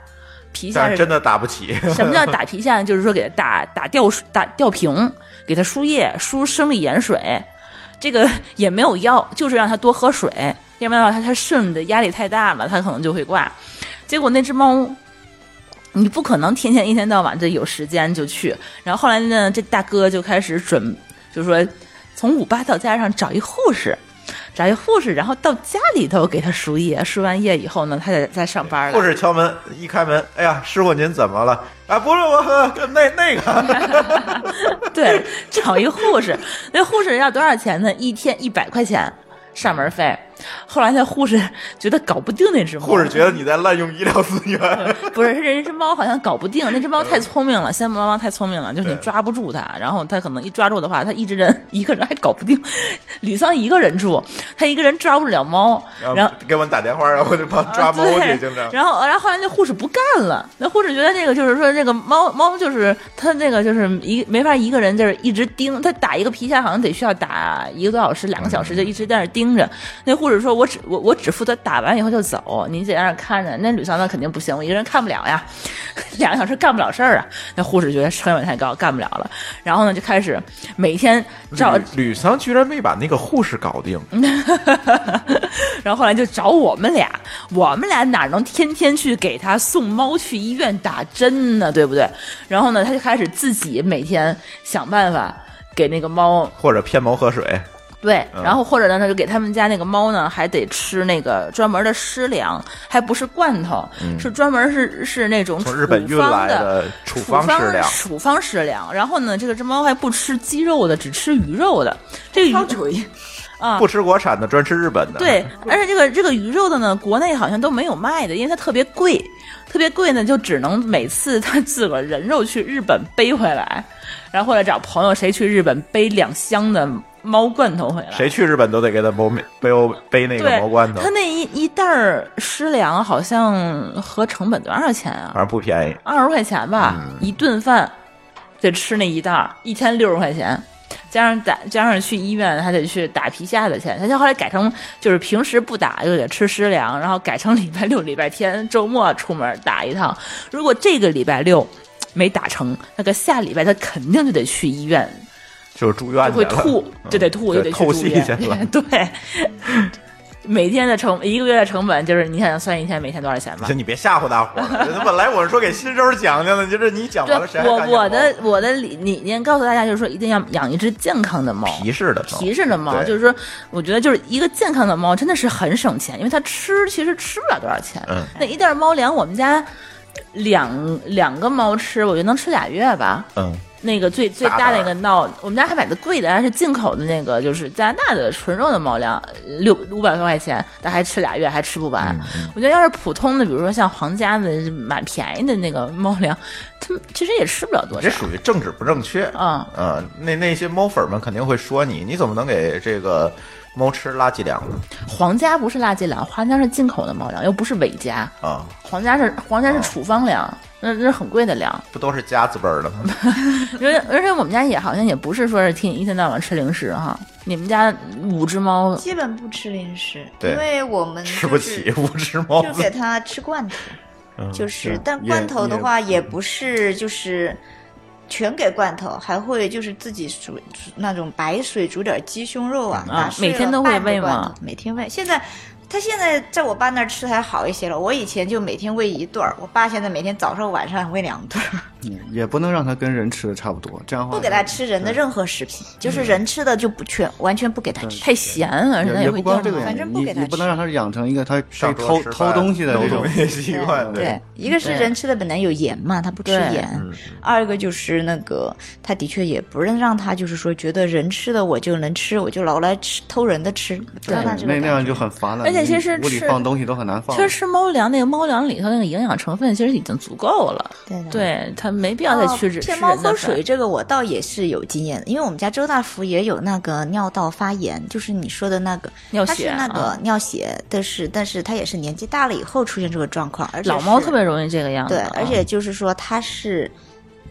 [SPEAKER 3] 皮下
[SPEAKER 1] 但
[SPEAKER 3] 是
[SPEAKER 1] 是真的打不起。
[SPEAKER 3] 什么叫打皮下呢？就是说给它打打吊水打吊瓶，给它输液，输生理盐水，这个也没有药，就是让它多喝水，要不然的话它它肾的压力太大了，它可能就会挂。结果那只猫。你不可能天天一天到晚这有时间就去，然后后来呢，这大哥就开始准，就是说从五八到家上找一护士，找一护士，然后到家里头给他输液，输完液以后呢，他再再上 班了。
[SPEAKER 1] 护士敲门，一开门，哎呀，师傅您怎么了？啊，不是我，呃那那 个，
[SPEAKER 3] 对，找一护士，那护士要多少钱呢？一天一百块钱上门费。后来那护士觉得搞不定那只猫，
[SPEAKER 1] 护士觉得你在滥用医疗资 源。
[SPEAKER 3] 不是，是那只猫好像搞不定，那只猫太聪明了，仙猫猫太聪明了，就是你抓不住它，然后它可能一抓住的话，它一只人 一个人还搞不定，吕桑一个人住，他一个人抓不了猫，然后。
[SPEAKER 1] 给我们打电话，然后就帮抓猫
[SPEAKER 3] 啊
[SPEAKER 1] 去，
[SPEAKER 3] 对
[SPEAKER 1] 经常。
[SPEAKER 3] 然后，然后后来那护士不干了，那护士觉得这个就是说，这个猫猫就是它那个就是一没法一个人就是一直盯，它打一个皮下好像得需要打一个多小时、两个小时，就一直在那儿盯着。那护士说：“我只我我只负责打完以后就走，你得让那看着。”那吕桑那肯定不行，我一个人看不了呀，两个小时干不了事儿啊。那护士觉得成本太高，干不了了。然后呢，就开始每天找嗯
[SPEAKER 1] 吕吕桑居然没把那个护士搞定，
[SPEAKER 3] 然后后来就找我们俩，我们俩哪能天天去给他送猫去医院打针呢？对不对？然后呢，他就开始自己每天想办法给那个猫
[SPEAKER 1] 或者偏毛喝水，
[SPEAKER 3] 对，
[SPEAKER 1] 嗯
[SPEAKER 3] 然后或者呢，他就给他们家那个猫呢，还得吃那个专门的湿粮，还不是罐头，是专门是是那种
[SPEAKER 1] 嗯从日本运
[SPEAKER 3] 处方
[SPEAKER 1] 来的处方食粮。
[SPEAKER 3] 处方食粮。然后呢，这个只猫还不吃鸡肉的，只吃鱼肉的。这个鱼啊，
[SPEAKER 1] 不吃国产的，专吃日本的。
[SPEAKER 3] 对，而且这个这个鱼肉的呢，国内好像都没有卖的，因为它特别贵，特别贵呢，就只能每次他自个儿人肉去日本背回来，然后或者找朋友谁去日本背两箱的猫罐头回来。
[SPEAKER 1] 谁去日本都得给他包面背背那个
[SPEAKER 3] 对
[SPEAKER 1] 毛罐头，，
[SPEAKER 3] 他
[SPEAKER 1] 反
[SPEAKER 3] 那一一袋儿湿粮好像合成本多少钱啊？
[SPEAKER 1] 正不便宜。
[SPEAKER 3] 二十块钱吧，
[SPEAKER 1] 嗯
[SPEAKER 3] 一顿饭得吃那一袋儿，一天六十块钱，加上打加上去医院还得去打皮下的钱，他就后来改成就是平时不打就得吃湿粮，然后改成礼拜六、礼拜天、周末出门打一趟。如果这个礼拜六没打成，那个下礼拜他肯定就得去医院，
[SPEAKER 1] 就是住院
[SPEAKER 3] 就
[SPEAKER 1] 去
[SPEAKER 3] 会
[SPEAKER 1] 了
[SPEAKER 3] 吐，就得吐，
[SPEAKER 1] 嗯
[SPEAKER 3] 就得
[SPEAKER 1] 对
[SPEAKER 3] 去
[SPEAKER 1] 透
[SPEAKER 3] 住
[SPEAKER 1] 析
[SPEAKER 3] 院
[SPEAKER 1] 去了。
[SPEAKER 3] 对，每天的成一个月的成本就是你想想算一天每天多少钱吧
[SPEAKER 1] 行，？你别吓唬大伙儿。本来我是说给新手讲讲的，就是你讲
[SPEAKER 3] 对
[SPEAKER 1] 完了，谁还
[SPEAKER 3] 我
[SPEAKER 1] 敢
[SPEAKER 3] 我
[SPEAKER 1] 讲
[SPEAKER 3] 的我的理理念告诉大家，就是说一定要养一只健康的猫，
[SPEAKER 1] 皮式的
[SPEAKER 3] 皮质的猫，
[SPEAKER 1] 对
[SPEAKER 3] 就是说，我觉得就是一个健康的猫真的是很省钱，因为它吃其实吃不了多少钱。
[SPEAKER 1] 嗯
[SPEAKER 3] 那一袋猫粮，我们家两两个猫吃，我觉得能吃俩月吧。
[SPEAKER 1] 嗯，
[SPEAKER 3] 那个最最
[SPEAKER 1] 大
[SPEAKER 3] 大
[SPEAKER 1] 的
[SPEAKER 3] 的一个闹，我们家还买的贵的，但是进口的那个就是加拿大的纯肉的猫粮，六五百多块钱，但还吃俩月还吃不完。我觉得要是普通的，比如说像皇家的买便宜的那个猫粮，它们其实也吃不了多
[SPEAKER 1] 这
[SPEAKER 3] 少。
[SPEAKER 1] 属于政治不正确。
[SPEAKER 3] 嗯
[SPEAKER 1] 嗯，那那些猫粉们肯定会说你，你怎么能给这个猫吃垃圾粮呢？
[SPEAKER 3] 皇家不是垃圾粮，皇家是进口的猫粮，又不是伪家。
[SPEAKER 1] 啊、
[SPEAKER 3] 皇家是皇家是
[SPEAKER 1] 哦
[SPEAKER 3] 处方粮，那那是很贵的粮。
[SPEAKER 1] 不都是家字辈儿的吗？
[SPEAKER 3] 因为而且我们家也好像也不是说是听你一天到晚吃零食哈，你们家五只猫
[SPEAKER 2] 基本不吃零食，
[SPEAKER 1] 对
[SPEAKER 2] 因为我们、就是、
[SPEAKER 1] 吃不 起，不吃猫
[SPEAKER 2] 就
[SPEAKER 1] 子
[SPEAKER 2] 给它吃罐头，
[SPEAKER 3] 嗯
[SPEAKER 2] 就是
[SPEAKER 5] 是，
[SPEAKER 2] 但
[SPEAKER 5] 也
[SPEAKER 2] 罐头的
[SPEAKER 5] 也
[SPEAKER 2] 话也不是就是全给罐头，还会就是自己煮煮那种白水煮点鸡胸肉啊，
[SPEAKER 3] 啊
[SPEAKER 2] 打碎
[SPEAKER 3] 每天
[SPEAKER 2] 了
[SPEAKER 3] 都会
[SPEAKER 2] 拌着
[SPEAKER 3] 喂
[SPEAKER 2] 罐
[SPEAKER 3] 吗
[SPEAKER 2] 头？每天喂，现在。他现在在我爸那儿吃还好一些了，我以前就每天喂一顿儿，我爸现在每天早上晚上喂两顿儿，
[SPEAKER 5] 嗯也不能让它跟人吃的差不多，这样的话
[SPEAKER 2] 不给他吃人的任何食品，
[SPEAKER 3] 嗯
[SPEAKER 2] 就是人吃的就不全完全不给他吃。
[SPEAKER 3] 太咸了，而且它
[SPEAKER 5] 也也
[SPEAKER 3] 会
[SPEAKER 5] 不
[SPEAKER 3] 掉
[SPEAKER 5] 光这
[SPEAKER 3] 毛
[SPEAKER 5] 个。原
[SPEAKER 2] 反正
[SPEAKER 5] 因，
[SPEAKER 2] 不
[SPEAKER 5] 你
[SPEAKER 2] 给它
[SPEAKER 5] 你不能
[SPEAKER 2] 吃
[SPEAKER 5] 让它养成一个它
[SPEAKER 1] 上
[SPEAKER 5] 被
[SPEAKER 1] 桌
[SPEAKER 5] 偷
[SPEAKER 1] 吃
[SPEAKER 5] 偷
[SPEAKER 1] 饭
[SPEAKER 5] 东西的
[SPEAKER 1] 有
[SPEAKER 5] 这种
[SPEAKER 1] 东西 习惯，
[SPEAKER 2] 对，一个是
[SPEAKER 3] 对
[SPEAKER 2] 人吃的本来有盐嘛，他不吃
[SPEAKER 3] 对
[SPEAKER 2] 盐；二个就是那个，他的确也不能让他就是说觉得人吃的我就能吃，我就老来吃偷人的吃，不让他这
[SPEAKER 5] 那
[SPEAKER 2] 个
[SPEAKER 5] 那
[SPEAKER 2] 感
[SPEAKER 5] 样
[SPEAKER 2] 觉。
[SPEAKER 5] 就很烦了。
[SPEAKER 3] 而且
[SPEAKER 5] 你
[SPEAKER 3] 其实
[SPEAKER 5] 屋里
[SPEAKER 3] 吃
[SPEAKER 5] 放东西都很难放。
[SPEAKER 3] 其实吃猫粮那个猫粮里头那个营养成分其实已经足够了，
[SPEAKER 2] 对的
[SPEAKER 3] 对哦它没必要再去吃吃
[SPEAKER 2] 骗哦猫
[SPEAKER 3] 人的
[SPEAKER 2] 喝
[SPEAKER 3] 饭
[SPEAKER 2] 水，这个我倒也是有经验的，因为我们家周大福也有那个尿道发炎，就是你说的那个
[SPEAKER 3] 尿
[SPEAKER 2] 他
[SPEAKER 3] 血
[SPEAKER 2] 是那
[SPEAKER 3] 啊
[SPEAKER 2] 个尿血，但是但是他也是年纪大了以后出现这个状况，而且
[SPEAKER 3] 老猫
[SPEAKER 2] 是
[SPEAKER 3] 特别容易这个样子
[SPEAKER 2] 对
[SPEAKER 3] 啊。，
[SPEAKER 2] 而且就是说他是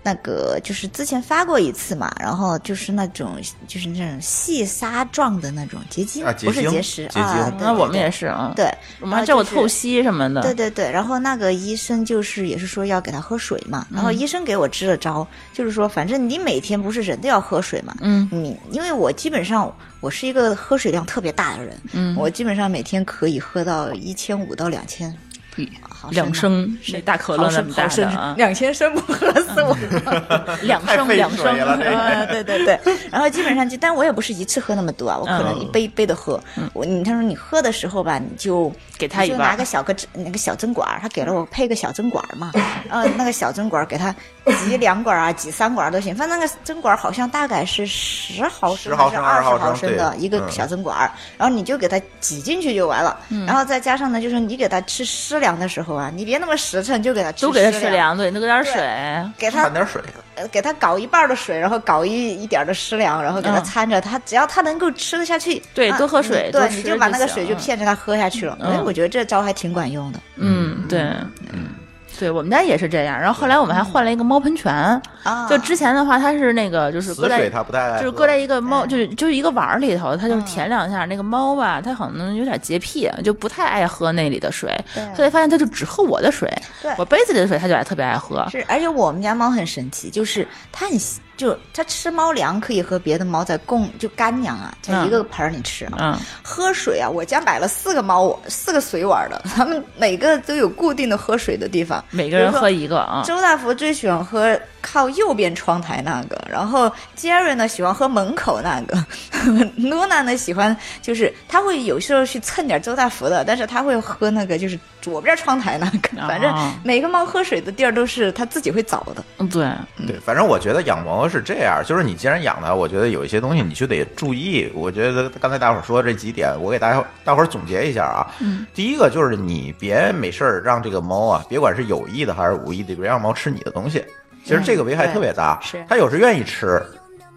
[SPEAKER 2] 那个，就是之前发过一次嘛，然后就是那种就是那种细沙状的那种结晶，
[SPEAKER 1] 啊结
[SPEAKER 2] 不是
[SPEAKER 1] 晶
[SPEAKER 2] 结石
[SPEAKER 1] 结
[SPEAKER 2] 啊
[SPEAKER 1] 晶。
[SPEAKER 2] 对
[SPEAKER 3] 那我们
[SPEAKER 2] 对
[SPEAKER 3] 也是啊，
[SPEAKER 2] 对，
[SPEAKER 3] 我们还
[SPEAKER 2] 然后
[SPEAKER 3] 照过
[SPEAKER 2] 就是
[SPEAKER 3] 透析什么的。
[SPEAKER 2] 对对对，然后那个医生就是也是说要给他喝水嘛，然后
[SPEAKER 3] 嗯
[SPEAKER 2] 医生给我支了招，就是说反正你每天不是人都要喝水嘛，
[SPEAKER 3] 嗯
[SPEAKER 2] 你因为我基本上我是一个喝水量特别大的人，
[SPEAKER 3] 嗯
[SPEAKER 2] 我基本上每天可以喝到一千五到两千啊毫升
[SPEAKER 3] 两
[SPEAKER 2] 吧，
[SPEAKER 3] 升那大可乐那么大的啊，
[SPEAKER 2] 两千升不喝死我了。
[SPEAKER 3] 两
[SPEAKER 1] 太
[SPEAKER 3] 升
[SPEAKER 1] 费
[SPEAKER 3] 两
[SPEAKER 1] 水
[SPEAKER 3] 升 呃
[SPEAKER 1] 了这个
[SPEAKER 2] 啊，对 对对，然后基本上就，但我也不是一次喝那么多啊，
[SPEAKER 3] 嗯
[SPEAKER 2] 我可能一杯一杯的喝。我你他说你喝的时候吧，你就
[SPEAKER 3] 给他
[SPEAKER 2] 你
[SPEAKER 3] 一
[SPEAKER 2] 就
[SPEAKER 3] 半
[SPEAKER 2] 拿个小个那个小针管儿，他给了我配个小针管 儿嘛，呃，那个小针管儿给他挤两管儿啊，挤三管儿都行，反正那个针管儿好像大概是十毫升
[SPEAKER 1] 10毫
[SPEAKER 2] 还是
[SPEAKER 1] 升
[SPEAKER 2] 二十
[SPEAKER 1] 20
[SPEAKER 2] 毫升的
[SPEAKER 1] 对
[SPEAKER 2] 一个
[SPEAKER 1] 嗯
[SPEAKER 2] 小针管儿，然后你就给它挤进去就完了。
[SPEAKER 3] 嗯
[SPEAKER 2] 然后再加上呢，就是你给它吃湿粮的时候啊，你别那么实诚，就给它吃
[SPEAKER 3] 都给它
[SPEAKER 2] 湿
[SPEAKER 3] 吃
[SPEAKER 2] 粮，
[SPEAKER 3] 粮，对，你都给点
[SPEAKER 2] 对
[SPEAKER 3] 水。
[SPEAKER 2] 给它
[SPEAKER 1] 掺点水，
[SPEAKER 2] 呃，给它搞一半儿的水，然后搞一一点儿的湿粮，然后给它
[SPEAKER 3] 嗯
[SPEAKER 2] 掺着，它只要它能够吃得下去，
[SPEAKER 3] 对
[SPEAKER 2] 啊
[SPEAKER 3] 多喝水
[SPEAKER 2] 你
[SPEAKER 3] 多
[SPEAKER 2] 对，
[SPEAKER 3] 吃
[SPEAKER 2] 你就把
[SPEAKER 3] 就
[SPEAKER 2] 那个
[SPEAKER 3] 行
[SPEAKER 2] 水就
[SPEAKER 3] 嗯
[SPEAKER 2] 骗着它喝下去了。哎，我觉得这招还挺管用的。
[SPEAKER 3] 嗯，对，对我们家也是这样。然后后来我们还换了一个猫喷泉，
[SPEAKER 2] 啊
[SPEAKER 3] 就之前的话，它是那个就是搁
[SPEAKER 1] 死水
[SPEAKER 3] 在
[SPEAKER 1] 它不太爱喝，
[SPEAKER 3] 就是搁在一个
[SPEAKER 1] 哎
[SPEAKER 3] 猫就是就是一个碗儿里头，它就
[SPEAKER 2] 嗯
[SPEAKER 3] 舔两下。那个猫吧，它可能有点洁癖，就不太爱喝那里的水，
[SPEAKER 2] 对
[SPEAKER 3] 所以发现它就只喝我的水
[SPEAKER 2] 对，
[SPEAKER 3] 我杯子里的水它就爱特别爱喝。
[SPEAKER 2] 是，而且我们家猫很神奇，就是它很喜就它吃猫粮可以和别的猫在共就干粮啊，在一个盆儿里吃啊。
[SPEAKER 3] 嗯，
[SPEAKER 2] 喝水啊，我家买了四个猫四个水碗儿的，他们每个都有固定的喝水的地方，
[SPEAKER 3] 每个人
[SPEAKER 2] 比如说
[SPEAKER 3] 喝一个啊。
[SPEAKER 2] 周大福最喜欢喝靠右边窗台那个，然后 Jerry 呢喜欢喝门口那个 ，Luna 呢喜欢就是他会有时候去蹭点周大福的，但是他会喝那个就是左边窗台那个，
[SPEAKER 3] 啊
[SPEAKER 2] 反正每个猫喝水的地儿都是他自己会找的。
[SPEAKER 3] 嗯，对，
[SPEAKER 1] 对，反正我觉得养猫是这样，就是你既然养它，我觉得有一些东西你就得注意。我觉得刚才大伙儿说的这几点，我给大家大伙儿总结一下啊。嗯，第一个就是你别没事儿让这个猫啊，别管是有意的还是无意的，别让猫吃你的东西。其
[SPEAKER 3] 嗯
[SPEAKER 1] 实这个危害特别大，
[SPEAKER 2] 是
[SPEAKER 1] 它有时愿意吃，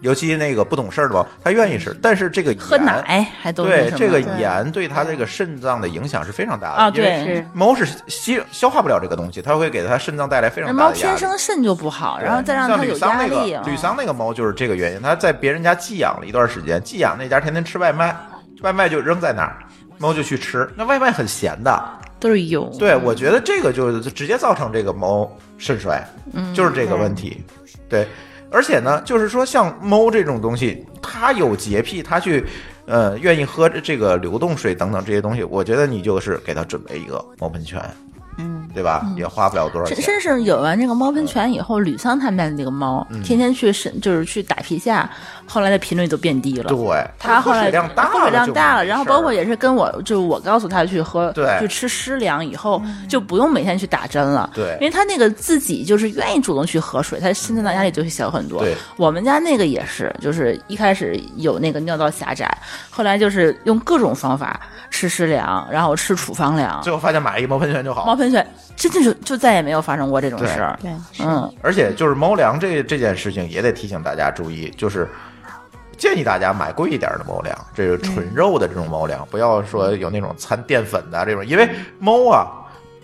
[SPEAKER 1] 尤其那个不懂事儿的猫，它愿意吃，但是这个
[SPEAKER 3] 嗯喝
[SPEAKER 1] 盐
[SPEAKER 3] 奶还都
[SPEAKER 1] 对
[SPEAKER 3] 那什
[SPEAKER 1] 这个
[SPEAKER 3] 么
[SPEAKER 1] 盐对它这个肾脏的影响是非常大的
[SPEAKER 3] 啊，
[SPEAKER 1] 因为
[SPEAKER 3] 对，
[SPEAKER 1] 猫是吸消化不了这个东西，它会给它肾脏带来非
[SPEAKER 3] 那
[SPEAKER 1] 常大
[SPEAKER 3] 猫
[SPEAKER 1] 的压
[SPEAKER 3] 天
[SPEAKER 1] 力。
[SPEAKER 3] 生肾就不好，
[SPEAKER 1] 对
[SPEAKER 3] 然后再让
[SPEAKER 1] 像
[SPEAKER 3] 它有
[SPEAKER 1] 吕桑
[SPEAKER 3] 压
[SPEAKER 1] 那
[SPEAKER 3] 力
[SPEAKER 1] 个
[SPEAKER 3] 啊。
[SPEAKER 1] 吕桑那个猫就是这个原因，它在别人家寄养了一段时间，寄养那家天天吃外卖，外卖就扔在那儿。猫就去吃，那外卖很咸的，
[SPEAKER 3] 都是油，
[SPEAKER 1] 对我觉得这个就就直接造成这个猫肾衰，
[SPEAKER 3] 嗯
[SPEAKER 1] 就是这个问题，对，而且呢，就是说像猫这种东西，它有洁癖，它去呃愿意喝这个流动水等等这些东西，我觉得你就是给它准备一个猫喷泉，
[SPEAKER 2] 嗯，
[SPEAKER 1] 对吧？也花不了多少
[SPEAKER 3] 甚
[SPEAKER 1] 钱。
[SPEAKER 3] 甚至有完这个猫跟犬以后，吕桑他们家的那个猫，
[SPEAKER 1] 嗯
[SPEAKER 3] 天天去是就是去打皮下，后来的频率都变低了。
[SPEAKER 1] 对，
[SPEAKER 3] 它后
[SPEAKER 1] 喝
[SPEAKER 3] 来
[SPEAKER 1] 水量大了就没事儿，
[SPEAKER 3] 喝水量大了，然后包括也是跟我，就是我告诉他去喝，
[SPEAKER 1] 对
[SPEAKER 3] 去吃湿粮以后就不用每天去打针了，
[SPEAKER 1] 对
[SPEAKER 3] 因为他那个自己就是愿意主动去喝水，他心脏压力就会小很多。
[SPEAKER 1] 对，
[SPEAKER 3] 我们家那个也是，就是一开始有那个尿道狭窄，后来就是用各种方法吃湿粮，然后吃处方粮，
[SPEAKER 1] 最后发现买一猫喷泉就好
[SPEAKER 3] 猫。喷泉真的就就再也没有发生过这种事儿。
[SPEAKER 2] 对，
[SPEAKER 3] 嗯，
[SPEAKER 1] 而且就是猫粮这这件事情也得提醒大家注意，就是建议大家买贵一点的猫粮，这个
[SPEAKER 3] 嗯
[SPEAKER 1] 纯肉的这种猫粮，不要说有那种掺淀粉的这种，因为猫啊。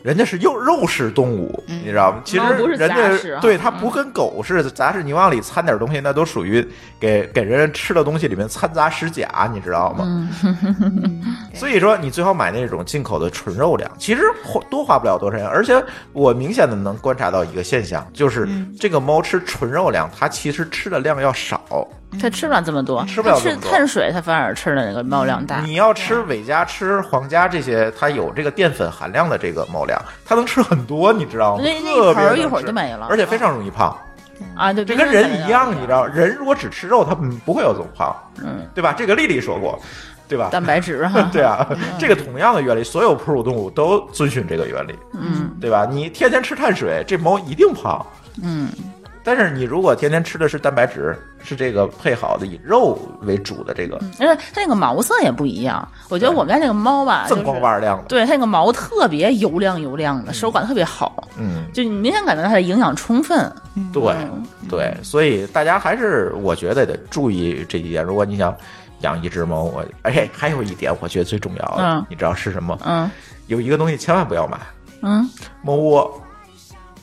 [SPEAKER 1] 人家是肉肉食动物，你知道吗？其实
[SPEAKER 3] 嗯猫不是
[SPEAKER 1] 人
[SPEAKER 3] 杂食
[SPEAKER 1] 家
[SPEAKER 3] 啊
[SPEAKER 1] 对它不跟狗似的杂食，你往里掺点东西，那都属于给给人吃的东西里面掺杂食甲，你知道吗？所以说，你最好买那种进口的纯肉粮，其实花多花不了多少钱。而且我明显的能观察到一个现象，就是
[SPEAKER 3] 嗯
[SPEAKER 1] 这个猫吃纯肉粮，它其实吃的量要少。
[SPEAKER 3] 它吃不了这么多，
[SPEAKER 1] 吃不了
[SPEAKER 3] 它
[SPEAKER 1] 这
[SPEAKER 3] 吃
[SPEAKER 1] 么多
[SPEAKER 3] 碳水，它反而吃的那个猫粮大。
[SPEAKER 1] 你要吃伟家、吃皇家这些，它有这个淀粉含量的这个猫粮，它能吃很多，你知道吗？
[SPEAKER 3] 那
[SPEAKER 1] 特别
[SPEAKER 3] 那一盆儿
[SPEAKER 1] 能
[SPEAKER 3] 一会儿
[SPEAKER 1] 吃
[SPEAKER 3] 就没了
[SPEAKER 1] 而且非常容易胖。
[SPEAKER 3] 啊，对，
[SPEAKER 1] 这
[SPEAKER 3] 冰
[SPEAKER 1] 跟
[SPEAKER 3] 箱材
[SPEAKER 1] 人
[SPEAKER 3] 料
[SPEAKER 1] 一样，你知道，人如果只吃肉，他嗯不会有这么胖，
[SPEAKER 3] 嗯，
[SPEAKER 1] 对吧？这个丽丽说过，对吧？
[SPEAKER 3] 蛋白质 哈，
[SPEAKER 1] 对啊，这个同样的原理，所有哺乳动物都遵循这个原理，
[SPEAKER 3] 嗯
[SPEAKER 1] 对吧？你天天吃碳水，这猫一定胖。
[SPEAKER 3] 嗯，
[SPEAKER 1] 但是你如果天天吃的是蛋白质，是这个配好的以肉为主的这个
[SPEAKER 3] 而且它那个毛色也不一样。我觉得
[SPEAKER 1] 对
[SPEAKER 3] 我们家那个猫吧，就
[SPEAKER 1] 锃光
[SPEAKER 3] 是
[SPEAKER 1] 瓦亮的，
[SPEAKER 3] 对它那个毛特别油亮油亮的，手感特别好，
[SPEAKER 1] 嗯，
[SPEAKER 3] 就你明显感觉到它的营养充分。
[SPEAKER 1] 对
[SPEAKER 3] 嗯
[SPEAKER 1] 对，所以大家还是我觉得得注意这一点。如果你想养一只猫，我而且还有一点，我觉得最重要的，
[SPEAKER 3] 嗯
[SPEAKER 1] 你知道是什么？
[SPEAKER 3] 嗯
[SPEAKER 1] 有一个东西千万不要买，
[SPEAKER 3] 嗯，
[SPEAKER 1] 猫窝。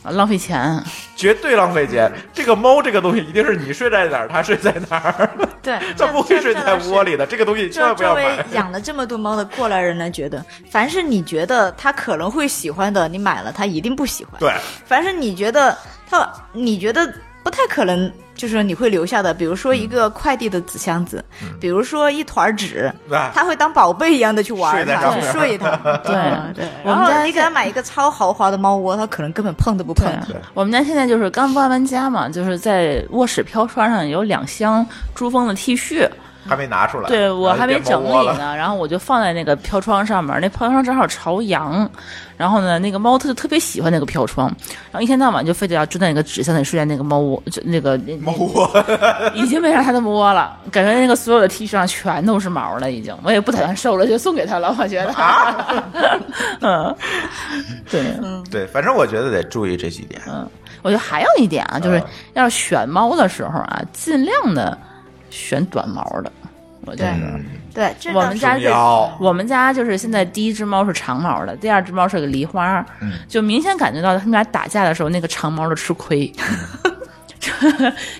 [SPEAKER 3] 啊浪费钱。
[SPEAKER 1] 绝对浪费钱。这个猫这个东西一定是你睡在哪儿，它睡在哪儿，
[SPEAKER 2] 对，
[SPEAKER 1] 它不会睡在窝里的。这个东 西千
[SPEAKER 2] 这
[SPEAKER 1] 万不
[SPEAKER 2] 作
[SPEAKER 1] 要
[SPEAKER 2] 为
[SPEAKER 1] 买。
[SPEAKER 2] 养了这么多猫的过来人来觉得，凡是你觉得他可能会喜欢的，你买了他一定不喜欢；
[SPEAKER 1] 对，
[SPEAKER 2] 凡是你觉得他你觉得不太可能，就是你会留下的，比如说一个快递的纸箱子，
[SPEAKER 1] 嗯
[SPEAKER 2] 比如说一团纸，
[SPEAKER 1] 哎
[SPEAKER 2] 他会当宝贝一样的去玩
[SPEAKER 1] 睡在
[SPEAKER 2] 它，
[SPEAKER 1] 上面
[SPEAKER 2] 去 睡它。
[SPEAKER 3] 对
[SPEAKER 2] 对，
[SPEAKER 3] 我
[SPEAKER 2] 然
[SPEAKER 3] 们
[SPEAKER 2] 后
[SPEAKER 3] 家
[SPEAKER 2] 你给他买一个超豪华的猫窝，他可能根本碰都不碰。
[SPEAKER 3] 对，啊我们家现在就是刚搬完家嘛，就是在卧室飘窗上有两箱珠峰的 T 恤，
[SPEAKER 1] 还没拿出来。
[SPEAKER 3] 对我
[SPEAKER 1] 然后
[SPEAKER 3] 还没
[SPEAKER 1] 变
[SPEAKER 3] 整
[SPEAKER 1] 猫窝
[SPEAKER 3] 理
[SPEAKER 1] 了。
[SPEAKER 3] 呢，然后我就放在那个飘窗上面，那飘窗正好朝阳，然后呢，那个猫它就特别喜欢那个飘窗，然后一天到晚就非得要钻在那个纸箱里睡在那个猫窝，就那个
[SPEAKER 1] 猫窝，
[SPEAKER 3] 已经没啥它的窝了，感觉那个所有的 T 恤上全都是毛了，已经，我也不打算收了，就送给他了，我觉得， 嗯，对，
[SPEAKER 1] 对，反正我觉得得注意这几点。
[SPEAKER 3] 嗯我觉得还有一点啊，就是要选猫的时候啊，尽量的选短毛的，我觉得。
[SPEAKER 1] 嗯，
[SPEAKER 2] 对，这
[SPEAKER 3] 我们家
[SPEAKER 1] 重
[SPEAKER 3] 是
[SPEAKER 1] 要，
[SPEAKER 3] 我们家就是现在第一只猫是长毛的，第二只猫是个狸花，就明显感觉到他们俩打架的时候，那个长毛的吃亏。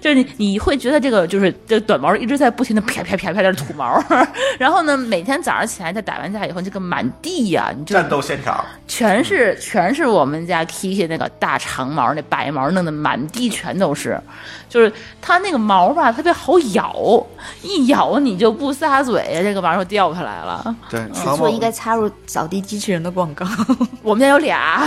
[SPEAKER 3] 就是你，你会觉得这个就是这个短毛一直在不停的啪啪啪啪在吐毛， 然后呢，每天早上起来在打完架以后，这个满地呀、你就
[SPEAKER 1] 战斗现场，
[SPEAKER 3] 全是全是我们家 Kiki 那个大长毛那白毛，弄得满地全都是，就是它那个毛吧特别好咬，一咬你就不撒嘴，这个玩意儿就掉下来了。
[SPEAKER 5] 对，
[SPEAKER 2] 此
[SPEAKER 5] 长毛
[SPEAKER 2] 处应该插入扫地机器人的广告。
[SPEAKER 3] 我们家有 俩，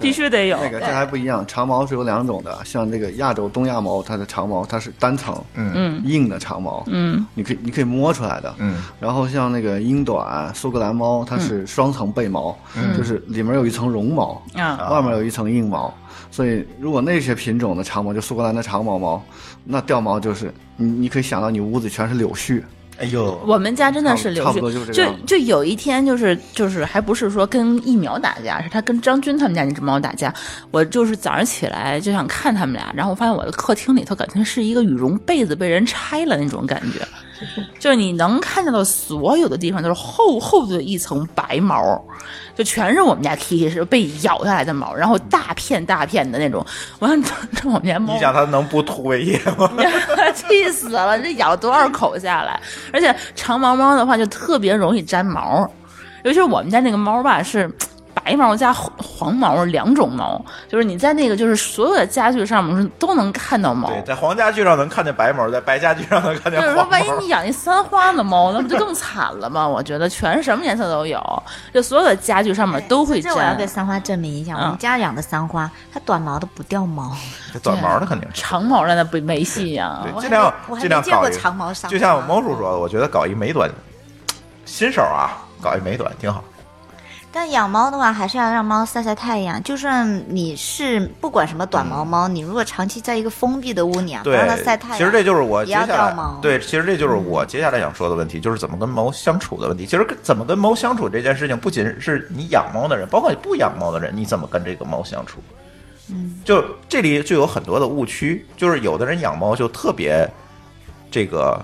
[SPEAKER 3] 必须得有。
[SPEAKER 5] 那个这还不一样，长毛是有两种的，像这个亚洲东亚毛，它的长毛它是单层，
[SPEAKER 3] 嗯
[SPEAKER 5] 硬的长毛，
[SPEAKER 3] 嗯
[SPEAKER 5] 你可以你可以摸出来的。
[SPEAKER 1] 嗯，
[SPEAKER 5] 然后像那个英短、苏格兰猫，它
[SPEAKER 3] 嗯
[SPEAKER 5] 是双层背毛，就是里面有一层绒毛，
[SPEAKER 3] 啊，
[SPEAKER 5] 外面有一层硬毛。所以如果那些品种的长毛，就苏格兰的长毛猫，那掉毛就是你你可以想到你屋子全是柳絮，
[SPEAKER 1] 哎呦，
[SPEAKER 3] 我们家真的是流
[SPEAKER 5] 差
[SPEAKER 3] 血
[SPEAKER 5] 不多就是
[SPEAKER 3] 就
[SPEAKER 5] 这个样子
[SPEAKER 3] 就有一天就是就是还不是说跟疫苗打架，是他跟张军他们家那只猫打架。我就是早上起来就想看他们俩，然后我发现我的客厅里头感觉是一个羽绒被子被人拆了那种感 觉，就是你能看见的所有的地方都是厚厚的一层白毛，就全是我们家 Kiki 是被咬下来的毛，然后大片大片的那种。我想 这我们家猫
[SPEAKER 1] 你想它能不吐胃液吗？
[SPEAKER 3] 嗯 气死了！这咬了多少口下来？而且长毛猫的话就特别容易粘毛，尤其是我们家那个猫吧，是把白毛加黄黄毛两种毛，就是你在那个就是所有的家具上面是都能看到毛。
[SPEAKER 1] 对，在黄家具上能看见白毛，在白家具上能看见
[SPEAKER 3] 就是说，
[SPEAKER 1] 黄毛
[SPEAKER 3] 万一。你养一三花的猫，那不就更惨了吗？我觉得全是什么颜色都有，就所有的家具上面都会
[SPEAKER 8] 哎这我要
[SPEAKER 3] 粘
[SPEAKER 8] 给。三花证明一下，我
[SPEAKER 3] 嗯
[SPEAKER 8] 们家养的三花，它短毛的不掉毛，
[SPEAKER 1] 这短毛的肯定是。
[SPEAKER 3] 长毛的那不没戏啊呀、
[SPEAKER 1] 对，
[SPEAKER 8] 我还
[SPEAKER 1] 尽量
[SPEAKER 8] 没我还
[SPEAKER 1] 尽
[SPEAKER 8] 没
[SPEAKER 1] 量
[SPEAKER 8] 见
[SPEAKER 1] 搞
[SPEAKER 8] 过
[SPEAKER 1] 一个。
[SPEAKER 8] 长毛三花。
[SPEAKER 1] 就像
[SPEAKER 3] 啊
[SPEAKER 1] 我猫叔说的，我觉得搞一美短，新手啊，搞一美短挺好。
[SPEAKER 8] 但养猫的话，还是要让猫晒晒太阳。就算你是不管什么短毛猫，你如果长期在一个封闭的屋里啊，不
[SPEAKER 1] 嗯对
[SPEAKER 8] 让它晒太，阳，
[SPEAKER 1] 其实这就是我接
[SPEAKER 8] 也要
[SPEAKER 1] 下来
[SPEAKER 8] 掉毛嗯
[SPEAKER 1] 对，其实这就是我接下来想说的问题，就是怎么跟猫相处的问题。其实跟怎么跟猫相处这件事情，不仅是你养猫的人，包括你不养猫的人，你怎么跟这个猫相处？嗯，就这里就有很多的误区，就是有的人养猫就特别这个，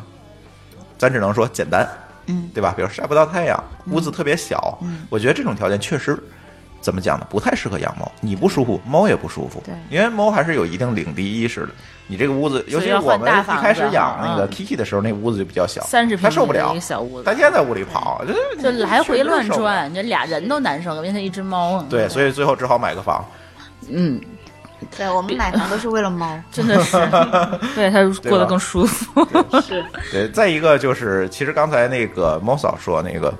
[SPEAKER 1] 咱只能说简单，
[SPEAKER 8] 嗯，
[SPEAKER 1] 对吧？比如晒不到太阳，
[SPEAKER 3] 嗯
[SPEAKER 1] 屋子特别小，我觉得这种条件确实怎么讲呢？不太适合养猫，你不舒服，猫也不舒服。
[SPEAKER 8] 对
[SPEAKER 1] 因为猫还是有一定领地意识的。你这个屋子，尤
[SPEAKER 3] 所以
[SPEAKER 1] 其是
[SPEAKER 3] 要
[SPEAKER 1] 我
[SPEAKER 3] 换
[SPEAKER 1] 们
[SPEAKER 3] 大房
[SPEAKER 1] 一开始
[SPEAKER 3] 子
[SPEAKER 1] 养那个
[SPEAKER 3] 嗯
[SPEAKER 1] Kiki 的时候，那屋子就比较小，
[SPEAKER 3] 三十平
[SPEAKER 1] 它
[SPEAKER 3] 米
[SPEAKER 1] 受不了
[SPEAKER 3] 一个，小屋子
[SPEAKER 1] 它，天天在屋里跑，就
[SPEAKER 3] 就来回乱。
[SPEAKER 1] 确实受不了
[SPEAKER 3] 转，这俩人都难受，变成一只猫啊。
[SPEAKER 1] 对，所以最后只好买个房。
[SPEAKER 3] 嗯，
[SPEAKER 8] 对我们买房都是为了 猫。
[SPEAKER 3] 真的是，对它过得更舒服。
[SPEAKER 6] 是
[SPEAKER 1] 对，呃再一个就是，其实刚才那个猫嫂说那个。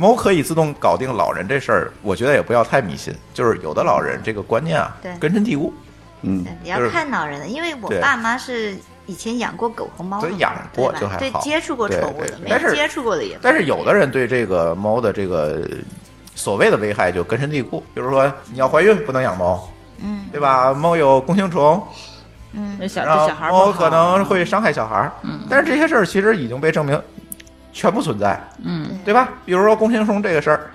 [SPEAKER 1] 猫可以自动搞定老人这事儿，我觉得也不要太迷信。就是有的老人这个观念啊
[SPEAKER 8] 对，
[SPEAKER 1] 根深蒂固。
[SPEAKER 5] 嗯，
[SPEAKER 8] 对你
[SPEAKER 1] 就
[SPEAKER 8] 要
[SPEAKER 1] 是
[SPEAKER 8] 看老人的，因为我
[SPEAKER 1] 对
[SPEAKER 8] 爸妈是以前养过狗和猫的
[SPEAKER 1] 所以
[SPEAKER 8] 嘛，
[SPEAKER 1] 养
[SPEAKER 8] 对
[SPEAKER 1] 过
[SPEAKER 8] 吧
[SPEAKER 1] 就还
[SPEAKER 8] 对
[SPEAKER 1] 好
[SPEAKER 8] 接触过
[SPEAKER 1] 对
[SPEAKER 8] 宠物
[SPEAKER 1] 对
[SPEAKER 8] 的，
[SPEAKER 1] 对
[SPEAKER 8] 没
[SPEAKER 1] 但是
[SPEAKER 8] 接触过的也不。
[SPEAKER 1] 但是有的人对这个猫的这个所谓的危害就根深蒂固，比如说你要怀孕不能养猫，嗯，对吧？猫有弓形虫，
[SPEAKER 3] 那小
[SPEAKER 1] 然
[SPEAKER 3] 这
[SPEAKER 1] 后
[SPEAKER 3] 小孩儿
[SPEAKER 1] 猫
[SPEAKER 3] 不好
[SPEAKER 1] 可能会伤害小孩儿，嗯，但是这些事儿其实已经被证明全不存在，
[SPEAKER 3] 嗯，
[SPEAKER 1] 对吧？比如说弓形虫这个事儿，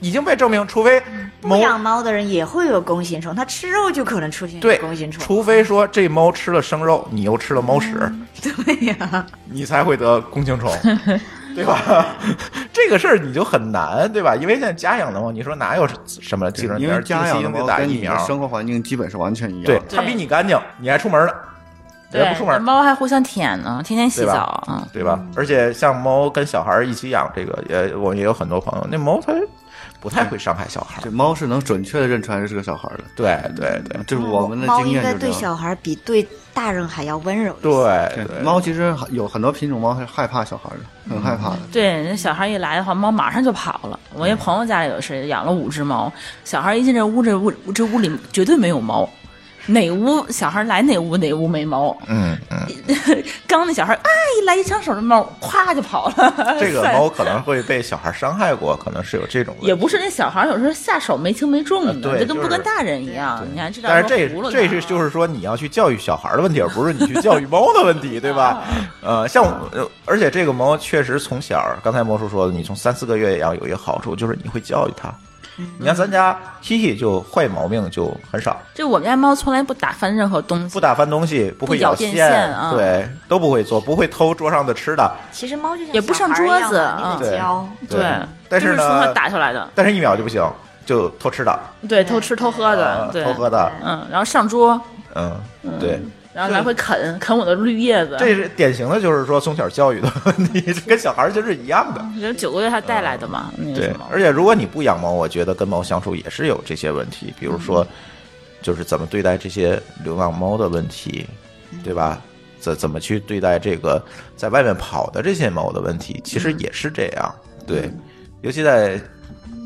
[SPEAKER 1] 已经被证明，除非
[SPEAKER 8] 不
[SPEAKER 1] 猫
[SPEAKER 8] 养猫的人也会有弓形虫，它吃肉就可能出现
[SPEAKER 1] 对
[SPEAKER 8] 弓形，虫。
[SPEAKER 1] 除非说这猫吃了生肉，你又吃了猫屎，
[SPEAKER 8] 对呀、
[SPEAKER 1] 你才会得弓形虫，对吧？ 这个事儿你就很难，对吧？因为现在家养的猫，你说哪有什么技能？
[SPEAKER 5] 因为家养的
[SPEAKER 1] 得
[SPEAKER 5] 猫
[SPEAKER 1] 打
[SPEAKER 5] 跟
[SPEAKER 1] 疫
[SPEAKER 5] 你
[SPEAKER 1] 苗
[SPEAKER 5] 的，生活环境基本是完全一样
[SPEAKER 1] 对
[SPEAKER 5] 的。
[SPEAKER 1] 它比你干净，你还出门呢，你还
[SPEAKER 3] 对
[SPEAKER 1] 不出，门，
[SPEAKER 3] 猫还互相舔呢，天天洗
[SPEAKER 1] 对吧
[SPEAKER 3] 澡啊。
[SPEAKER 1] 对吧？而且像猫跟小孩儿一起养，这个也我也有很多朋友，那猫它不太会伤害小孩儿
[SPEAKER 5] 这。猫是能准确的认出来这是个小孩儿的，啊
[SPEAKER 1] 对对对
[SPEAKER 5] 这是我们
[SPEAKER 8] 嗯
[SPEAKER 5] 的
[SPEAKER 8] 猫
[SPEAKER 5] 经
[SPEAKER 8] 应
[SPEAKER 5] 验
[SPEAKER 8] 该
[SPEAKER 5] 就
[SPEAKER 8] 对
[SPEAKER 5] 是这样。
[SPEAKER 8] 小孩比对大人还要温柔。
[SPEAKER 1] 对对，
[SPEAKER 5] 猫其实有很多品种猫是害怕小孩儿的，很害怕的。
[SPEAKER 3] 对，那小孩一来的话，猫马上就跑了。我一
[SPEAKER 1] 嗯
[SPEAKER 3] 朋友家里有谁养了五只猫，小孩一进这屋，这屋这屋里绝对没有猫。哪屋小孩来哪屋哪屋没猫，
[SPEAKER 1] 嗯嗯，
[SPEAKER 3] 刚那小孩啊一来一抢手的猫，咵就跑了。
[SPEAKER 1] 这个猫可能会被小孩儿伤害过，可能是有这种问题
[SPEAKER 3] 也不是那小孩有时候下手没轻没重的，
[SPEAKER 1] 呃对
[SPEAKER 3] 这跟
[SPEAKER 1] 就
[SPEAKER 3] 不
[SPEAKER 1] 是
[SPEAKER 3] 跟大人一样。你看这
[SPEAKER 1] 但是
[SPEAKER 3] 这
[SPEAKER 1] 这这是就是说你要去教育小孩儿的问题，而不是你去教育猫的问 题，对吧？呃，像我，呃而且这个猫确实从小儿，刚才魔术说的，你从三四个月养有一个好处，就是你会教育它。
[SPEAKER 3] 嗯
[SPEAKER 1] 你看咱家西西就坏毛病就很少，
[SPEAKER 3] 就我们家猫从来不打翻任何东西
[SPEAKER 1] 不，打翻东西，不会
[SPEAKER 3] 不咬
[SPEAKER 1] 咬
[SPEAKER 3] 电
[SPEAKER 1] 线
[SPEAKER 3] 线啊
[SPEAKER 1] 对，都不会做，不会偷桌上的吃的，
[SPEAKER 8] 其实猫就像
[SPEAKER 3] 也不上
[SPEAKER 8] 小孩儿一样啊
[SPEAKER 3] 桌子
[SPEAKER 8] 嘛你
[SPEAKER 1] 嗯
[SPEAKER 8] 得 教。
[SPEAKER 1] 对但
[SPEAKER 3] 就是是
[SPEAKER 1] 呢
[SPEAKER 3] 从小打下来的，
[SPEAKER 1] 但是一秒就不行，就偷吃的，
[SPEAKER 3] 对，偷吃偷喝的
[SPEAKER 1] 呃，
[SPEAKER 3] 对，
[SPEAKER 1] 偷喝的，
[SPEAKER 3] 嗯，然后上桌，
[SPEAKER 1] 嗯，对。
[SPEAKER 3] 然后来回啃啃我的绿叶子，
[SPEAKER 1] 这是典型的，就是说从小教育的问题， 这跟小孩儿其实是一样的。
[SPEAKER 3] 这九个月他带来的嘛，那个
[SPEAKER 1] 啊对
[SPEAKER 3] 什，么
[SPEAKER 1] 而且如果你不养猫，我觉得跟猫相处也是有这些问题，比如
[SPEAKER 3] 嗯
[SPEAKER 1] 说，就是怎么对待这些流浪猫的问题，
[SPEAKER 3] 嗯
[SPEAKER 1] 对吧？怎怎么去对待这个在外面跑的这些猫的问题，其实
[SPEAKER 3] 嗯
[SPEAKER 1] 也是这样。对，尤其在，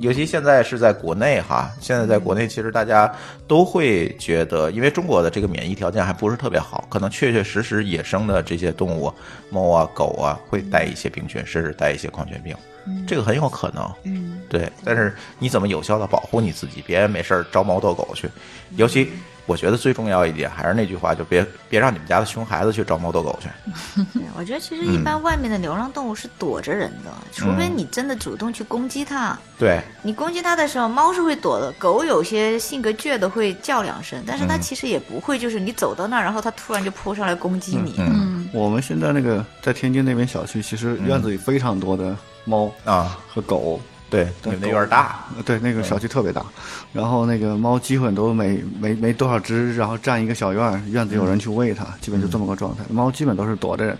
[SPEAKER 1] 尤其现在是在国内哈，现在在国内其实大家都会觉得，因为中国的这个免疫条件还不是特别好，可能确确实实野生的这些动物，猫啊、狗啊，会带一些病菌，甚至带一些狂犬病。这个很有可能。嗯，对。但是你怎么有效的保护你自己？别没事儿招猫逗狗去。
[SPEAKER 3] 嗯
[SPEAKER 1] 尤其我觉得最重要一点还是那句话，就别别让你们家的熊孩子去招猫逗狗去。
[SPEAKER 3] 嗯
[SPEAKER 8] 对，我觉得其实一
[SPEAKER 5] 嗯
[SPEAKER 8] 般外面的流浪动物是躲着人的，除非你真的主动去攻击它。
[SPEAKER 1] 对，
[SPEAKER 8] 你攻击它的时候，猫是会躲的，狗有些性格倔的会叫两声，但是它
[SPEAKER 1] 嗯
[SPEAKER 8] 其实也不会，就是你走到那儿，然后它突然就扑上来攻击你。
[SPEAKER 1] 嗯
[SPEAKER 5] 我们现在那个在天津那边小区，其实院子里非常多的猫
[SPEAKER 1] 啊，
[SPEAKER 5] 和狗，
[SPEAKER 1] 对，你
[SPEAKER 5] 对
[SPEAKER 1] 们那院儿大，
[SPEAKER 5] 呃对，那个小区特别大，然后那个猫基本都没没没多少只，然后占一个小院儿，院子有
[SPEAKER 1] 嗯
[SPEAKER 5] 人去喂它，基本就这么个状态。猫基本都是躲着人，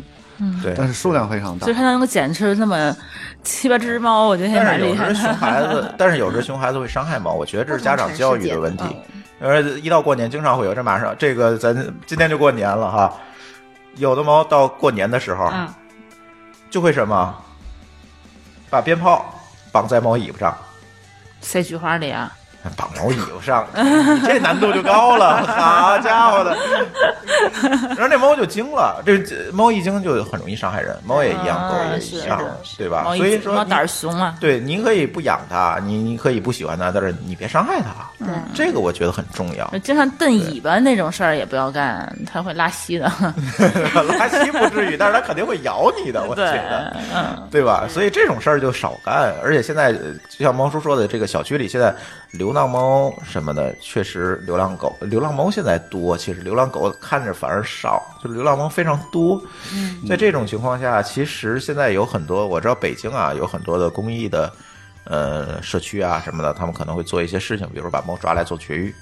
[SPEAKER 1] 对。
[SPEAKER 5] 嗯但是数量非常大
[SPEAKER 3] 所以。它能够减吃那么七八只猫，我觉得也
[SPEAKER 1] 但
[SPEAKER 3] 蛮
[SPEAKER 1] 是有
[SPEAKER 3] 厉害
[SPEAKER 1] 时熊
[SPEAKER 3] 的。
[SPEAKER 1] 孩 子，但是有时熊孩子会伤害猫，我觉得这是家长教育的问题。呃，一到过年经常会有，这马上这个咱今天就过年了哈，有的猫到过年的时候，
[SPEAKER 2] 嗯
[SPEAKER 1] 就会什么，把鞭炮绑在猫尾巴上。
[SPEAKER 3] 塞菊花里啊，
[SPEAKER 1] 绑毛尾巴上， 你这难度就高了， 好家伙的！然后那猫就惊了，这这猫一惊就很容易伤害人，猫也一样，
[SPEAKER 3] 啊
[SPEAKER 1] 狗也
[SPEAKER 3] 是
[SPEAKER 1] 一样
[SPEAKER 8] 的，
[SPEAKER 1] 对吧？
[SPEAKER 3] 猫
[SPEAKER 1] 啊
[SPEAKER 3] 一
[SPEAKER 1] 所以
[SPEAKER 3] 猫
[SPEAKER 1] 说你，
[SPEAKER 3] 胆儿熊啊，
[SPEAKER 1] 对，你可以不养它，你你可以不喜欢它，但是你别伤害它，
[SPEAKER 8] 对，
[SPEAKER 1] 这个我觉得很重 要。
[SPEAKER 3] 经常蹬尾巴那种事儿也不要干，它会拉 稀的。
[SPEAKER 1] 拉稀不至于，但是它肯定会咬你的，我觉
[SPEAKER 3] 对嗯
[SPEAKER 1] 得。，对吧？所以这种事儿就少干。而且现在，呃就像猫叔说的，这个小区里现在流浪猫什么的，确实流浪狗、流浪猫现在多，其实流浪狗看着反而少，就流浪猫非常多。嗯，在这种情况下，其实现在有很多，我知道北京啊有很多的公益的呃社区啊什么的，他们可能会做一些事情，比如说把猫抓来做绝育。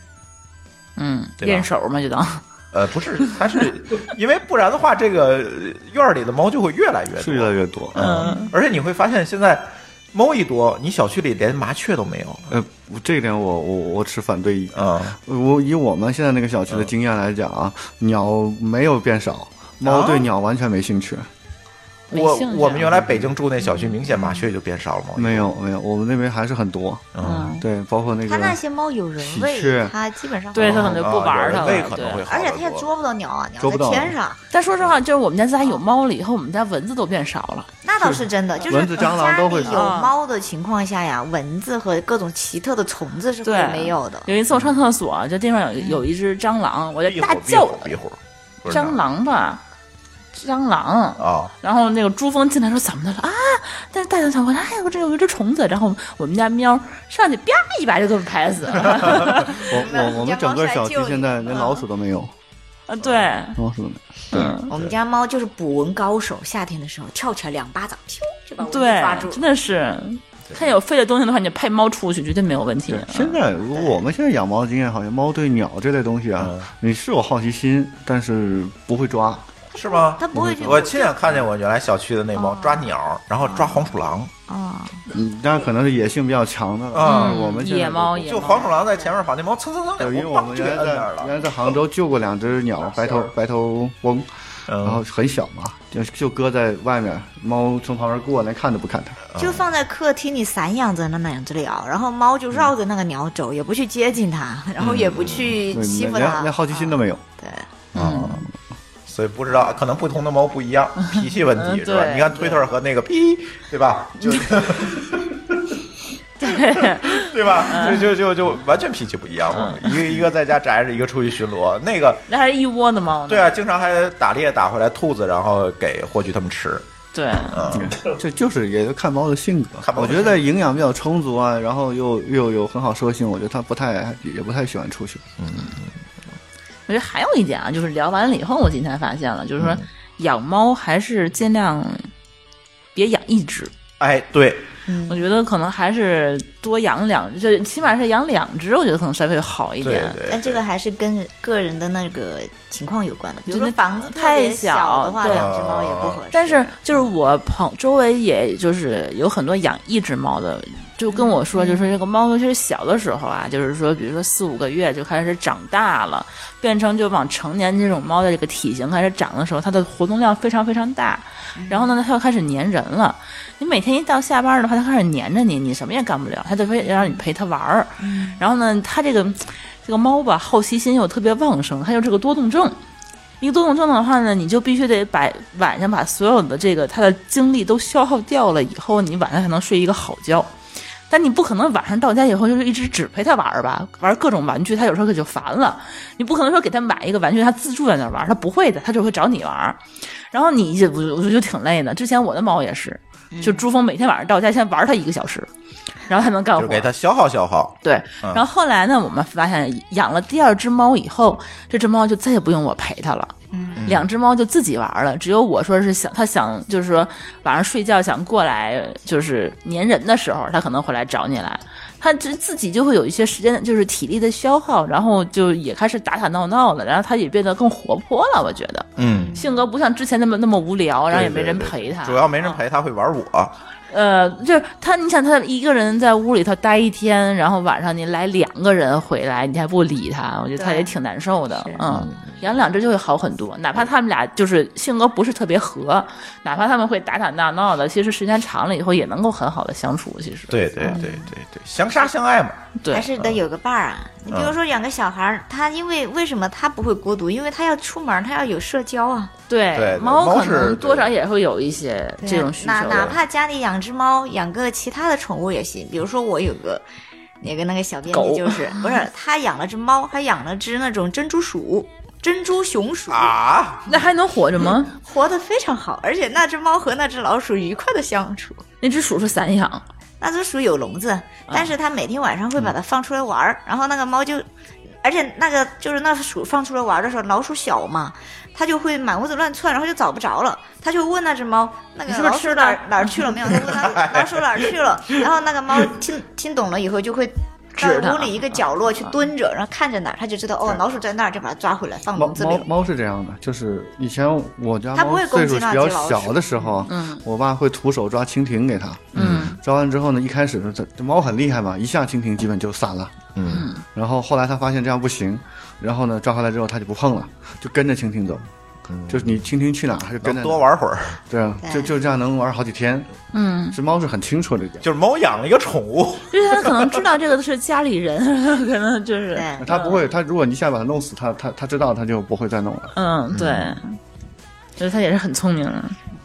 [SPEAKER 3] 嗯，
[SPEAKER 1] 对吧
[SPEAKER 3] 练手嘛就当。
[SPEAKER 1] 呃，不是，它是因为不然的话，这个呃院儿里的猫就会越来越多，
[SPEAKER 5] 是越来越多，
[SPEAKER 1] 嗯，而且你会发现现在猫一多，你小区里连麻雀都没有。
[SPEAKER 5] 呃，我这一点我我我持反对意见。
[SPEAKER 1] 嗯，
[SPEAKER 5] 我以我们现在那个小区的经验来讲啊，鸟没有变少，猫
[SPEAKER 1] 啊
[SPEAKER 5] 对鸟完全没兴
[SPEAKER 1] 哎
[SPEAKER 5] 趣，
[SPEAKER 3] 没
[SPEAKER 1] 我
[SPEAKER 3] 兴趣啊
[SPEAKER 1] 我们原来北京住那小区，明显麻雀就变少了嘛。
[SPEAKER 5] 没有没有，我们那边还是很多。
[SPEAKER 1] 嗯，
[SPEAKER 5] 对，包括那
[SPEAKER 8] 它那
[SPEAKER 5] 个
[SPEAKER 8] 些猫有人
[SPEAKER 5] 喜
[SPEAKER 8] 喂
[SPEAKER 5] 鹊，
[SPEAKER 8] 它基本上
[SPEAKER 3] 对
[SPEAKER 8] 好
[SPEAKER 3] 它可能不玩它了
[SPEAKER 1] 啊有人喂可能会好
[SPEAKER 8] 而
[SPEAKER 1] 得
[SPEAKER 8] 且
[SPEAKER 1] 多
[SPEAKER 8] 它也捉不到鸟啊，鸟
[SPEAKER 5] 捉不
[SPEAKER 8] 在
[SPEAKER 5] 到
[SPEAKER 8] 天上，
[SPEAKER 3] 但说实话，就是我们家自打有猫了以后，我们家蚊子都变少了。
[SPEAKER 8] 那倒是真的，就是
[SPEAKER 5] 蚊子蟑螂都会
[SPEAKER 8] 家
[SPEAKER 5] 死
[SPEAKER 8] 里有猫的情况下呀，蚊子和各种奇特的虫子是会
[SPEAKER 3] 对
[SPEAKER 8] 没有的。
[SPEAKER 3] 有一次我上厕所，就地上有有一只蟑螂，我就
[SPEAKER 1] 壁
[SPEAKER 3] 大
[SPEAKER 1] 虎，壁
[SPEAKER 3] 叫
[SPEAKER 1] 虎，壁虎，不是
[SPEAKER 3] 蟑螂吧，蟑螂。
[SPEAKER 1] 啊，
[SPEAKER 3] 然后那个珠峰进来说怎么的了啊？但是大家想回来，哎呦，这有一只虫子。然后我们家喵上去啪一把就给我们拍死 了。
[SPEAKER 5] 我我我们整个小区现在连老鼠都没有，
[SPEAKER 3] 啊对，
[SPEAKER 5] 老鼠都没有。
[SPEAKER 3] 嗯，
[SPEAKER 8] 我们家猫就是捕蚊高手，夏天的时候跳起来两巴掌，咻就把蚊子
[SPEAKER 3] 对
[SPEAKER 8] 抓住，。
[SPEAKER 3] 真的是，它有废的东西的话，你就派猫出去绝对没有问题。
[SPEAKER 5] 现在
[SPEAKER 1] 啊
[SPEAKER 5] 如果我们现在养猫的经验，好像猫对鸟这类东西啊，
[SPEAKER 1] 嗯
[SPEAKER 5] 你是有好奇心，但是不会抓。
[SPEAKER 1] 是吗？
[SPEAKER 8] 它不会去
[SPEAKER 1] 我亲眼看见我原来小区的那
[SPEAKER 3] 哦
[SPEAKER 1] 猫抓鸟，然后抓黄鼠狼
[SPEAKER 8] 啊，
[SPEAKER 5] 嗯，但是可能是野性比较强的了。
[SPEAKER 1] 啊
[SPEAKER 5] 嗯但是我们现在
[SPEAKER 3] 嗯野猫，野
[SPEAKER 1] 就
[SPEAKER 3] 哦猫
[SPEAKER 1] 黄鼠狼在前面跑，那猫蹭蹭蹭
[SPEAKER 5] 对，因为
[SPEAKER 1] 两
[SPEAKER 5] 我
[SPEAKER 1] 棒
[SPEAKER 5] 们
[SPEAKER 1] 就
[SPEAKER 5] 原
[SPEAKER 1] 给
[SPEAKER 5] 来
[SPEAKER 1] 摁
[SPEAKER 5] 在
[SPEAKER 1] 那儿
[SPEAKER 5] 原
[SPEAKER 1] 了。
[SPEAKER 5] 来在杭州救过两只鸟，白头白头翁，然后
[SPEAKER 1] 嗯，
[SPEAKER 5] 很小嘛，就就搁在外面，猫从旁边过，连看都不看它。
[SPEAKER 8] 就放在客厅里散养着那两只鸟，然后猫就绕着那个鸟走，也不去接近它，
[SPEAKER 3] 嗯
[SPEAKER 8] 然后也不去
[SPEAKER 5] 对
[SPEAKER 8] 欺
[SPEAKER 5] 连
[SPEAKER 8] 负它。嗯
[SPEAKER 5] 连连好奇心都没有。
[SPEAKER 1] 啊
[SPEAKER 8] 对，
[SPEAKER 1] 所以不知道，可能不同的猫不一样，脾气问题是
[SPEAKER 3] 嗯
[SPEAKER 1] 吧？
[SPEAKER 3] 对
[SPEAKER 1] 你看推特和那个哔，对吧？就
[SPEAKER 3] 对，
[SPEAKER 1] 对吧？
[SPEAKER 3] 嗯
[SPEAKER 1] 就就就就完全脾气不一样嘛，一个一个在家宅着，一个出去巡逻。那个
[SPEAKER 3] 那还是一窝的猫呢。
[SPEAKER 1] 对啊，经常还打猎打回来兔子，然后给霍炬他们吃。
[SPEAKER 3] 对，
[SPEAKER 1] 嗯，
[SPEAKER 5] 这就是也就看猫的性格
[SPEAKER 1] 看。猫
[SPEAKER 5] 我
[SPEAKER 1] 的
[SPEAKER 5] 觉得营养比较充足啊，然后又又有很好说性，我觉得它不太也不太喜欢出去。
[SPEAKER 3] 我觉得还有一点啊，就是聊完了以后，我今天发现了，就是说养猫还是尽量别养一只。
[SPEAKER 1] 哎，对，
[SPEAKER 8] 嗯
[SPEAKER 2] 嗯
[SPEAKER 3] 我觉得可能还是多养两只，就起码是养两只，我觉得可能稍微好一
[SPEAKER 1] 对
[SPEAKER 3] 点。
[SPEAKER 1] 对
[SPEAKER 8] 但这个还是跟个人的那个情况有关的。比如
[SPEAKER 3] 真
[SPEAKER 8] 说
[SPEAKER 3] 的
[SPEAKER 8] 房子
[SPEAKER 3] 太
[SPEAKER 8] 特别
[SPEAKER 3] 小
[SPEAKER 8] 的话，
[SPEAKER 3] 对
[SPEAKER 8] 两只猫也
[SPEAKER 5] 啊
[SPEAKER 8] 不合适。
[SPEAKER 3] 但是就是我朋周围也就是有很多养一只猫的，就跟我说，就是这个猫，尤其是小的时候啊，就是说，比如说四五个月就开始长大了，变成就往成年这种猫的这个体型开始长的时候，它的活动量非常非常大，然后呢，它又开始粘人了。你每天一到下班的话，它开始粘着你，你什么也干不了，它就非得让你陪它玩儿。然后呢，它这个这个猫吧，好奇心又特别旺盛，它有这个多动症。一个多动症的话呢，你就必须得把晚上把所有的这个它的精力都消耗掉了以后，你晚上才能睡一个好觉。但你不可能晚上到家以后就是一直只陪它玩儿吧，玩各种玩具，它有时候可就烦了。你不可能说给它买一个玩具，它自助在那儿玩儿，它不会的，它就会找你玩儿。然后你就我就我就挺累的。之前我的猫也是，
[SPEAKER 1] 嗯
[SPEAKER 3] 就珠峰每天晚上到家先玩儿它一个小时，然后才能干活
[SPEAKER 1] 就
[SPEAKER 3] 儿。
[SPEAKER 1] 给它消耗消耗。
[SPEAKER 3] 对，然后后来呢，我们发现养了第二只猫以后，这只猫就再也不用我陪它了。嗯，两只猫就自己玩了，只有我说是想它想就是说晚上睡觉想过来就是粘人的时候，它可能会来找你来。它这自己就会有一些时间，就是体力的消耗，然后就也开始打打闹闹了，然后它也变得更活泼了。我觉得
[SPEAKER 1] 嗯，
[SPEAKER 3] 性格不像之前那么那么无聊，然后也没
[SPEAKER 1] 对对
[SPEAKER 3] 人
[SPEAKER 1] 对
[SPEAKER 3] 陪它。
[SPEAKER 1] 主要没人陪他会玩我，
[SPEAKER 3] 呃，就是他，你想他一个人在屋里头待一天，然后晚上你来两个人回来，你还不理他，我觉得他
[SPEAKER 9] 对
[SPEAKER 3] 也挺难受的
[SPEAKER 9] 是。
[SPEAKER 3] 嗯，养两只就会好很多，哪怕他们俩就是性格不是特别合，哪怕他们会打打闹闹的，其实时间长了以后也能够很好的相处。其实，
[SPEAKER 1] 对对对对对，相杀相爱嘛，
[SPEAKER 3] 对嗯
[SPEAKER 2] 还，是得有个伴儿啊。你比如说养个小孩儿，他因为为什么他不会孤独？因为他要出门儿，他要有社交啊。
[SPEAKER 3] 对
[SPEAKER 1] 对
[SPEAKER 3] 猫
[SPEAKER 1] 猫
[SPEAKER 3] 可
[SPEAKER 1] 是
[SPEAKER 3] 能
[SPEAKER 1] 对
[SPEAKER 3] 多少也会有一些
[SPEAKER 2] 对啊
[SPEAKER 3] 这种需
[SPEAKER 2] 哪
[SPEAKER 3] 求
[SPEAKER 2] 哪
[SPEAKER 3] 的。
[SPEAKER 2] 怕家里养只猫，养个其他的宠物也行。比如说我有个那个那个小编
[SPEAKER 3] 狗
[SPEAKER 2] 辑就是不是他养了只猫，还养了只那种珍珠鼠。珍珠熊鼠
[SPEAKER 1] 啊，
[SPEAKER 3] 那还能活着吗？
[SPEAKER 2] 活得非常好，而且那只猫和那只老鼠愉快的相处。
[SPEAKER 3] 那只鼠是散养，
[SPEAKER 2] 那只鼠有笼子，但是它每天晚上会把它放出来玩儿，然后那个猫就，而且那个就是那鼠放出来玩儿的时候，老鼠小嘛，它就会满屋子乱窜，然后就找不着了，它就问那只猫，那个
[SPEAKER 3] 你是不是
[SPEAKER 2] 老鼠
[SPEAKER 3] 吃
[SPEAKER 2] 哪
[SPEAKER 3] 了
[SPEAKER 2] 儿哪儿去了没有？它问它老鼠哪儿去了，然后那个猫听听懂了以后就会。到
[SPEAKER 3] 指它
[SPEAKER 2] 屋里一个角落去蹲着，然后看着哪儿，它就知道哦，老鼠在那儿，就把它抓回来放
[SPEAKER 5] 猫
[SPEAKER 2] 笼嗯子里
[SPEAKER 5] 猫
[SPEAKER 2] 了。
[SPEAKER 5] 猫是这样的，就是以前我家
[SPEAKER 2] 它不
[SPEAKER 5] 猫
[SPEAKER 2] 会攻
[SPEAKER 5] 岁数
[SPEAKER 2] 击
[SPEAKER 5] 比
[SPEAKER 2] 那
[SPEAKER 5] 较
[SPEAKER 2] 只老
[SPEAKER 5] 小
[SPEAKER 2] 鼠
[SPEAKER 5] 的时候，
[SPEAKER 3] 嗯
[SPEAKER 5] 我爸会徒手抓蜻蜓给它，
[SPEAKER 3] 嗯，
[SPEAKER 5] 抓完之后呢，一开始这这猫很厉害嘛，一下蜻蜓基本就散了。
[SPEAKER 1] 嗯，
[SPEAKER 5] 然后后来他发现这样不行，然后呢抓回来之后他就不碰了，就跟着蜻蜓走，就是你蜻蜓去哪儿它就跟着
[SPEAKER 1] 嗯能
[SPEAKER 5] 哪儿
[SPEAKER 1] 多，玩会儿。
[SPEAKER 5] 对啊，
[SPEAKER 2] 对
[SPEAKER 5] 就就这样能玩好几天。
[SPEAKER 3] 嗯，
[SPEAKER 5] 这猫是很清楚这点，
[SPEAKER 1] 就是猫养了一个宠物，
[SPEAKER 3] 就是它可能知道这个是家里人， 可能就是
[SPEAKER 2] 对，
[SPEAKER 5] 它不会，它如果你一下把它弄死，它它它知道它就不会再弄了。
[SPEAKER 3] 嗯，对，就是他也是很聪明的。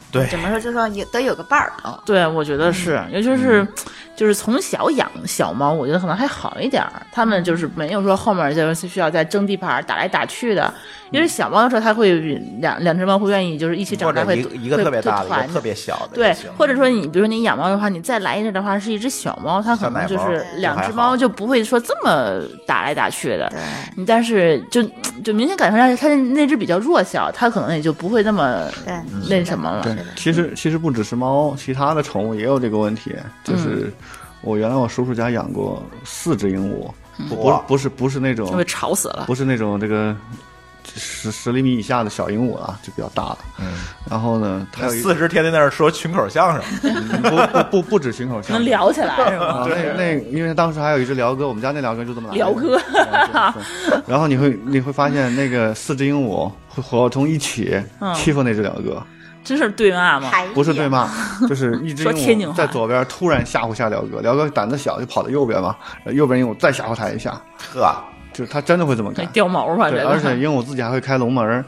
[SPEAKER 1] 对，
[SPEAKER 2] 怎么说就说有得有个伴儿啊。
[SPEAKER 3] 对，我觉得是，
[SPEAKER 1] 嗯
[SPEAKER 3] 尤其是就是从小养小猫，我觉得可能还好一点儿。他们就是没有说后面就是需要再争地盘儿、打来打去的。因为小猫的时候，它会两两只猫会愿意就是一起
[SPEAKER 1] 嗯或
[SPEAKER 3] 长大，
[SPEAKER 1] 者
[SPEAKER 3] 会
[SPEAKER 1] 一个一个
[SPEAKER 3] 会
[SPEAKER 1] 特别大的，一
[SPEAKER 3] 会团
[SPEAKER 1] 个特别小的
[SPEAKER 3] 对
[SPEAKER 1] 也行，
[SPEAKER 3] 或者说你比如说你养猫的话，你再来一只的话是一只小猫，它可能就
[SPEAKER 1] 小奶
[SPEAKER 3] 是
[SPEAKER 1] 猫
[SPEAKER 3] 两
[SPEAKER 1] 还
[SPEAKER 3] 只
[SPEAKER 1] 好
[SPEAKER 3] 猫就不会说这么打来打去的。
[SPEAKER 2] 对，
[SPEAKER 3] 你但是就就明显感受到它那只比较弱小，它可能也就不会那么
[SPEAKER 2] 对
[SPEAKER 1] 嗯
[SPEAKER 3] 那什么了。
[SPEAKER 5] 对，其实其实不只是猫，其他的宠物也有这个问题，
[SPEAKER 1] 嗯
[SPEAKER 5] 就是我原来我叔叔家养过四只鹦鹉，不不是
[SPEAKER 1] 哇
[SPEAKER 5] 不是不是那种
[SPEAKER 3] 就被吵死了。
[SPEAKER 5] 不是那种这个十十厘米以下的小鹦鹉啊，就比较大了。嗯，然后呢，它有一
[SPEAKER 1] 四十天天在那儿说群口相声，
[SPEAKER 5] 不不不不止群口相
[SPEAKER 3] 能
[SPEAKER 5] 声。
[SPEAKER 3] 聊起来是吗？
[SPEAKER 5] 啊，那那因为当时还有一只辽哥，我们家那辽哥就这么来的。
[SPEAKER 3] 辽哥
[SPEAKER 5] 啊，对对然后你会你会发现，那个四只鹦鹉会合成一起
[SPEAKER 3] 嗯
[SPEAKER 5] 欺负那只辽哥，
[SPEAKER 3] 真是对骂吗？
[SPEAKER 2] 还
[SPEAKER 5] 不是对骂，哎 就是一只
[SPEAKER 3] 说天津
[SPEAKER 5] 鹦鹉
[SPEAKER 3] 话
[SPEAKER 5] 在左边突然吓唬下辽哥，辽哥胆子小就跑到右边嘛，呃右边鹦鹉再吓唬他一下，
[SPEAKER 1] 呵，
[SPEAKER 5] 就是他真的会哎这么
[SPEAKER 3] 那
[SPEAKER 5] 干。
[SPEAKER 3] 掉毛吧，这
[SPEAKER 5] 对，
[SPEAKER 3] 个
[SPEAKER 5] 而且鹦鹉自己还会开笼门儿，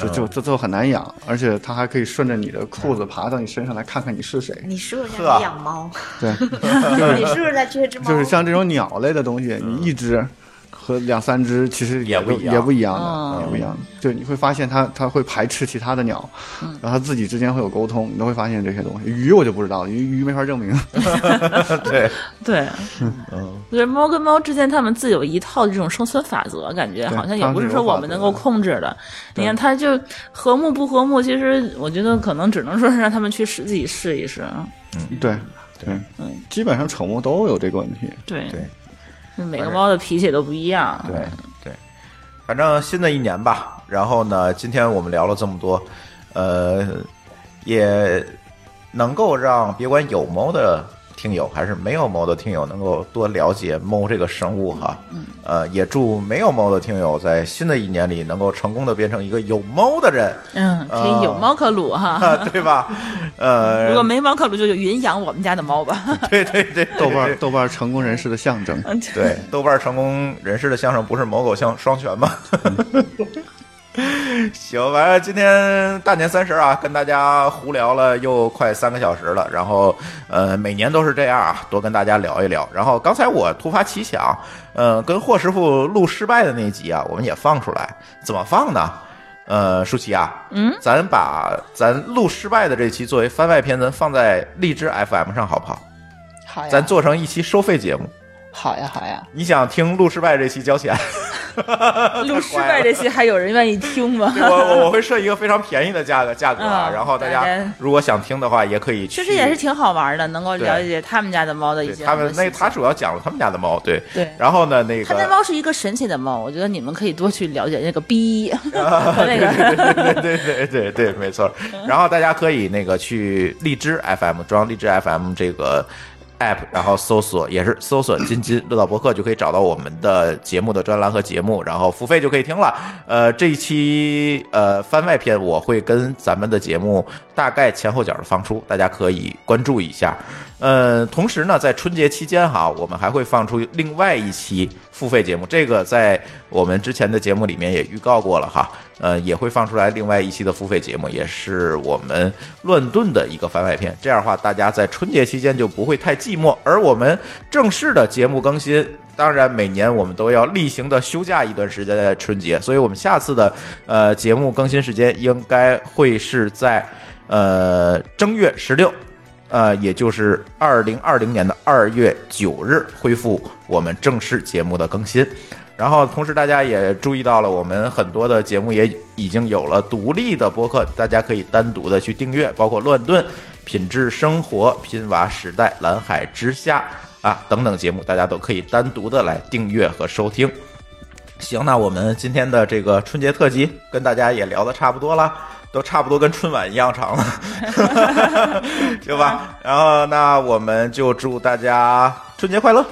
[SPEAKER 5] 就就这就很难养，而且它还可以顺着你的裤子爬到你身上来看看你是谁。
[SPEAKER 2] 你是不是
[SPEAKER 1] 呵
[SPEAKER 2] 在养猫？
[SPEAKER 5] 对，
[SPEAKER 2] 你是不是在缺只猫？
[SPEAKER 5] 就是像这种鸟类的东西，你一只和两三只其实
[SPEAKER 1] 也不
[SPEAKER 5] 不
[SPEAKER 1] 一样
[SPEAKER 5] 也一样啊
[SPEAKER 3] 哦
[SPEAKER 5] 的，也不一样的。就你会发现它它会排斥其他的鸟，然后它自己之间会有沟通，你都会发现这些东西。鱼我就不知道了，鱼鱼没法证明。
[SPEAKER 1] 对，
[SPEAKER 3] 对，
[SPEAKER 5] 嗯
[SPEAKER 3] 就是猫跟猫之间，它们自有一套这种生存法则，感觉
[SPEAKER 5] 对
[SPEAKER 3] 好像也
[SPEAKER 5] 它们
[SPEAKER 3] 不
[SPEAKER 5] 是
[SPEAKER 3] 是
[SPEAKER 5] 有
[SPEAKER 3] 说我
[SPEAKER 5] 法
[SPEAKER 3] 们
[SPEAKER 5] 则
[SPEAKER 3] 能够
[SPEAKER 5] 的
[SPEAKER 3] 控制的。你看，它就和睦不和睦，其实我觉得可能只能说是让他们去试自己试一试。啊。
[SPEAKER 5] 对对，嗯基本上宠物都有这个问题。
[SPEAKER 3] 对
[SPEAKER 1] 对，
[SPEAKER 3] 就每个猫的脾气都不一样。
[SPEAKER 1] 对对，反正新的一年吧。然后呢，今天我们聊了这么多，呃，也能够让别管有猫的听友还是没有猫的听友能够多了解猫这个生物哈。嗯。呃，也祝没有猫的听友在新的一年里能够成功的变成一个有猫的人，
[SPEAKER 3] 嗯，可以有
[SPEAKER 1] 哦
[SPEAKER 3] 猫可撸哈。
[SPEAKER 1] 啊，对吧？呃，
[SPEAKER 3] 如果没猫可撸，就有云养我们家的猫吧。
[SPEAKER 1] 对对对，
[SPEAKER 5] 豆瓣儿豆瓣儿成功人士的象征。
[SPEAKER 1] 对， 豆瓣成功人士的相声不是某狗相双全吗？行，完了，今天大年三十啊，跟大家胡聊了又快三个小时了。然后，呃，每年都是这样啊，多跟大家聊一聊。然后刚才我突发奇想，呃，跟霍师傅录失败的那一集啊，我们也放出来，怎么放呢？呃，舒淇啊，嗯，咱把咱录失败的这期作为番外篇，咱放在荔枝 FM 上好不好？
[SPEAKER 3] 好哎
[SPEAKER 1] 咱做成一期收费节目。
[SPEAKER 3] 好呀，好呀。
[SPEAKER 1] 你想听录失败这期交钱？
[SPEAKER 3] 录失败这期还有人愿意听 吗？
[SPEAKER 1] 对我我我会设一个非常便宜的价格价格啊，
[SPEAKER 3] 嗯
[SPEAKER 1] 然后大
[SPEAKER 3] 大
[SPEAKER 1] 家
[SPEAKER 3] 家
[SPEAKER 1] 如果想听的话，也可以去。
[SPEAKER 3] 确实也是挺好玩的，能够
[SPEAKER 1] 对
[SPEAKER 3] 了解他们家的猫的一
[SPEAKER 1] 对
[SPEAKER 3] 些
[SPEAKER 1] 他们
[SPEAKER 3] 很多
[SPEAKER 1] 那
[SPEAKER 3] 细节
[SPEAKER 1] 他呃主要讲了他们家的猫，对
[SPEAKER 3] 对
[SPEAKER 1] 然后呢，那
[SPEAKER 3] 他家
[SPEAKER 1] 个
[SPEAKER 3] 猫是一个神奇的猫，我觉得你们可以多去了解那个逼
[SPEAKER 1] 啊
[SPEAKER 3] 和那
[SPEAKER 1] 对
[SPEAKER 3] 个。
[SPEAKER 1] 对对对对对对，没错。然后大家可以那个去荔枝 FM 装荔枝 FM 这个 app，然后搜索也是搜索“津津乐道博客”就可以找到我们的节目的专栏和节目，然后付费就可以听了。呃，这一期呃番外篇我会跟咱们的节目大概前后脚的放出，大家可以关注一下。呃，同时呢，在春节期间哈，我们还会放出另外一期付费节目，这个在我们之前的节目里面也预告过了哈。呃，也会放出来另外一期的付费节目，也是我们乱炖的一个番外篇。这样的话，大家在春节期间就不会太寂寞。而我们正式的节目更新，当然每年我们都要例行的休假一段时间在春节，所以我们下次的呃节目更新时间应该会是在呃正月十六。呃，也就是二零二零年的二月九日恢复我们正式节目的更新。然后，同时大家也注意到了，我们很多的节目也已经有了独立的播客，大家可以单独的去订阅，包括《乱炖》《品质生活》《拼娃时代》《蓝海之下》啊等等节目，大家都可以单独的来订阅和收听。行，那我们今天的这个春节特辑跟大家也聊的差不多了，都差不多跟春晚一样长了，对吧？然后那我们就祝大家春节快乐，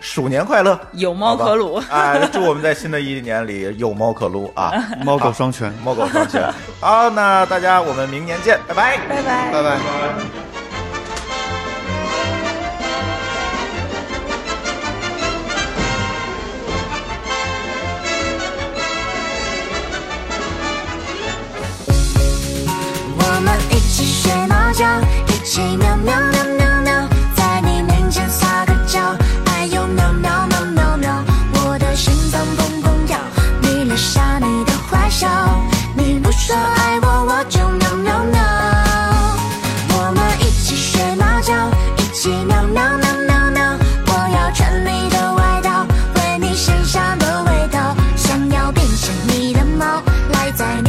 [SPEAKER 1] 鼠年快乐，
[SPEAKER 3] 有猫可撸
[SPEAKER 1] 好吧哎，祝我们在新的一年里有猫可撸啊，
[SPEAKER 5] 猫狗双全。
[SPEAKER 1] 猫狗双全。好，那大家我们明年见，拜拜。
[SPEAKER 8] 拜拜。
[SPEAKER 5] 拜拜。
[SPEAKER 10] 我们一起学猫叫，一起喵喵喵喵喵，在你面前撒个娇，哎呦喵喵喵喵喵，我的心脏砰砰跳，你留下你的坏笑，你不说爱我，我就喵喵喵。我们一起学猫叫，一起喵喵喵喵喵，我要穿你的外套，闻你身上的味道，想要变成你的猫，赖在你。